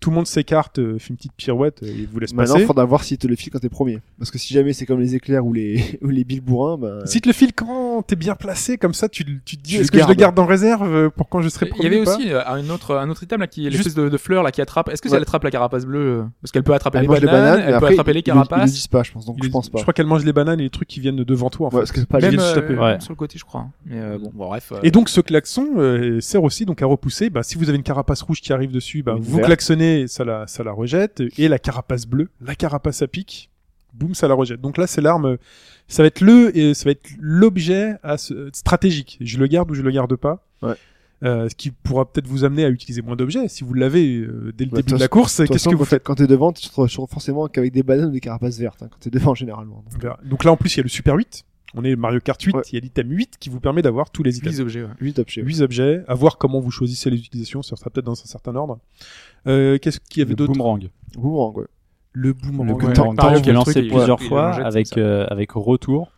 S3: tout le monde s'écarte, euh, fait une petite pirouette euh, et vous laisse
S4: Maintenant,
S3: passer.
S4: faudra voir s'il te le file quand t'es premier. Parce que si jamais c'est comme les éclairs ou les, [LAUGHS] ou les billes bourrins, bah,
S3: Si te le file quand t'es bien placé, comme ça, tu, tu te dis
S4: Tu
S3: est-ce
S4: le
S3: que je le
S4: gardes.
S3: garde en réserve euh, pour quand je serai
S5: Il y
S3: premier
S5: avait
S3: ou pas
S5: aussi euh, un autre un autre item là qui est l'espèce
S3: Juste-
S5: de, de fleur là qui attrape. Est-ce que ça
S4: Ouais.
S5: elle attrape la carapace bleue euh, parce qu'elle peut attraper
S4: elle
S5: les
S4: mange
S5: bananes,
S4: les bananes,
S5: elle
S4: mais
S5: peut
S4: après,
S5: attraper
S4: ils
S5: les
S4: le- Ils le
S5: carapaces.
S4: disent pas, je pense. Donc,
S3: Il-
S4: je pense pas.
S3: Je crois qu'elle mange les bananes et les trucs qui viennent de devant toi en
S4: Ouais,
S3: fait.
S4: parce que c'est pas
S3: Ils
S4: les-
S5: Même
S3: viennent se
S5: euh,
S3: taper.
S6: Ouais.
S5: sur le côté je crois. Mais euh, bon, bon, bref. euh,
S3: Et donc ce klaxon euh, sert aussi donc à repousser. Bah, si vous avez une carapace rouge qui arrive dessus, bah,
S4: Une
S3: vous
S4: verte.
S3: klaxonnez, ça la, ça la rejette. Et la carapace bleue, la carapace à pique, boum, ça la rejette. Donc là, c'est l'arme. Ça va être le, et ça va être l'objet à se- stratégique. Je le garde ou je le garde pas.
S4: Ouais.
S3: Euh, ce qui pourra peut-être vous amener à utiliser moins d'objets. Si vous l'avez euh, dès le
S4: Bah,
S3: début
S4: de
S3: de la
S4: toute
S3: course,
S4: De toute
S3: qu'est-ce
S4: façon,
S3: que vous
S4: quand t'es-
S3: faites
S4: Quand t'es devant, tu te retrouves forcément qu'avec des bananes ou des carapaces vertes, hein, quand t'es devant généralement.
S3: On verra. Donc là, en plus, il y a le Super 8. On est Mario Kart 8.
S4: Ouais.
S3: Il y a l'item 8 qui vous permet d'avoir tous les items.
S5: huit
S4: [LAUGHS]
S5: objets. ouais.
S4: 8 objets.
S3: huit objets, à voir comment vous choisissez les utilisations, ça sera peut-être dans un certain ordre. Euh, Qu'est-ce qu'il y avait
S6: le
S3: d'autre
S6: boomerang.
S4: Boomerang, ouais.
S3: Le boomerang.
S6: Le
S5: Ouais,
S6: boomerang,
S5: Mario
S6: tu
S5: qui a
S6: peux
S5: le
S6: lancer
S5: truc, il-
S6: plusieurs
S5: il- il
S6: fois
S5: le jette
S6: avec
S5: comme ça.
S6: euh, avec retour.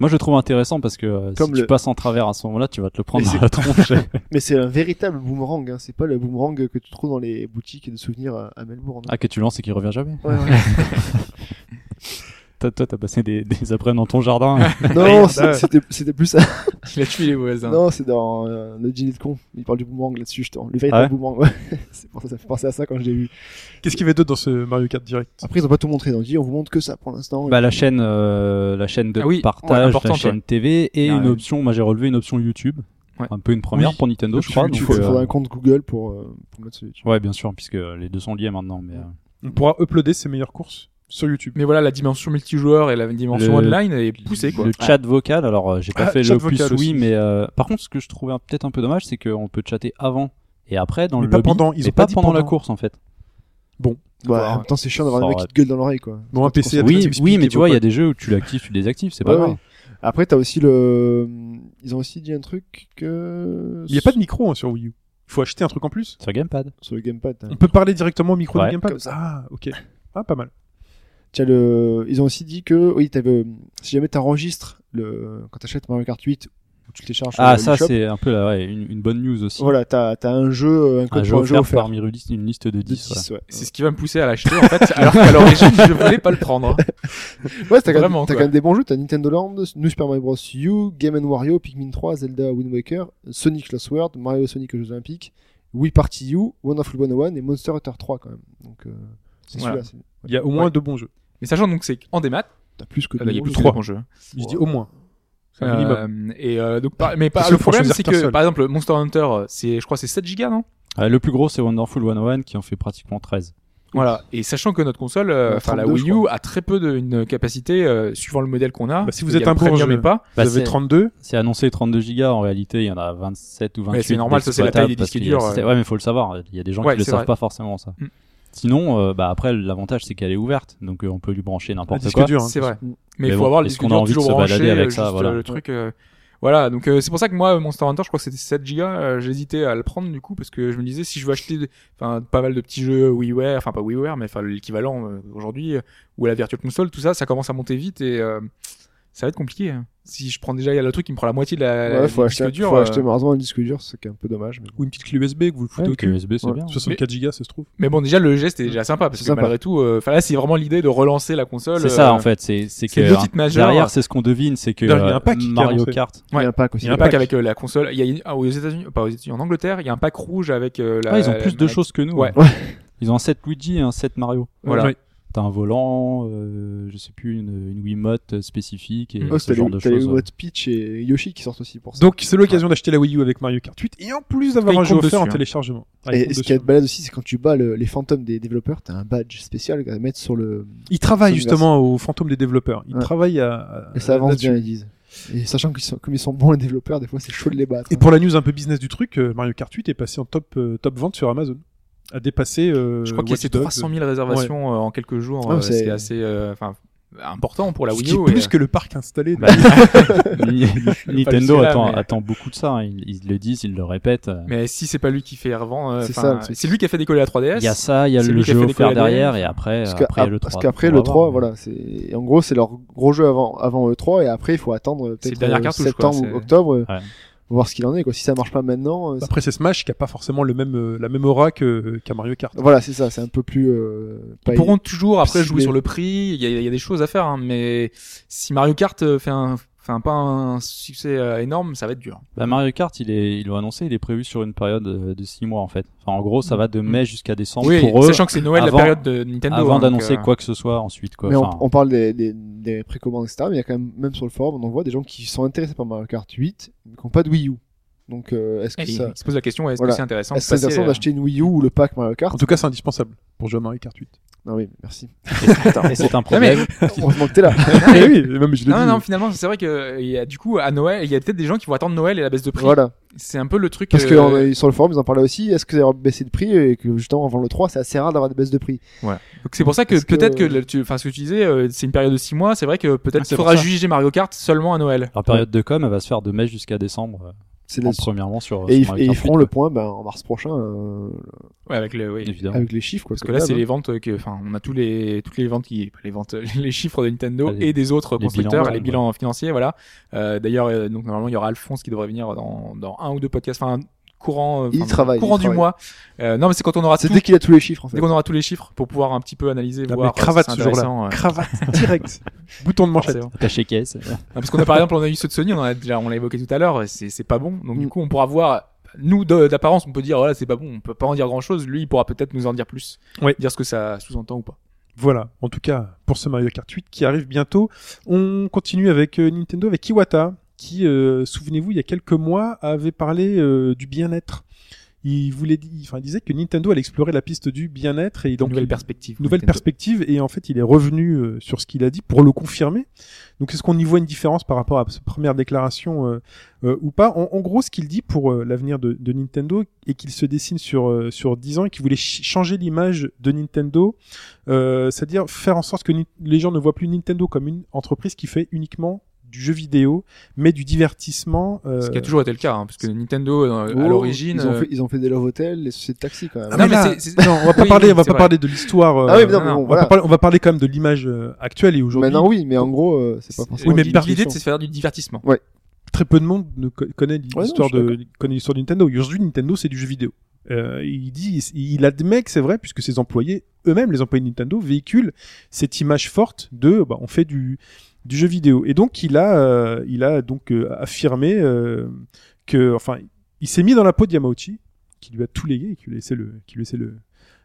S6: Moi, je le trouve intéressant parce que euh, si
S4: Comme
S6: tu
S4: le-
S6: passes en travers à ce moment-là, tu vas te le prendre
S4: Mais
S6: dans
S4: c'est-
S6: la tronche.
S4: Mais c'est un véritable boomerang, hein. c'est pas le boomerang que tu trouves dans les boutiques de souvenirs euh, à, à Melbourne. hein.
S6: ah, que tu lances et qu'il revient jamais.
S4: Ouais, ouais.
S6: [LAUGHS] Toi, toi, t'as passé des, des après dans ton jardin. Ah
S4: non,
S6: bah
S4: c'est- c'était c'était plus ça.
S5: Il a tué les voisins.
S4: Non, c'est dans euh, le dîner de con. Il parle du boomerang là-dessus, justement. Le véritable
S6: Ah ouais
S4: boomerang, ouais. [LAUGHS] C'est pour ça, ça me fait penser à ça quand je l'ai vu.
S3: Qu'est-ce qu'il y avait d'autre dans ce Mario Kart
S6: Ah.
S3: direct
S4: Après, ils ont pas tout montré, donc dit on vous montre que ça pour l'instant.
S6: bah, la chaîne, euh, la chaîne de
S5: Ah oui, ouais,
S6: partage, la
S5: importante,
S6: chaîne TV et
S5: Ah ouais.
S6: une option. Moi, j'ai relevé une option YouTube.
S5: Ouais.
S6: Un peu une première
S3: Oui.
S6: pour Nintendo, je
S3: Option
S6: crois.
S4: il
S6: donc,
S4: faut- il
S6: euh,
S4: faudra un compte Google pour, euh, pour mettre sur YouTube.
S6: Ouais, bien sûr, puisque euh, les deux sont liés maintenant. Mais, euh,
S3: On pourra uploader ses meilleures courses sur YouTube.
S5: Mais voilà, la dimension multijoueur et la dimension
S6: Le-
S5: online est poussée quoi.
S6: Le chat vocal, alors euh, j'ai pas
S3: Ah,
S6: fait
S3: chat
S6: le
S3: vocal
S6: plus oui,
S3: aussi.
S6: mais euh, par contre, ce que je trouvais un- peut-être un peu dommage, c'est qu'on peut chatter avant et après dans
S3: Mais
S6: le
S3: pas
S6: lobby,
S3: pendant, ils
S6: mais
S3: ont
S6: pas,
S3: pas dit
S6: pendant, la
S3: pendant.
S6: course en fait.
S4: Bah,
S5: Ouais.
S4: en même temps, c'est chiant d'avoir un
S6: Ça
S4: mec
S6: aurait-
S4: qui te gueule dans l'oreille, quoi.
S3: Bon, un PC à
S6: Oui,
S3: Team Speak
S6: oui, mais
S3: et
S6: tu vois, il y a
S3: Bob.
S6: des jeux où tu l'actives, tu désactives, c'est
S4: Ouais,
S6: pas grave.
S4: ouais. Après, t'as aussi le. Ils ont aussi dit un truc que.
S3: Il n'y a pas de micro hein, sur Wii U. Il faut acheter un truc en plus.
S6: Sur Gamepad.
S4: Sur le gamepad. hein.
S3: On peut parler directement au micro
S6: Ouais.
S3: du Gamepad.
S4: Comme ça.
S3: Ah, ok. Ah, pas mal.
S4: Tiens, le... Ils ont aussi dit que. Oui, t'avais. euh, Si jamais t'enregistres le... quand t'achètes Mario Kart 8 ou tu le télécharges sur
S6: Ah,
S4: le
S6: ça
S4: eShop,
S6: c'est un peu la- ouais, une, une bonne news aussi.
S4: Voilà, t'as t'as un jeu, euh, un code
S6: Un jeu
S4: pour un jeu
S6: offert
S4: offert.
S6: parmi une liste- une liste de 10.
S4: De 10, ouais.
S5: C'est ce qui va me pousser à l'acheter en
S4: [LAUGHS]
S5: fait, alors qu'à l'origine je voulais pas le prendre.
S4: Ouais, t'as quand, même-
S5: Vraiment,
S4: t'as
S5: quoi.
S4: quand même des bons jeux. T'as Nintendo Land, New Super Mario Bros. U, Game Wario, Pikmin 3, Zelda Wind Waker, Sonic Lost World, Mario et Sonic aux Jeux Olympiques, Wii Party U, Wonderful 101 et Monster Hunter 3 quand même. Donc, euh, c'est
S5: Voilà.
S4: celui-là. c'est-
S3: Il y a au moins deux bons jeux.
S5: Mais sachant donc que c'est en démat,
S4: T'as plus que
S5: euh, il y a
S4: bons
S5: plus
S4: jeux.
S5: de trois bons jeux.
S3: Je dis au moins. C'est un
S6: bah,
S3: minimum.
S5: Euh, et euh, donc par- mais
S3: Parce
S5: par,
S3: que
S5: le
S3: faut
S5: problème
S3: choisir
S5: c'est
S3: qu'un
S5: que
S3: seul.
S5: par exemple Monster Hunter euh, c'est je crois c'est 7 gigas non
S6: Euh, le plus gros c'est Wonderful 101 qui en fait pratiquement 13.
S5: Voilà. Et sachant que notre console, euh,
S4: Ouais,
S5: enfin la
S4: 32,
S5: Wii
S4: je
S5: U, a très peu de une capacité euh, suivant le modèle qu'on a.
S3: Bah, si vous
S5: Il y
S3: êtes
S5: a
S3: un
S5: le premium
S3: bourgeois.
S5: et pas.
S6: Bah,
S3: vous avez
S6: c'est-
S3: 32
S6: C'est annoncé 32 gigas, en réalité il y en a 27 ou 28.
S5: c'est normal, ça, c'est la taille des
S6: d'exploitables,
S5: disques
S6: parce qu'il y a le
S5: durs,
S6: système- Ouais, mais il faut le savoir, il y a des gens
S5: Ouais,
S6: qui le
S5: c'est
S6: savent
S5: vrai.
S6: pas forcément ça.
S5: Mm.
S6: Sinon, euh, bah, après l'avantage c'est qu'elle est ouverte, donc euh, on peut lui
S5: Bah,
S6: brancher
S3: Un
S6: n'importe
S3: disque
S6: quoi.
S3: dur. hein.
S5: C'est vrai. Mais
S6: Mais
S5: il faut
S6: bon,
S5: avoir le
S6: est-ce
S5: disque
S6: qu'on a
S5: dur
S6: envie de
S5: toujours
S6: se balader
S5: branché,
S6: avec
S5: euh,
S6: ça,
S5: juste,
S6: voilà.
S5: euh, le truc. euh, voilà, donc euh, c'est pour ça que moi, Monster Hunter, je crois que c'était 7 Go. euh, J'hésitais à le prendre du coup parce que je me disais si je veux acheter, enfin, pas mal de petits jeux WiiWare, enfin pas WiiWare, mais enfin l'équivalent euh, aujourd'hui euh, ou à la Virtual Console, tout ça, ça commence à monter vite et euh, ça va être compliqué. hein. Si je prends déjà il y a le truc qui me prend la moitié de la,
S4: Ouais,
S5: la-
S4: faut
S5: du
S4: acheter,
S5: disque dur,
S4: faut
S5: euh,
S4: acheter malheureusement un disque dur, c'est qui est un peu dommage. Mais...
S3: Ou une petite clé USB que vous le foutez
S6: Ouais,
S3: au
S6: le
S3: cul.
S6: USB, c'est
S4: Ouais.
S6: bien.
S3: 64 gigas, ça se trouve.
S5: hein. Mais bon, déjà le geste est déjà sympa parce que
S4: Sympa.
S5: malgré tout, euh, enfin là, c'est vraiment l'idée de relancer la console.
S6: C'est ça
S5: euh,
S6: en fait, c'est c'est que
S5: c'est le titre majeur. hein.
S6: derrière c'est ce qu'on devine, c'est que
S3: Non, il y a
S6: euh,
S3: un pack qui est
S6: Mario
S3: annoncé.
S6: Kart.
S5: Ouais.
S4: Il y a un pack aussi.
S3: Il y a un
S5: un pack avec euh, la console. Il y a une- ah, aux États-Unis, pas aux États-Unis, en Angleterre, il y a un pack rouge avec euh, la.
S6: Ouais, ils ont
S5: la-
S6: plus de
S5: la-
S6: choses que nous.
S5: Ouais.
S6: hein. Ils ont un 7 Luigi et un 7 Mario.
S5: Voilà.
S3: Ouais.
S6: T'as un volant, euh, je sais plus, une, une Wiimote spécifique et
S5: Mm.
S4: Ouais,
S6: ce
S4: t'as Oh, les,
S6: genre de
S4: t'as les
S6: choses.
S4: Wiimote Peach et Yoshi qui sortent aussi pour ça.
S3: Donc c'est l'occasion d'acheter la Wii U avec Mario Kart 8 et en plus d'avoir
S5: Et
S3: un
S5: il
S3: jeu
S5: compte
S3: offert en
S5: dessus, hein.
S3: téléchargement. Ah, il
S4: et
S3: compte
S4: ce qui est
S3: dessus.
S4: balade aussi, c'est quand tu bats le- les fantômes des développeurs, t'as un badge spécial à mettre sur le.
S3: Ils travaillent
S4: Sony
S3: justement aux fantômes des développeurs. Ils
S4: Ouais.
S3: travaillent à. à-
S4: Et ça avance
S3: Ah, là-dessus.
S4: bien, ils disent. Et sachant qu'ils sont, comme ils sont bons les développeurs, des fois c'est chaud de les battre.
S3: Et
S4: hein.
S3: pour la news un peu business du truc, euh, Mario Kart 8 est passé en top, euh, top vente sur Amazon. A dépassé. euh,
S5: Je crois qu'il y a
S3: Watch
S5: ces
S3: Dogs.
S5: 300 000 réservations euh, en quelques jours.
S4: Ah,
S5: euh,
S4: c'est-
S5: c'est assez, euh, enfin, important pour la
S3: Ce
S5: Wii
S3: qui
S5: U.
S3: est plus
S5: et-
S3: que le parc installé.
S5: [LAUGHS]
S6: Bah, Ni- Nintendo
S5: celui-là,
S6: attend,
S5: mais-
S6: attend beaucoup de ça. hein. Ils, ils le disent, ils le répètent.
S5: euh, Mais si c'est pas lui qui fait revend, euh,
S4: C'est
S5: enfin,
S4: ça, le truc.
S5: c'est lui qui a fait décoller la 3DS.
S6: Il y a ça, il y a
S5: c'est
S6: le
S5: lui qui a
S6: jeu
S5: fait décoller
S6: offert
S5: la DRM.
S6: derrière et après,
S4: Parce que-
S6: après il y a le 3.
S4: parce qu'après
S6: On
S4: le
S6: va voir,
S4: 3,
S6: mais-
S4: voilà, c'est en gros c'est leur gros jeu avant avant le 3 et après il faut attendre euh,
S5: C'est le
S4: peut-être
S5: dernier
S4: euh,
S5: cartouche,
S4: septembre
S5: quoi,
S4: ou
S5: c'est-
S4: octobre euh,
S6: Ouais.
S4: pour voir ce qu'il en est quoi. Si ça marche pas maintenant, euh, c'est-
S3: Après, c'est Smash qui a pas forcément le même, euh, la même aura que, euh, qu'à Mario Kart.
S4: voilà c'est ça, c'est un peu plus. euh, pas-
S5: Ils pourront toujours après
S4: Cibler.
S5: jouer sur le prix. Il y a, il y a des choses à faire, hein, mais si Mario Kart euh, fait un, enfin pas un succès euh, énorme, ça va être dur.
S6: Bah, Mario Kart, il est, ils l'ont annoncé, il est prévu sur une période euh, de 6 mois en fait. Enfin, en gros, ça va de mai jusqu'à décembre
S5: Mm. Oui,
S6: pour eux,
S5: sachant que c'est Noël,
S6: avant-
S5: la période de Nintendo.
S6: avant
S5: hein, donc,
S6: d'annoncer
S5: euh,
S6: quoi que ce soit ensuite. Quoi.
S4: Mais
S6: Enfin,
S4: on, on parle des, des, des précommandes, etc. Mais il y a quand même, même sur le forum, on en voit des gens qui sont intéressés par Mario Kart 8, mais qui n'ont pas de Wii U. Donc, euh, est-ce que
S5: et Il
S4: ça.
S5: il se pose la question est-ce
S4: Voilà.
S5: que c'est intéressant, de
S4: Est-ce que c'est
S5: passer,
S4: intéressant Bah,
S5: euh,
S4: d'acheter une Wii U ou le pack Mario
S3: En
S4: Kart
S3: tout cas, c'est indispensable pour jouer à Mario Kart 8.
S4: Non, oui,
S5: [LAUGHS]
S4: merci.
S6: [LAUGHS] et c'est un problème.
S4: Heureusement que t'es là.
S3: Eh oui, même je l'ai
S5: Non,
S3: dit.
S5: non, finalement, c'est vrai que euh, il y a, du coup, à Noël, il y a peut-être des gens qui vont attendre Noël et la baisse de prix.
S4: voilà.
S5: C'est un peu le truc.
S4: Parce que
S5: euh,
S4: euh, sur le forum, ils en parlaient aussi. Est-ce que ça va baisser de prix et que justement avant le 3, c'est assez rare d'avoir des baisses de prix
S5: donc c'est pour ça que
S4: parce que-
S5: peut-être que, le- tu, enfin, ce que tu disais, euh, c'est une période de 6 mois. C'est vrai que peut-être
S6: Ah,
S5: qu'il
S6: c'est
S5: faudra
S6: pour ça.
S5: juger Mario Kart seulement à Noël.
S6: Leur période de com, elle va se faire de mai jusqu'à décembre, euh,
S4: C'est
S6: en
S4: là-dessus.
S6: premièrement sur.
S4: Et,
S6: sur
S4: ils,
S6: Mario
S4: et ils
S6: Kart
S4: feront
S6: 8,
S4: le
S6: quoi.
S4: point ben, en mars prochain euh,
S5: Ouais, avec le, oui.
S6: Évidemment.
S4: avec les chiffres. Quoi,
S5: Parce que
S4: comme
S5: là,
S4: d'hab,
S5: c'est
S4: hein.
S5: les ventes que, enfin, on a tous les, toutes les ventes qui, pas les ventes, [LAUGHS] les chiffres de Nintendo
S6: Ah, les-
S5: et des autres
S6: les
S5: constructeurs,
S6: bilans,
S5: les
S6: ouais.
S5: bilans financiers, voilà. Euh, d'ailleurs, euh, donc, normalement, il y aura Alphonse qui devrait venir dans, dans un ou deux podcasts, enfin, courant, euh,
S4: Il
S5: enfin,
S4: travaille,
S5: courant
S4: il
S5: du
S4: travaille.
S5: mois. Euh, non, mais c'est quand on aura
S4: hein. C'est
S5: tout-
S4: dès qu'il a tous les chiffres en fait.
S5: dès qu'on aura tous les chiffres pour pouvoir un petit peu analyser,
S3: Ah, mais
S5: voir. euh, si
S3: cravate
S5: c'est
S3: ce jour-là.
S5: intéressant,
S3: [LAUGHS]
S5: euh,
S3: Cravate direct. Bouton de manchette.
S5: forcément.
S6: Attaché caisse.
S5: Non, parce qu'on a par exemple on a eu ceux de Sony, on en a déjà on l'a évoqué tout à l'heure, c'est c'est pas bon. Donc du
S4: Mm.
S5: coup on pourra voir nous de- d'apparence on peut dire voilà c'est pas bon, on peut pas en dire grand chose. Lui il pourra peut-être nous en dire plus,
S3: Ouais.
S5: dire ce que ça sous-entend ou pas.
S3: Voilà, en tout cas pour ce Mario Kart 8 qui arrive bientôt. On continue avec euh, Nintendo, avec Iwata, qui, euh, souvenez-vous, il y a quelques mois avait parlé euh, du bien-être. Il, voulait, di- enfin, il disait que Nintendo allait explorer la piste du bien-être et donc
S5: nouvelle
S3: il-
S5: perspective.
S3: nouvelle
S5: Nintendo.
S3: perspective et en fait il est revenu euh, sur ce qu'il a dit pour le confirmer. Donc est-ce qu'on y voit une différence par rapport à sa première déclaration euh, euh, ou pas en, en gros ce qu'il dit pour euh, l'avenir de, de Nintendo et qu'il se dessine sur euh, sur 10 ans et qu'il voulait ch- changer l'image de Nintendo, euh, c'est-à-dire faire en sorte que Ni- les gens ne voient plus Nintendo comme une entreprise qui fait uniquement du jeu vidéo mais du divertissement. euh,
S5: Ce qui a toujours été le cas, hein, parce que Nintendo euh,
S4: Oh,
S5: à l'origine.
S4: ils, ont
S5: euh, Ah
S4: fait- ils ont fait des Love Hotel, les sociétés de taxi quand même.
S3: Ah,
S5: Non,
S3: mais
S5: mais
S3: là-
S5: c'est- c'est-
S3: non, on va pas
S5: Oui,
S3: parler, on va
S5: c'est
S3: pas
S5: vrai.
S3: parler de l'histoire. euh,
S4: ah oui, mais non,
S5: non,
S4: mais
S5: non,
S4: bon,
S3: on, va
S4: voilà.
S3: pas parler- on va parler quand même de l'image euh, actuelle et aujourd'hui.
S4: Maintenant, oui, mais en gros, euh, c'est pas forcément.
S3: Oui, mais
S5: l'idée-
S3: par-
S5: l'idée de c'est de faire du divertissement.
S3: très peu de monde ne co- connaît
S4: non,
S3: l'histoire
S4: je suis
S3: de connaît l'histoire de Nintendo. Aujourd'hui, Nintendo c'est du jeu vidéo. Euh, il dit, il admet que c'est vrai puisque ses employés eux-mêmes, les employés de Nintendo, véhiculent cette image forte de, bah, on fait du du jeu vidéo. Et donc il a, euh, il a donc euh, affirmé euh, que, enfin, il s'est mis dans la peau de Yamauchi, qui lui a tout légué, et qui lui a laissé le, qui lui a laissé le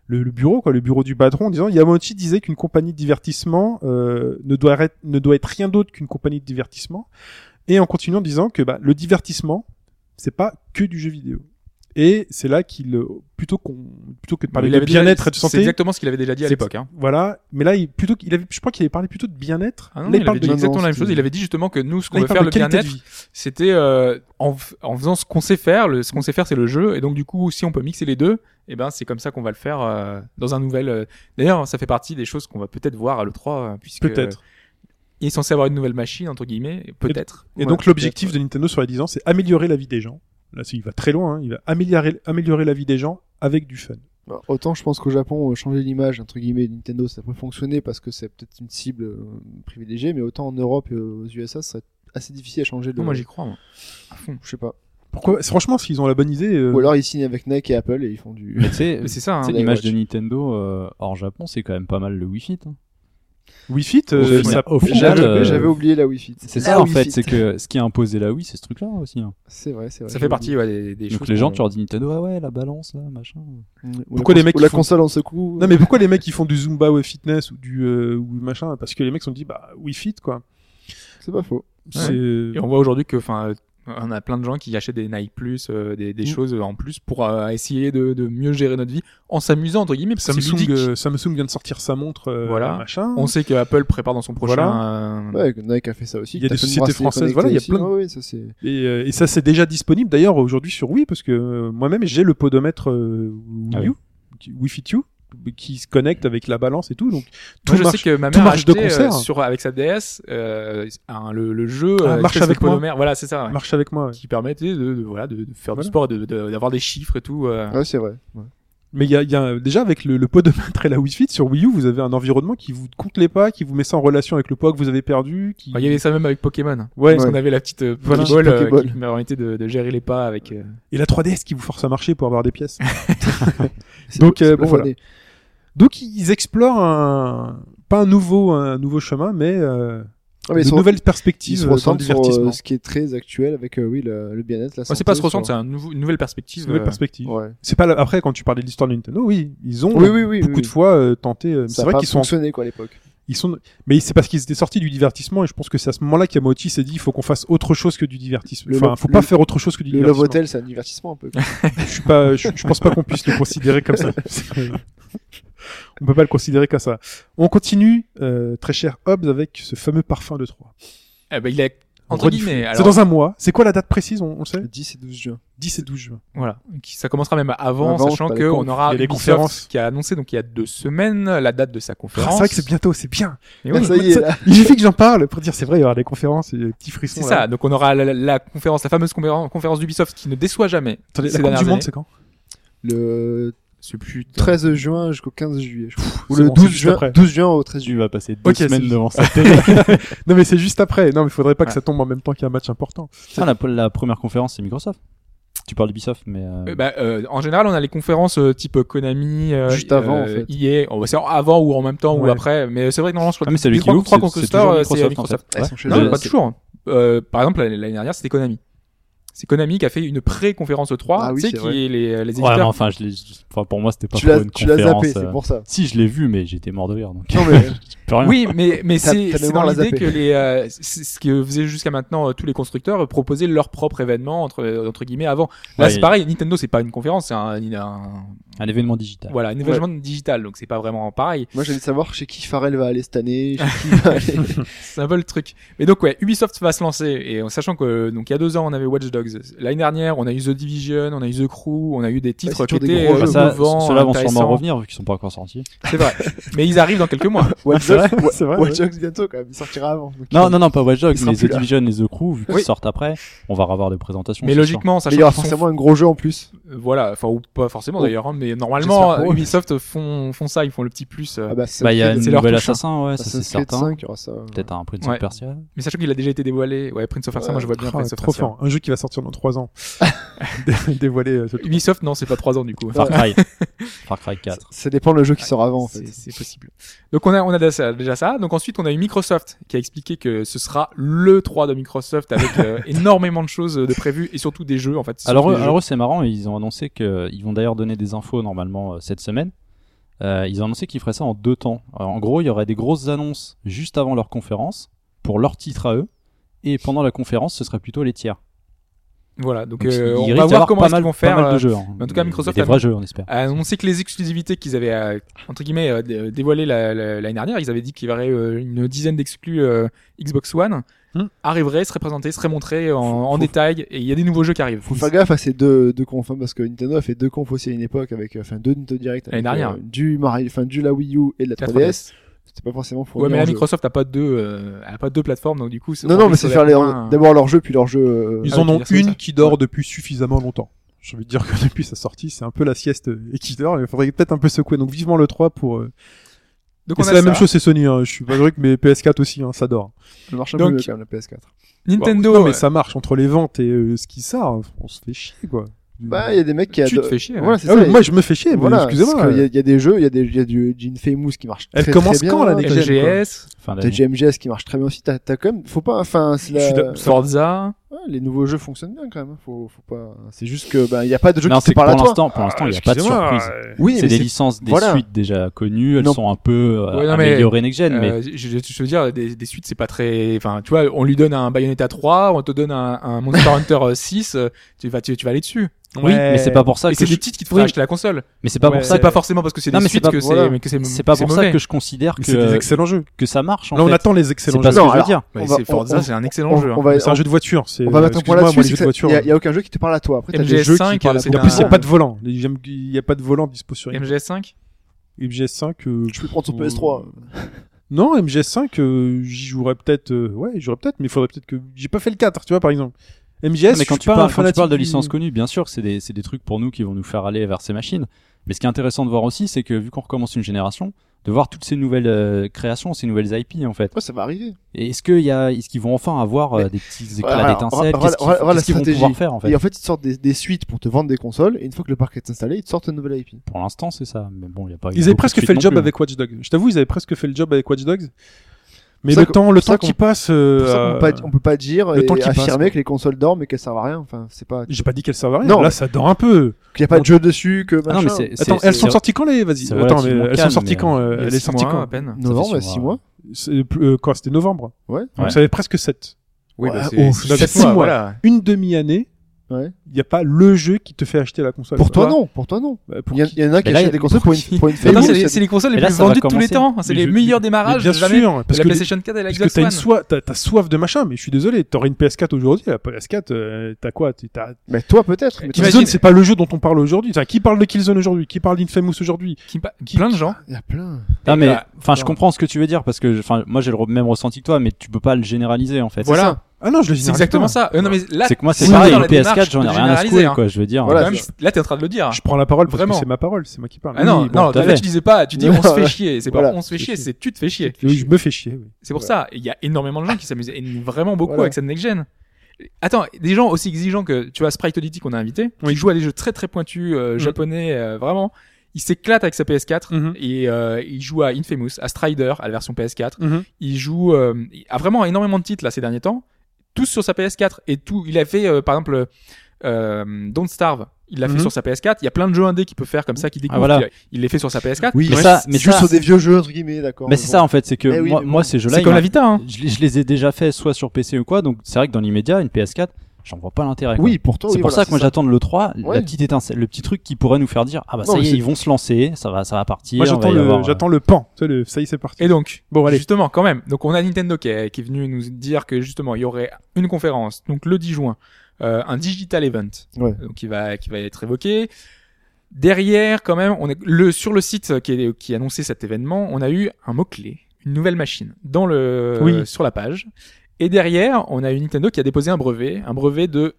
S3: le, le bureau, quoi, le bureau du patron, en disant Yamauchi disait qu'une compagnie de divertissement euh, ne, doit être, ne doit être rien d'autre qu'une compagnie de divertissement, et en continuant en disant que bah, le divertissement, c'est pas que du jeu vidéo. Et c'est là qu'il, euh, plutôt, qu'on plutôt que de parler
S5: Il
S3: de
S5: avait déjà-
S3: bien-être et de santé,
S5: C'est exactement ce qu'il avait déjà dit à
S3: c'est-
S5: l'époque. hein.
S3: voilà, mais là, il, plutôt, qu'il avait, je crois qu'il avait parlé plutôt de bien-être.
S5: Ah
S3: Là,
S5: non, non, il
S3: parle
S5: avait dit
S3: de-
S5: exactement la même
S4: c'était-
S5: chose. Il avait dit justement que nous, ce
S3: là,
S5: qu'on
S3: il
S5: veut
S3: parle
S5: faire,
S3: de
S5: le
S3: qualité de
S5: bien-être,
S3: vie.
S5: c'était euh, en, f- en faisant ce qu'on sait faire. Le, ce qu'on sait faire, c'est le jeu. Et donc, du coup, si on peut mixer les deux, eh ben, c'est comme ça qu'on va le faire euh, dans un nouvel. euh, D'ailleurs, ça fait partie des choses qu'on va peut-être voir à l'E3, euh, puisque
S3: Peut-être.
S5: il est censé avoir une nouvelle machine, entre guillemets, et peut-être.
S3: Et donc l'objectif de Nintendo sur les 10 ans, c'est améliorer la vie des gens. Là, c'est- il va très loin, hein. il va améliorer, améliorer la vie des gens avec du fun.
S4: Bah, Autant je pense qu'au Japon, euh, changer l'image, entre guillemets, de Nintendo, ça peut fonctionner parce que c'est peut-être une cible euh, privilégiée, mais autant en Europe et aux USA, ça serait assez difficile à changer de.
S5: Non, moi, j'y crois. moi.
S4: Je sais pas.
S3: Pourquoi Franchement, s'ils ont la bonne idée, euh,
S4: Ou alors ils signent avec Nike et Apple et ils font
S3: [LAUGHS]
S4: du.
S6: Mais tu sais,
S5: Mais c'est ça. hein.
S6: tu sais,
S4: Apple
S6: l'image
S4: Watch.
S6: de Nintendo euh, hors Japon, c'est quand même pas mal le Wii Fit. hein.
S3: Wii Fit, euh,
S6: Au final-
S3: ça-
S6: au final,
S4: J'avais
S6: euh,
S4: j'avais oublié la Wi-Fi.
S6: C'est
S4: La
S6: ça en
S4: Wii
S6: fait,
S4: Fit.
S6: c'est que ce qui a imposé la Wii, c'est ce truc-là aussi. hein.
S4: C'est vrai, c'est vrai.
S5: Ça
S4: j'avais
S5: fait partie ouais, des, des
S6: Donc
S5: choses.
S6: les gens,
S5: qu'on-
S6: tu leur dis Nintendo, ah ouais, la balance là, machin.
S4: oublié. Mm. Ou la
S3: Pourquoi les
S4: cons-
S3: mecs
S4: ou
S3: qui
S4: la
S3: font-
S4: console en secoue
S3: Non mais pourquoi les mecs ils font du Zumba ou fitness ou du euh, ou machin parce que les mecs se sont dit bah Wii Fit quoi.
S4: C'est pas faux.
S3: C'est
S5: Et on voit aujourd'hui que, enfin, euh, on a plein de gens qui achètent des Nike Plus, euh, des, des
S3: Mm.
S5: choses en plus pour euh, essayer de, de mieux gérer notre vie en s'amusant entre guillemets. parce que c'est
S3: Samsung
S5: ludique.
S3: euh, Samsung vient de sortir sa montre euh,
S5: Voilà.
S3: machin.
S5: On sait que Apple prépare dans son prochain. euh,
S4: Ouais, Nike a fait ça aussi.
S3: Il y a
S4: t'as
S3: des
S4: plein de
S3: sociétés
S4: bracelets
S3: françaises,
S4: connectés
S3: voilà, il y a
S4: aussi.
S3: plein de-
S4: Ah ouais, ça c'est.
S3: Et, euh, et ça c'est déjà disponible d'ailleurs aujourd'hui sur Wii parce que euh, moi-même j'ai le podomètre euh, Wii
S6: Ah
S3: U, qui- Wii Fit U qui se connecte avec la balance et tout donc tout
S5: Moi, je
S3: marche.
S5: sais que ma
S3: tout
S5: mère a
S3: marche de
S5: acheté, euh,
S3: concert.
S5: sur avec sa DS euh, un- le, le jeu
S3: Ah,
S5: euh,
S3: Marche
S5: espèce de
S3: avec moi.
S5: podomère. Voilà, c'est ça. ouais.
S3: Marche avec moi. ouais.
S5: Qui permet tu sais, de, de- voilà de, de faire
S3: Voilà.
S5: du sport, et de- de- d'avoir des chiffres et tout. euh.
S3: Ah.
S4: Ouais, c'est vrai.
S3: Mais il y a, il y a déjà avec le, le podomètre et la Wii Fit sur Wii U, vous avez un environnement qui vous compte les pas, qui vous met ça en relation avec le poids que vous avez perdu, qui
S5: Il y avait ça même avec Pokémon.
S3: ouais.
S5: Parce
S4: Ouais.
S5: qu'on avait la petite euh,
S4: Voilà.
S5: Pokéball, euh,
S4: Pokéball.
S5: qui permettait de, de gérer les pas avec. euh,
S3: et la 3DS qui vous force à marcher pour avoir des pièces.
S4: C'est-
S3: Donc,
S4: c'est
S3: euh,
S4: bon,
S3: voilà.
S4: allez.
S3: Donc ils explorent un pas un nouveau un nouveau chemin, mais euh,
S4: Ah, mais
S3: de
S4: ils se re-
S3: nouvelles
S4: ils
S3: perspectives
S4: se
S3: euh, dans le
S4: ressentent sur euh,
S3: divertissement.
S4: ce qui est très actuel avec euh, oui le, le bien-être, la
S5: ouais,
S4: santé.
S5: c'est pas se
S4: sur-
S5: ressentir, c'est un nouveau- une nouvelle
S3: C'est
S5: perspective.
S3: une nouvelle
S5: euh,
S3: perspective.
S4: Ouais.
S3: C'est pas la- après quand tu parlais de l'histoire de Nintendo, oui, ils ont
S4: Oui,
S3: euh,
S4: oui, oui.
S3: beaucoup
S4: oui.
S3: de fois euh, tenté. euh,
S4: Ça
S3: C'est
S4: a
S3: vrai
S4: pas
S3: qu'ils sont
S4: fonctionné quoi à l'époque.
S3: ils sont mais c'est parce qu'ils étaient sortis du divertissement et je pense que c'est à ce moment-là qu'Yamauchi s'est dit il faut qu'on fasse autre chose que du divertissement.
S4: Le
S3: Enfin,
S4: love-
S3: faut pas
S4: le-
S3: faire autre chose que du
S4: Le Love
S3: divertissement.
S4: Hotel, c'est un divertissement un peu. quoi.
S3: je suis pas, je, je pense pas qu'on puisse le considérer
S4: [LAUGHS]
S3: comme ça. On peut pas le considérer comme ça. On continue, euh, très cher Hobbs, avec ce fameux parfum de Troyes.
S5: eh ben, il a entre
S3: Rediff-
S5: guillemets.
S3: C'est
S5: Alors,
S3: dans un mois. C'est quoi la date précise On, on le sait
S4: Le 10 et 12 juin.
S3: 10 et 12 juin.
S5: Voilà, Qui- ça commencera même avant,
S4: Avant,
S5: sachant
S4: t'as les
S5: que
S4: confs,
S5: on aura
S3: il y a les
S5: Ubisoft
S3: conférences.
S5: qui a annoncé donc il y a deux semaines la date de sa
S3: Ah,
S5: conférence.
S3: c'est vrai que c'est bientôt, c'est bien.
S5: Mais
S4: Ah,
S3: [LAUGHS]
S5: oui,
S4: ça y est,
S3: Ça-
S4: là.
S3: Il suffit que j'en parle pour dire c'est vrai, il y aura des conférences, et des petits frissons.
S5: c'est
S3: là.
S5: ça. Donc on aura la, la- la conférence, la fameuse conféren- conférence d'Ubisoft qui ne déçoit jamais.
S3: Attendez,
S5: ces
S3: la Coupe du
S5: dernières
S3: Monde,
S5: années.
S3: c'est quand
S4: Le
S5: C'est plus
S4: 13 juin jusqu'au 15 juillet. je crois. Ou
S3: c'est
S4: le
S3: bon, c'est
S4: 12
S3: juste
S4: juin.
S3: après.
S4: 12 juin au 13
S6: Tu
S4: juillet.
S6: vas passer deux
S3: Ok, c'est
S6: semaines
S3: juste-
S6: devant sa [LAUGHS] télé.
S3: Non, mais c'est juste après. Non, mais faudrait pas que
S5: Ouais.
S3: ça tombe en même temps qu'il y a un match important.
S6: Ah, la, la première conférence, c'est Microsoft. Tu parles d'Ubisoft, mais. euh,
S5: Euh, bah, euh, en général, on a les conférences euh, type Konami, euh,
S4: Juste avant, en fait.
S5: EA. Oh, bah, c'est avant ou en même temps
S3: Ouais.
S5: ou après. Mais c'est vrai que normalement, sur
S6: Ah, mais c'est lui
S5: les
S6: qui
S5: trois,
S6: l'ouvre,
S5: trois
S6: c'est- c'est
S5: constructeurs,
S6: toujours
S5: euh, c'est
S6: Microsoft, en fait.
S5: Microsoft.
S4: Elles sont chez
S5: Non,
S4: eux.
S5: pas
S6: c'est-
S5: toujours. Euh, par exemple, l'année l'année dernière, c'était Konami. C'est Konami qui a fait une pré-conférence 3,
S4: Ah oui,
S5: tu
S4: c'est
S5: sais, qui
S4: vrai.
S5: est les, les
S6: Ouais, mais
S5: éditeurs.
S6: enfin, je l'ai- je- enfin, pour moi, c'était pas
S4: Tu
S6: trop
S4: l'as,
S6: une
S4: tu l'as zappé,
S6: conférence. euh,
S4: c'est pour ça.
S6: Si, je l'ai vu, mais j'étais mort de rire, donc
S4: [LAUGHS]
S6: euh,
S4: Non mais
S6: je peux rien.
S5: Oui, mais, mais
S4: Ta-
S5: c'est
S4: ta
S5: c'est dans
S4: mémoire l'a
S5: l'idée
S4: zappé.
S5: que les, euh, c'est ce que faisaient jusqu'à maintenant euh, tous les constructeurs, euh, proposaient leur propre événement, entre, euh, entre guillemets, avant. Là,
S6: Ouais,
S5: c'est
S6: il-
S5: pareil, Nintendo, c'est pas une conférence, c'est un, un-
S6: Un événement digital.
S5: voilà, un événement digital, donc c'est pas vraiment pareil.
S4: moi j'allais savoir chez qui Farrell va aller cette année, chez [LAUGHS] qui va aller.
S5: C'est un peu le truc. Mais donc ouais, Ubisoft va se lancer et en sachant que donc il y a deux ans on avait Watch Dogs, l'année dernière on a eu The Division, on a eu The Crew, on a eu des titres
S4: c'est
S5: qui
S4: toujours des
S5: étaient
S4: gros
S5: euh,
S6: Bah,
S4: jeux.
S6: ça,
S5: innovants,
S6: ceux-là vont sûrement
S5: intéressants.
S6: revenir vu qu'ils sont pas encore sortis.
S5: C'est vrai. Mais ils arrivent dans quelques
S6: [LAUGHS]
S5: mois.
S4: Watch
S3: C'est vrai,
S4: Dogs, Wa-
S3: c'est vrai,
S4: Watch
S3: ouais.
S4: Dogs bientôt quand même, il sortira avant. donc
S6: Non,
S4: il-
S6: non, non, pas Watch Dogs,
S4: Il sera
S6: mais
S4: plus
S6: The
S4: là.
S6: Division et The Crew, vu qu'ils
S5: Oui.
S6: sortent après, on va avoir des présentations.
S5: Mais
S6: c'est sûr.
S5: logiquement,
S4: Mais
S5: sachant
S4: il y aura
S5: qu'ils sont-
S4: forcément un gros jeu en plus.
S5: euh, voilà, enfin ou pas forcément
S4: Oh.
S5: d'ailleurs, hein, mais
S4: J'espère
S5: normalement
S4: pour eux.
S5: Ubisoft font font ça, ils font le petit plus. euh.
S4: Ah bah,
S6: Bah, il y a un
S5: c'est leur
S6: nouvel
S5: touche, hein.
S6: assassin, ouais, ça c'est
S4: Assassin's Creed
S6: certain.
S4: 5, il y aura ça.
S6: Peut-être un Prince
S5: Ouais.
S6: of Persia.
S5: Mais sachant qu'il a déjà été dévoilé, ouais, Prince of Persia,
S4: Ouais.
S5: moi je vois bien
S3: Ah,
S5: Prince of
S3: trop
S5: Persia.
S3: fort. Un jeu qui va sortir dans 3
S5: [LAUGHS]
S3: ans. Dé- Dévoilé. euh, ce-
S5: Ubisoft non, c'est pas trois ans du coup.
S6: Far
S5: [LAUGHS]
S6: Cry. Far Cry 4.
S4: Ça dépend le jeu qui sort avant en
S5: C'est-
S4: fait.
S5: C'est possible. Donc on a on a déjà ça, déjà ça. Donc ensuite on a eu Microsoft qui a expliqué que ce sera le 3 de Microsoft avec
S6: [LAUGHS]
S5: euh, énormément de choses de prévues et surtout des jeux en fait. C'est
S6: Alors,
S5: surtout
S6: eux,
S5: des
S6: alors eux, c'est marrant, ils ont annoncé que ils vont d'ailleurs donner des infos normalement euh, cette semaine. Euh, ils ont annoncé qu'ils feraient ça en deux temps. Alors, en gros, il y aurait des grosses annonces juste avant leur conférence pour leur titre à eux, et pendant la conférence, ce serait plutôt les tiers.
S5: Voilà, donc,
S6: Donc,
S5: euh,
S6: il
S5: on
S6: risque
S5: va
S6: d'avoir
S5: voir comment
S6: pas
S5: est-ce
S6: mal,
S5: qu'ils vont faire.
S6: pas mal de
S5: euh,
S6: jeux. hein.
S5: mais en tout cas,
S6: Mais- mais
S5: Microsoft
S6: des
S5: a- Ah,
S6: vrais jeux, on espère.
S5: a annoncé que les exclusivités qu'ils avaient euh, entre guillemets euh, dé- dévoilées la- la- l'année dernière, ils avaient dit qu'il y aurait euh, une dizaine d'exclus euh, Xbox One
S3: Hmm.
S5: arriveraient, seraient présentés, seraient montrés en, en
S4: faut-
S5: détail, et il y a des nouveaux jeux qui arrivent.
S4: Faut faire gaffe à ces deux, deux confs, hein, parce que Nintendo a fait deux confs aussi à une époque avec, euh, enfin, deux Nintendo Direct. avec,
S5: L'année dernière.
S4: euh, du Mario, enfin, du la Wii U et de la
S5: 4
S4: 3DS. C'était pas forcément pour.
S5: Ouais,
S4: revenir
S5: mais la
S4: en jeu.
S5: Microsoft a pas deux, euh, elle a pas deux plateformes, donc du coup.
S4: Non, non, mais c'est faire les-
S5: un-
S4: d'abord leur jeu, puis leur jeu. euh,
S3: Ils
S5: Ah,
S3: en
S5: oui,
S3: ont
S5: tu veux dire
S3: une
S5: ça.
S3: qui dort depuis suffisamment longtemps. J'ai envie de dire que [LAUGHS] depuis sa sortie, c'est un peu la sieste et qui dort. Il faudrait peut-être un peu secouer. Donc vivement le 3 pour. euh,
S5: Donc
S3: et
S5: on
S3: C'est
S5: a
S3: la
S5: ça.
S3: même chose, c'est Sony. hein. Je suis pas vrai que mais PS4 aussi, hein, ça dort.
S4: Ça marche un
S5: Donc-
S4: peu mieux quand même, la PS4.
S5: Nintendo.
S3: Non, mais
S5: euh,
S3: ça marche entre les ventes et euh, ce qui sort. On se fait chier, quoi.
S4: Bah, il y a des mecs qui
S5: Tu te
S4: adorent.
S5: fais chier. hein. ouais.
S4: Voilà, c'est
S3: Ah oui,
S4: ça.
S3: moi, je me fais chier. mais
S4: Voilà,
S3: Excusez-moi. euh.
S4: parce qu'il y a- Il y a des jeux, il y a des, il y a du Jin Famous qui marche.
S3: Elle
S4: très,
S3: commence
S4: très
S3: quand,
S4: bien,
S3: l'année
S4: t'as-
S3: prochaine, quoi.
S5: MGS,
S6: Fin
S4: T'as
S6: d'année.
S4: GMGS qui marche très bien aussi. T'as, t'as quand même, faut pas, enfin, c'est la-
S3: Je suis d'accord.
S5: Forza.
S4: Ouais, les nouveaux jeux fonctionnent bien quand même. hein. Faut, faut pas. C'est juste que, ben, il y a pas de jeu
S6: Non,
S4: qui
S6: c'est
S4: te
S6: que pour
S4: parle à toi.
S6: l'instant, pour l'instant, il
S5: Ah,
S6: n'y a pas de
S3: Excusez-moi,
S6: surprise.
S3: euh,
S4: Oui,
S6: C'est
S4: mais
S6: des licences, des
S4: voilà.
S6: suites déjà connues. Elles
S4: Non.
S6: sont un peu euh,
S5: Ouais, non, mais-
S6: améliorées next gen, mais
S5: Euh, je, je- je veux dire, des, des suites, c'est pas très. Enfin, tu vois, on lui donne un Bayonetta 3, on te donne un, un Monster Hunter euh, 6, euh, tu vas, tu, tu vas aller dessus.
S6: oui, mais c'est pas pour ça
S5: Et
S6: que.
S5: c'est
S6: je-
S5: des titres qui te feraient
S6: Oui.
S5: acheter la console.
S6: Mais c'est pas
S3: Ouais.
S6: pour ça.
S5: C'est pas forcément parce que c'est
S6: Non,
S5: des
S6: mais c'est
S5: suites
S6: pas-
S5: que
S6: voilà.
S5: c'est, mais que c'est,
S6: C'est pas pour ça
S5: mauvais.
S6: que je considère
S3: mais C'est des
S6: que
S3: excellents jeux.
S6: que ça marche. euh, en
S3: Là, on
S6: fait.
S3: attend les
S6: C'est
S3: excellents
S6: pas
S3: jeux.
S6: ce que je veux
S4: alors,
S6: dire.
S5: Bah,
S4: On va-
S5: c'est Forza,
S4: on-
S5: c'est un
S4: on,
S5: excellent jeu. hein.
S4: on va,
S3: Mais C'est un jeu de voiture. C'est
S4: on va mettre un point
S3: excuse-moi, moi,
S4: là-dessus.
S3: les
S4: c'est
S3: jeux
S4: que
S3: de
S4: ça-
S3: voiture.
S4: Il y a- il y, a aucun jeu qui te parle à toi. Après, t'as des
S5: MGS5,
S4: jeux qui parlent à
S5: c'est
S3: Et
S4: toi.
S3: en plus, il n'y a
S5: un-
S3: pas de volant. Les jeux- Il n'y a pas de volant dispo sur une-
S5: MGS5
S3: MGS5. euh,
S4: Je peux prendre son PS3.
S3: Non, MGS5, euh, j'y jouerais peut-être. euh, ouais, j'y jouerais peut-être, mais il faudrait peut-être que. J'ai pas fait le 4, tu vois, par exemple. MGS,
S6: Ah, mais
S3: je
S6: quand
S3: suis
S6: tu,
S3: pas un
S6: parles, quand tu
S3: fanatique
S6: parles de
S3: du-
S6: licences connues, bien sûr que c'est des, c'est des trucs pour nous qui vont nous faire aller vers ces machines. Mais ce qui est intéressant de voir aussi, c'est que vu qu'on recommence une génération, de voir toutes ces nouvelles euh, créations, ces nouvelles IP en fait.
S4: Ouais, ça va arriver.
S6: Et est-ce qu'il y a, est-ce qu'ils vont enfin avoir euh, des petits éclats
S4: voilà,
S6: d'étincelles
S4: voilà,
S6: Qu'est-ce qu'ils,
S4: voilà, voilà
S6: qu'est-ce qu'ils
S4: la
S6: vont
S4: stratégie.
S6: pouvoir faire en fait
S4: Et en fait, ils te sortent des, des suites pour te vendre des consoles. Et une fois que le parc est installé, ils te sortent une nouvelle IP.
S6: Pour l'instant, c'est ça. Mais bon, il y a pas.
S3: Ils avaient presque fait le
S6: hein.
S3: job avec Watch Dogs. Je t'avoue, ils avaient presque fait le job avec Watch Dogs. Mais
S4: ça
S3: le
S4: qu'on-
S3: temps, le
S4: pour ça
S3: temps
S4: qu'on-
S3: qui passe.
S4: C'est
S3: euh,
S4: pour ça qu'on peut pas- on peut pas dire
S3: le temps
S4: et
S3: qui passe,
S4: affirmer
S3: quoi.
S4: que les consoles dorment et qu'elles servent à rien. Enfin, c'est pas
S3: J'ai pas dit qu'elles servent à rien.
S4: Non.
S3: Là, ça dort un peu.
S4: qu'il n'y a pas de jeu dessus, que machin.
S6: Ah non, mais c'est, c'est-
S3: Attends,
S6: c'est-
S3: elles sont
S6: c'est-
S3: sorties quand les Vas-y.
S6: c'est
S3: Attends, mais
S6: relativement
S3: elles sont
S6: calme,
S3: sorties
S6: mais-
S3: quand euh,
S5: Il y a
S3: Elle est
S5: six
S3: sortie
S5: mois,
S3: quand
S5: à peine.
S4: novembre,
S6: sur
S4: ouais,
S6: un-
S4: six mois.
S3: C'est, euh, Quoi C'était novembre.
S4: Ouais.
S3: Donc
S6: Ouais.
S3: ça avait presque 7.
S5: Oui,
S4: Ouais,
S5: bah,
S3: oh,
S5: c'est
S3: ça fait
S5: c'est
S3: six mois.
S5: voilà.
S3: Une demi-année,
S4: Ouais.
S3: il n'y a pas le jeu qui te fait acheter la console.
S4: Pour toi,
S3: Bah,
S4: non. Pour toi, non.
S3: bah,
S4: Il
S3: pour
S4: y, en-
S3: qui-
S4: il y en a qui
S6: Mais là,
S4: achètent des consoles pour une, pour une
S5: Attends, c'est,
S4: famille.
S5: les- c'est les consoles les
S6: Et là,
S5: plus
S6: ça va
S5: vendues de tous les
S6: commencer.
S5: temps. C'est
S3: Mais
S5: les
S3: je-
S5: meilleurs démarrages
S3: Mais bien
S5: Ah, jamais.
S3: sûr, parce
S5: la
S3: que les-
S5: PlayStation 4 et la
S3: Parce que
S5: Xbox
S3: t'as une
S5: One.
S3: soif, t'as, t'as soif de machin, mais je suis désolé, t'aurais une PS4 aujourd'hui, la PS4, euh, t'as quoi t'es- t'as...
S4: Mais toi, peut-être. mais toi-
S5: T'imagines-
S3: Killzone, c'est pas le jeu dont on parle aujourd'hui. Enfin, qui parle de Killzone aujourd'hui Qui parle d'Infamous aujourd'hui
S5: Qui- Plein de gens.
S4: Il y a plein.
S6: Ah mais,
S5: Voilà.
S6: enfin, je comprends ce que tu veux dire parce que, enfin, moi j'ai le re- même ressenti que toi, mais tu peux pas le généraliser en fait.
S5: Voilà.
S3: Ah non, je le
S5: C'est exactement ça. Euh, Non, mais là,
S6: C'est que moi c'est
S5: on est
S6: pareil.
S5: dans
S6: Le
S5: la
S6: PS4,
S5: démarche
S6: j'en ai
S5: de
S6: rien à
S5: généraliser,
S6: secouer
S5: hein.
S6: quoi. Je veux dire.
S4: Voilà,
S5: Quand même, là, t'es en train de le dire.
S3: Je prends la parole parce
S5: Vraiment.
S3: que c'est ma parole, c'est moi qui parle.
S5: Ah non,
S3: Oui, bon,
S5: non,
S6: tout à
S5: là,
S6: fait.
S5: tu disais pas, tu dis on se fait chier, c'est
S4: Voilà.
S5: pas on se fait chier, c'est tu te fais chier.
S3: oui, je me fais chier. oui.
S5: C'est pour ça, il y a énormément de gens qui s'amusent et vraiment beaucoup
S4: Voilà.
S5: avec cette next gen. Attends, des gens aussi exigeants que tu vois Sprite Oddity qu'on a invité, qui joue à des jeux très très pointus euh, japonais euh, vraiment, il s'éclate avec sa PS4
S3: Mhm.
S5: et euh, il joue à Infamous, à Strider, à la version PS4,
S3: Mhm.
S5: il joue euh, à vraiment énormément de titres là ces derniers temps, tous sur sa PS4 et tout. Il a fait euh, par exemple euh, Don't Starve, il l'a
S3: Mhm.
S5: fait sur sa PS4. Il y a plein de jeux indés qu'il peut faire comme ça, qu'il découvre,
S6: voilà.
S5: qu'il- il les fait sur sa PS4.
S4: Oui,
S6: Mais
S4: ouais,
S6: ça-
S4: c'est
S6: mais
S4: juste
S6: ça-
S4: sur des vieux jeux, entre guillemets, d'accord.
S6: Mais c'est ça en fait, c'est que
S4: Eh oui,
S6: moi,
S4: mais
S6: moi
S4: bon.
S6: ces jeux-là,
S5: C'est
S6: ils
S5: comme la Vita, hein.
S6: je, les- je les ai déjà faits soit sur PC ou quoi, donc c'est vrai que dans l'immédiat, une PS4, j'en vois pas l'intérêt. quoi.
S4: Oui, pour toi,
S6: c'est
S4: oui,
S6: pour
S4: voilà,
S6: ça que moi j'attends le 3,
S4: Ouais.
S6: la petite étincelle, le petit truc qui pourrait nous faire dire ah bah
S4: Non,
S6: ça
S4: mais
S6: y est,
S4: c'est-
S6: ils vont se lancer, ça va, ça va partir.
S3: Moi,
S6: il va
S3: j'attends
S6: y
S3: le,
S6: avoir, euh,
S3: j'attends le pan. Tu sais, le- ça y est, c'est parti.
S5: Et donc,
S3: Bon, allez.
S5: justement, quand même. Donc, on a Nintendo qui est, qui est venu nous dire que justement, il y aurait une conférence, donc le 10 juin, euh, un digital event,
S4: Ouais.
S5: donc qui va, qui va être évoqué. Derrière, quand même, on est le sur le site qui, est, qui annonçait cet événement, on a eu un mot clé, une nouvelle machine dans le
S3: Oui.
S5: sur la page. Et derrière, on a eu Nintendo qui a déposé un brevet, un brevet de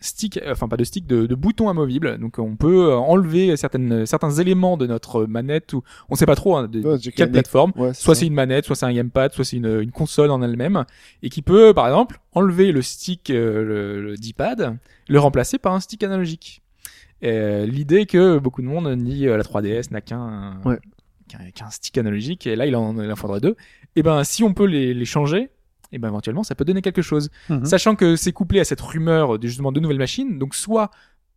S5: stick, euh, enfin pas de stick, de, de boutons amovibles. Donc on peut euh, enlever certaines, certains éléments de notre manette ou on sait pas trop hein, de,
S4: Ouais,
S5: de
S4: j'ai
S5: quelle
S4: qu'à-
S5: plateforme
S4: Ouais,
S5: soit
S4: ça.
S5: c'est une manette, soit c'est un gamepad, soit c'est une, une console en elle-même, et qui peut, par exemple, enlever le stick, euh, le, le D-pad, le remplacer par un stick analogique. Euh, L'idée que beaucoup de monde dit euh, la 3DS n'a qu'un
S4: Ouais.
S5: qu'un- qu'un stick analogique, et là il en, il en faudrait deux, et ben si on peut les, les changer, et ben éventuellement ça peut donner quelque chose.
S3: Mhm.
S5: Sachant que c'est couplé à cette rumeur de justement de nouvelles machines, donc soit,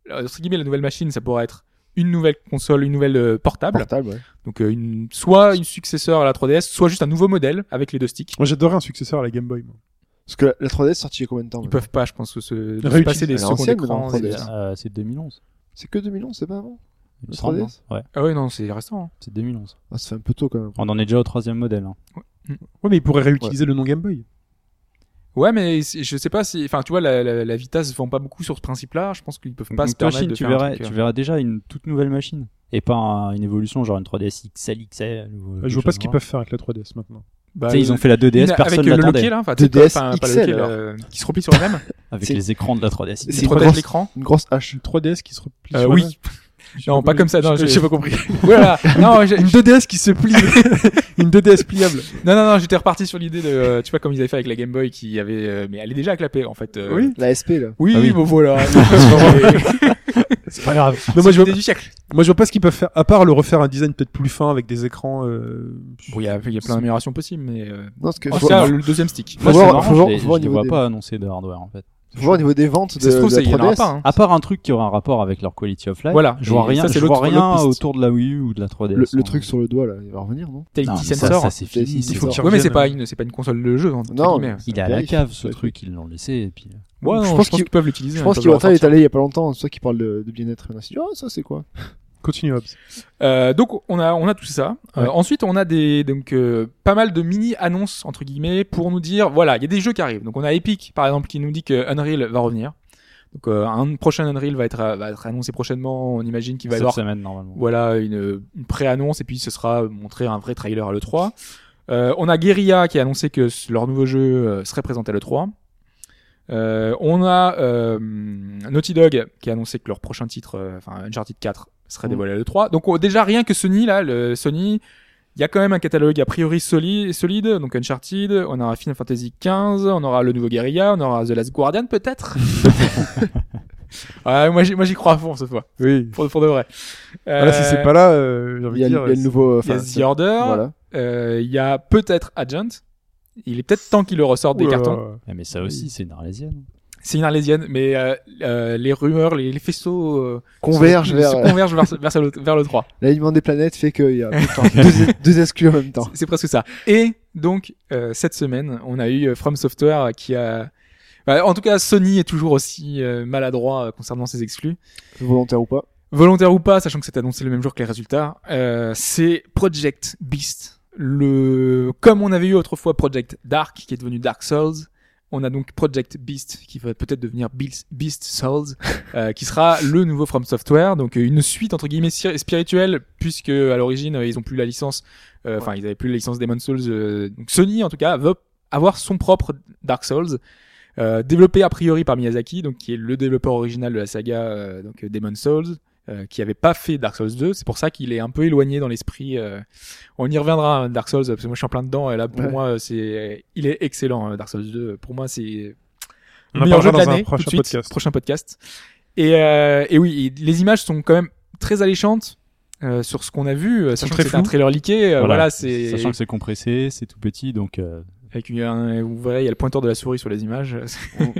S5: euh, entre guillemets, la nouvelle machine, ça pourrait être une nouvelle console, une nouvelle euh, portable,
S4: portable. ouais.
S5: donc euh, une, soit une successeur à la 3DS, soit juste un nouveau modèle avec les deux sticks.
S3: Moi, j'adorais un successeur à la Game Boy. moi.
S4: Parce que la, la 3DS est sortie il y a combien de temps
S5: Ils
S4: maintenant
S5: peuvent pas, je pense, que se, se
S3: Réutiliser
S5: passer les
S4: à
S5: secondes
S4: l'ancienne,
S5: d'écran.
S4: mais dans
S5: c'est-
S4: 3DS.
S6: Euh, c'est 2011.
S4: C'est que 2011, c'est pas avant
S6: il me
S4: Le
S6: semble,
S4: 3DS?
S6: hein. Ouais,
S5: Ah oui, non, c'est récent. hein.
S6: c'est 2011.
S4: ah, Ça fait un peu tôt quand même.
S6: On en est déjà au troisième modèle. hein.
S3: Ouais, mais ils pourraient réutiliser le nom Game Boy.
S5: Ouais, mais c'est- je sais pas si, enfin, tu vois, la, la, la Vita se vend pas beaucoup sur ce principe-là. Je pense qu'ils peuvent pas
S6: Donc,
S5: se
S6: toi,
S5: permettre
S6: Chine,
S5: de
S6: tu
S5: faire un
S6: verras,
S5: truc,
S6: tu
S5: euh,
S6: verras déjà une toute nouvelle machine et pas un- une évolution genre une 3DS XL, XL. Ou,
S3: je
S6: euh, quelque
S3: vois pas
S6: chose
S3: ce qu'ils
S6: dans le genre.
S3: peuvent faire avec la 3DS maintenant.
S5: bah,
S6: Tu sais, ils ont fait la
S5: une
S6: 2DS, personne
S5: avec le loquet,
S6: l'attendait.
S5: là, enfin, tu sais,
S4: 2DS
S5: enfin, pas le
S4: XL,
S5: loquet,
S4: alors.
S5: euh, qui se replie sur elle-même,
S6: Avec
S4: C'est-
S6: les écrans de la 3DS.
S4: C'est
S5: qui
S4: une
S5: protège
S4: grosse- [LAUGHS]
S5: l'écran.
S4: Une grosse hache.
S3: Une 3DS qui se replie
S5: Euh,
S3: sur
S5: oui.
S3: elle. Je sais
S5: [LAUGHS] Non, pas
S3: comment-
S5: comme ça, non,
S3: je-
S5: j'ai
S3: je-
S5: j'ai pas compris. voilà. Non, j'ai-
S3: Une 2DS qui se plie. Une 2DS pliable.
S5: non, non, non, j'étais reparti sur l'idée de, euh, tu vois, comme ils avaient fait avec la Game Boy qui avait, euh, mais elle est déjà clapée, en fait. euh,
S3: Oui.
S4: La SP là.
S5: Oui,
S6: Ah oui.
S5: oui, bon, voilà. C'est
S3: C'est pas grave. Non, moi, je vois,
S5: l'idée du siècle.
S3: moi, je vois pas ce qu'ils peuvent faire. À part le refaire un design peut-être plus fin avec des écrans. euh,
S5: Bon, il y a, il y a plein d'améliorations possibles, mais. euh,
S4: Non, parce que
S5: En
S4: je
S5: tout
S4: vois-
S5: cas, le deuxième stick.
S4: Faut
S6: Moi, c'est
S4: voir-
S6: marrant,
S4: faut voir-
S6: je les-
S4: faut voir
S6: je les
S4: au niveau
S6: vois
S4: des-
S6: pas annoncer de hardware en fait.
S4: Faut voir au niveau des ventes de,
S5: Ça se trouve,
S4: de
S5: ça
S4: la
S5: y en aura
S4: 3DS.
S5: pas. hein.
S6: À part un truc qui aura un rapport avec leur quality of life.
S5: Voilà.
S6: Je vois
S5: Et
S6: rien,
S5: ça, c'est
S6: je vois
S5: l'autre-
S6: rien
S5: l'autre piste.
S6: autour de la Wii U ou de la 3DS.
S4: Le, le
S6: hein.
S4: truc sur le doigt là, il va revenir non
S5: T'as
S6: Non,
S5: une
S6: mais
S5: petite
S6: ça,
S5: sensor.
S6: ça, c'est fini.
S4: Il
S3: Il
S6: c'est
S3: faut
S6: ça.
S3: qu'ils
S5: Ouais, mais c'est
S3: reviennent.
S5: pas une, c'est pas une console de jeu. entre
S4: Non,
S5: guillemets. hein.
S6: Il est à la
S4: Vérifie.
S6: cave ce truc, ils l'ont laissé et puis.
S5: Ouais, non,
S4: je
S5: je
S4: pense
S5: pense
S4: qu'il-
S5: qu'ils peuvent l'utiliser. hein,
S4: Je
S5: ils
S4: pense
S5: peuvent
S4: qu'il
S5: le
S4: Iwata est
S5: ressortir.
S4: allé il y a pas longtemps, c'est toi qui parle de, de bien-être. Il y en a qui dit, oh, ça c'est quoi
S3: Continue, Hobbs.
S5: Euh, donc on a on a tout ça. Euh, ensuite on a des donc euh, pas mal de mini annonces entre guillemets pour nous dire voilà il y a des jeux qui arrivent. Donc on a Epic par exemple qui nous dit que Unreal va revenir. Donc euh, un prochain Unreal va être va être annoncé prochainement. On imagine qu'il va y
S6: Cette
S5: avoir
S6: semaine normalement.
S5: voilà une, une pré-annonce et puis ce sera montré un vrai trailer à l'E3. Euh, on a Guerilla qui a annoncé que s- leur nouveau jeu euh, serait présenté à l'E3. Euh, on a euh, Naughty Dog qui a annoncé que leur prochain titre, euh, enfin Uncharted 4, serait
S4: Mm.
S5: dévoilé à l'E3. Donc on- déjà rien que Sony là, le Sony, il y a quand même un catalogue a priori soli- solide. Donc Uncharted, on aura Final Fantasy 15, on aura le nouveau Guerilla, on aura The Last Guardian peut-être. [LAUGHS] Ouais, moi j'y moi, j'y crois à fond cette fois,
S3: Oui.
S5: pour, pour de vrai.
S3: Ah, là, si c'est pas là, euh, j'ai
S4: Il
S3: envie
S4: y
S3: de
S4: a,
S3: dire.
S4: il y a le nouveau.
S5: Il y
S4: enfin,
S5: a
S4: c'est-
S5: The Order, euh,
S4: Voilà.
S5: il y a peut-être Agent. Il est peut-être temps qu'il le ressorte des
S4: euh,
S3: Ouh là
S5: cartons.
S3: là.
S6: Ah, Mais ça aussi, c'est une arlésienne.
S5: C'est une arlésienne, mais euh, euh, les rumeurs, les, les faisceaux euh,
S4: Converge
S5: se-
S4: vers.
S5: se convergent vers, vers, le, vers le 3.
S4: L'alignement des planètes fait qu'il
S5: [LAUGHS]
S4: y a deux, deux exclus en même temps.
S5: C'est presque ça. Et donc, euh, cette semaine, on a eu euh, From Software qui a... Bah, en tout cas, Sony est toujours aussi euh, maladroit euh, concernant ses exclus.
S4: Volontaire ou pas.
S5: Volontaire ou pas, sachant que c'est annoncé le même jour que les résultats, euh, c'est Project Beast. Le comme on avait eu autrefois Project Dark qui est devenu Dark Souls, on a donc Project Beast qui va peut-être devenir Beast, Beast Souls, [LAUGHS] euh, qui sera le nouveau From Software, donc euh, une suite entre guillemets sir- spirituelle puisque à l'origine euh, ils ont plus la licence, euh, enfin ils avaient plus la licence Demon Souls, euh, donc Sony en tout cas veut avoir son propre Dark Souls. euh, développé a priori par Miyazaki, donc qui est le développeur original de la saga euh, donc Demon Souls, euh, qui avait pas fait Dark Souls 2. C'est pour ça qu'il est un peu éloigné dans l'esprit. euh, On y reviendra hein, Dark Souls parce que moi je suis en plein dedans et là pour
S4: Ouais.
S5: moi euh, c'est il est excellent hein, Dark Souls 2. Pour moi c'est
S3: On
S5: le
S3: en
S5: meilleur jeu de
S3: parlera dans
S5: l'année
S3: un prochain
S5: tout de suite,
S3: podcast.
S5: prochain podcast. Et, euh, et oui, et les images sont quand même très alléchantes euh, sur ce qu'on a vu, euh, sachant
S3: très
S5: que c'est un
S3: floues.
S5: trailer leaké. euh, voilà, c'est
S6: Sachant que c'est compressé, c'est tout petit, donc euh,
S5: avec une, un- vous verrez, il y a le pointeur de la souris sur les images. [LAUGHS]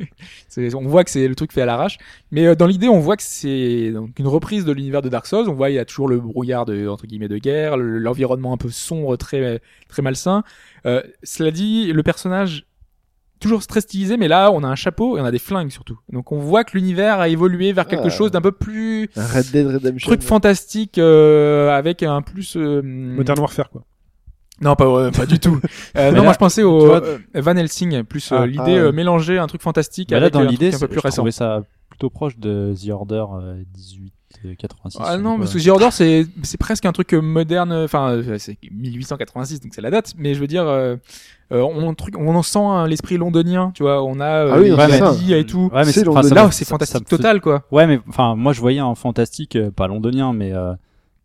S5: C'est- on voit que c'est le truc fait à l'arrache, mais euh, dans l'idée, on voit que c'est donc une reprise de l'univers de Dark Souls. On voit il y a toujours le brouillard de entre guillemets de guerre, le- l'environnement un peu sombre, très très malsain. Euh, cela dit, le personnage toujours très stylisé, mais là, on a un chapeau et on a des flingues surtout. Donc on voit que l'univers a évolué vers quelque
S4: Ah.
S5: chose d'un peu plus
S4: Un Red Dead Redemption.
S5: truc fantastique euh, avec un plus euh,
S3: Mmh. Modern Warfare, quoi.
S5: non, pas, ouais, pas du
S6: [LAUGHS]
S5: tout. Euh, non,
S6: là,
S5: moi je pensais au
S6: tu vois,
S5: euh, Van Helsing, plus euh,
S4: Ah,
S5: l'idée
S4: ah ouais.
S5: euh, mélanger un truc fantastique
S6: bah là
S5: avec
S6: dans
S5: euh, un
S6: l'idée,
S5: truc un
S6: c'est-
S5: peu plus
S6: je
S5: récent.
S6: trouvais ça plutôt proche de The Order euh, 1886.
S5: Ah
S6: ou
S5: non,
S6: quoi.
S5: parce que The Order, c'est c'est presque un truc euh, moderne, euh, enfin euh, c'est 1886, donc c'est la date, mais je veux dire, euh, euh, on, truc, on en sent hein, l'esprit londonien, tu vois, on a euh,
S4: Ah oui,
S5: les
S4: non, c'est
S5: maladies et tout.
S6: Ouais, mais
S4: C'est
S6: c'est
S4: long
S6: enfin,
S4: de-
S6: ça
S5: Là,
S6: me-
S5: c'est
S6: ça- ça
S5: fantastique
S6: me fait-
S5: total, quoi.
S6: Ouais, mais enfin, moi je voyais un fantastique, euh, pas londonien, mais euh,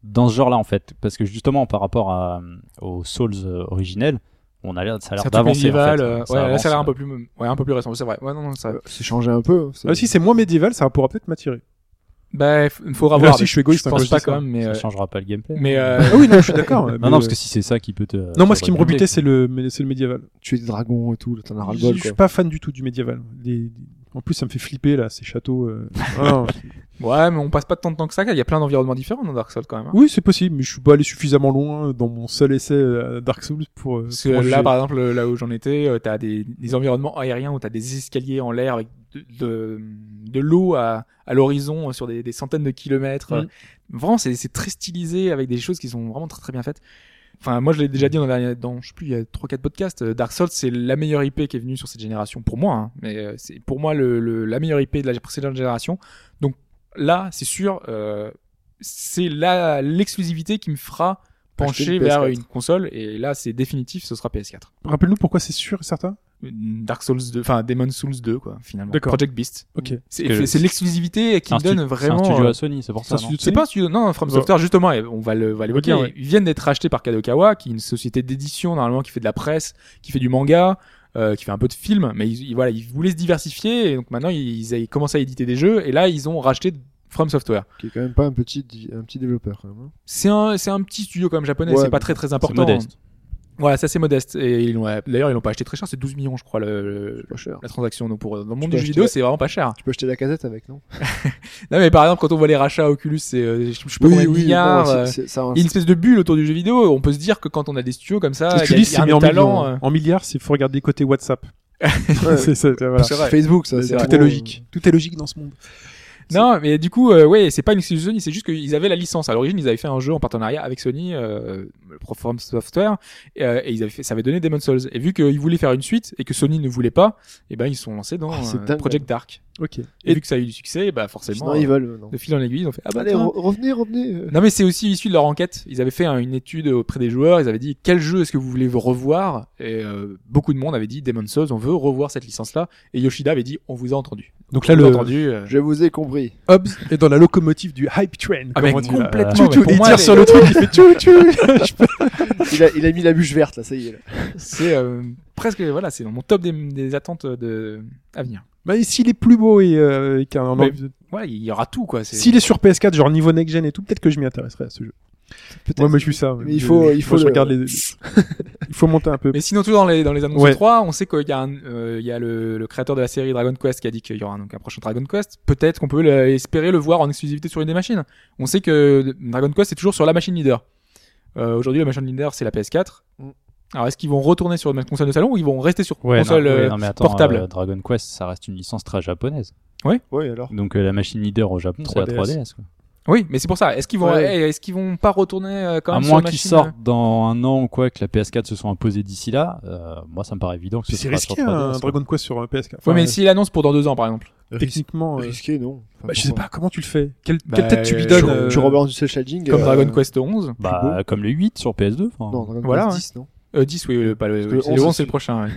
S6: dans ce genre-là en fait, parce que justement par rapport à, euh, aux Souls euh, originels, on a l'air, ça a
S5: C'est
S6: l'air
S5: un truc
S6: d'avancer. en fait.
S5: médiéval, euh, ouais, là,
S6: avance,
S5: ça a l'air un
S6: euh.
S5: peu plus, ouais, un peu plus récent, c'est vrai. Ouais, non, non, ça.
S4: Euh, C'est changé un peu. ça-
S3: Ah, si c'est moins médiéval, ça pourra
S4: [LAUGHS]
S3: peut-être m'attirer.
S5: Bah, f- faudra
S3: Là
S5: voir.
S3: aussi, je suis égoïste, hein,
S5: pense
S3: quand je
S5: pas
S3: dis ça.
S5: quand même, mais.
S6: Ça
S5: euh,
S6: changera pas le gameplay.
S5: Mais euh,
S3: Ah oui, non, je suis d'accord. mais-
S6: [LAUGHS] non, euh, non, parce que si c'est ça qui peut te.
S3: Non, moi, ce qui me
S5: aurait pu
S3: rebutait,
S5: être.
S3: c'est le, mais c'est le médiéval.
S4: Tuer des dragons et tout, là, t'en as ras le
S3: Je
S4: bol
S3: je suis
S4: quoi.
S3: pas fan du tout du médiéval. Les- En plus, ça me fait flipper, là, ces châteaux. euh. Ah, non,
S5: Ouais, mais on passe pas tant de temps que ça. Il y a plein d'environnements différents dans Dark Souls quand même. hein.
S3: Oui, c'est possible, mais je suis pas allé suffisamment loin dans mon seul essai à Dark Souls pour. euh,
S5: Parce que
S3: pour juger.
S5: là, par exemple, là où j'en étais, euh, t'as des, des environnements aériens où t'as des escaliers en l'air avec de, de, de l'eau à, à l'horizon euh, sur des, des centaines de kilomètres.
S3: Mhm.
S5: Euh, Vraiment, c'est c'est très stylisé avec des choses qui sont vraiment très très bien faites. Enfin, moi, je l'ai déjà dit dans, la dernière- dans je sais plus, il y a trois quatre podcasts. euh, Dark Souls, c'est la meilleure IP qui est venue sur cette génération pour moi. hein. mais euh, c'est pour moi le, le- la meilleure IP de la précédente génération. Donc là, c'est sûr, euh, c'est la l'exclusivité qui me fera
S4: Acheter
S5: pencher
S4: une
S5: vers
S4: PS4.
S5: une console. Et là, c'est définitif, ce sera PS4.
S3: Rappelle-nous pourquoi c'est sûr et certain.
S5: Dark Souls 2, enfin Demon Souls 2 quoi finalement.
S3: D'accord.
S5: Project Beast.
S3: Ok.
S5: C'est
S6: Parce que
S5: c'est- c'est l'exclusivité qui
S6: un
S5: me donne
S6: stu-
S5: vraiment.
S6: C'est un studio
S5: euh,
S6: à Sony, c'est pour
S3: c'est un
S6: ça.
S3: studio de
S5: c'est
S3: Sony
S5: pas un studio, non, From
S3: Bon.
S5: Software justement. et On va le, va l'évoquer.
S3: Ok, ouais.
S5: Ils viennent d'être rachetés par Kadokawa, qui est une société d'édition normalement qui fait de la presse, qui fait du manga, euh, qui fait un peu de film. Mais ils, ils- voilà, ils voulaient se diversifier et donc maintenant ils, ils commencé à éditer des jeux et là ils ont racheté From Software.
S4: Qui est quand même pas un petit, di- un petit développeur. Quand même, hein.
S5: C'est un, c'est un petit studio quand même japonais,
S4: Ouais,
S5: c'est pas
S4: mais
S5: très très
S6: C'est
S5: important.
S6: modeste.
S5: Voilà, c'est assez modeste. Et ils l'ont- d'ailleurs ils l'ont pas acheté très cher, c'est 12 millions je crois le, le-
S4: C'est Pas cher.
S5: la transaction. Donc pour dans le monde
S4: peux
S5: du jeu
S4: acheter
S5: vidéo,
S4: la-
S5: c'est vraiment pas cher.
S4: Tu peux acheter la casette avec, non
S5: Non mais par exemple quand on voit les rachats Oculus, c'est euh, je je sais pas combien de milliards.
S4: bon,
S5: euh,
S4: c'est- c'est- ça-
S5: il y a une espèce de bulle autour du jeu vidéo. On peut se dire que quand on a des studios comme ça, il y a-
S3: Oculus,
S5: il y
S3: c'est
S5: a
S3: mis
S5: un
S3: en
S5: talent.
S3: millions.
S4: hein.
S5: euh,
S3: En milliards, s'il faut regarder côté [LAUGHS] WhatsApp.
S4: ouais,
S3: c'est ça, voilà.
S5: c'est vrai.
S4: Facebook, ça,
S3: Tout
S4: c'est
S3: est
S4: vraiment- euh,
S3: logique. Tout est logique dans ce monde.
S5: Non, mais du coup, euh, ouais, c'est pas une exclusion Sony, c'est juste qu'ils avaient la licence. À l'origine, ils avaient fait un jeu en partenariat avec Sony, euh, From Software, et, euh, et ils avaient fait, ça avait donné Demon's Souls. Et vu qu'ils voulaient faire une suite et que Sony ne voulait pas, et ben ils se sont lancés dans
S4: Oh, c'est
S5: euh,
S4: dingue.
S5: Project Dark.
S3: Ok.
S5: Et, vu que ça a eu du succès, bah forcément,
S4: Sinon, ils veulent maintenant.
S5: euh, de fil en aiguille, ils ont fait ah bah
S4: Allez,
S5: tiens,
S4: re- revenez, revenez. euh.
S5: Non mais c'est aussi issu de leur enquête. Ils avaient fait hein, une étude auprès des joueurs. Ils avaient dit quel jeu est-ce que vous voulez revoir Et euh, beaucoup de monde avait dit Demon's Souls. On veut revoir cette licence-là. Et Yoshida avait dit on vous a entendu.
S3: Donc là,
S5: On vous a
S3: le
S5: entendu. euh,
S4: Je vous ai compris.
S3: Hobbs est dans la locomotive du hype train.
S5: Ah
S3: comme
S5: mais
S3: on dit, là.
S5: complètement.
S3: Tchou,
S5: mais
S3: tchou,
S5: pour
S3: il
S5: moi,
S3: tire
S5: les-
S3: sur le truc, il fait tchou [LAUGHS] tchou. Je peux-
S4: Il a, il a mis la bûche verte, là, ça y est. Là.
S5: C'est euh, presque voilà, c'est dans mon top des, des attentes de à venir.
S3: Bah, et s'il est plus beau et euh, qu'un un
S5: Mais-
S3: envie de-
S5: Ouais, il y aura tout quoi. c'est-
S3: s'il est sur PS4 genre niveau next gen et tout, peut-être que je m'y intéresserai à ce jeu.
S4: Peut-être.
S3: Moi, mais je suis ça.
S4: Mais il faut- il
S3: moi,
S4: faut
S3: je
S4: le-
S3: regarde [LAUGHS] les. il faut monter un peu.
S5: Mais sinon, toujours dans les, dans les annonces
S3: Ouais.
S5: 3, on sait qu'il y a, un, euh, il y a le, le créateur de la série Dragon Quest qui a dit qu'il y aura un, donc un prochain Dragon Quest. Peut-être qu'on peut le- espérer le voir en exclusivité sur une des machines. On sait que Dragon Quest est toujours sur la machine leader. Euh, Aujourd'hui, la machine leader, c'est la PS4.
S4: Mm.
S5: Alors, est-ce qu'ils vont retourner sur une console de salon ou ils vont rester sur
S6: Ouais, non,
S5: console
S6: ouais,
S5: euh,
S6: non, mais attends,
S5: portable.
S6: euh, Dragon Quest, ça reste une licence très japonaise.
S4: Ouais, alors.
S6: Donc euh, la machine leader au Japon, c'est la
S3: 3DS.
S6: 3DS. quoi.
S5: Oui, mais c'est pour ça. Est-ce qu'ils vont,
S4: Ouais.
S5: eh, est-ce qu'ils vont pas retourner euh, quand
S6: À
S5: même sur
S6: moins
S5: une
S6: qu'ils
S5: machine
S6: sortent dans un an ou quoi, que la PS4 se soit imposée d'ici là, euh, moi ça me paraît évident que
S3: Puis
S6: ce
S3: c'est
S6: sera sur
S3: risqué un
S6: 3DS, quoi.
S3: Dragon Quest sur euh, un PS4.
S5: Ouais,
S3: Enfin,
S5: mais s'il annonce pour dans deux ans, par exemple.
S3: techniquement, euh,
S4: Risqué, non. Enfin,
S3: bah, je sais
S4: pourquoi
S3: pas comment tu le fais. Quelle,
S5: Bah,
S3: quelle tête tu lui
S5: tu-
S3: donnes
S4: Tu,
S3: euh,
S4: tu rebalances du cel shading.
S5: Comme
S4: euh,
S5: Dragon Quest 11.
S6: Bah, comme les 8 sur PS2. enfin.
S4: Non, Dragon
S5: Voilà,
S4: Quest
S5: hein.
S4: 10, non
S5: Euh, 10, oui, le, pas le,
S4: Parce que
S5: oui,
S4: le
S5: c'est le
S4: 11,
S5: 11, c'est le
S4: c'est-
S5: prochain. ouais.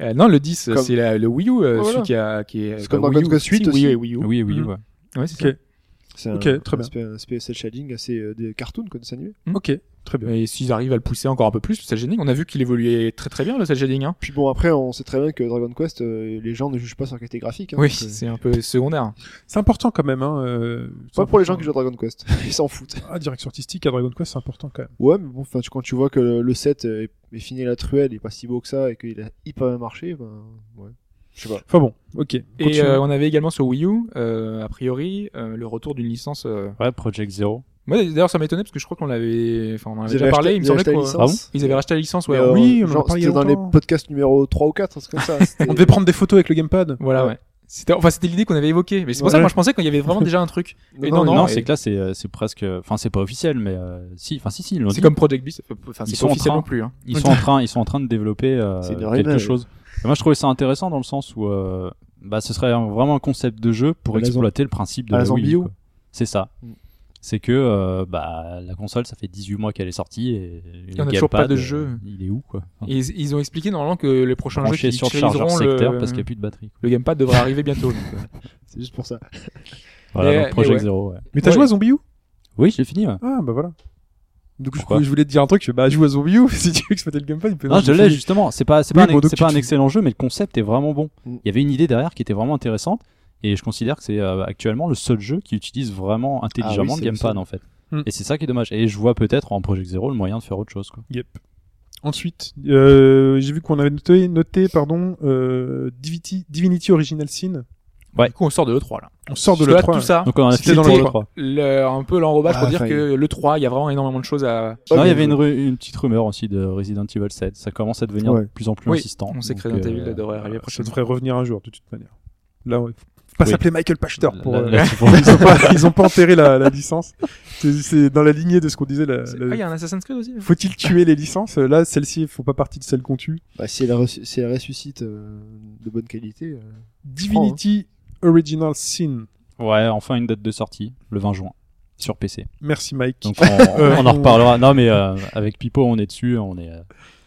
S5: Euh, non, le 10,
S4: Comme- Ah,
S5: c'est la- le Wii U, euh,
S4: Voilà.
S5: celui qui, a, qui est.
S4: C'est comme
S5: bah,
S4: Dragon
S5: Wii U.
S4: Quest 8
S5: Si, Wii
S4: aussi.
S5: U et Wii U.
S6: Oui, oui,
S3: Mhm.
S6: ouais.
S5: Ouais, c'est
S3: Ok.
S5: ça.
S4: C'est
S3: Ok,
S4: un,
S3: très
S4: un
S3: bien.
S4: aspect- Un aspect cel shading assez euh, des cartoons, quoi, de s'annuler.
S3: Ok, très bien.
S5: Et s'ils arrivent à le pousser encore un peu plus, le cel shading, on a vu qu'il évoluait très très bien, le cel shading. Hein.
S4: Puis bon, après, on sait très bien que Dragon Quest, euh, les gens ne jugent pas sur la qualité graphique. hein,
S5: Oui,
S4: donc, euh,
S5: c'est un peu secondaire.
S3: C'est important quand même. Hein, euh,
S4: Pas
S3: c'est
S4: pour les gens
S3: important.
S4: qui jouent à Dragon Quest. [LAUGHS] Ils s'en foutent.
S3: Ah, direction artistique à Dragon Quest, c'est important quand même.
S4: Ouais, mais bon, enfin, tu- quand tu vois que le, le set euh, est, est fini à la truelle, il est pas si beau que ça, et qu'il a hyper bien marché, ben, ouais. Je sais pas.
S3: Enfin bon, ok.
S5: Et euh, on avait également sur Wii U, euh, a priori, euh, le retour d'une licence. euh,
S6: Ouais, Project Zero.
S5: Moi d'ailleurs, ça m'étonnait parce que je crois qu'on l'avait. Enfin, on en avait
S4: Ils
S5: déjà
S4: avaient
S5: parlé,
S4: acheté-
S5: il me
S4: ils avaient
S5: semblait Ah
S4: acheté la
S5: quoi.
S4: licence.
S5: Ils avaient racheté la licence, ouais.
S4: Mais, euh,
S3: oui, on en a
S4: genre,
S3: parlé il y a
S4: C'était dans les
S3: longtemps.
S4: podcasts numéro 3 ou 4, un truc comme
S3: [LAUGHS]
S4: ça. c'était-
S3: On devait prendre des photos avec le gamepad.
S5: Voilà, ouais. C'était, enfin, c'était l'idée qu'on avait évoquée. Mais c'est pour
S3: Ouais.
S5: ça que moi je pensais qu'il y avait
S4: [LAUGHS]
S5: vraiment déjà un truc. Et non,
S6: Non,
S5: non,
S6: c'est
S5: et-
S6: que là, c'est euh, c'est presque. Enfin, c'est pas officiel, mais euh, si, enfin, si, si, ils l'ont
S5: C'est
S6: dit.
S5: comme Project Beast. Enfin,
S6: Ils
S5: c'est
S6: sont
S5: pas
S6: en
S5: officiel
S6: train.
S5: non plus. hein.
S6: Ils sont en train, ils sont en train de développer euh,
S4: C'est une
S6: quelque
S4: rumeur.
S6: chose. Et moi, je trouvais ça intéressant dans le sens où, euh, bah, ce serait un- vraiment un concept de jeu pour
S4: À la
S6: exploiter le principe de
S4: à
S6: la
S4: la
S6: Wii.
S4: Zambio.
S6: quoi. C'est ça.
S4: Mm.
S6: C'est que euh, bah, la console, ça fait 18 mois qu'elle est sortie et, le
S5: on a toujours pas
S6: gamepad,
S5: de
S6: euh,
S5: jeu.
S6: Il est où quoi Enfin,
S5: Et ils, ils ont expliqué normalement que les prochains jeux
S6: Branché
S5: qui
S6: Hein. sur chargeur
S5: utiliseront le, euh,
S6: secteur parce qu'il n'y a plus de batterie.
S5: le gamepad devrait arriver bientôt. donc, [LAUGHS] euh.
S4: C'est juste pour ça.
S5: Mais-
S6: Voilà, donc
S5: mais
S6: Project
S5: ouais.
S6: Zero. ouais.
S3: Mais t'as
S5: Ouais.
S3: joué à Zombie U
S6: Oui, je l'ai fini. ouais.
S3: Ah bah voilà. Donc je,
S6: Pourquoi
S3: je voulais te dire un truc, je fais, bah joue à Zombie U [LAUGHS] si tu veux exploiter le gamepad. il peut-
S6: Non, Ah, je l'ai justement. C'est pas, c'est
S3: Oui,
S6: pas,
S3: bon,
S6: un, ex-
S3: donc
S6: c'est
S3: tu
S6: pas un
S3: te-
S6: excellent jeu, mais le concept est vraiment bon.
S4: Mm.
S6: Il y avait une idée derrière qui était vraiment intéressante, et je considère que c'est euh, actuellement le seul jeu qui utilise vraiment intelligemment
S4: Ah oui,
S6: le
S4: c'est le
S6: gamepad
S4: seul.
S6: en fait.
S3: Mm.
S6: Et c'est ça qui est dommage. Et je vois peut-être en Project Zero le moyen de faire autre chose. Quoi.
S3: Yep. Ensuite, euh, j'ai vu qu'on avait noté, noté pardon, euh, Divinity, Divinity Original Sin.
S6: Ouais.
S5: Du coup, on sort de l'E3 là.
S3: On sort de
S5: Parce que là,
S3: l'E3.
S5: Tout ça,
S6: Donc on a
S3: Ah, C'était
S6: fait
S3: dans
S6: pour
S3: le
S6: le
S3: livre.
S6: 3.
S5: le- un peu l'enrobage pour
S4: Ah,
S5: dire
S4: enfin,
S5: que l'E3, il y a vraiment énormément de choses à.
S6: Non, il y
S4: mais-
S6: avait une, ru- une petite rumeur aussi de Resident Evil 7. Ça commence à devenir
S4: Ouais.
S6: de plus en plus
S5: Oui,
S6: insistant.
S5: on sait que
S6: Donc,
S5: Resident
S6: euh,
S5: Evil devrait arriver
S3: Ah, Ça
S5: prochainement.
S3: devrait revenir un jour, de toute manière. Là, ouais. Faut Pas
S6: Oui.
S3: s'appeler Michael Pachter pour.
S6: la-
S4: [LAUGHS]
S3: euh,
S6: la-
S3: [LAUGHS] ils, ont pas, ils ont pas enterré la, la licence. C'est- C'est dans la lignée de ce qu'on disait. la-
S5: C'est-
S3: la-
S5: Ah, il y a un Assassin's Creed aussi.
S3: Faut-il tuer les licences Là, celles-ci font pas partie de celles qu'on tue.
S4: Bah, si, elle reçu- si elle ressuscite euh, de bonne qualité. euh,
S3: Divinity Original Sin.
S6: Ouais, enfin une date de sortie, le 20 juin, sur PC.
S3: Merci Mike.
S6: Donc on,
S3: [LAUGHS] Euh,
S6: on en reparlera. Non, mais euh, avec Pipo, on est dessus. On est, euh,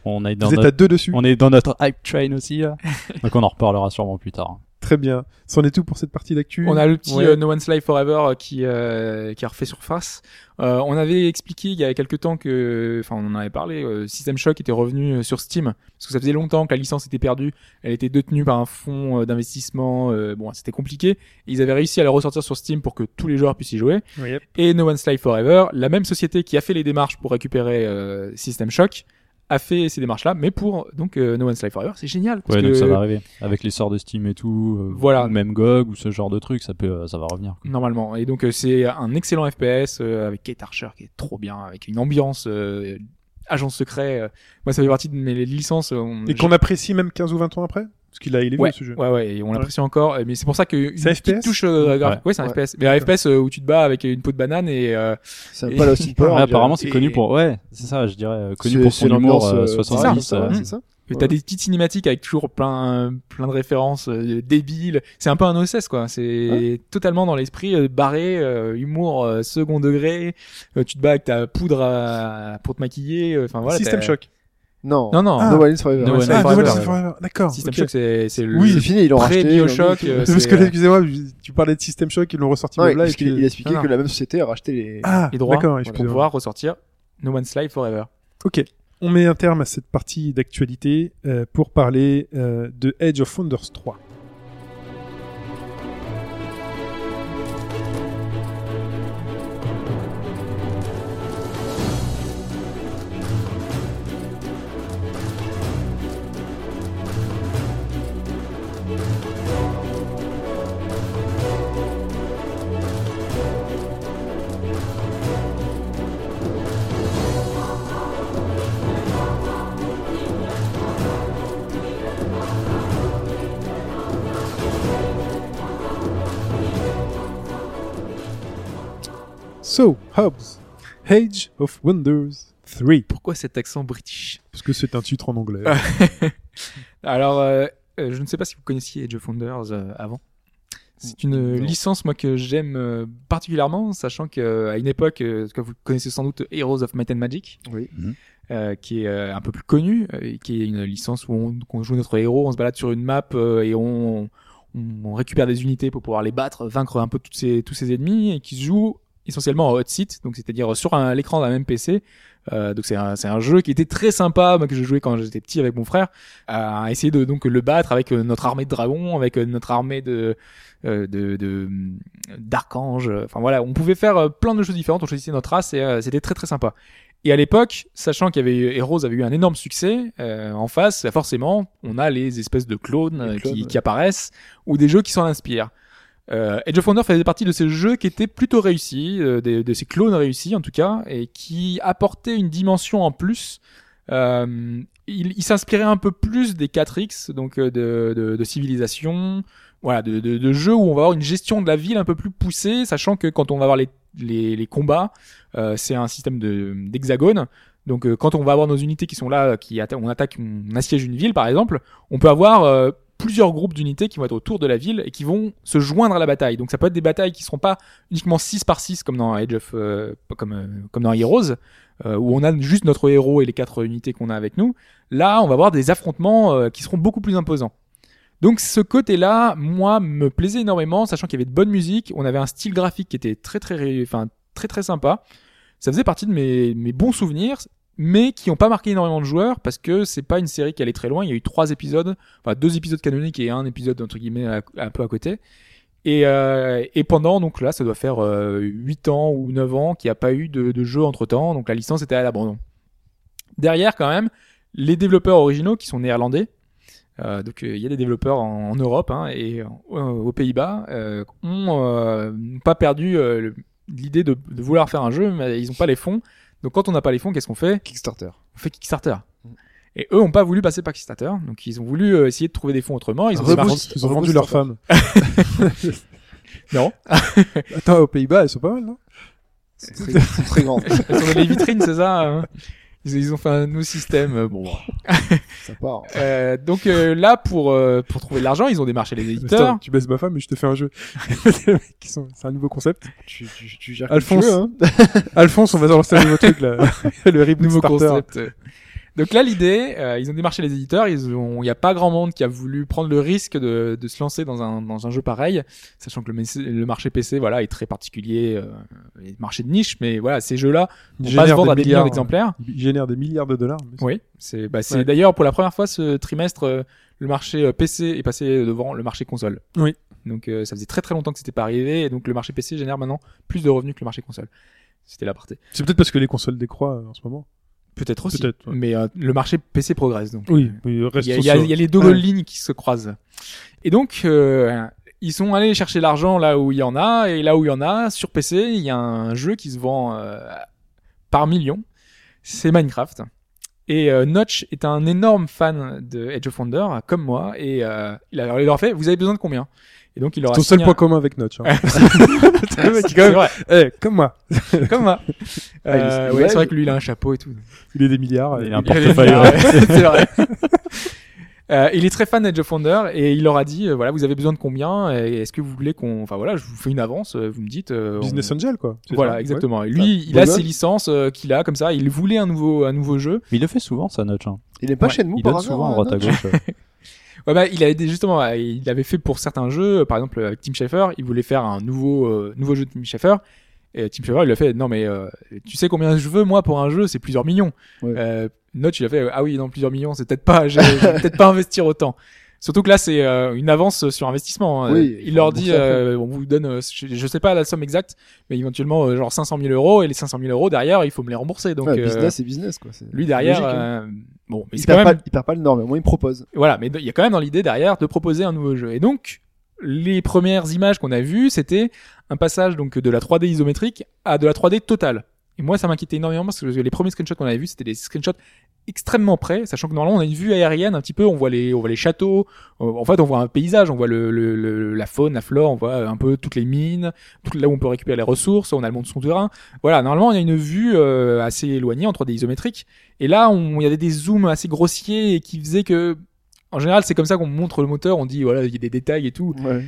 S6: on est dans
S3: Vous êtes
S6: notre,
S3: à deux dessus.
S6: on est dans notre hype train aussi. là. Donc on en reparlera sûrement plus tard.
S3: Très bien. C'en est tout pour cette partie d'actu.
S5: On a le petit
S3: Ouais.
S5: euh, No One's Life Forever euh, qui euh, qui a refait surface. Euh, on avait expliqué il y a quelques temps que, enfin, on en avait parlé. euh, System Shock était revenu euh, sur Steam parce que ça faisait longtemps que la licence était perdue. Elle était détenue par un fonds euh, d'investissement. euh, bon, c'était compliqué. Et ils avaient réussi à la ressortir sur Steam pour que tous les joueurs puissent y jouer.
S3: Yep.
S5: Et No One's Life Forever, la même société qui a fait les démarches pour récupérer euh, System Shock, a fait ces démarches-là, mais pour donc euh, No One's Life Forever. C'est génial. parce
S6: Ouais, donc
S5: que-
S6: ça va arriver. Avec l'essor de Steam et tout, euh,
S5: Voilà.
S6: ou même GOG ou ce genre de truc, ça peut, euh, ça va revenir. quoi.
S5: Normalement. Et donc euh, c'est un excellent FPS euh, avec Kate Archer qui est trop bien, avec une ambiance euh, agent secret. euh. Moi ça fait partie de mes licences. euh, on-
S3: Et qu'on apprécie même 15 ou 20 ans après Parce qu'il a, il est
S5: Ouais,
S3: vieux ce jeu.
S5: ouais, ouais, et on l'apprécie encore. euh, Mais c'est pour ça que une
S3: C'est un
S5: petite
S3: FPS?
S5: touche euh, graphique. Ouais, c'est un
S4: Ouais.
S5: FPS. Mais un FPS euh, où tu te bats avec une peau de banane et euh,
S4: C'est
S5: Et-
S4: un pas Lost in Power,
S6: [LAUGHS] Ouais,
S4: on dirait.
S6: apparemment, c'est
S5: Et-
S6: connu pour, ouais, c'est ça, je dirais, euh, connu
S4: C'est-
S6: pour
S4: c'est
S6: son humour
S4: l'ambiance,
S6: euh,
S4: euh,
S6: 70.
S4: ça,
S6: euh,
S4: c'est ça
S5: t'as des petites cinématiques avec toujours plein plein de références euh, débiles. C'est un peu un OSS quoi. C'est totalement dans l'esprit euh, barré, euh, humour euh, second degré. Euh, tu te bats avec ta poudre à- pour te maquiller. euh, Enfin voilà.
S3: System
S5: t'as-
S3: Shock.
S4: Non.
S5: Non non.
S3: Ah,
S4: No Man's Forever.
S5: No Man's
S3: Ah,
S5: Forever,
S3: Nouvelle
S5: ouais.
S3: System Forever. D'accord.
S5: System
S3: ok.
S5: Shock, c'est c'est le.
S4: Ah, Oui, c'est fini, ils l'ont racheté. ils l'ont
S5: Pré-Bioshock,
S4: mis et tout.
S5: euh,
S3: C'est [LAUGHS] Parce que
S5: c'est,
S3: là,
S5: euh,
S3: excusez-moi, tu parlais de System Shock, ils l'ont ressorti
S4: Non,
S3: même
S4: mais
S3: là.
S4: parce
S3: Et
S4: qu'il il
S3: puis...
S4: a expliqué
S5: Non, non.
S4: que la même société a racheté les.
S3: Ah,
S5: les droits
S3: d'accord,
S5: pour
S3: excusez-moi.
S5: pouvoir ressortir No One's Life Forever.
S3: Ok, on met un terme à cette partie d'actualité euh, pour parler euh, de Edge of Founders 3. So, Hobbs, Edge of Wonders 3.
S5: Pourquoi cet accent british
S3: Parce que c'est un titre en anglais.
S5: Ah. Alors, euh, euh, je ne sais pas si vous connaissiez Age of Founders euh, avant. C'est une euh,
S4: Non.
S5: licence moi que j'aime euh, particulièrement, sachant qu'à une époque, euh, que vous connaissez sans doute Heroes of Might and Magic,
S4: Oui.
S6: Mhm.
S5: euh, qui est euh, un peu plus connu, euh, et qui est une licence où on, qu'on joue notre héros, on se balade sur une map euh, et on, on récupère des unités pour pouvoir les battre, vaincre un peu toutes ces, tous ces ennemis, et qui se joue essentiellement en hot seat, donc c'est-à-dire euh, sur un- l'écran d'un même PC. Euh, donc c'est un, c'est un jeu qui était très sympa, moi que je jouais quand j'étais petit avec mon frère, à essayer de donc le battre avec euh, notre armée de dragons, avec euh, notre armée de euh, de de- d'archanges. Enfin voilà, on pouvait faire euh, plein de choses différentes. On choisissait notre race et euh, c'était très très sympa. Et à l'époque, sachant qu'il y avait eu- Heroes avait eu un énorme succès euh, en face, forcément, on a les espèces de clones,
S4: Les
S5: euh,
S4: clones,
S5: qui,
S4: ouais.
S5: qui apparaissent ou des jeux qui s'en inspirent. Euh, Edge of Wonder faisait partie de ces jeux qui étaient plutôt réussis, euh, des- de ces clones réussis en tout cas, et qui apportaient une dimension en plus. Euh, il il s'inspirait un peu plus des 4X, donc euh, de, de, de civilisation, voilà, de, de, de jeux où on va avoir une gestion de la ville un peu plus poussée, sachant que quand on va avoir les, les, les combats, euh, c'est un système de- d'hexagone. donc euh, quand on va avoir nos unités qui sont là, euh, qui atta- on attaque, on assiège une ville par exemple, on peut avoir euh, plusieurs groupes d'unités qui vont être autour de la ville et qui vont se joindre à la bataille. Donc ça peut être des batailles qui seront pas uniquement 6 par 6 comme dans Age of euh, comme euh, comme dans Heroes euh, où on a juste notre héros et les quatre unités qu'on a avec nous. Là, on va avoir des affrontements euh, qui seront beaucoup plus imposants. Donc ce côté-là, moi, me plaisait énormément, sachant qu'il y avait de bonne musique, on avait un style graphique qui était très très ré- enfin très très sympa. Ça faisait partie de mes, mes bons souvenirs, mais qui n'ont pas marqué énormément de joueurs parce que c'est pas une série qui allait très loin. Il y a eu trois épisodes enfin deux épisodes canoniques et un épisode entre guillemets à- un peu à côté. Et, euh, et pendant donc là, ça doit faire euh, 8 ans ou 9 ans qu'il n'y a pas eu de, de jeu entre temps, donc la licence était à l'abandon. Derrière quand même, les développeurs originaux qui sont néerlandais Euh, donc euh, il y a des développeurs en, en Europe hein, et en- euh, aux Pays-Bas euh, ont euh, n'ont pas perdu euh, le- l'idée de, de vouloir faire un jeu, mais ils n'ont pas les fonds. Donc quand on n'a pas les fonds, qu'est-ce qu'on fait
S4: Kickstarter.
S5: On fait Kickstarter. Et eux n'ont pas voulu passer par Kickstarter, donc ils ont voulu euh, essayer de trouver des fonds autrement. Ils ont
S4: Reboost.
S5: démarché-
S3: Ils, ont vendu leurs femmes.
S5: [LAUGHS] Non.
S3: [LAUGHS] Attends, aux Pays-Bas, elles sont pas mal, non
S4: C'est très, c'est
S5: [LAUGHS]
S4: très grand.
S5: Elles sont dans les vitrines, c'est ça hein ils, ils ont fait un nouveau système. euh, Bon. bah.
S4: Ça part.
S5: Euh, donc euh, là, pour euh, pour trouver de l'argent, ils ont démarché les éditeurs.
S3: Putain, tu baises ma femme et je te fais un jeu. [LAUGHS] Les mecs, ils sont- C'est un nouveau concept.
S4: Tu, tu, tu gères
S3: Alphonse.
S4: Alphonse. hein.
S3: Alphonse, on va lancer un nouveau truc
S5: [LAUGHS]
S3: là. le reboot
S5: nouveau
S3: starter.
S5: concept. Donc là, l'idée, euh, ils ont démarché les éditeurs. Ils ont, il n'y a pas grand monde qui a voulu prendre le risque de, de se lancer dans un dans un jeu pareil, sachant que le, mes- le marché PC, voilà, est très particulier, euh, et marché de niche. Mais voilà, ces jeux-là,
S3: Ils
S5: on pas se
S3: génèrent
S5: vendre à
S3: des
S5: des milliards
S3: milliards,
S5: d'exemplaires.
S3: Ils génèrent des milliards de dollars. mais
S5: Oui, c'est bah, c'est
S3: Ouais.
S5: d'ailleurs pour la première fois ce trimestre, euh, le marché euh, PC est passé devant le marché console.
S3: Oui.
S5: Donc euh, ça faisait très très longtemps que c'était pas arrivé et donc le marché PC génère maintenant plus de revenus que le marché console. C'était la partie.
S3: C'est peut-être parce que les consoles décroient euh, en ce moment.
S5: Peut-être aussi.
S3: Peut-être, ouais.
S5: Mais euh, le marché PC progresse donc.
S3: Oui, oui
S5: Il
S3: reste
S5: y, a-
S3: sur
S5: il y a-
S3: ça.
S5: il y a les deux
S3: Ouais.
S5: lignes qui se croisent. Et donc, euh, ils sont allés chercher l'argent là où il y en a, et là où il y en a, sur PC, il y a un jeu qui se vend euh, par millions, c'est Minecraft. Et euh, Notch est un énorme fan de Edge of Wonder, comme moi, et euh, il, a- il leur a fait, vous avez besoin de combien Et donc, il leur a
S3: C'est ton seul
S5: signé un-
S3: point commun avec Notch.
S5: [LAUGHS]
S3: Hein. [LAUGHS] Le mec,
S5: C'est
S3: quand même,
S5: vrai,
S3: eh, comme moi. [LAUGHS]
S5: comme moi.
S4: Ah, il est-
S5: Euh,
S4: il
S5: ouais,
S4: est-
S5: c'est vrai que lui, il a un chapeau et tout.
S3: Il est des milliards.
S6: Il
S3: euh,
S6: a un
S5: Il avait
S6: portefeuille.
S5: une
S6: ouais.
S5: barre, ouais, [LAUGHS] c'est vrai. Euh, il est très fan d'Edge of Wonder et il leur a dit euh, voilà vous avez besoin de combien et est-ce que vous voulez qu'on enfin voilà je vous fais une avance euh, vous me dites euh,
S3: Business
S5: on-
S3: Angel, quoi. C'est
S5: voilà
S3: ça, ouais.
S5: exactement Et lui il
S4: bon
S5: a
S4: gars.
S5: ses licences euh, qu'il a comme ça il voulait un nouveau un nouveau jeu
S6: Mais Il le fait souvent, ça, Notch. hein.
S4: Il est pas
S5: Ouais,
S4: chez nous,
S6: Il
S4: par
S6: donne
S4: hasard,
S6: souvent à
S4: hein,
S6: droite à
S4: Notch
S6: gauche. euh. ouais.
S5: ouais bah il avait des- justement euh, il avait fait pour certains jeux euh, par exemple avec Tim Schafer il voulait faire un nouveau euh, nouveau jeu de Tim Schafer et Tim Schafer il lui a fait non mais euh, tu sais combien je veux moi pour un jeu c'est plusieurs millions
S4: Ouais.
S5: euh, Notch il a fait ah oui dans plusieurs millions c'est peut-être pas
S4: [LAUGHS]
S5: j'ai- je vais peut-être pas investir autant surtout que là c'est euh, une avance sur investissement hein.
S4: Oui, il
S5: il
S4: faut
S5: leur dit
S4: rembourser après.
S5: euh, on vous donne euh, je, je sais pas la somme exacte mais éventuellement euh, genre 500 000 euros et les 500 000 euros derrière il faut me les rembourser donc
S4: Ouais,
S5: euh,
S4: business, c'est business, quoi. c'est
S5: lui derrière
S4: logique, hein.
S5: euh, bon mais
S4: il,
S5: c'est quand
S4: perd
S5: même
S4: pas, il perd pas le norme, mais au moins il propose.
S5: voilà, mais il y a quand même dans l'idée derrière de proposer un nouveau jeu. Et donc, les premières images qu'on a vues, c'était un passage donc de la 3D isométrique à de la 3D totale. Et moi, ça m'inquiétait énormément parce que les premiers screenshots qu'on avait vus, c'était des screenshots extrêmement près, sachant que normalement on a une vue aérienne un petit peu, on voit les, on voit les châteaux, euh, en fait on voit un paysage, on voit le, le- le- la faune, la flore, on voit un peu toutes les mines, tout là où on peut récupérer les ressources, on a le monde souterrain. Voilà, normalement on a une vue euh, assez éloignée en 3D isométrique. Et là, on- il y avait des zooms assez grossiers et qui faisaient que en général, c'est comme ça qu'on montre le moteur, on dit voilà, il y a des détails et tout.
S4: Ouais.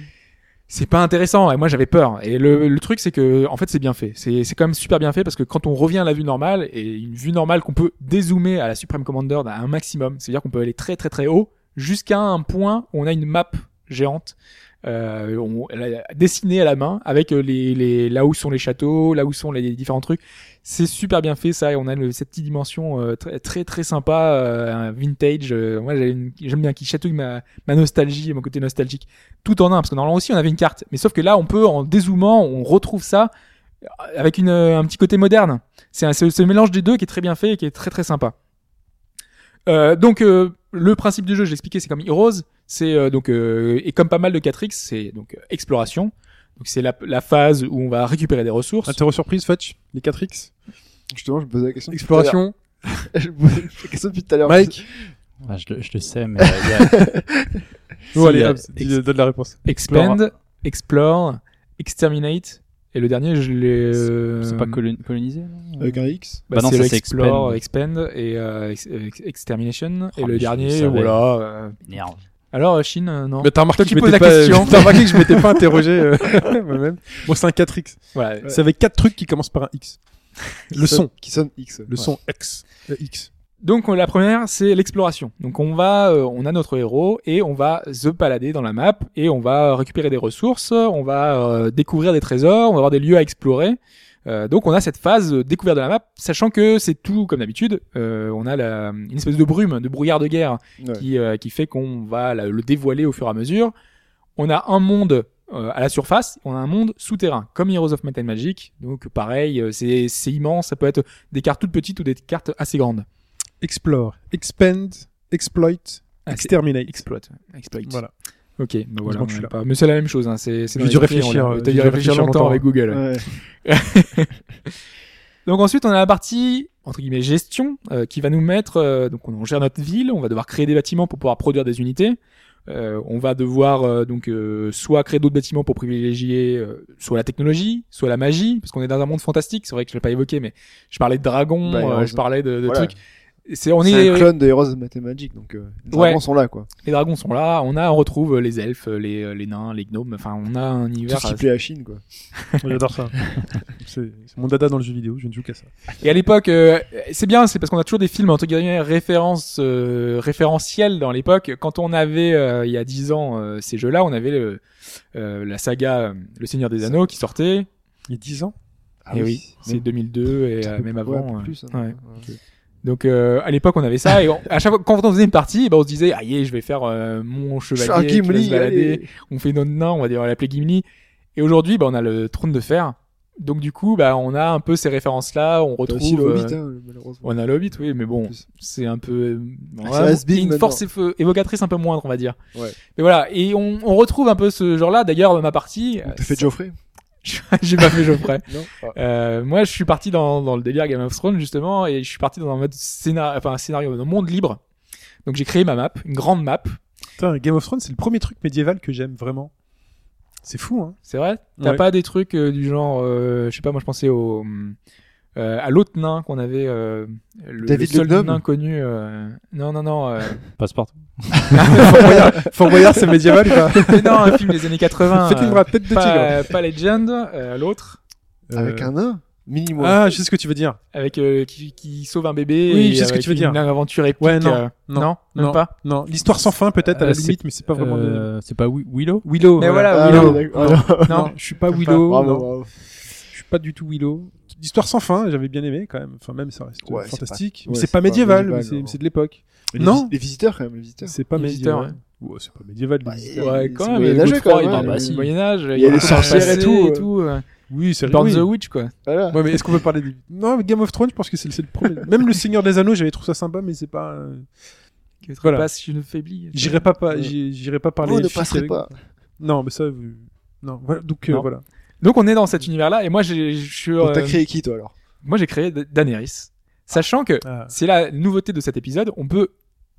S5: C'est pas intéressant et moi j'avais peur. Et le, le truc c'est que en fait c'est bien fait. C'est c'est quand même super bien fait parce que quand on revient à la vue normale et une vue normale qu'on peut dézoomer à la Supreme Commander à un maximum, c'est-à-dire qu'on peut aller très très très haut jusqu'à un point où on a une map géante euh, on- elle a- dessinée à la main avec euh, les, les là où sont les châteaux, là où sont les différents trucs. C'est super bien fait ça et on a le- cette petite dimension euh, très très très sympa euh, vintage. Euh, moi j'ai une- j'aime bien qui chatouille ma, ma nostalgie, mon côté nostalgique, tout en un parce que normalement aussi on avait une carte, mais sauf que là on peut en dézoomant on retrouve ça avec une, euh, un petit côté moderne. C'est un- ce, ce mélange des deux qui est très bien fait et qui est très très sympa. Euh, donc euh, le principe du jeu, je l'expliquais, c'est comme Heroes, c'est euh, donc euh, et comme pas mal de 4X, c'est donc euh, exploration. Donc c'est la, la phase où on va récupérer des ressources.
S3: Interro surprise, Fetch, les 4X,
S4: [LAUGHS] Justement, je me posais la question. depuis tout à l'heure. [LAUGHS]
S3: exploration,
S4: Je me posais la question depuis tout à l'heure.
S3: Mike.
S6: Ah, je, le, je le sais, [LAUGHS] mais. euh, il y a-
S3: Oh,
S6: Si,
S3: allez,
S6: euh,
S3: hop, dis- donne la réponse.
S5: Expand, explore, exterminate. Et le dernier, je l'ai. euh,
S6: C'est pas colon- colonisé non
S4: Avec un X.
S5: bah,
S6: Bah non,
S5: c'est
S6: ça,
S5: le
S6: c'est
S5: explore, expand et euh, ex- ex- extermination.
S6: Oh,
S5: et le
S6: mais je le
S5: dernier,
S6: savais.
S5: voilà. euh,
S6: Merde.
S5: Alors euh, Chine, euh, non.
S3: Mais t'as remarqué,
S5: Toi
S3: que
S5: qui
S3: je
S5: poses
S3: m'étais
S5: la question.
S3: pas- [LAUGHS] t'as remarqué que je m'étais pas interrogé euh, [LAUGHS] moi-même. Bon, c'est un 4X.
S5: Voilà.
S3: C'est avec quatre trucs qui commencent par un X. Le
S4: Qui sonne-
S3: son,
S4: Qui sonne X.
S3: le son X, le X.
S5: Donc on- la première, c'est l'exploration. Donc on va, euh, on a notre héros et on va se balader dans la map et on va euh, récupérer des ressources, on va euh, découvrir des trésors, on va avoir des lieux à explorer. Euh, donc on a cette phase euh, découverte de la map, sachant que c'est tout comme d'habitude. Euh, on a la- une espèce de brume, de brouillard de guerre
S4: Ouais.
S5: qui, euh, qui fait qu'on va la- le dévoiler au fur et à mesure. On a un monde euh, à la surface, on a un monde souterrain, comme Heroes of Might and Magic. Donc pareil, euh, c'est c'est immense, ça peut être des cartes toutes petites ou des cartes assez grandes.
S3: Explore, expand, Ah, exploit, Exterminate.
S5: Exploit. ouais. Exploit.
S3: Voilà.
S5: Ok, donc voilà,
S3: Heureusement que
S5: on
S3: je suis
S5: l'a
S3: là.
S5: pas. Mais c'est la même chose, hein. c'est c'est dans
S3: J'ai
S5: les
S3: dû
S5: papiers, on
S3: réfléchir,
S5: l'a-
S3: euh,
S5: T'as
S3: j'ai
S5: dû
S3: dû
S5: réfléchir
S3: réfléchir
S5: longtemps
S3: longtemps.
S5: avec Google. ouais.
S4: Ouais.
S5: donc ensuite, on a la partie entre guillemets gestion euh, qui va nous mettre. euh, donc on on gère notre ville, on va devoir créer des bâtiments pour pouvoir produire des unités. Euh, on va devoir euh, donc euh, soit créer d'autres bâtiments pour privilégier euh, soit la technologie, soit la magie, parce qu'on est dans un monde fantastique. C'est vrai que je l'ai pas évoqué, mais je parlais de dragons,
S4: Bah,
S5: euh,
S4: heureusement.
S5: je parlais de, de
S4: Voilà.
S5: trucs. C'est on est,
S4: C'est un clone de Heroes of Might and Magic, donc euh, les
S5: Ouais.
S4: dragons sont là, quoi.
S5: les dragons sont là. On a on retrouve les elfes, les, les nains, les gnomes. Enfin, on a un
S4: Tout
S5: univers
S4: ce qui plaît à Chine, quoi.
S3: Moi, J'adore [LAUGHS] ça. c'est c'est mon dada dans le jeu vidéo, je ne joue qu'à ça.
S5: Et à l'époque, euh, c'est bien, c'est parce qu'on a toujours des films entre guillemets références euh, référentiels dans l'époque. Quand on avait euh, il y a dix ans euh, ces jeux-là, on avait le- euh, la saga euh, Le Seigneur des Anneaux qui sortait.
S3: Il y a 10 ans
S5: et Eh oui, c'est 2002 et euh, même
S4: Ah Ouais,
S5: avant.
S4: un peu
S5: euh,
S4: plus, hein.
S5: ouais.
S4: Ok.
S5: Donc euh, à l'époque, on avait ça et on- à chaque fois quand on faisait une partie, bah, on se disait ah yeah, je vais faire euh, mon
S4: Je suis un
S5: chevalier, qui va se
S4: Gimli,
S5: balader
S4: allez.
S5: on fait notre nain, on va dire, on va l'appeler Gimli. Et aujourd'hui, bah, on a le trône de fer. Donc du coup, bah, on a un peu ces références-là, on
S4: T'as aussi
S5: retrouve.
S4: le
S5: euh,
S4: Hobbit, hein, malheureusement.
S5: on a le Hobbit, oui, mais bon,
S4: plus.
S5: c'est un peu bon,
S4: Ah, Ça
S5: voilà,
S4: has been
S5: une
S4: maintenant.
S5: force évo- évocatrice un peu moindre, on va dire.
S4: Ouais.
S5: Mais voilà, et on, on retrouve un peu ce genre-là. D'ailleurs, dans ma partie,
S4: T'as fait
S5: euh,
S4: Geoffrey
S5: [LAUGHS] j'ai pas fait Geoffrey.
S4: Non Ah.
S5: Euh, moi, je suis parti dans, dans le délire Game of Thrones justement, et je suis parti dans un mode scénario, enfin un scénario, dans un monde libre. Donc j'ai créé ma map, une grande map.
S3: Putain, Game of Thrones, c'est le premier truc médiéval que j'aime vraiment. C'est fou, hein
S5: C'est vrai T'as
S3: Ouais.
S5: pas des trucs euh, du genre, euh, je sais pas, moi je pensais au, euh, à l'autre nain qu'on avait, euh, le,
S4: David
S5: le seul
S4: le Gnome
S5: nain connu. euh, non, non, non.
S4: [LAUGHS]
S5: euh,
S6: Passepartout.
S3: [LAUGHS] Fort Boyard, c'est médiéval ou pas
S5: mais non, un film des années 80.
S3: Faites-le
S5: euh,
S3: dans la tête de tigre.
S5: pas, pas Legend, euh, l'autre,
S4: Avec
S3: Euh,
S4: un nain Minimum.
S3: Ah, je sais ce que tu veux dire.
S5: avec euh, qui, qui sauve un bébé.
S3: Oui,
S5: et
S3: je sais ce que
S5: avec
S3: tu veux
S5: une
S3: dire.
S5: Une aventure épique.
S3: Ouais, non,
S5: euh, non,
S3: non,
S5: même
S3: non.
S5: pas.
S3: Non, l'histoire sans fin peut-être à
S6: Euh,
S3: la
S6: c'est-
S3: limite, mais c'est pas vraiment. de-
S6: Euh, C'est pas Wi- Willow
S3: Willow.
S5: Mais voilà,
S4: Ah,
S5: Willow.
S4: ouais, d'accord. Ah,
S5: non.
S3: Non, je suis pas
S5: Pas-
S3: Willow.
S4: Bravo,
S3: non.
S4: bravo.
S3: Je suis pas du tout Willow. L'histoire sans fin, j'avais bien aimé quand même. Enfin, même ça reste
S4: Ouais, c'est
S3: fantastique.
S4: pas-
S3: Mais
S4: ouais,
S3: c'est
S4: c'est
S3: pas
S4: pas
S3: médiéval,
S4: médiéval,
S3: mais c'est-
S4: non.
S3: c'est de l'époque.
S4: Mais les
S3: Non.
S4: vis- Les visiteurs, quand même, les visiteurs.
S3: C'est pas
S5: Les visiteurs,
S3: médiéval. Ouais, c'est pas médiéval, les
S4: Bah,
S3: visiteurs.
S5: Ouais,
S4: c'est
S5: quand même.
S4: Moyen-Âgeux,
S5: Godefroy,
S4: quand même,
S5: il
S4: hein,
S5: parle
S6: bah,
S5: du
S6: si.
S5: Moyen-Âge.
S4: y a les sorcières et tout,
S5: Et
S4: euh.
S5: tout euh,
S3: Oui, c'est
S5: Burn
S3: Bah oui.
S5: the Witch, quoi.
S4: Voilà.
S3: Ouais, mais est-ce qu'on peut parler des... Non, mais Game of Thrones, je pense que c'est le, c'est le premier. Même le Seigneur des Anneaux, j'avais trouvé ça sympa, mais c'est pas. euh,
S5: Qui te
S3: Voilà.
S5: repasse, je ne faiblis.
S3: J'irai pas, pas
S4: Ouais.
S3: j'y- j'irai pas parler.
S4: Vous ne
S3: elfique
S4: passerez
S3: avec-
S4: pas.
S3: Non, mais ça. vous- Non, voilà. Donc euh,
S5: Non.
S3: voilà.
S5: Donc on est dans cet univers-là, et moi j'ai- je suis,
S4: Donc, T'as
S5: euh,
S4: créé qui, toi, alors
S5: moi j'ai créé D- Daenerys, sachant que [LAUGHS]
S3: Ah,
S5: c'est la nouveauté de cet épisode, on peut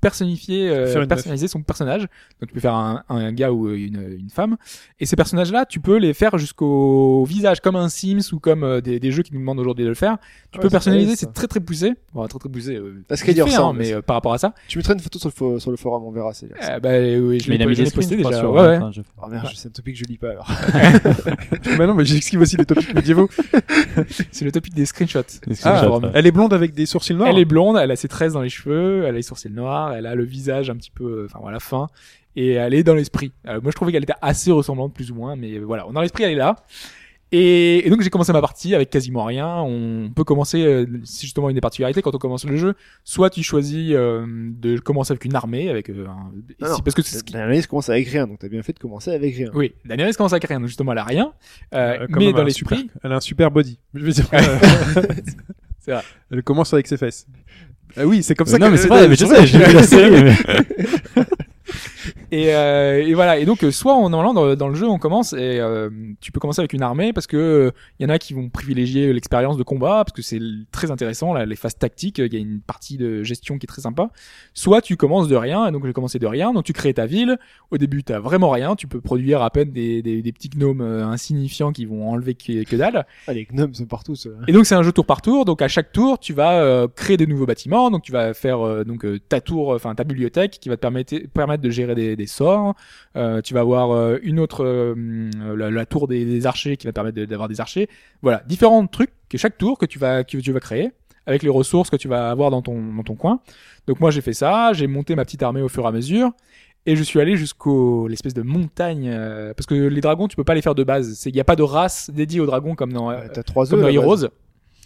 S5: personnifier, euh,
S3: Faire une
S5: personnaliser son personnage, donc tu peux faire un, un gars ou une, une femme, et ces personnages-là, tu peux les faire jusqu'au visage, comme un Sims ou comme euh, des, des jeux qui nous demandent aujourd'hui de le faire. Tu
S4: Ouais,
S5: peux
S4: c'est
S5: personnaliser,
S4: balèze,
S5: c'est
S4: ça.
S5: très très poussé, bon, très très poussé. Euh,
S4: Parce qu'elle y
S5: vite fait,
S4: ressemble,
S5: mais
S4: ça.
S5: euh, par rapport à ça,
S4: Tu mettras une photo sur le, fo- sur le forum, on verra. c'est-
S5: euh, bah oui, je
S6: Mais il
S5: l'ai
S6: a mis
S5: je
S6: des
S5: l'ai
S6: screens,
S5: posté
S6: je crois,
S5: déjà.
S6: sur
S5: Ouais, ouais.
S6: enfin, je-
S4: Oh merde, je- c'est un topic que je lis pas, alors. [LAUGHS]
S3: mais non, mais j'esquive aussi les topics
S6: [LAUGHS]
S3: médiévaux.
S5: [LAUGHS] C'est le topic des screenshots.
S6: Des screenshots,
S5: Ah,
S6: ouais.
S3: Elle est blonde avec des sourcils noirs.
S5: Elle est blonde, elle a ses tresses dans les cheveux, elle a les sourcils noirs, elle a le visage un petit peu, euh, enfin voilà, fin, et elle est dans l'esprit. Euh, moi, je trouvais qu'elle était assez ressemblante, plus ou moins, mais euh, voilà, dans l'esprit, elle est là. Et, et donc, j'ai commencé ma partie avec quasiment rien. On peut commencer, euh, c'est justement une des particularités quand on commence le jeu. Soit tu choisis euh, de commencer avec une armée, avec euh, un-
S4: Non, Euh,
S5: si- parce que c'est ce qui-
S4: L'analyse bah, commence avec rien, donc t'as bien fait de commencer avec rien.
S5: oui, Daenerys commence avec rien, donc justement elle a rien, euh,
S3: Euh, quand
S5: mais
S3: même,
S5: dans
S3: elle a un super-
S5: l'esprit,
S3: Elle a un super body. Je veux dire. euh,
S5: C'est vrai.
S3: Elle commence avec ses fesses. Ah oui, c'est comme ça.
S6: non,
S3: que-
S6: mais c'est vrai, mais je sais, j'ai vu
S3: [LAUGHS]
S6: la série. mais-
S5: Et, euh, et voilà. Et donc, euh, soit en allant dans, dans le jeu, on commence et euh, tu peux commencer avec une armée parce que euh, il y en a qui vont privilégier euh, l'expérience de combat parce que c'est l- très intéressant, là, les phases tactiques. euh, Il y a une partie de gestion qui est très sympa. Soit tu commences de rien. Et donc, j'ai commencé de rien. Donc, tu crées ta ville. Au début, t'as vraiment rien. Tu peux produire à peine des, des, des petits gnomes euh, insignifiants qui vont enlever que, que dalle.
S4: Ah, les gnomes sont partout, ça.
S5: Et donc c'est un jeu tour par tour. Donc à chaque tour, tu vas euh, créer des nouveaux bâtiments. Donc tu vas faire euh, donc euh, ta tour, enfin ta bibliothèque, qui va te permettre permettre de gérer des, des sorts. Euh, tu vas avoir euh, une autre euh, hum, la, la tour des, des archers qui va te permettre de- d'avoir des archers. Voilà, différents trucs que chaque tour que tu vas que tu vas créer avec les ressources que tu vas avoir dans ton dans ton coin. Donc moi j'ai fait ça, j'ai monté ma petite armée au fur et à mesure. Et je suis allé jusqu'au l'espèce de montagne euh, parce que les dragons tu peux pas les faire de base. C'est- Il n'y a pas de race dédiée aux dragons comme dans euh,
S4: Ouais, t'as trois
S5: comme
S4: œufs.
S5: dans
S4: à la base.
S5: Heroes.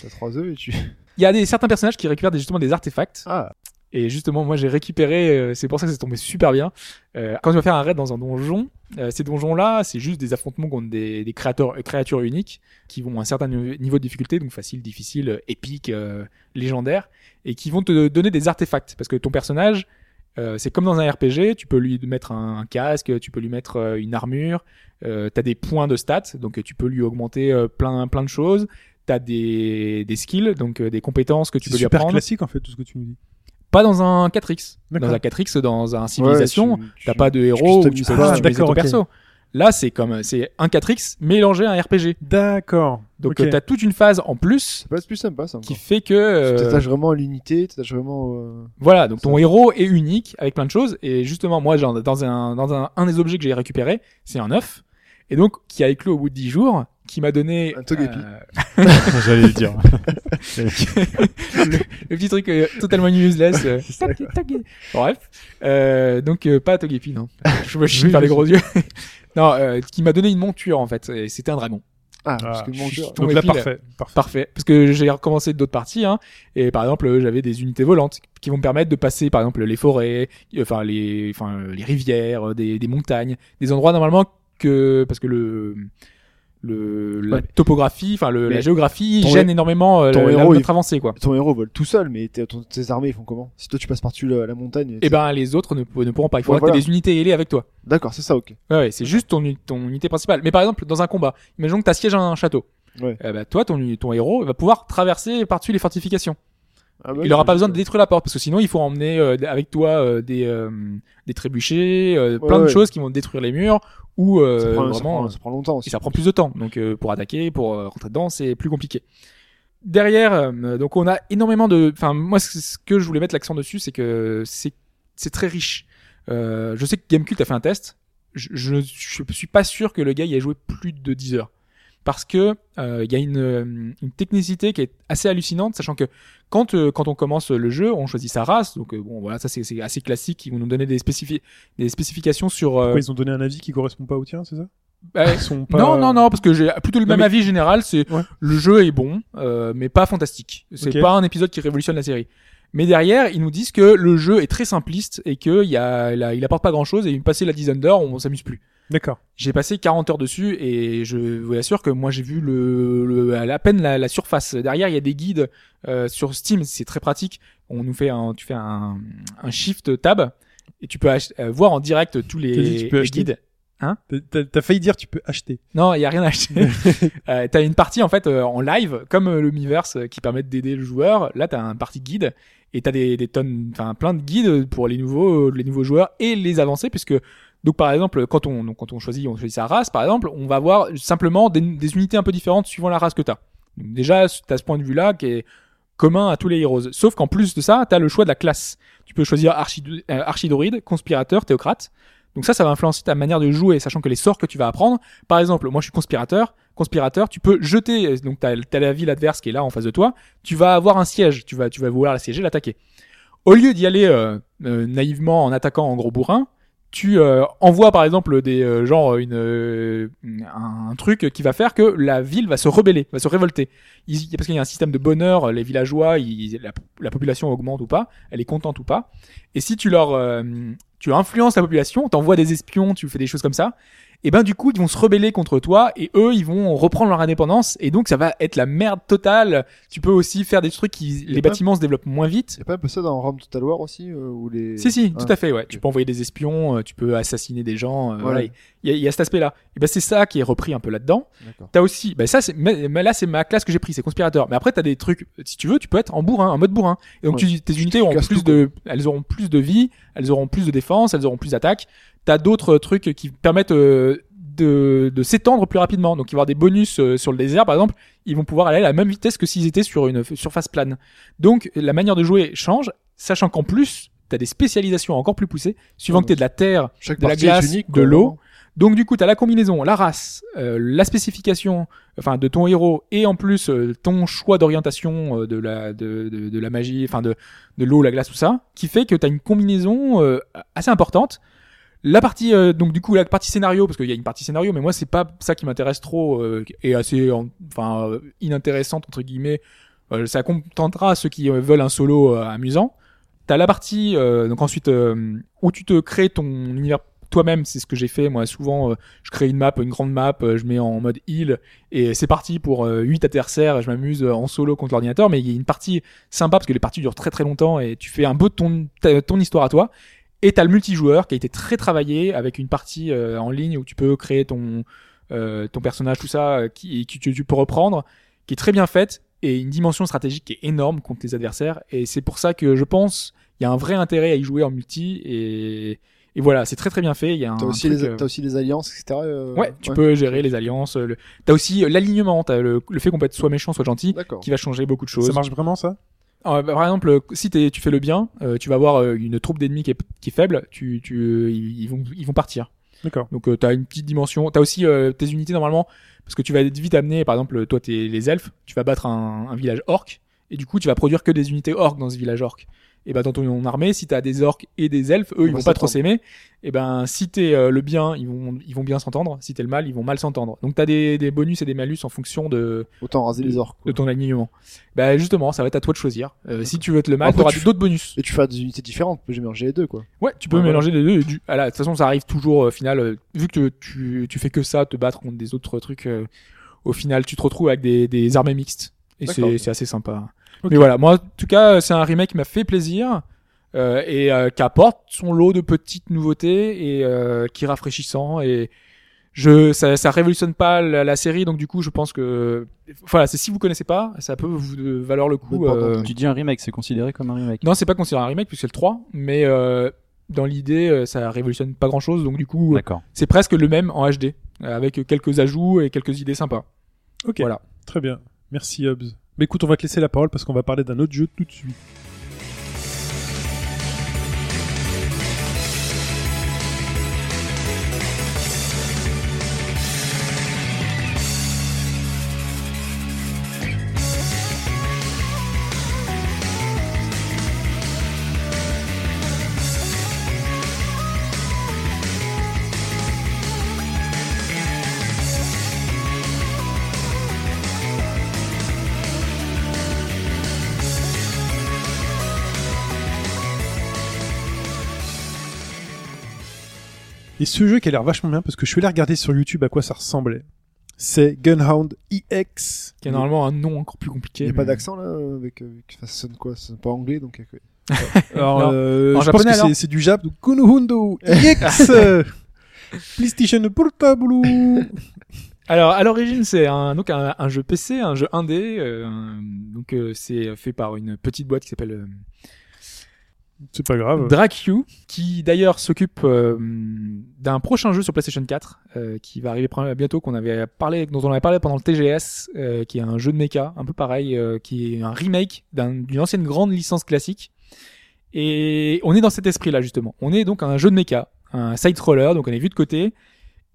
S4: T'as trois œufs et tu.
S5: Il y a des, certains personnages qui récupèrent des- justement des artefacts.
S4: [LAUGHS] Ah,
S5: Et justement, moi j'ai récupéré, euh, c'est pour ça que c'est tombé super bien. Euh, quand tu vas faire un raid dans un donjon, euh, ces donjons-là, c'est juste des affrontements contre des, des créateurs, euh, créatures uniques qui vont à un certain nive- niveau de difficulté, donc facile, difficile, euh, épique, euh, légendaire, et qui vont te donner des artefacts. Parce que ton personnage Euh, c'est comme dans un RPG, tu peux lui mettre un, un casque, tu peux lui mettre euh, une armure, euh, t'as des points de stats, donc euh, tu peux lui augmenter euh, plein plein de choses, t'as des, des skills, donc euh, des compétences que tu
S3: C'est
S5: peux lui
S3: super
S5: apprendre.
S3: classique en fait tout ce que tu nous dis.
S5: Pas dans un 4X.
S3: D'accord.
S5: Dans un 4X, dans un civilisation,
S4: Ouais, tu-
S5: t'as
S4: tu-
S5: pas de héros, ou tu
S4: customises
S5: peux
S4: pas. Ah,
S5: customiser
S3: D'accord,
S5: ton
S3: ok.
S5: perso. Là, c'est comme c'est un 4X mélangé à un RPG.
S3: D'accord.
S5: Donc
S3: Ok.
S5: euh, t'as toute une phase en plus
S4: C'est pas plus sympa ça.
S5: qui
S4: encore.
S5: fait que
S4: Tu
S5: euh,
S4: t'attaches vraiment à l'unité, tu t'attaches vraiment. [LAUGHS] euh,
S5: Voilà, donc ton héros est unique avec plein de choses. Et justement, moi, genre, dans, un, dans un, un des objets que j'ai récupéré, c'est un œuf. Et donc, qui a éclos au bout de 10 jours, qui m'a donné.
S4: Un togepi.
S5: euh,
S6: J'allais le dire.
S5: le, le petit truc euh, totalement
S4: [LAUGHS]
S5: useless. euh, togi, togi. Bref. Euh, donc, euh, pas
S4: [LAUGHS]
S5: Togepi, non. Je me chine par les gros yeux. [LAUGHS] non, euh, qui m'a donné une monture, en fait. et C'était un dragon.
S4: Ah,
S3: Ah,
S4: parce que mon cœur.
S5: tombé
S3: Donc là
S5: pile.
S3: parfait. parfait.
S5: Parfait. Parce que j'ai recommencé d'autres parties, hein, et par exemple, euh, j'avais des unités volantes qui vont me permettre de passer, par exemple, les forêts, euh, enfin les, enfin euh, les rivières, euh, des, des montagnes, des endroits normalement que parce que le le la
S4: Ouais.
S5: topographie, enfin le-
S4: Mais
S5: la géographie
S4: ton
S5: gêne
S4: hé-
S5: énormément euh,
S4: ton
S5: la-
S4: héros,
S5: notre
S4: il-
S5: avancée, quoi.
S4: Ton héros vole tout seul, mais tes, ton- tes armées ils font comment Si toi tu passes par-dessus la, la montagne.
S5: Et
S4: c'est-
S5: ben les autres ne, ne pourront pas. Il faudra
S4: Ouais, voilà.
S5: que t'aies des unités ailées avec toi.
S4: D'accord, c'est ça, ok.
S5: Ouais, ouais, c'est juste ton, u- ton unité principale. Mais par exemple, dans un combat, imaginons que t'assièges un château.
S4: Ouais.
S5: Euh, bah, toi, ton, u- ton héros va pouvoir traverser par-dessus les fortifications.
S4: Ah bah
S5: Il
S4: oui,
S5: n'aura pas
S4: je-
S5: besoin de détruire la porte parce que sinon il faut emmener euh, avec toi euh, des euh, des trébuchets, euh, plein de
S4: ouais.
S5: choses qui vont détruire les murs ou euh,
S4: Ça prend, ça
S5: vraiment
S4: prend- ça prend longtemps
S5: et
S4: aussi.
S5: ça prend plus de temps donc euh, pour attaquer, pour euh, rentrer dedans c'est plus compliqué. Derrière euh, donc on a énormément de enfin moi c- ce que je voulais mettre l'accent dessus c'est que c'est c'est très riche. Euh, je sais que Gamecult a fait un test. Je, je, je suis pas sûr que le gars y ait joué plus de 10 heures parce que euh, il y a une, euh, une technicité qui est assez hallucinante, sachant que quand euh, quand on commence le jeu, on choisit sa race, donc euh, bon voilà, ça c'est c'est assez classique, ils vont nous donner des, spécifi- des spécifications sur. euh,
S3: Pourquoi ils ont donné un avis qui correspond pas au tien, c'est ça
S5: bah,
S3: Ils sont pas.
S5: non non non, parce que j'ai plutôt le
S3: Non,
S5: même
S3: mais-
S5: avis général, c'est
S3: Ouais.
S5: le jeu est bon, euh, mais pas fantastique. C'est
S3: Ok.
S5: pas un épisode qui révolutionne la série. Mais derrière, ils nous disent que le jeu est très simpliste et que il y a, il a- il apporte pas grand chose et passer la dizaine d'heures, on s'amuse plus.
S3: D'accord.
S5: J'ai passé 40 heures dessus et je vous assure que moi j'ai vu le, le- à la peine la, la surface. Derrière il y a des guides euh, sur Steam, c'est très pratique. On nous fait un, tu fais un, un shift tab et tu peux ach- euh, voir en direct tous les,
S3: T'as dit tu peux
S5: les
S3: acheter
S5: guides.
S3: T'as- T'as t'as failli dire tu peux acheter.
S5: Non, il y a rien à acheter. euh, t'as une partie en fait euh, en live comme euh, le Miiverse euh, qui permet d'aider le joueur. Là t'as un partie guide et t'as des, des tonnes, enfin plein de guides pour les nouveaux, euh, les nouveaux joueurs et les avancés puisque donc par exemple quand on donc, quand on choisit on choisit sa race par exemple on va avoir simplement des, des unités un peu différentes suivant la race que t'as. Donc, déjà t'as ce point de vue là qui est commun à tous les heroes. Sauf qu'en plus de ça t'as le choix de la classe. Tu peux choisir archid- euh, archidruide, conspirateur, théocrate. Donc ça, ça va influencer ta manière de jouer, sachant que les sorts que tu vas apprendre, par exemple, moi je suis conspirateur, conspirateur, tu peux jeter, euh, donc t'as, t'as la ville adverse qui est là en face de toi, tu vas avoir un siège, tu vas, tu vas vouloir la siéger, l'attaquer. Au lieu d'y aller euh, euh, naïvement en attaquant en gros bourrin, tu euh, envoies par exemple des euh, genre une euh, un truc qui va faire que la ville va se rebeller, va se révolter. Ils- parce qu'il y a un système de bonheur, les villageois, ils- la, la population augmente ou pas, elle est contente ou pas. Et si tu leur euh, tu influences la population, t'envoies des espions, tu fais des choses comme ça, et ben du coup ils vont se rebeller contre toi et eux ils vont reprendre leur indépendance et donc ça va être la merde totale. Tu peux aussi faire des trucs qui les
S4: pas-
S5: bâtiments se développent moins vite.
S4: Y'a pas un peu ça dans Rome Total War aussi euh, où les...
S5: Si si,
S4: Ah.
S5: tout à fait ouais. Tu peux envoyer des espions, euh, tu peux assassiner des gens. euh, voilà, il
S4: Ouais.
S5: y, a- il y a cet aspect là. Et ben c'est ça qui est repris un peu là-dedans.
S4: D'accord.
S5: T'as aussi, bah ça c'est, mais- mais là c'est ma classe que j'ai pris, c'est conspirateur. Mais après t'as des trucs, si tu veux, tu peux être en bourrin, en mode bourrin. Et donc
S4: Ouais.
S5: tu- tes unités auront
S4: casses
S5: plus
S4: tout, quoi.
S5: de, elles auront plus de vie, elles auront plus de défense, elles auront plus d'attaque. T'as d'autres trucs qui permettent euh, de, de s'étendre plus rapidement. Donc il va y avoir des bonus euh, sur le désert par exemple, ils vont pouvoir aller à la même vitesse que s'ils étaient sur une f- surface plane. Donc la manière de jouer change, sachant qu'en plus t'as des spécialisations encore plus poussées, suivant
S4: Ouais,
S5: que t'es de la terre
S4: Chaque
S5: de la
S4: partie est
S5: glace,
S4: unique,
S5: de
S4: quoi,
S5: l'eau.
S4: vraiment.
S5: donc du coup, t'as la combinaison, la race, euh, la spécification, enfin de ton héros et en plus euh, ton choix d'orientation euh, de la de, de, de la magie, enfin de de l'eau, la glace, tout ça, qui fait que t'as une combinaison euh, assez importante. La partie euh, donc du coup la partie scénario parce qu'il y a une partie scénario, mais moi c'est pas ça qui m'intéresse trop euh, et assez en- enfin euh, inintéressante entre guillemets. Euh, ça contentera ceux qui euh, veulent un solo euh, amusant. T'as la partie euh, donc ensuite euh, où tu te crées ton univers toi-même, c'est ce que j'ai fait moi souvent euh, je crée une map, une grande map, euh, je mets en mode heal et c'est parti pour 8 adversaires, je m'amuse euh, en solo contre l'ordinateur mais il y a une partie sympa parce que les parties durent très très longtemps et tu fais un peu ton ta- ton histoire à toi Et t'as le multijoueur qui a été très travaillé avec une partie euh, en ligne où tu peux créer ton euh, ton personnage, tout ça, euh, qui, et qui tu, tu peux reprendre, qui est très bien faite et une dimension stratégique qui est énorme contre les adversaires. Et c'est pour ça que je pense il y a un vrai intérêt à y jouer en multi et et voilà, c'est très très bien fait. Il y a un
S4: T'as aussi,
S5: truc,
S4: les-
S5: euh,
S4: t'as aussi les alliances, etc. euh,
S5: Ouais, tu peux gérer les alliances. euh, Le... T'as aussi euh, l'alignement, t'as le, le fait qu'on peut être soit méchant, soit gentil,
S4: D'accord.
S5: qui va changer beaucoup de choses.
S3: Ça marche vraiment ça
S5: Euh, bah, par exemple, euh, si t'es- tu fais le bien, euh, tu vas avoir euh, une troupe d'ennemis qui est, qui est faible, tu, tu, euh, ils, ils vont, ils vont partir.
S3: D'accord.
S5: Donc euh, t'as une petite dimension. T'as aussi euh, tes unités normalement, parce que tu vas être vite amené. Par exemple, toi t'es les elfes, tu vas battre un, un village orc, et du coup tu vas produire que des unités orques dans ce village orc. Et ben dans ton armée, si t'as des orques et des elfes, eux ils
S4: va
S5: vont pas trop
S4: s'entendre.
S5: s'aimer. Et ben si t'es euh, le bien, ils vont ils vont bien s'entendre. Si t'es le mal, ils vont mal s'entendre. Donc t'as des, des bonus et des malus en fonction de,
S4: Autant raser les orques.
S5: de
S4: quoi.
S5: ton alignement. Bah justement, ça va être à toi de choisir. Euh, si tu veux être le mal,
S4: Après,
S5: t'auras
S4: tu-
S5: d'autres bonus.
S4: Et tu fais des unités différentes, tu peux mélanger les deux, quoi.
S5: Ouais, tu peux
S4: Ouais,
S5: mélanger les deux. et du- ah là, De toute façon, ça arrive toujours euh, au final. euh, vu que tu, tu fais que ça, te battre contre des autres trucs, euh, au final, tu te retrouves avec des, des armées mixtes. Et
S4: D'accord.
S5: c'est c'est assez sympa. Mais voilà, moi, en tout cas, euh, c'est un remake qui m'a fait plaisir euh, et euh, qui apporte son lot de petites nouveautés et euh, qui est rafraîchissant. Et je, ça, ça révolutionne pas la, la série, donc du coup, je pense que, voilà, c'est si vous connaissez pas, ça peut vous euh, valoir le coup.
S4: Bonne porte
S5: euh,
S4: d'entrée.
S6: Tu dis un remake, c'est considéré comme un remake.
S5: non, c'est pas considéré un remake puisque c'est le 3, mais euh, dans l'idée, euh, ça révolutionne pas grand chose, donc du coup, euh,
S6: D'accord.
S5: c'est presque le même en HD, euh, avec quelques ajouts et quelques idées sympas.
S3: Ok.
S5: Voilà.
S3: Très bien. Merci Hobbs. Mais écoute, on va te laisser la parole parce qu'on va parler d'un autre jeu tout de suite. Et ce jeu qui a l'air vachement bien parce que je suis allé regarder sur YouTube à quoi ça ressemblait. C'est Gunhound E EX.
S5: Qui a normalement un nom encore plus compliqué.
S4: Il n'y a pas
S5: mais-
S4: d'accent, là, avec, avec- enfin, ça sonne quoi Ça sonne pas anglais, donc. euh,
S3: Alors,
S5: Non.
S3: euh,
S5: En
S3: je pense
S5: japonais,
S3: que
S5: alors
S3: c'est- c'est du Jap. donc, Gunhound
S5: [LAUGHS]
S3: EX euh, PlayStation Portable.
S5: Alors, à l'origine, c'est un, donc un, un jeu PC, un jeu indé, euh, donc euh, c'est fait par une petite boîte qui s'appelle euh,
S3: C'est pas grave.
S5: DragQ, qui d'ailleurs s'occupe euh, d'un prochain jeu sur PlayStation 4, euh, qui va arriver pr- bientôt, qu'on avait parlé, dont on avait parlé pendant le TGS, euh, qui est un jeu de méca, un peu pareil, euh, qui est un remake d'un- d'une ancienne grande licence classique. Et on est dans cet esprit-là justement. On est donc à un jeu de méca, un side roller, donc on est vu de côté,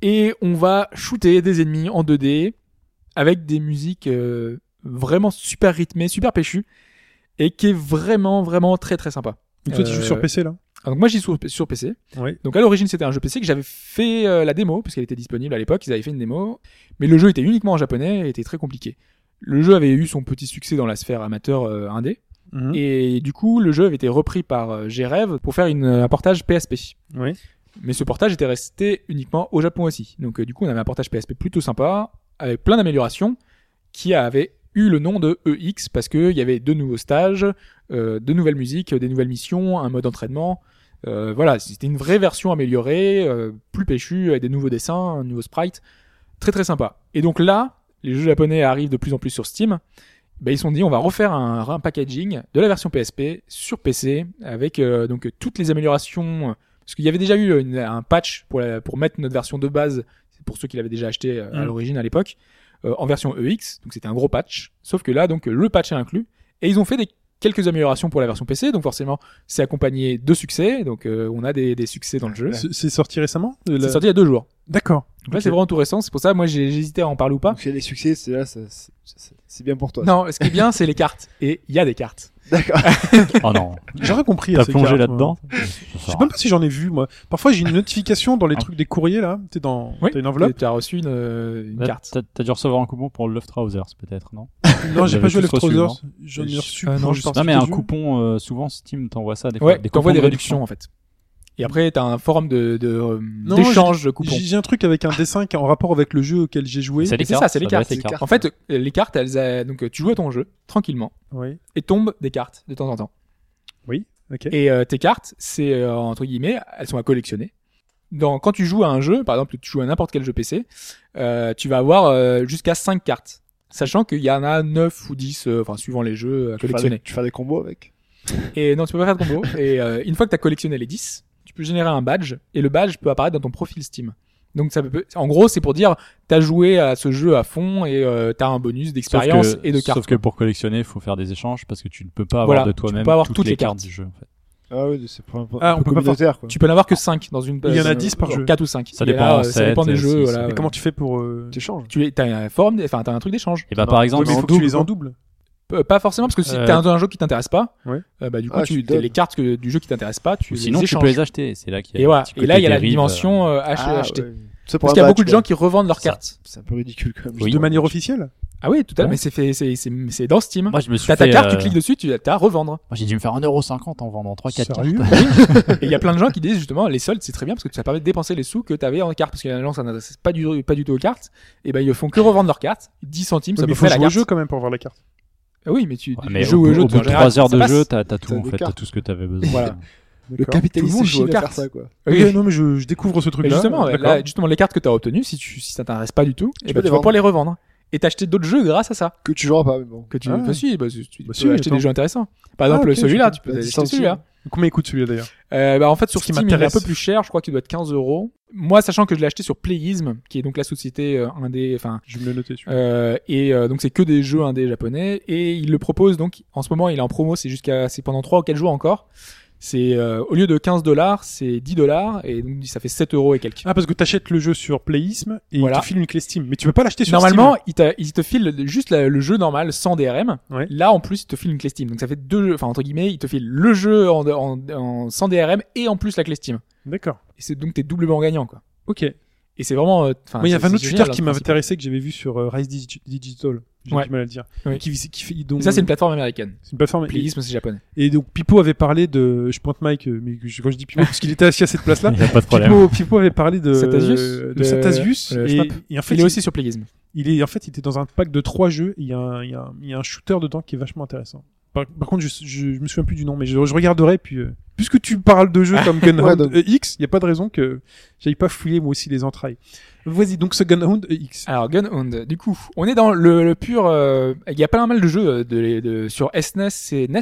S5: et on va shooter des ennemis en 2D avec des musiques euh, vraiment super rythmées, super péchues, et qui est vraiment vraiment très très sympa.
S3: Donc toi, tu joues
S5: Euh,
S3: sur PC là
S5: Ah, Donc moi j'y joue sur- sur PC.
S3: Oui.
S5: Donc à l'origine c'était un jeu PC que j'avais fait euh, la démo parce qu'elle était disponible à l'époque, ils avaient fait une démo, mais le jeu était uniquement en japonais et était très compliqué. Le jeu avait eu son petit succès dans la sphère amateur euh, indé
S3: Mhm.
S5: et du coup le jeu avait été repris par euh, G-Rev pour faire une, euh, un portage PSP.
S3: Oui.
S5: Mais ce portage était resté uniquement au Japon aussi. Donc euh, du coup on avait un portage PSP plutôt sympa avec plein d'améliorations qui avait eu le nom de EX parce qu'il y avait deux nouveaux stages, euh, de nouvelles musiques, des nouvelles missions, un mode d'entraînement. Euh, voilà, c'était une vraie version améliorée, euh, plus péchue, avec des nouveaux dessins, un nouveau sprite. Très très sympa. Et donc là, les jeux japonais arrivent de plus en plus sur Steam. Ben, ils se sont dit, on va refaire un, un packaging de la version PSP sur PC avec euh, donc toutes les améliorations. Parce qu'il y avait déjà eu une- un patch pour, la- pour mettre notre version de base, c'est pour ceux qui l'avaient déjà acheté euh, à
S3: Mm.
S5: l'origine à l'époque, euh, en version EX. Donc c'était un gros patch. Sauf que là, donc le patch est inclus. Et ils ont fait des quelques améliorations pour la version PC, donc forcément c'est accompagné de succès, donc euh, on a des, des succès dans le jeu.
S3: C'est- C'est sorti récemment de la-
S5: C'est sorti il y a deux jours.
S3: D'accord.
S5: Donc là
S3: Ah, Ok.
S5: c'est vraiment tout récent, c'est pour ça moi j'ai j'hésitais à en parler ou pas.
S4: Donc, si les succès, c'est là, ça- c'est- c'est c'est bien pour toi.
S5: Ah. Non, Ah, ce qui est bien c'est les cartes, et il y a des cartes.
S4: D'accord.
S6: Oh non.
S3: J'aurais compris. à
S6: T'as
S3: ces
S6: plongé
S3: cartes,
S6: là-dedans
S3: moi. Je sais même pas si j'en ai vu moi. Parfois j'ai une notification dans les
S6: Ah.
S3: trucs des courriers là. T'es dans.
S5: Oui.
S3: T'as une enveloppe.
S5: Et Tu as reçu une, euh, une
S6: Là,
S5: carte.
S6: T'as t'as dû recevoir un coupon pour Love Trousers, peut-être, non
S3: Non, j'ai
S6: Vous
S3: pas
S6: avez
S3: joué à
S6: tous
S3: Left hein.
S6: reçu,
S3: Trousers. J'en ai
S6: Je-
S3: reçu.
S5: Euh, non,
S3: plein,
S5: je pense
S3: sais
S6: Non, mais
S3: pas
S6: un
S3: si
S6: coupon, euh, souvent Steam t'envoie ça, des fois.
S5: Ouais,
S6: des
S5: t'envoies
S6: coupons
S5: des
S6: de
S5: réductions en fait. Et après t'as un forum de de, euh,
S3: Non,
S5: d'échange de
S3: j'ai-
S5: coupons.
S3: J'ai un truc avec un dessin qui est en rapport avec le jeu auquel j'ai joué.
S6: C'est
S5: Et
S6: des
S5: c'est ça,
S6: cartes,
S5: c'est les
S6: ça doit
S5: cartes.
S6: être les
S5: En fait, euh, les cartes, elles, euh, donc euh, tu joues à ton jeu tranquillement
S3: Oui.
S5: et tombent des cartes de temps en temps.
S3: Oui. Ok. Ah
S5: Et euh, tes cartes, c'est euh, entre guillemets, elles sont à collectionner. Dans, quand tu joues à un jeu, par exemple, tu joues à n'importe quel jeu PC, euh, tu vas avoir euh, jusqu'à 5 cartes. Sachant qu'il y en a 9 ou 10, euh, enfin, suivant les jeux, à
S4: Tu fais des,
S5: collectionner.
S4: tu fais des combos avec
S5: Et non, tu peux pas faire de combo. Et euh, une fois que tu as collectionné les 10, tu peux générer un badge et le badge peut apparaître dans ton profil Steam. Donc ça peut, en gros, c'est pour dire t'as joué à ce jeu à fond et euh, t'as un bonus
S6: Sauf
S5: d'expérience
S6: que-
S5: et de cartes.
S6: Sauf que pour collectionner, il faut faire des échanges parce que tu ne peux pas avoir
S5: Voilà,
S6: de
S5: tu
S6: toi-même
S5: peux pas avoir
S6: toutes,
S5: toutes
S6: les
S5: les
S6: cartes
S5: cartes.
S6: du jeu. en fait.
S4: Ah oui, c'est pour un peu,
S3: Ah, on peut pas
S4: communautaire, quoi.
S5: Tu peux n'en avoir
S6: Ah.
S5: que 5 dans une.
S3: Il y en a
S5: euh,
S3: 10 par jeu.
S5: 4 ou 5.
S6: Ça
S5: Il y en
S6: dépend,
S5: a, euh,
S6: sept,
S5: ça dépend des
S6: euh, six,
S5: jeux. Voilà,
S3: Mais
S5: ouais.
S3: comment tu fais pour euh,
S4: Tu échanges.
S5: tu es, t'as un forme, enfin t'as un truc d'échange.
S6: Et bah
S4: Non,
S6: par exemple,
S3: Oui, mais il
S6: en
S3: faut que tu
S6: double,
S3: les en double.
S5: Euh, pas forcément parce que si
S6: Euh,
S5: t'as un, un jeu qui t'intéresse pas,
S3: Ouais.
S5: euh, bah du coup
S4: Ah,
S5: tu,
S4: tu
S5: t'as
S4: donnes.
S5: les cartes que, du jeu qui t'intéresse pas, tu
S6: ou
S5: les
S6: sinon tu
S5: échanges.
S6: peux les acheter. C'est là qu'il y a
S5: Et
S6: le
S5: voilà.
S6: petit
S5: Et
S6: côté
S5: là il y a la
S6: dérive,
S5: dimension euh, ach-
S4: Ah,
S5: acheter.
S4: ouais. C'est pour
S5: Parce
S4: un
S5: qu'il y a
S4: badge,
S5: beaucoup de
S4: quoi.
S5: gens qui revendent leurs
S6: Ça.
S5: cartes.
S4: C'est un peu ridicule, quand même.
S6: Oui.
S3: De manière officielle
S5: Ah oui, tout à
S6: Ouais.
S5: fait. Mais c'est fait, c'est, c'est, c'est dans Steam.
S6: euh, Moi je me suis
S5: T'as ta
S6: fait,
S5: carte,
S6: euh,
S5: tu cliques dessus, tu as revendre.
S6: Moi j'ai dû me faire 1,50€ en vendant 3-4 cartes.
S3: Sérieux
S5: Et il y a plein de gens qui disent justement les soldes c'est très bien parce que ça permet de dépenser les sous que t'avais en carte parce qu'il y a des gens ça n'intéresse pas du pas du tout aux cartes. Et ben ils font que revendre leurs cartes, 10 centimes
S3: Oui,
S5: ça
S3: mais
S5: peut
S3: il faut
S5: faire la
S3: jouer au
S5: carte.
S3: jeu quand même pour avoir la carte.
S5: Ah oui mais tu,
S6: Ouais,
S5: tu
S6: mais
S5: joues
S6: au,
S5: au
S6: bout-
S5: jeu
S6: au
S5: tu-
S6: bout
S5: en
S6: de
S5: général,
S6: 3 heures
S5: ça
S6: de
S5: passe.
S6: jeu, t'as t'as tout
S4: T'as
S6: en
S4: des
S6: fait, t'as
S4: cartes.
S6: tout ce que t'avais besoin.
S5: Voilà.
S4: Le
S3: D'accord.
S5: Tout le
S4: capitaliste
S5: monde
S4: c'est
S5: joue aux
S4: chine à faire
S5: cartes.
S4: ça, quoi.
S5: Oui.
S3: Ok, non, mais je, je découvre ce
S5: Mais
S3: truc-là.
S5: justement, ouais,
S3: hein. D'accord.
S5: là, justement les cartes que t'as obtenues si tu si ça t'intéresse pas du tout, et
S4: peux les
S5: ben, tu vas
S4: vendre.
S5: pouvoir les revendre et t'acheter d'autres jeux grâce à ça.
S4: Que tu joueras pas, mais bon.
S5: Que tu
S3: Ah.
S5: bah, si, bah, tu- tu
S3: Bah,
S5: peux
S3: si,
S5: acheter
S3: attends.
S5: des jeux intéressants. Par exemple
S3: Ah, ok,
S5: celui-là,
S3: je-
S5: tu peux
S4: bah, dix
S5: acheter
S4: centimes.
S5: celui-là.
S3: Combien il coûte celui-là d'ailleurs
S5: Euh, bah, en fait,
S3: Ce
S5: sur
S3: qui
S5: Steam, il est un
S3: m'intéresse.
S5: peu plus cher. Je crois qu'il doit être 15 euros. Moi, sachant que je l'ai acheté sur Playism, qui est donc la société euh, indé, enfin,
S3: Je vais me le noter. celui-là.
S5: euh, et euh, donc c'est que des jeux indé japonais. Et il le propose donc en ce moment, il est en promo. C'est jusqu'à, c'est pendant 3 ou 4 jours encore. C'est euh, au lieu de 15 dollars, c'est 10 dollars, et donc ça fait 7 euros et quelques.
S3: Ah, parce que t'achètes le jeu sur Playism et il
S5: Voilà.
S3: te file une clé Steam. Mais tu peux pas l'acheter sur
S5: Normalement, il, t'a- il te file juste la- le jeu normal sans DRM.
S3: Ouais.
S5: Là, en plus, il te file une clé Steam. Donc ça fait deux, jeux- enfin entre guillemets, il te file le jeu en, en- en- sans DRM et en plus la clé Steam.
S3: Steam. D'accord.
S5: Et c'est donc t'es doublement gagnant, quoi.
S3: Ok.
S5: Et c'est vraiment. euh, Enfin,
S3: Moi, il y
S5: c'est-
S3: avait un
S5: c'est
S3: autre
S5: génial,
S3: tuteur
S5: hein,
S3: qui
S5: le
S3: m'avait
S5: principe.
S3: intéressé que j'avais vu sur euh, Rise Digi- Digital. J'ai
S5: Ouais.
S3: du mal à le dire.
S5: Oui.
S3: Qui, qui fait- donc,
S5: Ça, c'est une plateforme américaine.
S3: c'est une plateforme. Et,
S5: Playism, c'est japonais.
S3: et donc, Pipo avait parlé de. Je pointe Mike, euh, mais que je- quand je dis Pipo, parce qu'il était assis à cette place-là.
S6: Il n'y a pas de problème.
S3: Pipo, Pipo avait parlé de
S5: Satasius,
S3: de
S5: le-
S3: Satasius
S5: le
S3: et,
S5: Schnapp.
S3: et en fait
S5: Il est aussi sur Playism.
S3: il est en fait il était dans un pack de trois jeux. et Il y a un, il y a un, il y a un shooter dedans qui est vachement intéressant. Par, par contre, je, je, je me souviens plus du nom, mais je, je regarderai. Puis euh, puisque tu parles de jeux comme Gunhound E
S4: donc.
S3: X, il y a pas de raison que j'aille pas fouiller moi aussi les entrailles. Vas-y donc ce Gunhound E X.
S5: Alors, Gunhound, du coup, on est dans le, le pur. euh, Il y a pas mal de jeux euh, de, de- sur SNES et NES.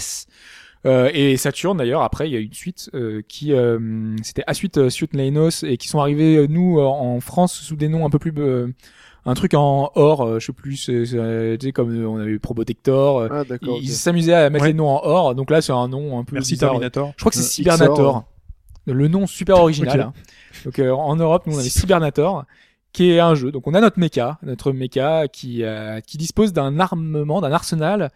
S5: Euh, et Saturn d'ailleurs après il y a une suite euh, qui euh, c'était à suite euh, Suit Leinos et qui sont arrivés euh, nous euh, en France sous des noms un peu plus euh, un truc en or euh, je sais plus c'est- c'est- tu sais comme euh, on a eu Probotector euh,
S4: Ah, d'accord.
S5: ils
S4: ok.
S5: s'amusaient à mettre
S3: Ouais.
S5: les noms en or donc là c'est un nom un peu
S3: Merci
S5: bizarre.
S3: Terminator.
S5: Je crois que c'est
S4: Euh,
S5: Cybernator. Le nom super original.
S3: Ok.
S5: hein. Donc euh, en Europe, nous on avait Cybernator, qui est un jeu. Donc on a notre méca, notre méca qui euh, qui dispose d'un armement, d'un arsenal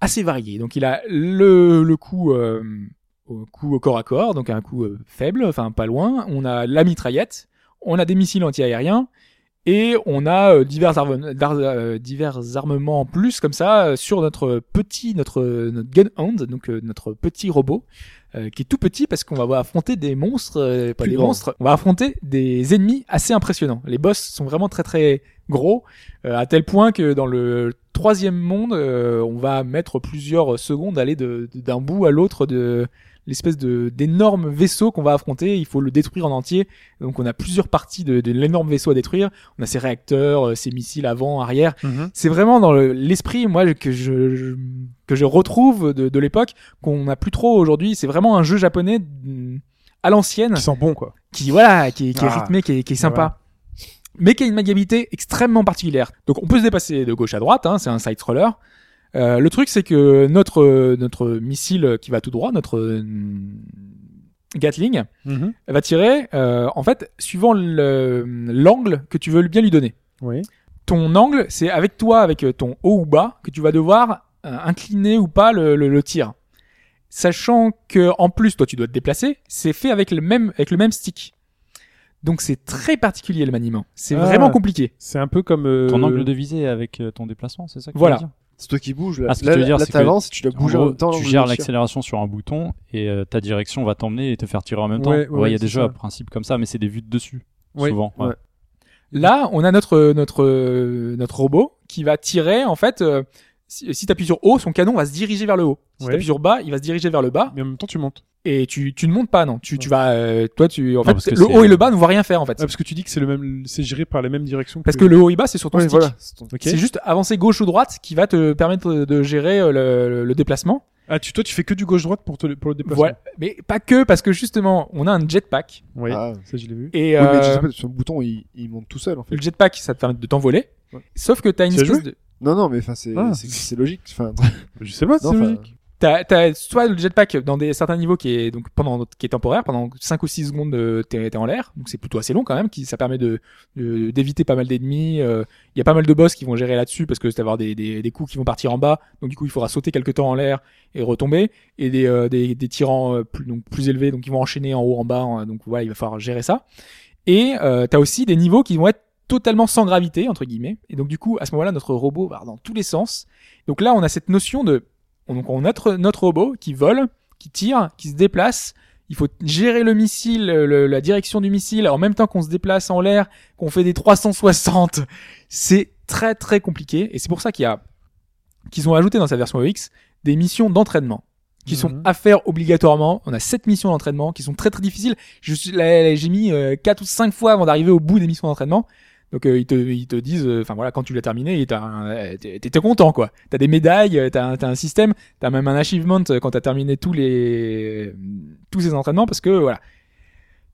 S5: assez varié. Donc il a le le coup euh, au coup au corps à corps, donc un coup euh, faible, enfin pas loin. On a la mitraillette, on a des missiles antiaériens. Et on a euh, divers, arve- dar- euh, divers armements en plus comme ça euh, sur notre petit notre notre gunhound donc euh, notre petit robot euh, qui est tout petit parce qu'on va affronter des monstres, euh, pas
S4: Plus
S5: des
S4: grand.
S5: monstres, on va affronter des ennemis assez impressionnants. Les boss sont vraiment très très gros, euh, à tel point que dans le troisième monde, euh, on va mettre plusieurs secondes à aller de- de- d'un bout à l'autre de l'espèce de d'énorme vaisseau qu'on va affronter. Il faut le détruire en entier. Donc on a plusieurs parties de, de l'énorme vaisseau à détruire. On a ses réacteurs, euh, ses missiles avant, arrière. C'est vraiment dans le- l'esprit, moi, que je, je- que je retrouve de, de l'époque, qu'on n'a plus trop aujourd'hui. C'est vraiment un jeu japonais mm, à l'ancienne,
S3: Qui sent bon quoi.
S5: qui, voilà, qui, est- qui est
S3: Ah.
S5: rythmé, qui est, qui est sympa. Mais qui a une maniabilité extrêmement particulière. Donc on peut se dépasser de gauche à droite, hein, c'est un side scroller. Euh, le truc c'est que notre euh, notre missile qui va tout droit, notre euh, Gatling,
S3: Mhm.
S5: va tirer euh, en fait suivant le- l'angle que tu veux bien lui donner
S3: Oui.
S5: ton angle, c'est avec toi, avec euh, ton haut ou bas, que tu vas devoir euh, incliner ou pas le, le- le tir. Sachant que en plus, toi, tu dois te déplacer, c'est fait avec le même, avec le même stick. Donc c'est très particulier le maniement. C'est
S3: Ah.
S5: vraiment compliqué.
S3: C'est un peu comme euh,
S6: Ton angle de visée avec euh, ton déplacement, c'est ça que tu
S5: Voilà.
S6: veux dire
S4: C'est toi qui bouges, là.
S6: Ah, ce que
S4: Là,
S6: tu veux dire,
S4: là,
S6: c'est
S4: t'avances, tu dois
S6: En
S4: bouger en
S6: gros,
S4: même temps.
S6: tu gères l'accélération sur un bouton et euh, ta direction va t'emmener et te faire tirer en même temps.
S3: Ouais,
S6: Ouais, il
S3: ouais,
S6: y a
S3: ouais, c'est
S6: des jeux
S3: ça.
S6: à principe comme ça, mais c'est des vues de dessus.
S3: Ouais.
S6: Souvent.
S4: Ouais.
S5: Là, on a notre notre euh, notre robot qui va tirer en fait. euh, si, si t'appuies sur haut, son canon va se diriger vers le haut. Si
S3: Ouais.
S5: t'appuies sur bas, il va se diriger vers le bas.
S3: Mais en même temps, tu montes.
S5: Et tu, tu ne montes pas, non. Tu, tu vas, euh, toi, tu, en
S6: Non, parce
S5: fait,
S6: que
S5: le
S6: c'est-
S5: haut et le bas ne vont rien faire, en fait.
S3: Ah, parce que tu dis que c'est le même, c'est géré par les mêmes directions.
S5: Parce que le haut et bas, c'est sur ton
S4: Ouais,
S5: stick.
S4: voilà. c'est ton-
S3: Ok.
S5: C'est juste avancer gauche ou droite qui va te permettre de gérer euh, le, le déplacement.
S3: Ah, tu, toi, tu fais que du gauche-droite pour, te- pour le déplacement.
S5: Voilà. Mais pas que, parce que justement, on a un jetpack.
S3: Oui.
S4: Ah.
S3: Ça, je l'ai vu.
S5: Et
S4: Oui, mais
S5: euh,
S4: je sais pas, sur le bouton, il, il monte tout seul en fait.
S5: le jetpack, ça te permet de t'envoler.
S4: Ouais.
S5: Sauf que t'as une
S3: Tu as
S5: espèce
S3: joué
S5: de...
S4: Non, non, mais enfin, c'est
S3: Ah.
S4: c'est- c'est logique. Enfin,
S3: Je sais pas, c'est
S4: non, enfin,
S3: logique.
S5: T'as, t'as soit le jetpack euh, dans des certains niveaux qui est donc pendant qui est temporaire pendant 5 ou 6 secondes euh, t'es, t'es en l'air donc c'est plutôt assez long quand même qui ça permet de, de- d'éviter pas mal d'ennemis euh, il y a pas mal de boss qui vont gérer là-dessus parce que c'est avoir des, des, des coups qui vont partir en bas donc du coup il faudra sauter quelque temps en l'air et retomber et des euh, des, des tyrans euh, plus donc plus élevés donc ils vont enchaîner en haut en bas en- donc voilà il va falloir gérer ça et euh, t'as aussi des niveaux qui vont être totalement sans gravité entre guillemets et donc du coup à ce moment-là notre robot va dans tous les sens donc là on a cette notion de on- Donc on a notre, notre robot qui vole, qui tire, qui se déplace. Il faut gérer le missile, le- la direction du missile, en même temps qu'on se déplace en l'air, qu'on fait des 360. C'est très très compliqué et c'est pour ça qu'il y a qu'ils ont ajouté dans sa version EX des missions d'entraînement qui sont
S3: Mhm.
S5: à faire obligatoirement. On a sept missions d'entraînement qui sont très très difficiles. Je suis- là, là, j'ai mis euh, quatre ou cinq fois avant d'arriver au bout des missions d'entraînement. Donc euh, ils te ils te disent euh, enfin voilà quand tu l'as terminé, t'as un- euh, t'es t'es content quoi. T'as des médailles, euh, t'as un- t'as un système T'as même un achievement euh, quand t'as terminé tous les tous ces entraînements parce que voilà,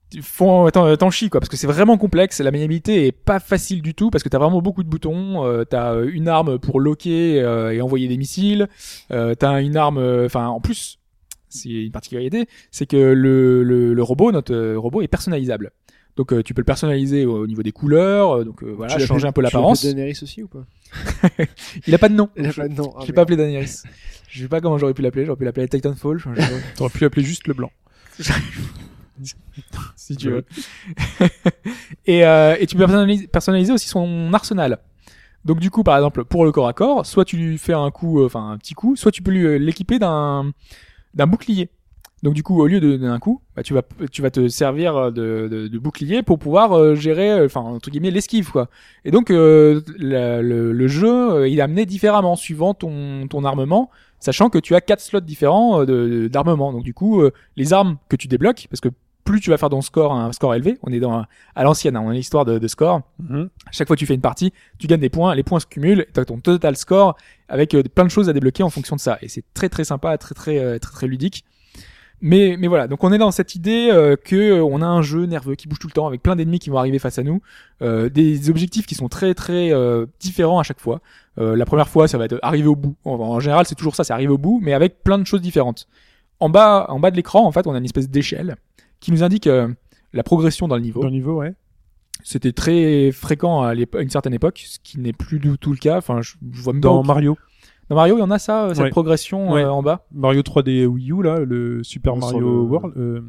S5: Tu- faut- t'en t'en chies quoi parce que c'est vraiment complexe. La maniabilité est pas facile du tout parce que t'as vraiment beaucoup de boutons. euh, t'as euh, une arme pour loquer euh, et envoyer des missiles. euh, t'as une arme, euh, enfin en plus c'est une particularité, c'est que le, le, le robot, notre euh, robot est personnalisable. Donc euh, tu peux le personnaliser au, au niveau des couleurs, euh, donc euh, voilà,
S4: tu l'as
S5: changer
S4: fait-
S5: un peu
S4: tu l'as fait
S5: l'apparence.
S4: Daenerys aussi ou pas
S5: Il a pas de nom.
S4: Il a pas de nom. Ah,
S5: Je l'ai pas
S4: merde.
S5: appelé Daenerys. Je sais pas comment j'aurais pu l'appeler. J'aurais pu l'appeler Titanfall. je- je-
S3: [LAUGHS] T'aurais pu appeler juste le blanc.
S5: [LAUGHS] si tu veux. [LAUGHS] et, euh, et tu peux personnaliser, personnaliser aussi son arsenal. Donc du coup, par exemple, pour le corps à corps, soit tu lui fais un coup, euh, enfin un petit coup, soit tu peux lui, euh, l'équiper d'un d'un bouclier. Donc du coup, au lieu de donner un coup, bah, tu vas tu vas te servir euh, de, de, de bouclier pour pouvoir euh, gérer, euh, enfin entre guillemets, l'esquive quoi. Et donc euh, la- le, le jeu, euh, il est amené différemment suivant ton ton armement, sachant que tu as quatre slots différents euh, de- de- d'armement. Donc du coup, euh, les armes que tu débloques, parce que plus tu vas faire ton score un score élevé, on est dans un- à l'ancienne, hein, on a une histoire de, de score.
S4: hein,
S5: À chaque fois que tu fais une partie, tu gagnes des points, les points se cumulent, tu as ton total score avec euh, plein de choses à débloquer en fonction de ça. Et c'est très très sympa, très très euh, très très ludique. Mais mais voilà, donc on est dans cette idée euh, que euh, on a un jeu nerveux qui bouge tout le temps avec plein d'ennemis qui vont arriver face à nous, euh, des objectifs qui sont très très euh, différents à chaque fois. Euh, la première fois, ça va être arriver au bout. En, en général, c'est toujours ça, c'est arriver au bout, mais avec plein de choses différentes. En bas en bas de l'écran, en fait, on a une espèce d'échelle qui nous indique euh, la progression dans le niveau
S3: Dans le niveau, ouais.
S5: c'était très fréquent à, l'épo- à une certaine époque, ce qui n'est plus du tout le cas. Enfin, je, je vois même pas
S3: Dans
S5: où-
S3: Mario.
S5: Dans Mario, il y en a ça, euh, cette
S3: Ouais.
S5: progression
S3: Ouais.
S5: euh, en bas.
S3: Mario 3D Wii U, là, le Super
S4: Sur
S3: Mario
S4: le-
S3: World.
S4: [LAUGHS]
S3: euh,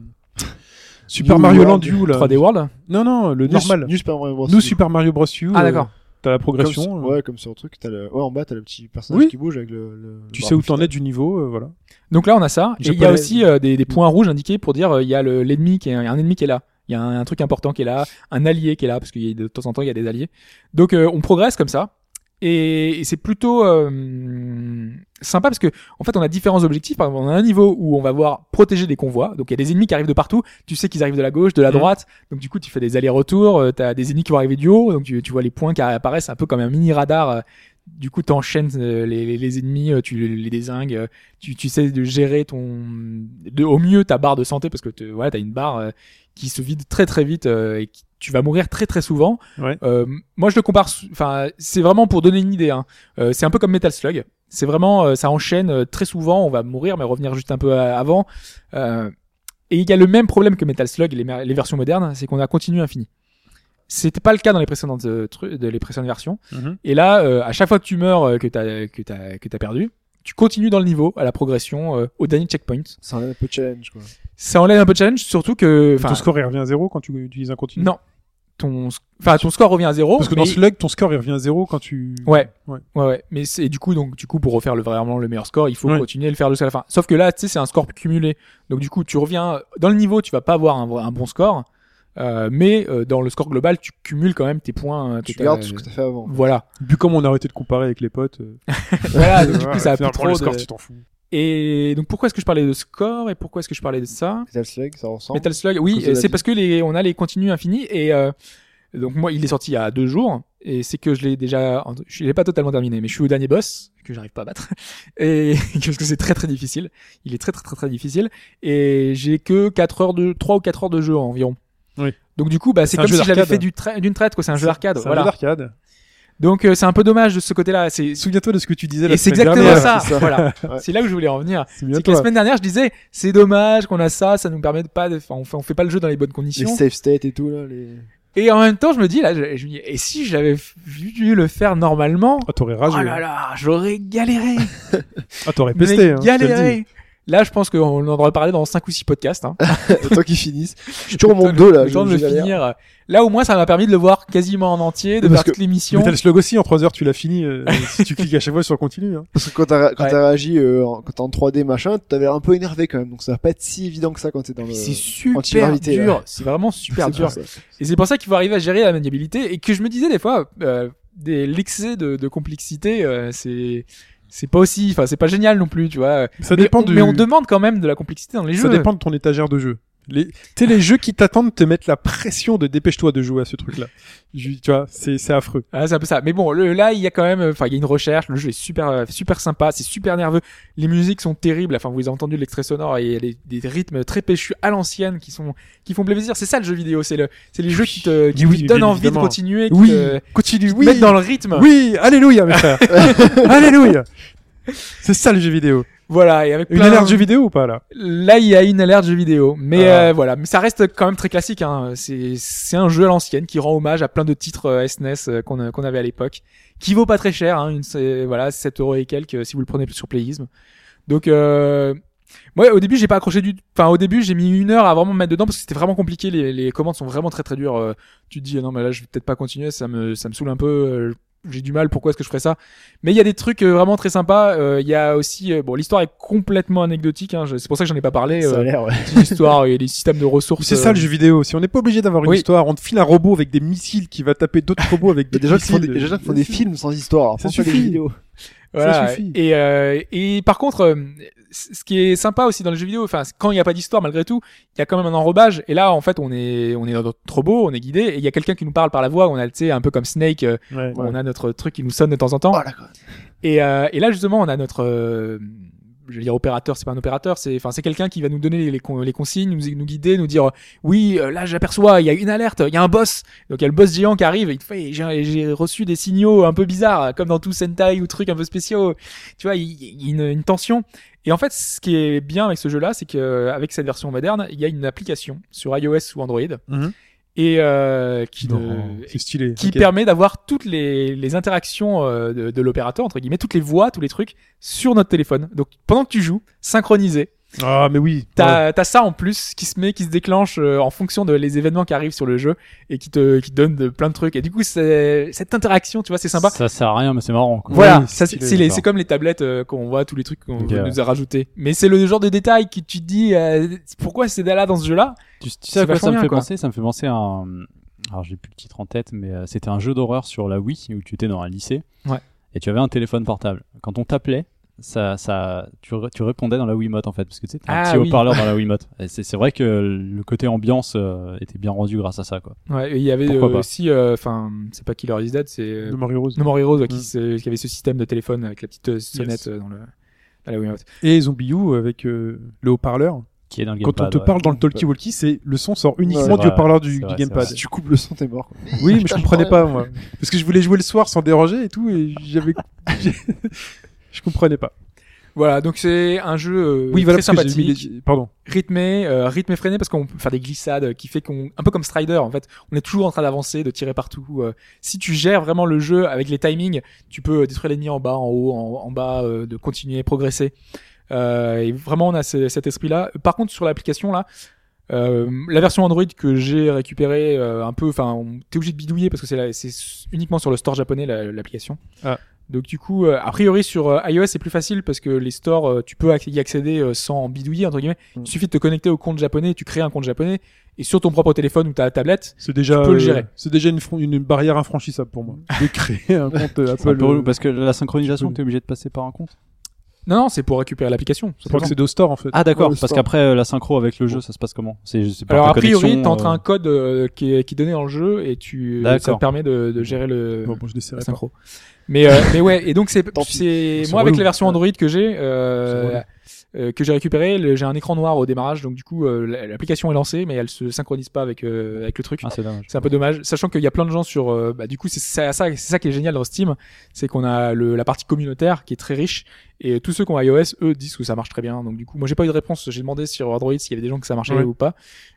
S3: Super
S4: New
S3: Mario
S4: World,
S3: Land U, là.
S5: 3D World.
S3: Non, non, le
S4: New-
S3: normal.
S4: New Super Mario Bros.
S3: Nous, Super Mario Bros. U.
S5: Ah,
S3: euh,
S5: d'accord.
S3: T'as la
S4: Comme
S3: progression.
S4: sur-
S3: euh,
S4: Ouais, comme sur le truc, t'as le... ouais, en bas, t'as le petit personnage
S3: Oui.
S4: qui bouge avec le. le-
S3: Tu
S4: le
S3: sais où
S4: bras.
S3: t'en es du niveau, euh, voilà.
S5: Donc là, on a ça.
S3: Je
S5: et il y a
S3: peux-
S5: aussi euh, des, des points rouges indiqués pour dire euh, il y a le- l'ennemi qui est il y a un ennemi qui est là. Il y a un, un truc important qui est là, un allié qui est là, parce que de temps en temps il y a des alliés. Donc euh, on progresse comme ça, et, et c'est plutôt euh, sympa parce que en fait on a différents objectifs. Par exemple, on a un niveau où on va voir protéger des convois, donc il y a des ennemis qui arrivent de partout. Tu sais qu'ils arrivent de la gauche, de la
S3: Mhm.
S5: droite, donc du coup tu fais des allers-retours. euh, T'as des ennemis qui vont arriver du haut, donc tu, tu vois les points qui apparaissent un peu comme un mini radar. euh, du coup, t'enchaînes euh, les, les, les ennemis, euh, tu les désingues, euh, tu, tu sais de gérer ton, de, au mieux ta barre de santé parce que te, voilà, t'as une barre euh, qui se vide très très vite euh, et qui- tu vas mourir très très souvent.
S3: Ouais.
S5: Euh, moi, je le compare, sou- enfin, c'est vraiment pour donner une idée. Hein. Euh, c'est un peu comme Metal Slug. C'est vraiment, euh, ça enchaîne euh, très souvent. On va mourir, mais revenir juste un peu à- avant. Euh, et il y a le même problème que Metal Slug, les, mer- les versions modernes, hein, c'est qu'on a continu infini. C'était pas le cas dans les précédentes, euh, tru- de les précédentes versions. Et là, euh, à chaque fois que tu meurs, euh, que t'as que t'as que t'as perdu, tu continues dans le niveau, à la progression, euh, au dernier checkpoint.
S4: Ça enlève un peu de challenge, quoi.
S5: Ça enlève un peu de challenge, surtout que
S3: Ton
S5: enfin
S3: score, il revient à zéro quand tu utilises un continu.
S5: non, ton sc- enfin ton score revient à zéro.
S3: Parce que
S5: mais-
S3: dans Slug, ton score, il revient à zéro quand tu.
S5: Ouais. Ouais, ouais. Mais c'est du coup, donc, du coup, pour refaire le vraiment le meilleur score, il faut
S3: Ouais.
S5: continuer à le faire jusqu'à la fin. Sauf que là, tu sais, c'est un score cumulé. Donc, du coup, tu reviens dans le niveau, tu vas pas avoir un, un bon score. Euh, mais euh, dans le score global, tu cumules quand même tes points. euh, que
S4: Tu
S5: t'as-
S4: gardes ce que t'as fait avant.
S3: [LAUGHS]
S5: Voilà.
S3: Vu comme on a arrêté de comparer avec les potes. euh,
S4: [LAUGHS]
S5: [LAUGHS] voilà donc, du
S3: voilà,
S5: coup, ça a plus
S3: finalement,
S5: trop
S3: le score,
S5: de-
S3: tu t'en fous.
S5: Et donc pourquoi est-ce que je parlais de score et pourquoi est-ce que je parlais de ça
S4: Metal Slug, ça ressemble.
S5: Metal Slug, oui,
S4: Cause de la
S5: c'est
S4: vie.
S5: parce que les, on a les continues infinies et euh, donc moi il est sorti il y a deux jours et c'est que je l'ai déjà, je l'ai pas totalement terminé, mais je suis au dernier boss que j'arrive pas à battre [LAUGHS] et parce que c'est très très difficile. Il est très très très très difficile et j'ai que quatre heures de trois ou quatre heures de jeu environ.
S3: Oui.
S5: Donc du coup, bah, c'est
S3: C'est un
S5: comme
S3: jeu
S5: si je l'avais
S3: d'arcade.
S5: fait du trai- d'une traite, quoi. C'est un jeu d'arcade,
S3: C'est un
S5: voilà.
S3: jeu d'arcade.
S5: Donc euh, c'est un peu dommage de ce côté-là. C'est
S3: Souviens-toi de ce que tu disais la
S5: et c'est
S3: semaine
S5: exactement
S3: dernière.
S5: ça.
S4: c'est ça.
S3: [LAUGHS]
S5: Voilà,
S4: Ouais.
S5: c'est là où je voulais en venir. C'est que
S3: Souviens-toi.
S5: la semaine dernière, je disais, c'est dommage qu'on a ça, ça nous permet de pas, de, enfin, on fait, on fait pas le jeu dans les bonnes
S4: Les
S5: conditions.
S4: safe state et tout, là. Les...
S5: Et en même temps, je me dis, là, je, je me dis, et si j'avais dû le faire normalement,
S3: Ah, t'aurais
S5: oh
S3: ragé.
S5: là là, j'aurais [LAUGHS] galéré.
S3: Ah, t'aurais
S5: mais
S3: pesté. hein, je te le dis.
S5: galéré. Là, je pense qu'on en aurait parlé dans 5 ou 6 podcasts. Hein.
S4: Le temps qu'ils
S5: [LAUGHS]
S4: finissent. Je tourne mon
S5: Le-
S4: dos, là.
S5: Le
S4: je-
S5: temps de
S4: je
S5: le
S4: galère.
S5: finir. Là, au moins, ça m'a permis de le voir quasiment en entier, de
S4: Parce
S5: faire
S4: que
S5: toute l'émission.
S3: Metal Slug aussi, en 3 heures, tu l'as fini.
S5: [LAUGHS]
S3: euh, si tu cliques à chaque fois sur continue. Hein.
S4: Parce que quand t'as quand
S5: Ouais.
S4: t'as réagi, euh, en- quand t'es en 3D, machin, t'avais l'air un peu énervé quand même. Donc ça va pas être si évident que ça quand t'es dans le. [LAUGHS]
S5: Mais C'est super
S4: anti-gravité, là.
S5: dur. C'est vraiment super
S4: C'est
S5: dur.
S4: pour ça.
S5: Et c'est pour ça qu'il faut arriver à gérer la maniabilité et que je me disais des fois, euh, des, l'excès de, de complexité, euh, c'est c'est pas aussi, enfin c'est pas génial non plus, tu vois.
S3: Ça
S5: mais,
S3: dépend
S5: on,
S3: du.
S5: mais on demande quand même de la complexité dans les
S3: Ça
S5: jeux.
S3: dépend de ton étagère de jeu. Les... Tu sais, les jeux qui t'attendent te mettent la pression de dépêche-toi de jouer à ce truc-là. Je- Tu vois, c'est c'est affreux.
S5: Ah, c'est un peu ça. Mais bon, le, là il y a quand même, euh, enfin il y a une recherche. Le jeu est super euh, super sympa, c'est super nerveux. Les musiques sont terribles. Enfin vous avez entendu l'extrait sonore et il y a des, des rythmes très péchus à l'ancienne qui sont qui font plaisir. C'est ça le jeu vidéo. C'est le c'est les jeux qui te qui
S3: Oui,
S5: te
S3: bien
S5: donnent envie
S3: évidemment.
S5: de continuer, qui
S3: Oui,
S5: te,
S3: Euh, continue,
S5: qui te
S3: oui.
S5: mettent dans le rythme.
S3: Oui, alléluia, mes
S5: [LAUGHS]
S3: frères. alléluia. C'est ça le jeu vidéo.
S5: Voilà et avec
S3: Une
S5: plein-
S3: alerte jeu vidéo ou pas là
S5: Là, il y a une alerte jeu vidéo, mais
S3: Ah.
S5: euh, voilà, mais ça reste quand même très classique. Hein. C'est c'est un jeu à l'ancienne qui rend hommage à plein de titres euh, SNES euh, qu'on euh, qu'on avait à l'époque, qui vaut pas très cher, hein, une, c'est- voilà, 7 euros et quelques euh, si vous le prenez sur Playism. Donc, euh, ouais, au début, j'ai pas accroché du, enfin, au début, j'ai mis une heure à vraiment me mettre dedans parce que c'était vraiment compliqué. Les, les commandes sont vraiment très très dures. euh, tu te dis ah non mais là je vais peut-être pas continuer ça me ça me saoule un peu euh, j'ai du mal pourquoi est-ce que je ferais ça mais il y a des trucs euh, vraiment très sympas euh, il y a aussi euh, bon l'histoire est complètement anecdotique hein, je- c'est pour ça que j'en ai pas parlé
S4: Ça a
S5: euh,
S4: l'air, ouais.
S5: petite histoire et les systèmes de ressources
S3: C'est ça
S5: euh,
S3: le jeu vidéo. Si on n'est pas obligé d'avoir une
S5: Oui.
S3: histoire, on te file un robot avec des missiles qui va taper d'autres robots avec
S6: [LAUGHS]
S4: Il y a
S3: des
S4: des gens qui font
S3: missiles.
S4: des, des gens qui font des films sans histoire. Alors,
S3: Ça
S4: pense pas à des
S3: suffit.
S4: vidéos.
S5: voilà,
S3: suffit.
S5: et euh, et par contre euh, c- ce qui est sympa aussi dans les jeux vidéo enfin c'est quand il n'y a pas d'histoire malgré tout il y a quand même un enrobage et là en fait on est on est dans notre robot on est guidé et il y a quelqu'un qui nous parle par la voix on a tu sais un peu comme Snake euh,
S3: Ouais.
S5: on a notre truc qui nous sonne de temps en temps
S4: Oh la conne.
S5: Et, euh, et là justement, on a notre, euh, je vais dire opérateur, c'est pas un opérateur, c'est enfin c'est quelqu'un qui va nous donner les, con- les consignes, nous, nous guider, nous dire euh, oui, euh, là j'aperçois, il y a une alerte, il y a un boss. Donc il y a le boss géant qui arrive. Et il te fait, j'ai j'ai reçu des signaux un peu bizarres, comme dans tout Sentai ou trucs un peu spéciaux. Tu vois, il il y a une, une tension. Et en fait, ce qui est bien avec ce jeu-là, c'est que euh, avec cette version moderne, il y a une application sur iOS ou Android
S3: Mhm.
S5: et euh, qui
S3: Non,
S5: ne-
S3: C'est stylé.
S5: qui
S3: Ok.
S5: permet d'avoir toutes les, les interactions euh, de, de l'opérateur entre guillemets, toutes les voix, tous les trucs sur notre téléphone. Donc pendant que tu joues, synchronisé,
S3: Ah mais oui. Ouais.
S5: t'as t'as ça en plus qui se met, qui se déclenche euh, en fonction de les événements qui arrivent sur le jeu et qui te qui te donne de, plein de trucs. Et du coup, c'est- cette interaction, tu vois, c'est sympa.
S6: Ça sert à rien, mais c'est marrant. quoi.
S5: Voilà,
S3: Oui,
S5: ça,
S3: stylé,
S5: c'est c'est les-
S6: d'accord.
S5: c'est comme les tablettes euh, qu'on voit, tous les trucs qu'on
S6: Ok, ouais.
S5: nous a rajoutés. Mais c'est le genre de détail qui tu te dis euh, pourquoi c'est là dans ce jeu-là
S6: Tu, tu sais à
S5: C'est
S6: quoi ça
S5: vachement
S6: me
S5: bien,
S6: fait
S5: quoi.
S6: penser Ça me fait penser à un... Alors j'ai plus le titre en tête, mais euh, c'était un jeu d'horreur sur la Wii où tu étais dans un lycée
S5: Ouais.
S6: et tu avais un téléphone portable. Quand on t'appelait, ça, ça, tu, ré- tu répondais dans la Wiimote en fait, parce que tu sais, t'as un
S5: Ah
S6: petit
S5: oui.
S6: haut-parleur dans la Wiimote. Et C'est c'est vrai que le côté ambiance euh, était bien rendu grâce à ça. Quoi.
S5: Ouais, et il y avait
S6: Pourquoi
S5: euh,
S6: pas.
S5: aussi, euh, enfin, c'est pas Killer is Dead, c'est euh,
S3: De Mario Rose.
S5: No More Heroes ouais, qui,
S3: Mm.
S5: se- qui avait ce système de téléphone avec la petite euh, sonnette
S3: Yes.
S5: euh, dans, le, dans la Wiimote.
S3: Et Zombie U avec euh, le haut-parleur.
S6: Qui est dans le
S3: Quand on
S6: gamepad,
S3: te
S6: ouais.
S3: parle dans le talkie-walkie, c'est le son sort uniquement
S6: C'est
S3: du
S6: vrai,
S3: haut-parleur du,
S6: c'est
S3: du
S6: vrai, c'est
S3: gamepad.
S6: vrai.
S4: Si tu coupes le son, t'es mort. quoi.
S3: Oui, mais je comprenais pas moi, parce que je voulais jouer le soir sans déranger et tout, et j'avais, [LAUGHS] je comprenais pas.
S5: Voilà, donc c'est un jeu euh,
S3: Oui, voilà,
S5: très
S3: parce que j'ai
S5: sympathique,
S3: mis les- pardon.
S5: rythmé, euh, rythme effréné parce qu'on peut faire des glissades euh, qui fait qu'on, un peu comme Strider en fait, on est toujours en train d'avancer, de tirer partout. euh. si tu gères vraiment le jeu avec les timings, tu peux euh, détruire l'ennemi en bas, en haut, en, en bas, euh, de continuer, progresser. Euh, et vraiment, on a ce- cet esprit-là. Par contre, sur l'application là, euh, la version Android que j'ai récupérée euh, un peu, enfin, on- t'es obligé de bidouiller parce que c'est la- c'est s- uniquement sur le store japonais la- l'application.
S3: Ah.
S5: Donc du coup, euh, a priori sur euh, iOS c'est plus facile parce que les stores, euh, tu peux acc- y accéder euh, sans bidouiller entre guillemets.
S4: Mm.
S5: Il suffit de te connecter au compte japonais, tu crées un compte japonais et sur ton propre téléphone ou ta tablette.
S3: C'est déjà,
S5: Tu peux le
S3: euh,
S5: gérer.
S3: c'est déjà une, fron- une barrière infranchissable pour moi. De créer un compte euh,
S6: C'est un
S3: Apple.
S6: peu relou,
S3: euh,
S6: parce que la synchronisation,
S3: tu peux-
S6: t'es obligé de passer par un compte.
S5: Non, non, c'est pour récupérer l'application.
S3: Je crois que c'est DoStore en fait.
S6: Ah d'accord,
S4: Ouais, le
S6: parce
S4: store.
S6: qu'après euh, la synchro avec le jeu, ça se passe comment C'est c'est par
S5: Alors
S6: ta
S5: a priori,
S6: connexion,
S5: t'entres
S6: euh,
S5: un code euh, qui, est, qui est donné dans le jeu et tu
S6: D'accord.
S5: ça te permet de, de gérer le,
S3: Bon, bon, je l'essaierai
S5: la
S3: pas.
S5: synchro. Mais euh, mais ouais, et donc c'est
S4: Tant pis.
S5: c'est
S3: C'est
S5: moi avec
S3: relou.
S5: la version Android que j'ai euh,
S3: C'est relou.
S5: euh, que j'ai récupéré, le- j'ai un écran noir au démarrage, donc du coup euh, la- l'application est lancée, mais elle se synchronise pas avec euh, avec le truc.
S6: Ah c'est dommage.
S5: C'est un peu dommage, sachant qu'il y a plein de gens sur. euh, bah, du coup, c'est ça, ça- c'est ça qui est génial dans Steam, c'est qu'on a le, la partie communautaire qui est très riche, et tous ceux qui ont iOS, eux, disent que ça marche très bien. Donc du coup, moi, j'ai pas eu de réponse. J'ai demandé sur Android s'il y avait des gens que ça marchait
S3: Ouais.
S5: ou pas.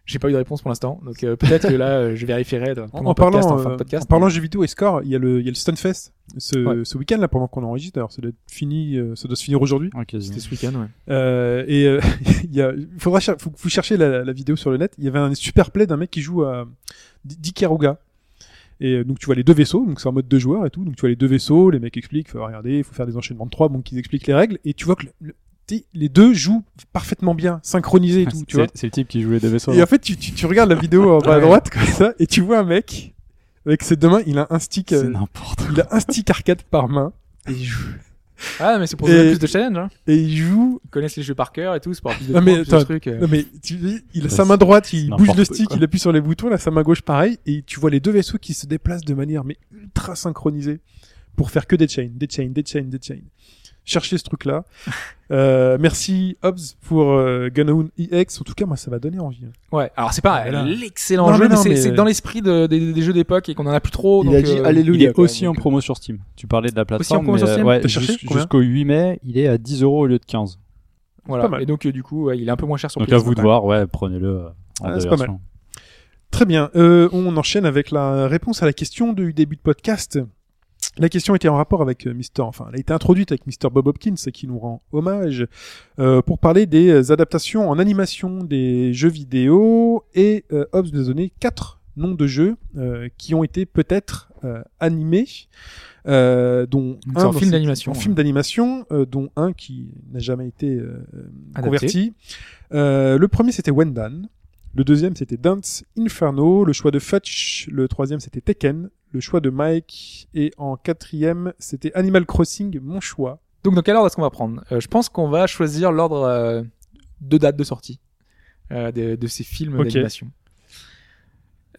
S5: J'ai pas eu de réponse pour l'instant. Donc euh, peut-être que là, euh, je vérifierai dans-
S3: En,
S5: pendant
S3: en
S5: le podcast,
S3: parlant,
S5: en fin de
S3: euh,
S5: podcast. hein.
S3: en parlant jeux vidéo et score, il y a le, il y a le Stunfest ce,
S5: Ouais.
S3: ce week-end là pendant qu'on enregistre. Alors ça doit être fini, euh, ça doit se finir aujourd'hui.
S6: Ah, quasiment.
S5: C'était ce week-end, ouais.
S3: Euh, et euh, [LAUGHS] il y a, il faudra cher- faut, faut chercher la, la vidéo sur le net. Il y avait un super play d'un mec qui joue à D- Dikeruga. Et euh, donc tu vois les deux vaisseaux, donc c'est en mode deux joueurs et tout. Donc tu vois les deux vaisseaux, les mecs expliquent, faut regarder, il faut faire des enchaînements de trois, donc ils expliquent les règles. Et tu vois que le- le- t'sais, les deux jouent parfaitement bien, synchronisés et
S5: Ah,
S3: tout. tu vois.
S6: C'est c'est le type qui jouait des vaisseaux. hein.
S3: Et en fait, tu, tu, tu regardes la vidéo en bas à
S5: Ouais.
S3: droite comme ça, et tu vois un mec avec ses deux mains, il a un stick,
S6: C'est
S3: euh,
S6: n'importe
S3: il a un stick arcade par main, et il joue.
S5: Ah, mais c'est pour
S3: Et-
S5: donner plus de challenge. Hein.
S3: Et il joue
S5: Ils connaissent les jeux par cœur et tout, c'est pour avoir plus de,
S3: Non, mais
S5: points, plus de
S3: attends.
S5: trucs. euh.
S3: Non mais tu dis, il a
S6: Ouais,
S3: sa main
S6: c'est-
S3: droite, il
S6: c'est
S3: bouge le
S6: n'importe
S3: stick,
S6: quoi.
S3: il appuie sur les boutons, là sa main gauche pareil, et tu vois les deux vaisseaux qui se déplacent de manière mais ultra synchronisée pour faire que des chains, des chains, des chains, des chains. Cherchez ce
S6: [LAUGHS]
S3: truc-là. Euh, merci Hobbs pour euh, Gunhound EX. En tout cas, moi, ça m'a donné envie. hein.
S5: Ouais. Alors c'est pas
S3: Voilà.
S5: l'excellent
S3: Non,
S5: jeu,
S3: Ah, mais
S5: mais,
S3: non,
S5: c'est
S3: mais-
S5: c'est dans l'esprit de- des, des jeux d'époque et qu'on en a plus trop.
S4: Il
S5: donc,
S4: a dit
S5: euh,
S6: Il
S4: Alléluia.
S6: est
S4: quand même,
S6: aussi en
S4: donc,
S6: promo sur Steam. Tu parlais de la plateforme.
S5: promo
S6: mais,
S5: sur
S6: euh,
S5: Steam
S6: ouais,
S3: T'as cherché
S6: jus-
S3: Combien
S6: Jusqu'au 8 mai, il est à 10 euros au lieu de 15.
S5: Voilà.
S3: pas mal.
S5: Et donc euh, du coup, ouais, il est un peu moins cher sur
S6: Donc à
S5: PS5,
S6: vous de
S5: quand
S6: voir, ouais, prenez-le euh, en
S3: Ah,
S6: deux
S3: c'est pas mal.
S6: versions.
S3: Très bien. Euh, on enchaîne avec la réponse à la question du début de podcast. La question était en rapport avec euh, Mister, enfin, elle a été introduite avec Mr. Bob Hopkins, qui nous rend hommage, euh, pour parler des euh, adaptations en animation des jeux vidéo. Et euh, Hobbs nous a donné quatre noms de jeux euh, qui ont été peut-être euh, animés, euh, dont
S5: Donc c'est
S3: dans
S5: en film
S3: cette-
S5: d'animation, hein.
S3: en
S5: ouais.
S3: film d'animation, euh, dont un qui n'a jamais été euh,
S5: Adapté.
S3: converti. Euh, le premier, c'était Wendan. Le deuxième, c'était Dance Inferno. Le choix de Fetch. Le troisième, c'était Tekken. Le choix de Mike. Et en quatrième, c'était Animal Crossing, mon choix.
S5: Donc dans quel ordre est-ce qu'on va prendre Euh, Je pense qu'on va choisir l'ordre euh, de date de sortie euh, de, de ces films
S3: Ok.
S5: d'animation.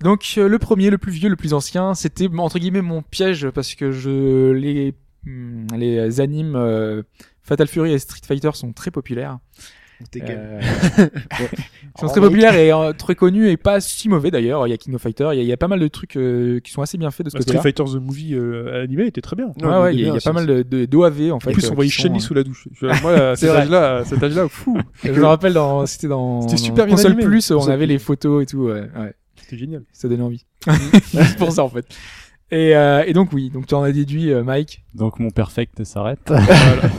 S5: Donc euh, le premier, le plus vieux, le plus ancien, c'était entre guillemets mon piège parce que je les hmm, les animes euh, Fatal Fury et Street Fighter sont très populaires.
S4: t'es calme.
S5: Euh, Ils sont
S4: Alors,
S5: très
S4: mec,
S5: populaires et euh, très connus et pas si mauvais d'ailleurs. Il y a King of Fighter, il y a, il y a pas mal de trucs euh, qui sont assez bien faits de ce
S3: Street
S5: côté-là.
S3: Fighter The Movie euh, animé était très bien.
S5: Ouais, ouais, il y a, il y a pas mal de, de d'OAV en fait.
S3: en plus,
S5: euh,
S3: on voyait
S5: qui sont,
S3: Shelly
S5: euh,
S3: sous la douche. Je- moi, à cet
S5: [LAUGHS] C'est vrai.
S3: âge-là, à cet âge-là, fou,
S5: Je me rappelle, dans, c'était dans,
S3: C'était
S5: dans
S3: super bien
S5: Console
S3: animé.
S5: Plus, on
S3: Console
S5: avait
S3: Plus.
S5: les photos et tout. Ouais, ouais,
S3: c'était génial.
S5: ça donnait envie. Juste pour ça en fait. Et, euh, et donc oui, donc tu en as déduit euh,
S6: [LAUGHS]
S5: Mike.
S6: Donc mon perfect s'arrête.
S4: Euh,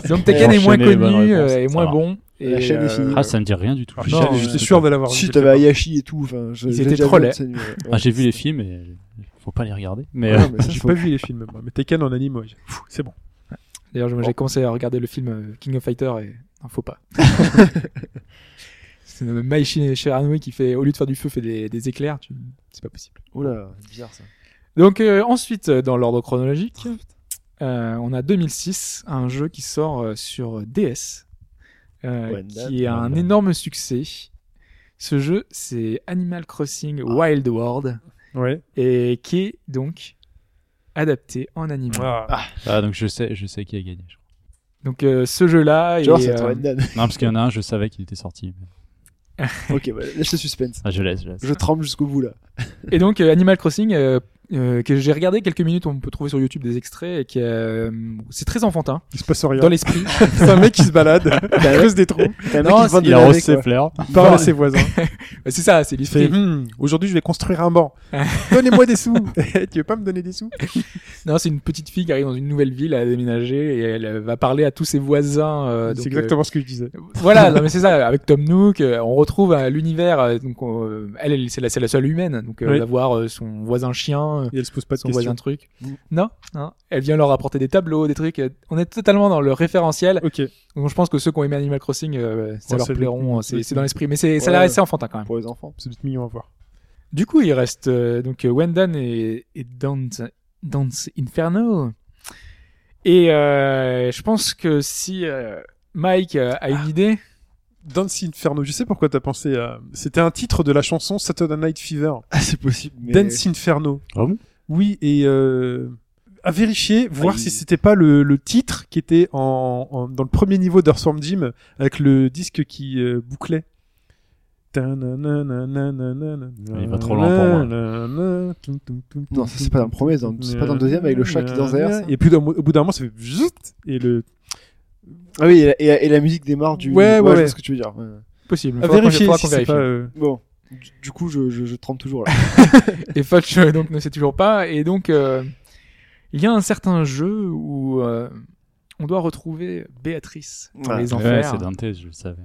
S5: Donc Tekken est moins
S6: Enchaîner les bonnes
S5: connu,
S6: réponses,
S5: euh, est
S6: ça
S5: moins
S6: va.
S5: bon. Et,
S4: La chaîne est
S5: euh,
S4: finie.
S6: Ah, ça me dit rien du tout. euh,
S3: Alors,
S5: Non,
S3: Shelly,
S5: ouais.
S3: J'étais sûr de l'avoir vu
S4: Si
S3: quelque
S4: t'avais
S3: part.
S4: Ayashi et tout, enfin, je-
S5: Ils
S4: j'ai
S5: étaient hein.
S4: déjà vu
S5: trollés.
S4: cette nuit, ouais.
S6: Ah, J'ai vu les films et faut pas les regarder. Mais
S4: Ouais,
S6: euh,
S4: mais ça,
S3: J'ai
S4: faut-
S3: pas vu les films, moi. Mais Tekken en anime, ouais. Fou, c'est bon.
S5: D'ailleurs, moi, j'ai commencé à regarder le film euh, King of Fighter et non, faut pas. C'est euh, Maichi Shiranui qui fait, au lieu de faire du feu, fait des, des éclairs. Tu- C'est pas possible.
S4: Oula, bizarre ça.
S5: Donc euh, ensuite, euh, dans l'ordre chronologique, euh, on a 2006, un jeu qui sort euh, sur DS, euh,
S4: Wendat.
S5: qui est un
S6: Wendat.
S5: énorme succès. Ce jeu, c'est Animal Crossing Wild World,
S3: Ouais.
S5: et qui est donc adapté en anime.
S6: ah, donc je sais, je sais qui a gagné. je crois.
S5: Donc euh, ce jeu-là, est,
S4: Genre, c'est
S5: euh,
S4: toi, Dan.
S6: Non, parce qu'il y en a un, je savais qu'il était sorti.
S4: Ok, bah, laisse le suspense.
S6: Ah, je laisse, je laisse.
S4: Je tremble jusqu'au bout là.
S5: Et donc euh, Animal Crossing, euh, euh, que j'ai regardé quelques minutes, on peut trouver sur YouTube des extraits, et qui euh, c'est très enfantin
S3: Il se passe rien.
S5: dans l'esprit.
S3: C'est un mec qui se [LAUGHS] balade,
S5: [LAUGHS]
S3: creuse des trous,
S4: T'as un
S5: Non,
S4: mec qui se vante
S6: Il
S4: de
S6: a
S4: la
S6: rosé
S4: avec,
S6: ses
S4: quoi. Ah
S6: fleurs.
S3: il parle à ses voisins.
S5: Bah, c'est ça, c'est
S3: Il fait
S5: l'esprit.
S3: Hmm, aujourd'hui je vais construire un banc. [LAUGHS] Donnez-moi des sous. tu veux pas me donner des sous
S5: Non, c'est une petite fille qui arrive dans une nouvelle ville, elle a déménagé et elle euh, va parler à tous ses voisins. euh, donc,
S3: C'est
S5: euh,
S3: exactement ce que je disais.
S5: voilà, non, mais c'est ça. Avec Tom Nook, euh, on retrouve euh, l'univers. euh, donc, on, euh, elle, elle, c'est la, c'est la seule humaine. Donc, euh,
S3: Oui.
S5: elle va voir euh, son voisin chien, euh,
S3: Et elle se pose pas de Mm.
S5: son
S3: questions.
S5: voisin truc. Non, non. Elle vient leur apporter des tableaux, des trucs. euh, On est totalement dans le référentiel.
S3: Ok.
S5: Donc, je pense que ceux qui ont aimé Animal Crossing, euh, ça
S3: Ouais,
S5: leur
S3: c'est-
S5: plairont. euh, C'est c'est dans l'esprit, mais c'est ça a
S4: Ouais.
S5: l'air assez enfantin quand même.
S4: Pour les enfants.
S3: C'est peut-être mignon à voir.
S5: Du coup, il reste euh, donc euh, Wendan et, et Dance, Dance Inferno. Et euh, je pense que si euh, Mike euh, a
S3: Ah.
S5: une idée,
S3: Dance Inferno, je sais pourquoi t'as pensé à... C'était un titre de la chanson Saturday Night Fever.
S4: Ah, c'est possible. Mais...
S3: Dance Inferno.
S6: Ah bon
S3: Oui, et euh, à vérifier, voir
S4: Ah, il-
S3: si c'était pas le, le titre qui était en, en- dans le premier niveau d'Earthworm Jim avec le disque qui euh, bouclait. Il
S6: Il va trop lent pour moi.
S3: Non,
S4: Non, ça, c'est pas dans le premier, dans- c'est pas dans le deuxième avec le chat qui danse derrière, ça
S3: Et puis d'un- au bout d'un moment, ça fait zut et le
S4: Ah oui, et la, et la- et la musique démarre du.
S3: Ouais, ouais,
S4: je vois
S3: ouais.
S4: ce que tu veux dire. ouais.
S5: possible.
S3: à
S5: Faudra qu'on-
S3: vérifier
S5: faudra
S3: si
S5: qu'on
S3: c'est
S5: vérifie.
S3: pas euh,
S4: Bon. Du, du coup, je, je, je trempe
S5: [LAUGHS]
S4: toujours là.
S5: Et Fudge euh, donc ne sait toujours pas. Et donc euh, il y a un certain jeu où euh, on doit retrouver Béatrice dans
S4: Ouais.
S5: les
S6: Ouais,
S5: enfers.
S6: c'est Dante, je le savais.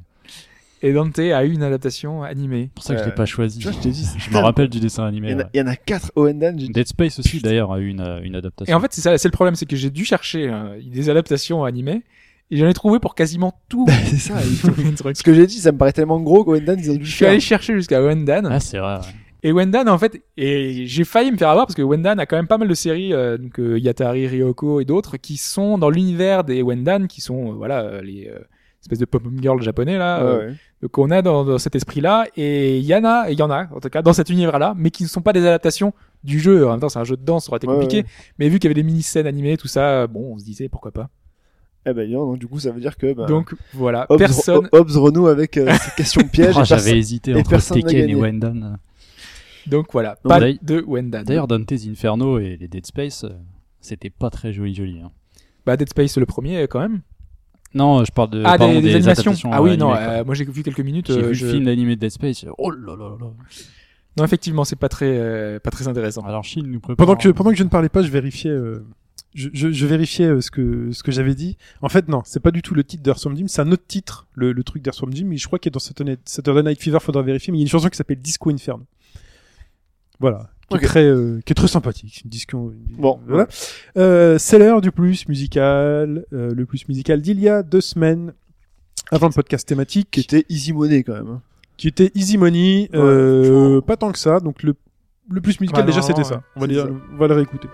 S5: et Dante a eu une adaptation animée.
S6: C'est pour ça que je l'ai
S4: Ouais.
S6: pas choisi.
S4: Tu vois, je t'ai dit, c'est
S6: Je me
S4: tellement-
S6: rappelle du dessin
S4: Il y,
S6: animé.
S4: en a,
S6: ouais.
S4: il y en a quatre Oendan,
S5: [LAUGHS]
S4: j'ai dit.
S6: Dead Space aussi d'ailleurs a eu une, euh, une adaptation.
S5: Et en fait, c'est ça, c'est le problème, c'est que j'ai dû chercher euh, des adaptations animées et j'en ai trouvé pour quasiment
S3: [LAUGHS]
S5: tout.
S4: c'est ça. il-
S5: Tous les trucs.
S4: Ce que j'ai dit, ça me paraît tellement gros qu'Oendan, ils ont dû le
S5: Je suis
S4: faire.
S5: allé chercher jusqu'à Wendan.
S6: ah c'est vrai. ouais.
S5: Et Wendan, en fait, et j'ai failli me faire avoir parce que Wendan a quand même pas mal de séries, euh, donc euh, Yatari, Ryoko et d'autres, qui sont dans l'univers des Wendan, qui sont euh, voilà euh, les euh, espèces de pop-up girl japonais là.
S4: Ouais,
S5: euh,
S4: ouais.
S5: donc on a dans, dans cet esprit-là et il y en a, et il y en a en tout cas dans cet univers-là, mais qui ne sont pas des adaptations du jeu. En même temps, c'est un jeu de danse, ça aurait été
S4: Ouais,
S5: compliqué.
S4: ouais.
S5: Mais vu qu'il y avait des mini-scènes animées, tout ça, euh, bon, on se disait pourquoi pas.
S4: Eh ben, dis donc, donc, du coup, ça veut dire que. ben,
S5: Donc voilà,
S4: Hobbes,
S5: personne.
S4: Hobbes renoue avec
S5: [LAUGHS]
S4: euh, cette question piège. et
S5: Oh,
S6: Ah,
S4: personne-
S6: J'avais hésité
S4: et
S6: entre
S4: personne n'a
S6: Tekken et
S4: gagné.
S6: Wendan.
S5: Donc voilà,
S6: Non,
S5: pas
S6: d'ailleurs-
S5: de Wendan.
S6: D'ailleurs, Dante's Inferno et les Dead Space, euh, c'était pas très joli joli. hein.
S5: bah Dead Space le premier quand même.
S6: Non, je parle de
S5: ah
S6: pardon,
S5: des, des animations.
S6: adaptations
S5: Ah oui, non,
S6: animées, quoi.
S5: euh, moi j'ai vu quelques minutes.
S6: J'ai
S5: euh,
S6: vu
S5: je-
S6: le film animé de Dead Space. Oh là là là.
S5: Non, effectivement, c'est pas très, euh, pas très intéressant.
S6: Alors Shin nous prépare. hein.
S3: Pendant que, pendant que je ne parlais pas, je vérifiais, euh, je, je, je vérifiais euh, ce que, ce que j'avais dit. En fait, non, c'est pas du tout le titre d'Earthworm Jim, c'est un autre titre, le, le truc d'Earthworm Jim, mais je crois qu'il est dans Saturday, Saturday Night Fever, faudra vérifier, mais il y a une chanson qui s'appelle Disco Inferno. Voilà. Qui,
S4: Ok.
S3: est très, euh, qui est très sympathique. Une disco.
S4: Bon,
S3: voilà. Euh, c'est l'heure du plus musical, euh, le plus musical d'il y a deux semaines, avant le podcast thématique
S4: Qui était Easy Money quand même. hein.
S3: qui était Easy Money,
S4: Ouais,
S3: euh,
S4: franchement.
S3: pas tant que ça. Donc le, le plus musical
S5: Bah,
S3: déjà
S5: normalement,
S3: c'était ça.
S5: ouais,
S3: On va,
S4: c'est
S3: dire,
S4: ça.
S3: on va le réécouter.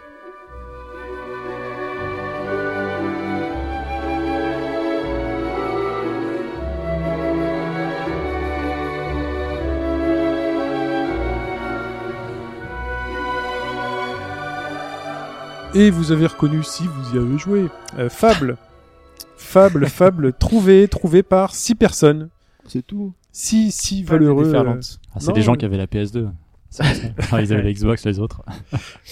S3: Et vous avez reconnu, si vous y avez joué,
S4: [LAUGHS]
S3: euh, Fable. Fable, Fable, trouvé, trouvé par six personnes.
S4: C'est tout.
S3: Si, si,
S5: Pas de
S3: valeureux. euh,
S5: déferlante.
S6: Ah, c'est
S3: Non,
S6: des gens
S3: mais-
S6: qui avaient la PS2. C'est pour ça. Ah, ils avaient la Xbox les autres.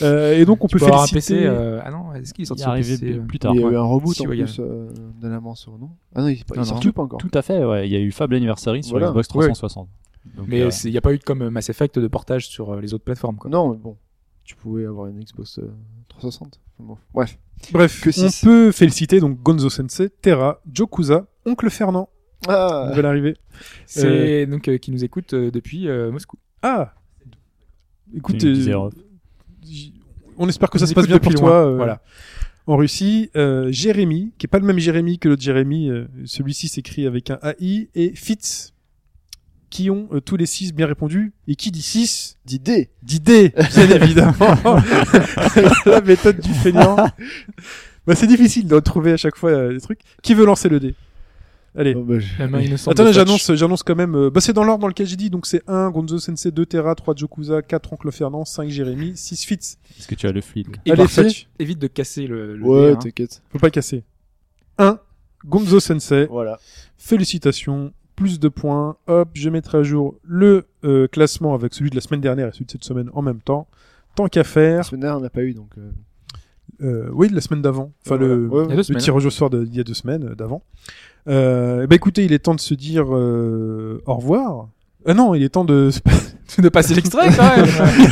S3: euh, et donc on
S5: Tu
S3: peut
S5: peux avoir un
S3: féliciter.
S5: PC. euh, Ah non, est-ce qu'il est
S6: Ils
S5: sorti
S6: sont
S5: sur
S6: arrivés
S5: PC, euh,
S6: plus tard.
S4: il y a
S5: ouais.
S4: eu un reboot
S5: Si,
S4: en
S5: ouais, il y a-
S4: plus euh, de la Mansour, non Ah non, il est pas,
S5: Non,
S4: il
S5: non.
S4: sorti ou pas encore
S6: Tout à fait. Ouais, il y a eu Fable Anniversary sur
S4: Voilà.
S6: Xbox
S5: Ouais.
S6: 360. Donc,
S5: Mais
S6: euh,
S5: il n'y a pas eu comme euh, Mass Effect de portage sur euh, les autres plateformes. Quoi.
S4: Non, mais bon. Tu pouvais avoir une Xbox euh, 360. Bon, Bref.
S3: Bref,
S4: Que
S3: on
S4: six.
S3: peut féliciter donc Gonzo Sensei, Terra, Jokuza, Oncle Fernand,
S4: Ah,
S3: nouvelle arrivée.
S5: C'est donc euh, qui nous écoute euh, depuis euh, Moscou.
S3: Ah,
S6: tu
S3: écoute,
S6: nous
S3: euh,
S6: disais, euh,
S3: j- on espère que ça
S5: Ils
S3: se passe bien
S5: écoutent
S3: pour
S5: depuis
S3: toi.
S5: loin,
S3: euh,
S5: voilà.
S3: En Russie, euh, Jérémy, qui est pas le même Jérémy que l'autre Jérémy, euh, celui-ci s'écrit avec un AI, et Fitz, qui ont euh, tous les six bien répondu. Et qui dit 6
S4: d'idée.
S3: dit D, bien évidemment. [LAUGHS] La méthode du feignant. Bah, c'est difficile de retrouver à chaque fois euh, les trucs. Qui veut lancer le dé Allez.
S4: Bon, bah, je-
S5: La main innocente.
S3: Attendez,
S5: de Fudge.
S3: j'annonce, j'annonce quand même. euh, bah, c'est dans l'ordre dans lequel j'ai dit. Donc, c'est 1 Gonzo Sensei, 2 Terra, 3 Jokuza, 4 Oncle Fernand, 5 Jérémy, 6 Fitz.
S6: Est-ce que tu as le fluide
S5: Et
S3: Allez,
S5: parfait.
S3: Fetch.
S5: Évite de casser le. le
S4: Ouais,
S5: dé, hein.
S4: t'inquiète.
S3: Faut pas casser. 1 Gonzo Sensei,
S4: Voilà.
S3: félicitations, plus de points. Hop, je mettrai à jour le euh, classement avec celui de la semaine dernière et celui de cette semaine en même temps. Tant qu'à
S4: La
S3: faire.
S4: semaine dernière, on n'a pas eu donc. euh,
S3: Euh, oui, de la semaine d'avant. Enfin,
S4: voilà.
S3: le,
S4: Ouais, ouais.
S5: Il y a deux
S3: le
S5: semaines.
S3: tirage au sort de- d'il y a deux semaines, euh, d'avant. Euh, bah écoutez, il est temps de se dire euh, au revoir. Ah non, il est temps de...
S5: de passer l'extrait quand [LAUGHS] même.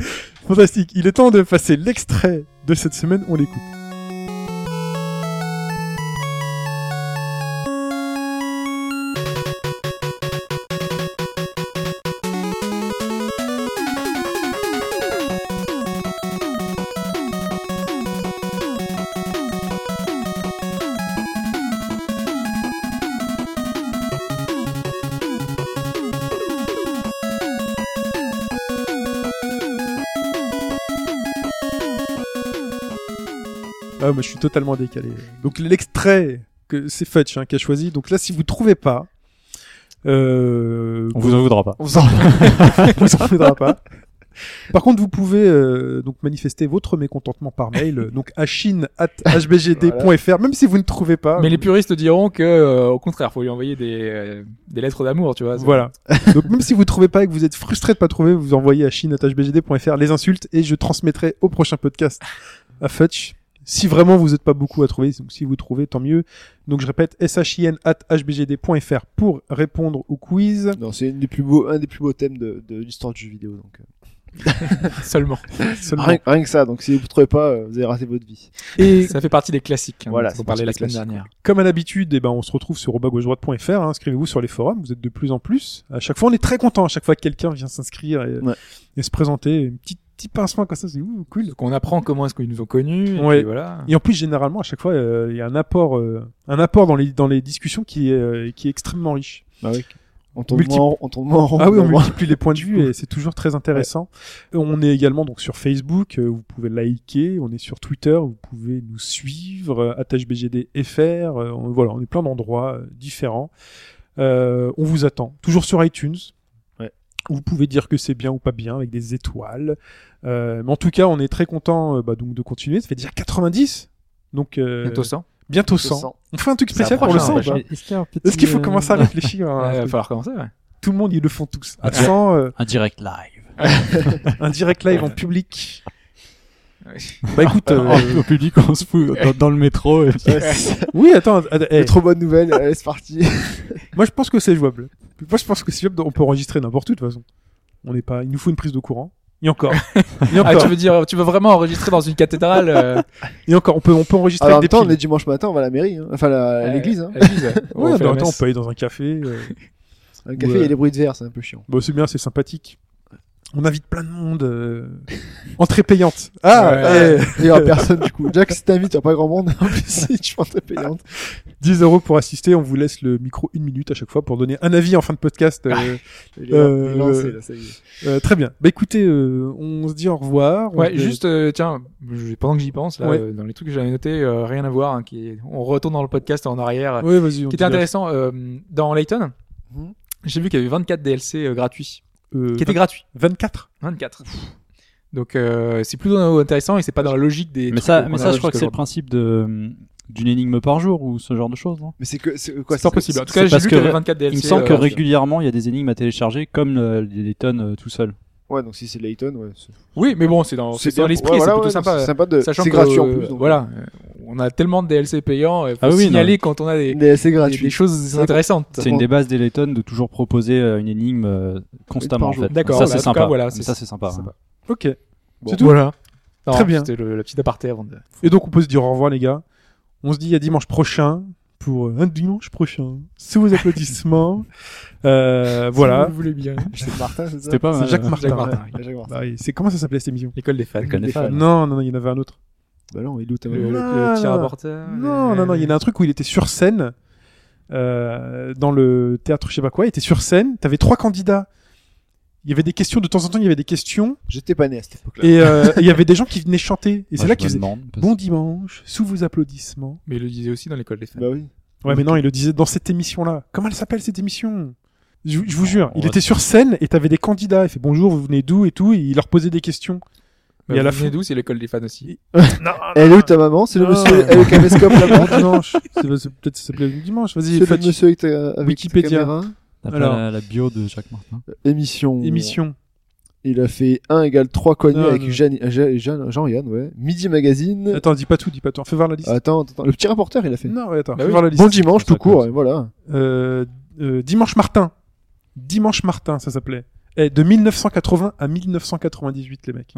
S3: [LAUGHS] Fantastique. Il est temps de passer l'extrait de cette semaine, on l'écoute. Ah, mais je suis totalement décalé. Donc l'extrait que c'est Fetch hein, qui a choisi. Donc là, si vous trouvez pas, euh,
S6: On vous en voudra pas.
S3: on vous en, [LAUGHS] on vous en voudra pas. Par contre, vous pouvez euh, donc manifester votre mécontentement par mail, euh, donc à chine@hbgd.fr, même si vous ne trouvez pas.
S5: Mais les puristes diront que, euh, au contraire, faut lui envoyer des, euh, des lettres d'amour, tu vois. c'est-
S3: Voilà. Donc même si vous trouvez pas et que vous êtes frustré de pas trouver, vous envoyez à chine@hbgd.fr les insultes et je transmettrai au prochain podcast à Fetch. Si vraiment vous n'êtes pas beaucoup à trouver, donc si vous trouvez, tant mieux. Donc je répète, shin@hbgd.fr pour répondre au quiz.
S4: Non, c'est une des plus beaux- un des plus beaux thèmes de, de l'histoire du jeu vidéo. Donc, euh,
S5: [LAUGHS] Seulement.
S3: Seulement.
S4: rien, rien que ça. Donc, si vous ne trouvez pas, euh, vous avez raté votre vie.
S5: Et ça fait partie des classiques. Hein,
S4: Voilà,
S5: dont
S4: c'est
S5: On parlait la
S4: partie
S5: semaine
S4: des
S5: dernière.
S3: Comme à l'habitude, eh ben, on se retrouve sur robagauchedroite.fr. hein. Inscrivez-vous sur les forums. Vous êtes de plus en plus. À chaque fois, on est très content. À chaque fois que quelqu'un vient s'inscrire et,
S4: Ouais.
S3: et se présenter, un petit, petit pincement comme ça, c'est ouh, cool.
S5: Donc on apprend comment est-ce qu'ils nous ont connus. et
S3: Ouais.
S5: puis voilà.
S3: Et en plus, généralement, à chaque fois, euh, il y a un apport, euh, un apport dans les, dans les discussions qui est, euh, qui est extrêmement riche.
S4: On tombe,
S3: Multiple-
S4: moins en, on tombe moins en rond.
S3: Ah oui, on
S4: vraiment.
S3: multiplie les points de vue et c'est toujours très intéressant. Et On est également donc sur Facebook, euh, vous pouvez liker, on est sur Twitter, vous pouvez nous suivre, euh, attachebgdfr, euh, on- voilà, on est plein d'endroits euh, différents. Euh, on vous attend, toujours sur iTunes.
S4: Ouais.
S3: Vous pouvez dire que c'est bien ou pas bien avec des étoiles. Euh, mais en tout cas, on est très content euh, bah, donc de continuer. Ça fait déjà 90, donc euh,
S5: Bientôt 100.
S4: [LAUGHS] Bientôt
S3: bientôt 100.
S4: 100.
S3: On fait un truc spécial
S5: approche,
S3: pour le
S5: hein,
S3: 100 ou
S5: vachement.
S3: pas
S6: Est-ce qu'il y a un petit,
S3: Est-ce qu'il faut
S6: euh,
S3: commencer à réfléchir à un
S5: [LAUGHS] Ouais, Il va
S3: truc
S5: falloir commencer, ouais.
S3: Tout le monde, ils le font tous. À 100, euh,
S6: Un direct live.
S3: un direct live en public. Bah écoute,
S5: [LAUGHS]
S6: Au public, on se fout dans, dans le métro. et puis-
S3: oui, attends, att- eh,
S4: C'est Trop bonne nouvelle. [LAUGHS] Allez, c'est parti.
S3: moi je pense que c'est jouable. Moi je pense que c'est jouable, on peut enregistrer n'importe où de toute façon. On n'est pas, il nous faut une prise de courant. Et
S5: [LAUGHS]
S3: encore, et
S5: Ah,
S3: encore,
S5: tu veux dire, tu veux vraiment enregistrer dans une cathédrale euh,
S3: et encore, on peut, on peut enregistrer
S4: Alors, Ah, en même
S3: avec
S4: temps,
S3: des
S4: on est
S3: piles.
S4: dimanche matin, on va à la mairie. hein. Enfin, la- à
S5: euh,
S4: l'église. hein.
S5: à l'église, ouais. On
S3: Ouais,
S5: fait la
S3: mais attends, on
S5: messe.
S3: peut aller dans un café. euh.
S4: Un café
S3: Ouais.
S4: et les bruits de verre, c'est un peu chiant.
S3: Bon, c'est bien, c'est sympathique. On invite plein de monde. euh, Entrée payante. Ah,
S5: Ouais.
S3: eh,
S4: Il y aura personne du coup. Déjà que si t'invites, il n'y a pas grand monde. [LAUGHS] En plus, si tu penses payante.
S3: 10 euros pour assister. On vous laisse le micro une minute à chaque fois pour donner un avis en fin de podcast. euh,
S4: Il est
S3: Euh,
S4: il est lancé, là, ça y est.
S3: Euh, très bien. Bah écoutez, euh, on se dit au revoir. On
S5: Ouais,
S3: se-
S5: juste, euh, tiens, je- pendant que j'y pense, là,
S3: Ouais.
S5: euh, dans les trucs que j'avais notés, euh, rien à voir, hein, qui est- on retourne dans le podcast en arrière,
S3: Ouais, vas-y. on
S5: qui
S3: dit-
S5: était intéressant, euh, dans Layton,
S4: Mhm.
S5: j'ai vu qu'il y avait 24 DLC euh, gratuits,
S3: euh,
S5: qui étaient gratuits,
S3: 24.
S5: 24. Donc euh, c'est plutôt intéressant et c'est pas dans la logique des.
S6: Mais
S5: trucs
S6: ça,
S5: qu'on
S6: mais
S5: a
S6: ça, je crois que c'est le
S5: jusqu'aujourd'hui.
S6: principe de d'une énigme par jour ou ce genre de choses. non
S4: Mais c'est que, c'est quoi
S5: C'est fort possible. En tout
S6: c'est
S5: cas, j'ai
S6: parce
S5: vu qu'il y
S6: que
S5: avait 24 DLC.
S6: Il me semble que
S5: euh,
S6: régulièrement, il y a des énigmes à télécharger, comme euh, les les tonnes euh, tout seul.
S4: Ouais, donc si c'est Layton, ouais. c'est-
S5: Oui, mais bon, c'est dans, c'est dans
S4: bien.
S5: l'esprit,
S4: Ouais,
S5: c'est
S4: voilà,
S5: plutôt
S4: ouais,
S5: sympa.
S4: C'est sympa de.
S5: Sachant
S4: C'est
S5: que,
S4: gratuit en
S5: euh,
S4: plus. donc,
S5: Voilà, euh, on a tellement de DLC payants, il faut
S6: Ah oui,
S5: signaler quand on a des,
S4: Mais c'est
S5: des,
S4: gratuit.
S5: des choses
S4: C'est-
S5: intéressantes.
S6: C'est une des bases des Layton de toujours proposer euh, une énigme euh, constamment.
S4: par
S6: En
S4: jour.
S6: fait.
S5: D'accord,
S6: Ça
S5: bah, en
S6: c'est
S5: tout
S6: sympa.
S5: cas, voilà, c'est-
S6: ça c'est sympa. hein.
S3: bah, Ok.
S5: Bon,
S3: C'est tout.
S5: Voilà. Non,
S3: Très bien.
S5: C'était le, la petite aparté avant de.
S3: Et donc on peut se dire au revoir les gars. On se dit à dimanche prochain pour euh, un dimanche prochain. Sous vos
S5: [LAUGHS]
S3: applaudissements. euh, voilà.
S5: vous voulez bien. Euh,
S4: Jacques Martin, c'est ça
S6: C'était pas
S3: C'est
S6: mal.
S3: Jacques Martin.
S5: Jacques Martin.
S4: Ouais, Jacques Martin.
S3: Ah oui, c'est comment ça s'appelait cette émission
S5: L'école des fans.
S6: Je connais pas. hein.
S3: Non, non, non, il y en avait un autre.
S4: Bah non, il est où ta
S5: Le,
S4: maman
S5: le-
S3: Non,
S5: le petit
S3: non.
S5: rapporteur.
S3: Non, non, non, il y en a un truc où il était sur scène. euh, dans le théâtre, je sais pas quoi, il était sur scène. T'avais trois candidats. Il y avait des questions de temps en temps. Il y avait des questions
S4: J'étais pas né à cette époque-là.
S3: et euh, et il y avait des gens qui venaient chanter. Et c'est
S6: Bah Moi,
S3: là
S6: je
S3: qu'ils
S6: me
S3: faisaient
S6: demande, parce-
S3: Bon dimanche, sous vos applaudissements.
S5: Mais il le disait aussi dans l'école des fans.
S4: Bah oui.
S3: Ouais, mais non, il le disait dans cette émission-là. Comment elle s'appelle cette émission je, je vous jure,
S6: on
S3: il
S6: va-
S3: était sur scène et t'avais des candidats. Il fait bonjour, vous venez d'où et tout. Et il leur posait des questions.
S5: Mais
S3: Et à la
S5: vous venez
S3: fin-
S5: d'où c'est l'école des fans aussi.
S4: Elle est où ta maman C'est le
S3: Ah.
S4: monsieur avec le caméscope
S3: Bon
S4: là-bas.
S3: dimanche. C'est- c'est- Peut-être ça s'appelait Bon dimanche. Vas-y,
S4: C'est le
S3: faites
S4: monsieur avec ta- avec
S3: Wikipédia.
S4: ta caméra.
S6: T'as pas
S3: Alors.
S6: la, la bio de Jacques Martin.
S4: Émission.
S3: émission.
S4: Il a fait 1 égale 3 cognés
S3: Non,
S4: avec
S3: non.
S4: Jeanne- euh, Jeanne- Jeanne- Jean-Yann, ouais. Midi Magazine.
S3: Attends, dis pas tout, dis pas tout. Fais voir la liste.
S4: Attends, attends, le petit rapporteur, il a fait.
S3: Non, ouais, attends.
S5: Bah
S3: fais
S5: oui.
S3: voir la liste.
S4: Bon dimanche, tout
S6: Ça
S4: court,
S6: compte.
S4: et voilà.
S3: Euh, euh, dimanche Martin. Dimanche Martin, ça s'appelait. Eh, de 1980 à 1998, les mecs.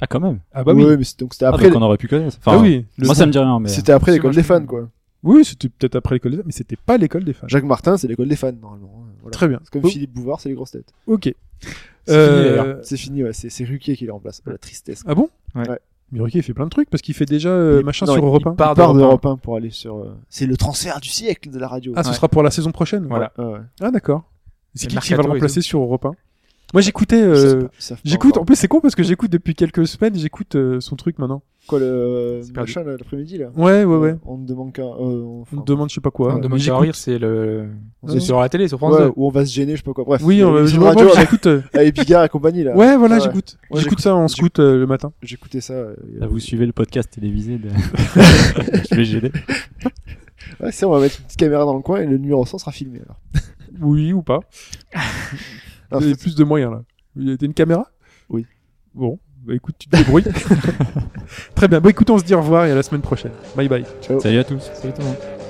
S6: Ah quand même.
S3: Ah bah oui.
S4: Ouais, mais c'est- donc c'était
S6: Ah,
S4: après.
S6: donc on aurait pu connaître.
S3: Ah
S6: Enfin,
S3: oui. Le-
S6: Moi ça me dit rien mais.
S4: C'était après
S5: C'est
S4: l'école
S5: moi,
S4: des
S5: je
S4: fans,
S5: comprends.
S4: quoi.
S3: Oui, c'était peut-être après l'école des fans, mais c'était pas l'école des fans.
S4: Jacques Martin, c'est l'école des fans, normalement. hein, Voilà.
S3: Très Euh, bien.
S4: C'est comme
S3: Oh,
S4: Philippe Bouvard, c'est les grosses têtes.
S3: Ok.
S5: C'est fini, d'ailleurs.
S4: C'est fini, ouais. C'est c'est Ruquier qui les remplace. Oh, la tristesse.
S3: Ah bon
S5: Ouais.
S4: Ouais.
S3: Mais Ruquier, il fait plein de trucs parce qu'il fait déjà euh,
S4: Il-
S3: machin
S4: non,
S3: sur
S4: il-
S3: Europe
S5: il
S3: 1.
S5: part
S4: Il part
S5: d'Europe un.
S4: d'Europe 1 pour aller sur. euh, C'est le transfert du siècle de la radio.
S3: hein. Ah, ce
S5: Ouais.
S3: sera pour la saison prochaine.
S5: Voilà.
S4: Ouais, ouais.
S3: Ah, d'accord. C'est
S5: Et
S3: qui qui
S5: Mercato
S3: va le
S5: et
S3: remplacer sur Europe 1 Moi, j'écoutais.
S4: Ils
S3: euh,
S4: savent pas- ils savent pas
S3: J'écoute, en
S4: encore.
S3: plus c'est con parce que j'écoute depuis quelques semaines, j'écoute euh, son truc maintenant.
S4: Quoi, le
S5: C'est perdu.
S4: machin, là, l'après-midi, là
S3: Ouais, ouais, ouais.
S4: On ne demande qu'un. euh, on-
S3: On
S4: enfin,
S3: me demande je sais pas quoi.
S5: On
S3: mais
S5: demande qu'à
S3: j'écoute.
S5: rire, c'est le.
S4: on
S5: C'est
S4: se-
S5: sur la télé, sur France
S4: Ouais,
S5: 2.
S4: ou on va se gêner, je sais pas quoi. Bref.
S3: Oui,
S4: Il y a
S3: on
S4: une
S3: va-
S4: émission
S3: moi,
S4: radio
S3: moi,
S4: avec,
S3: j'écoute. euh,
S4: avec Bigard et compagnie, là.
S3: Ouais, voilà,
S4: Ouais.
S3: j'écoute.
S4: Moi,
S3: j'écoute ça en scout euh, le matin.
S4: J'écoutais ça. euh, [LAUGHS]
S6: Là, vous suivez le podcast télévisé de... [LAUGHS] Je vais gêner.
S4: Ouais, c'est, on va mettre une petite caméra dans le coin et le numéro 100 sera filmé. Alors.
S3: Oui ou pas.
S4: Ah,
S3: Il y a plus de moyens là. Il y a une caméra
S4: Oui.
S3: Bon, bah écoute, tu te débrouilles. [LAUGHS] Bah, Très bien. Bon, écoute, on se dit au revoir et à la semaine prochaine. Bye bye.
S6: Salut à tous.
S5: Salut tout le monde.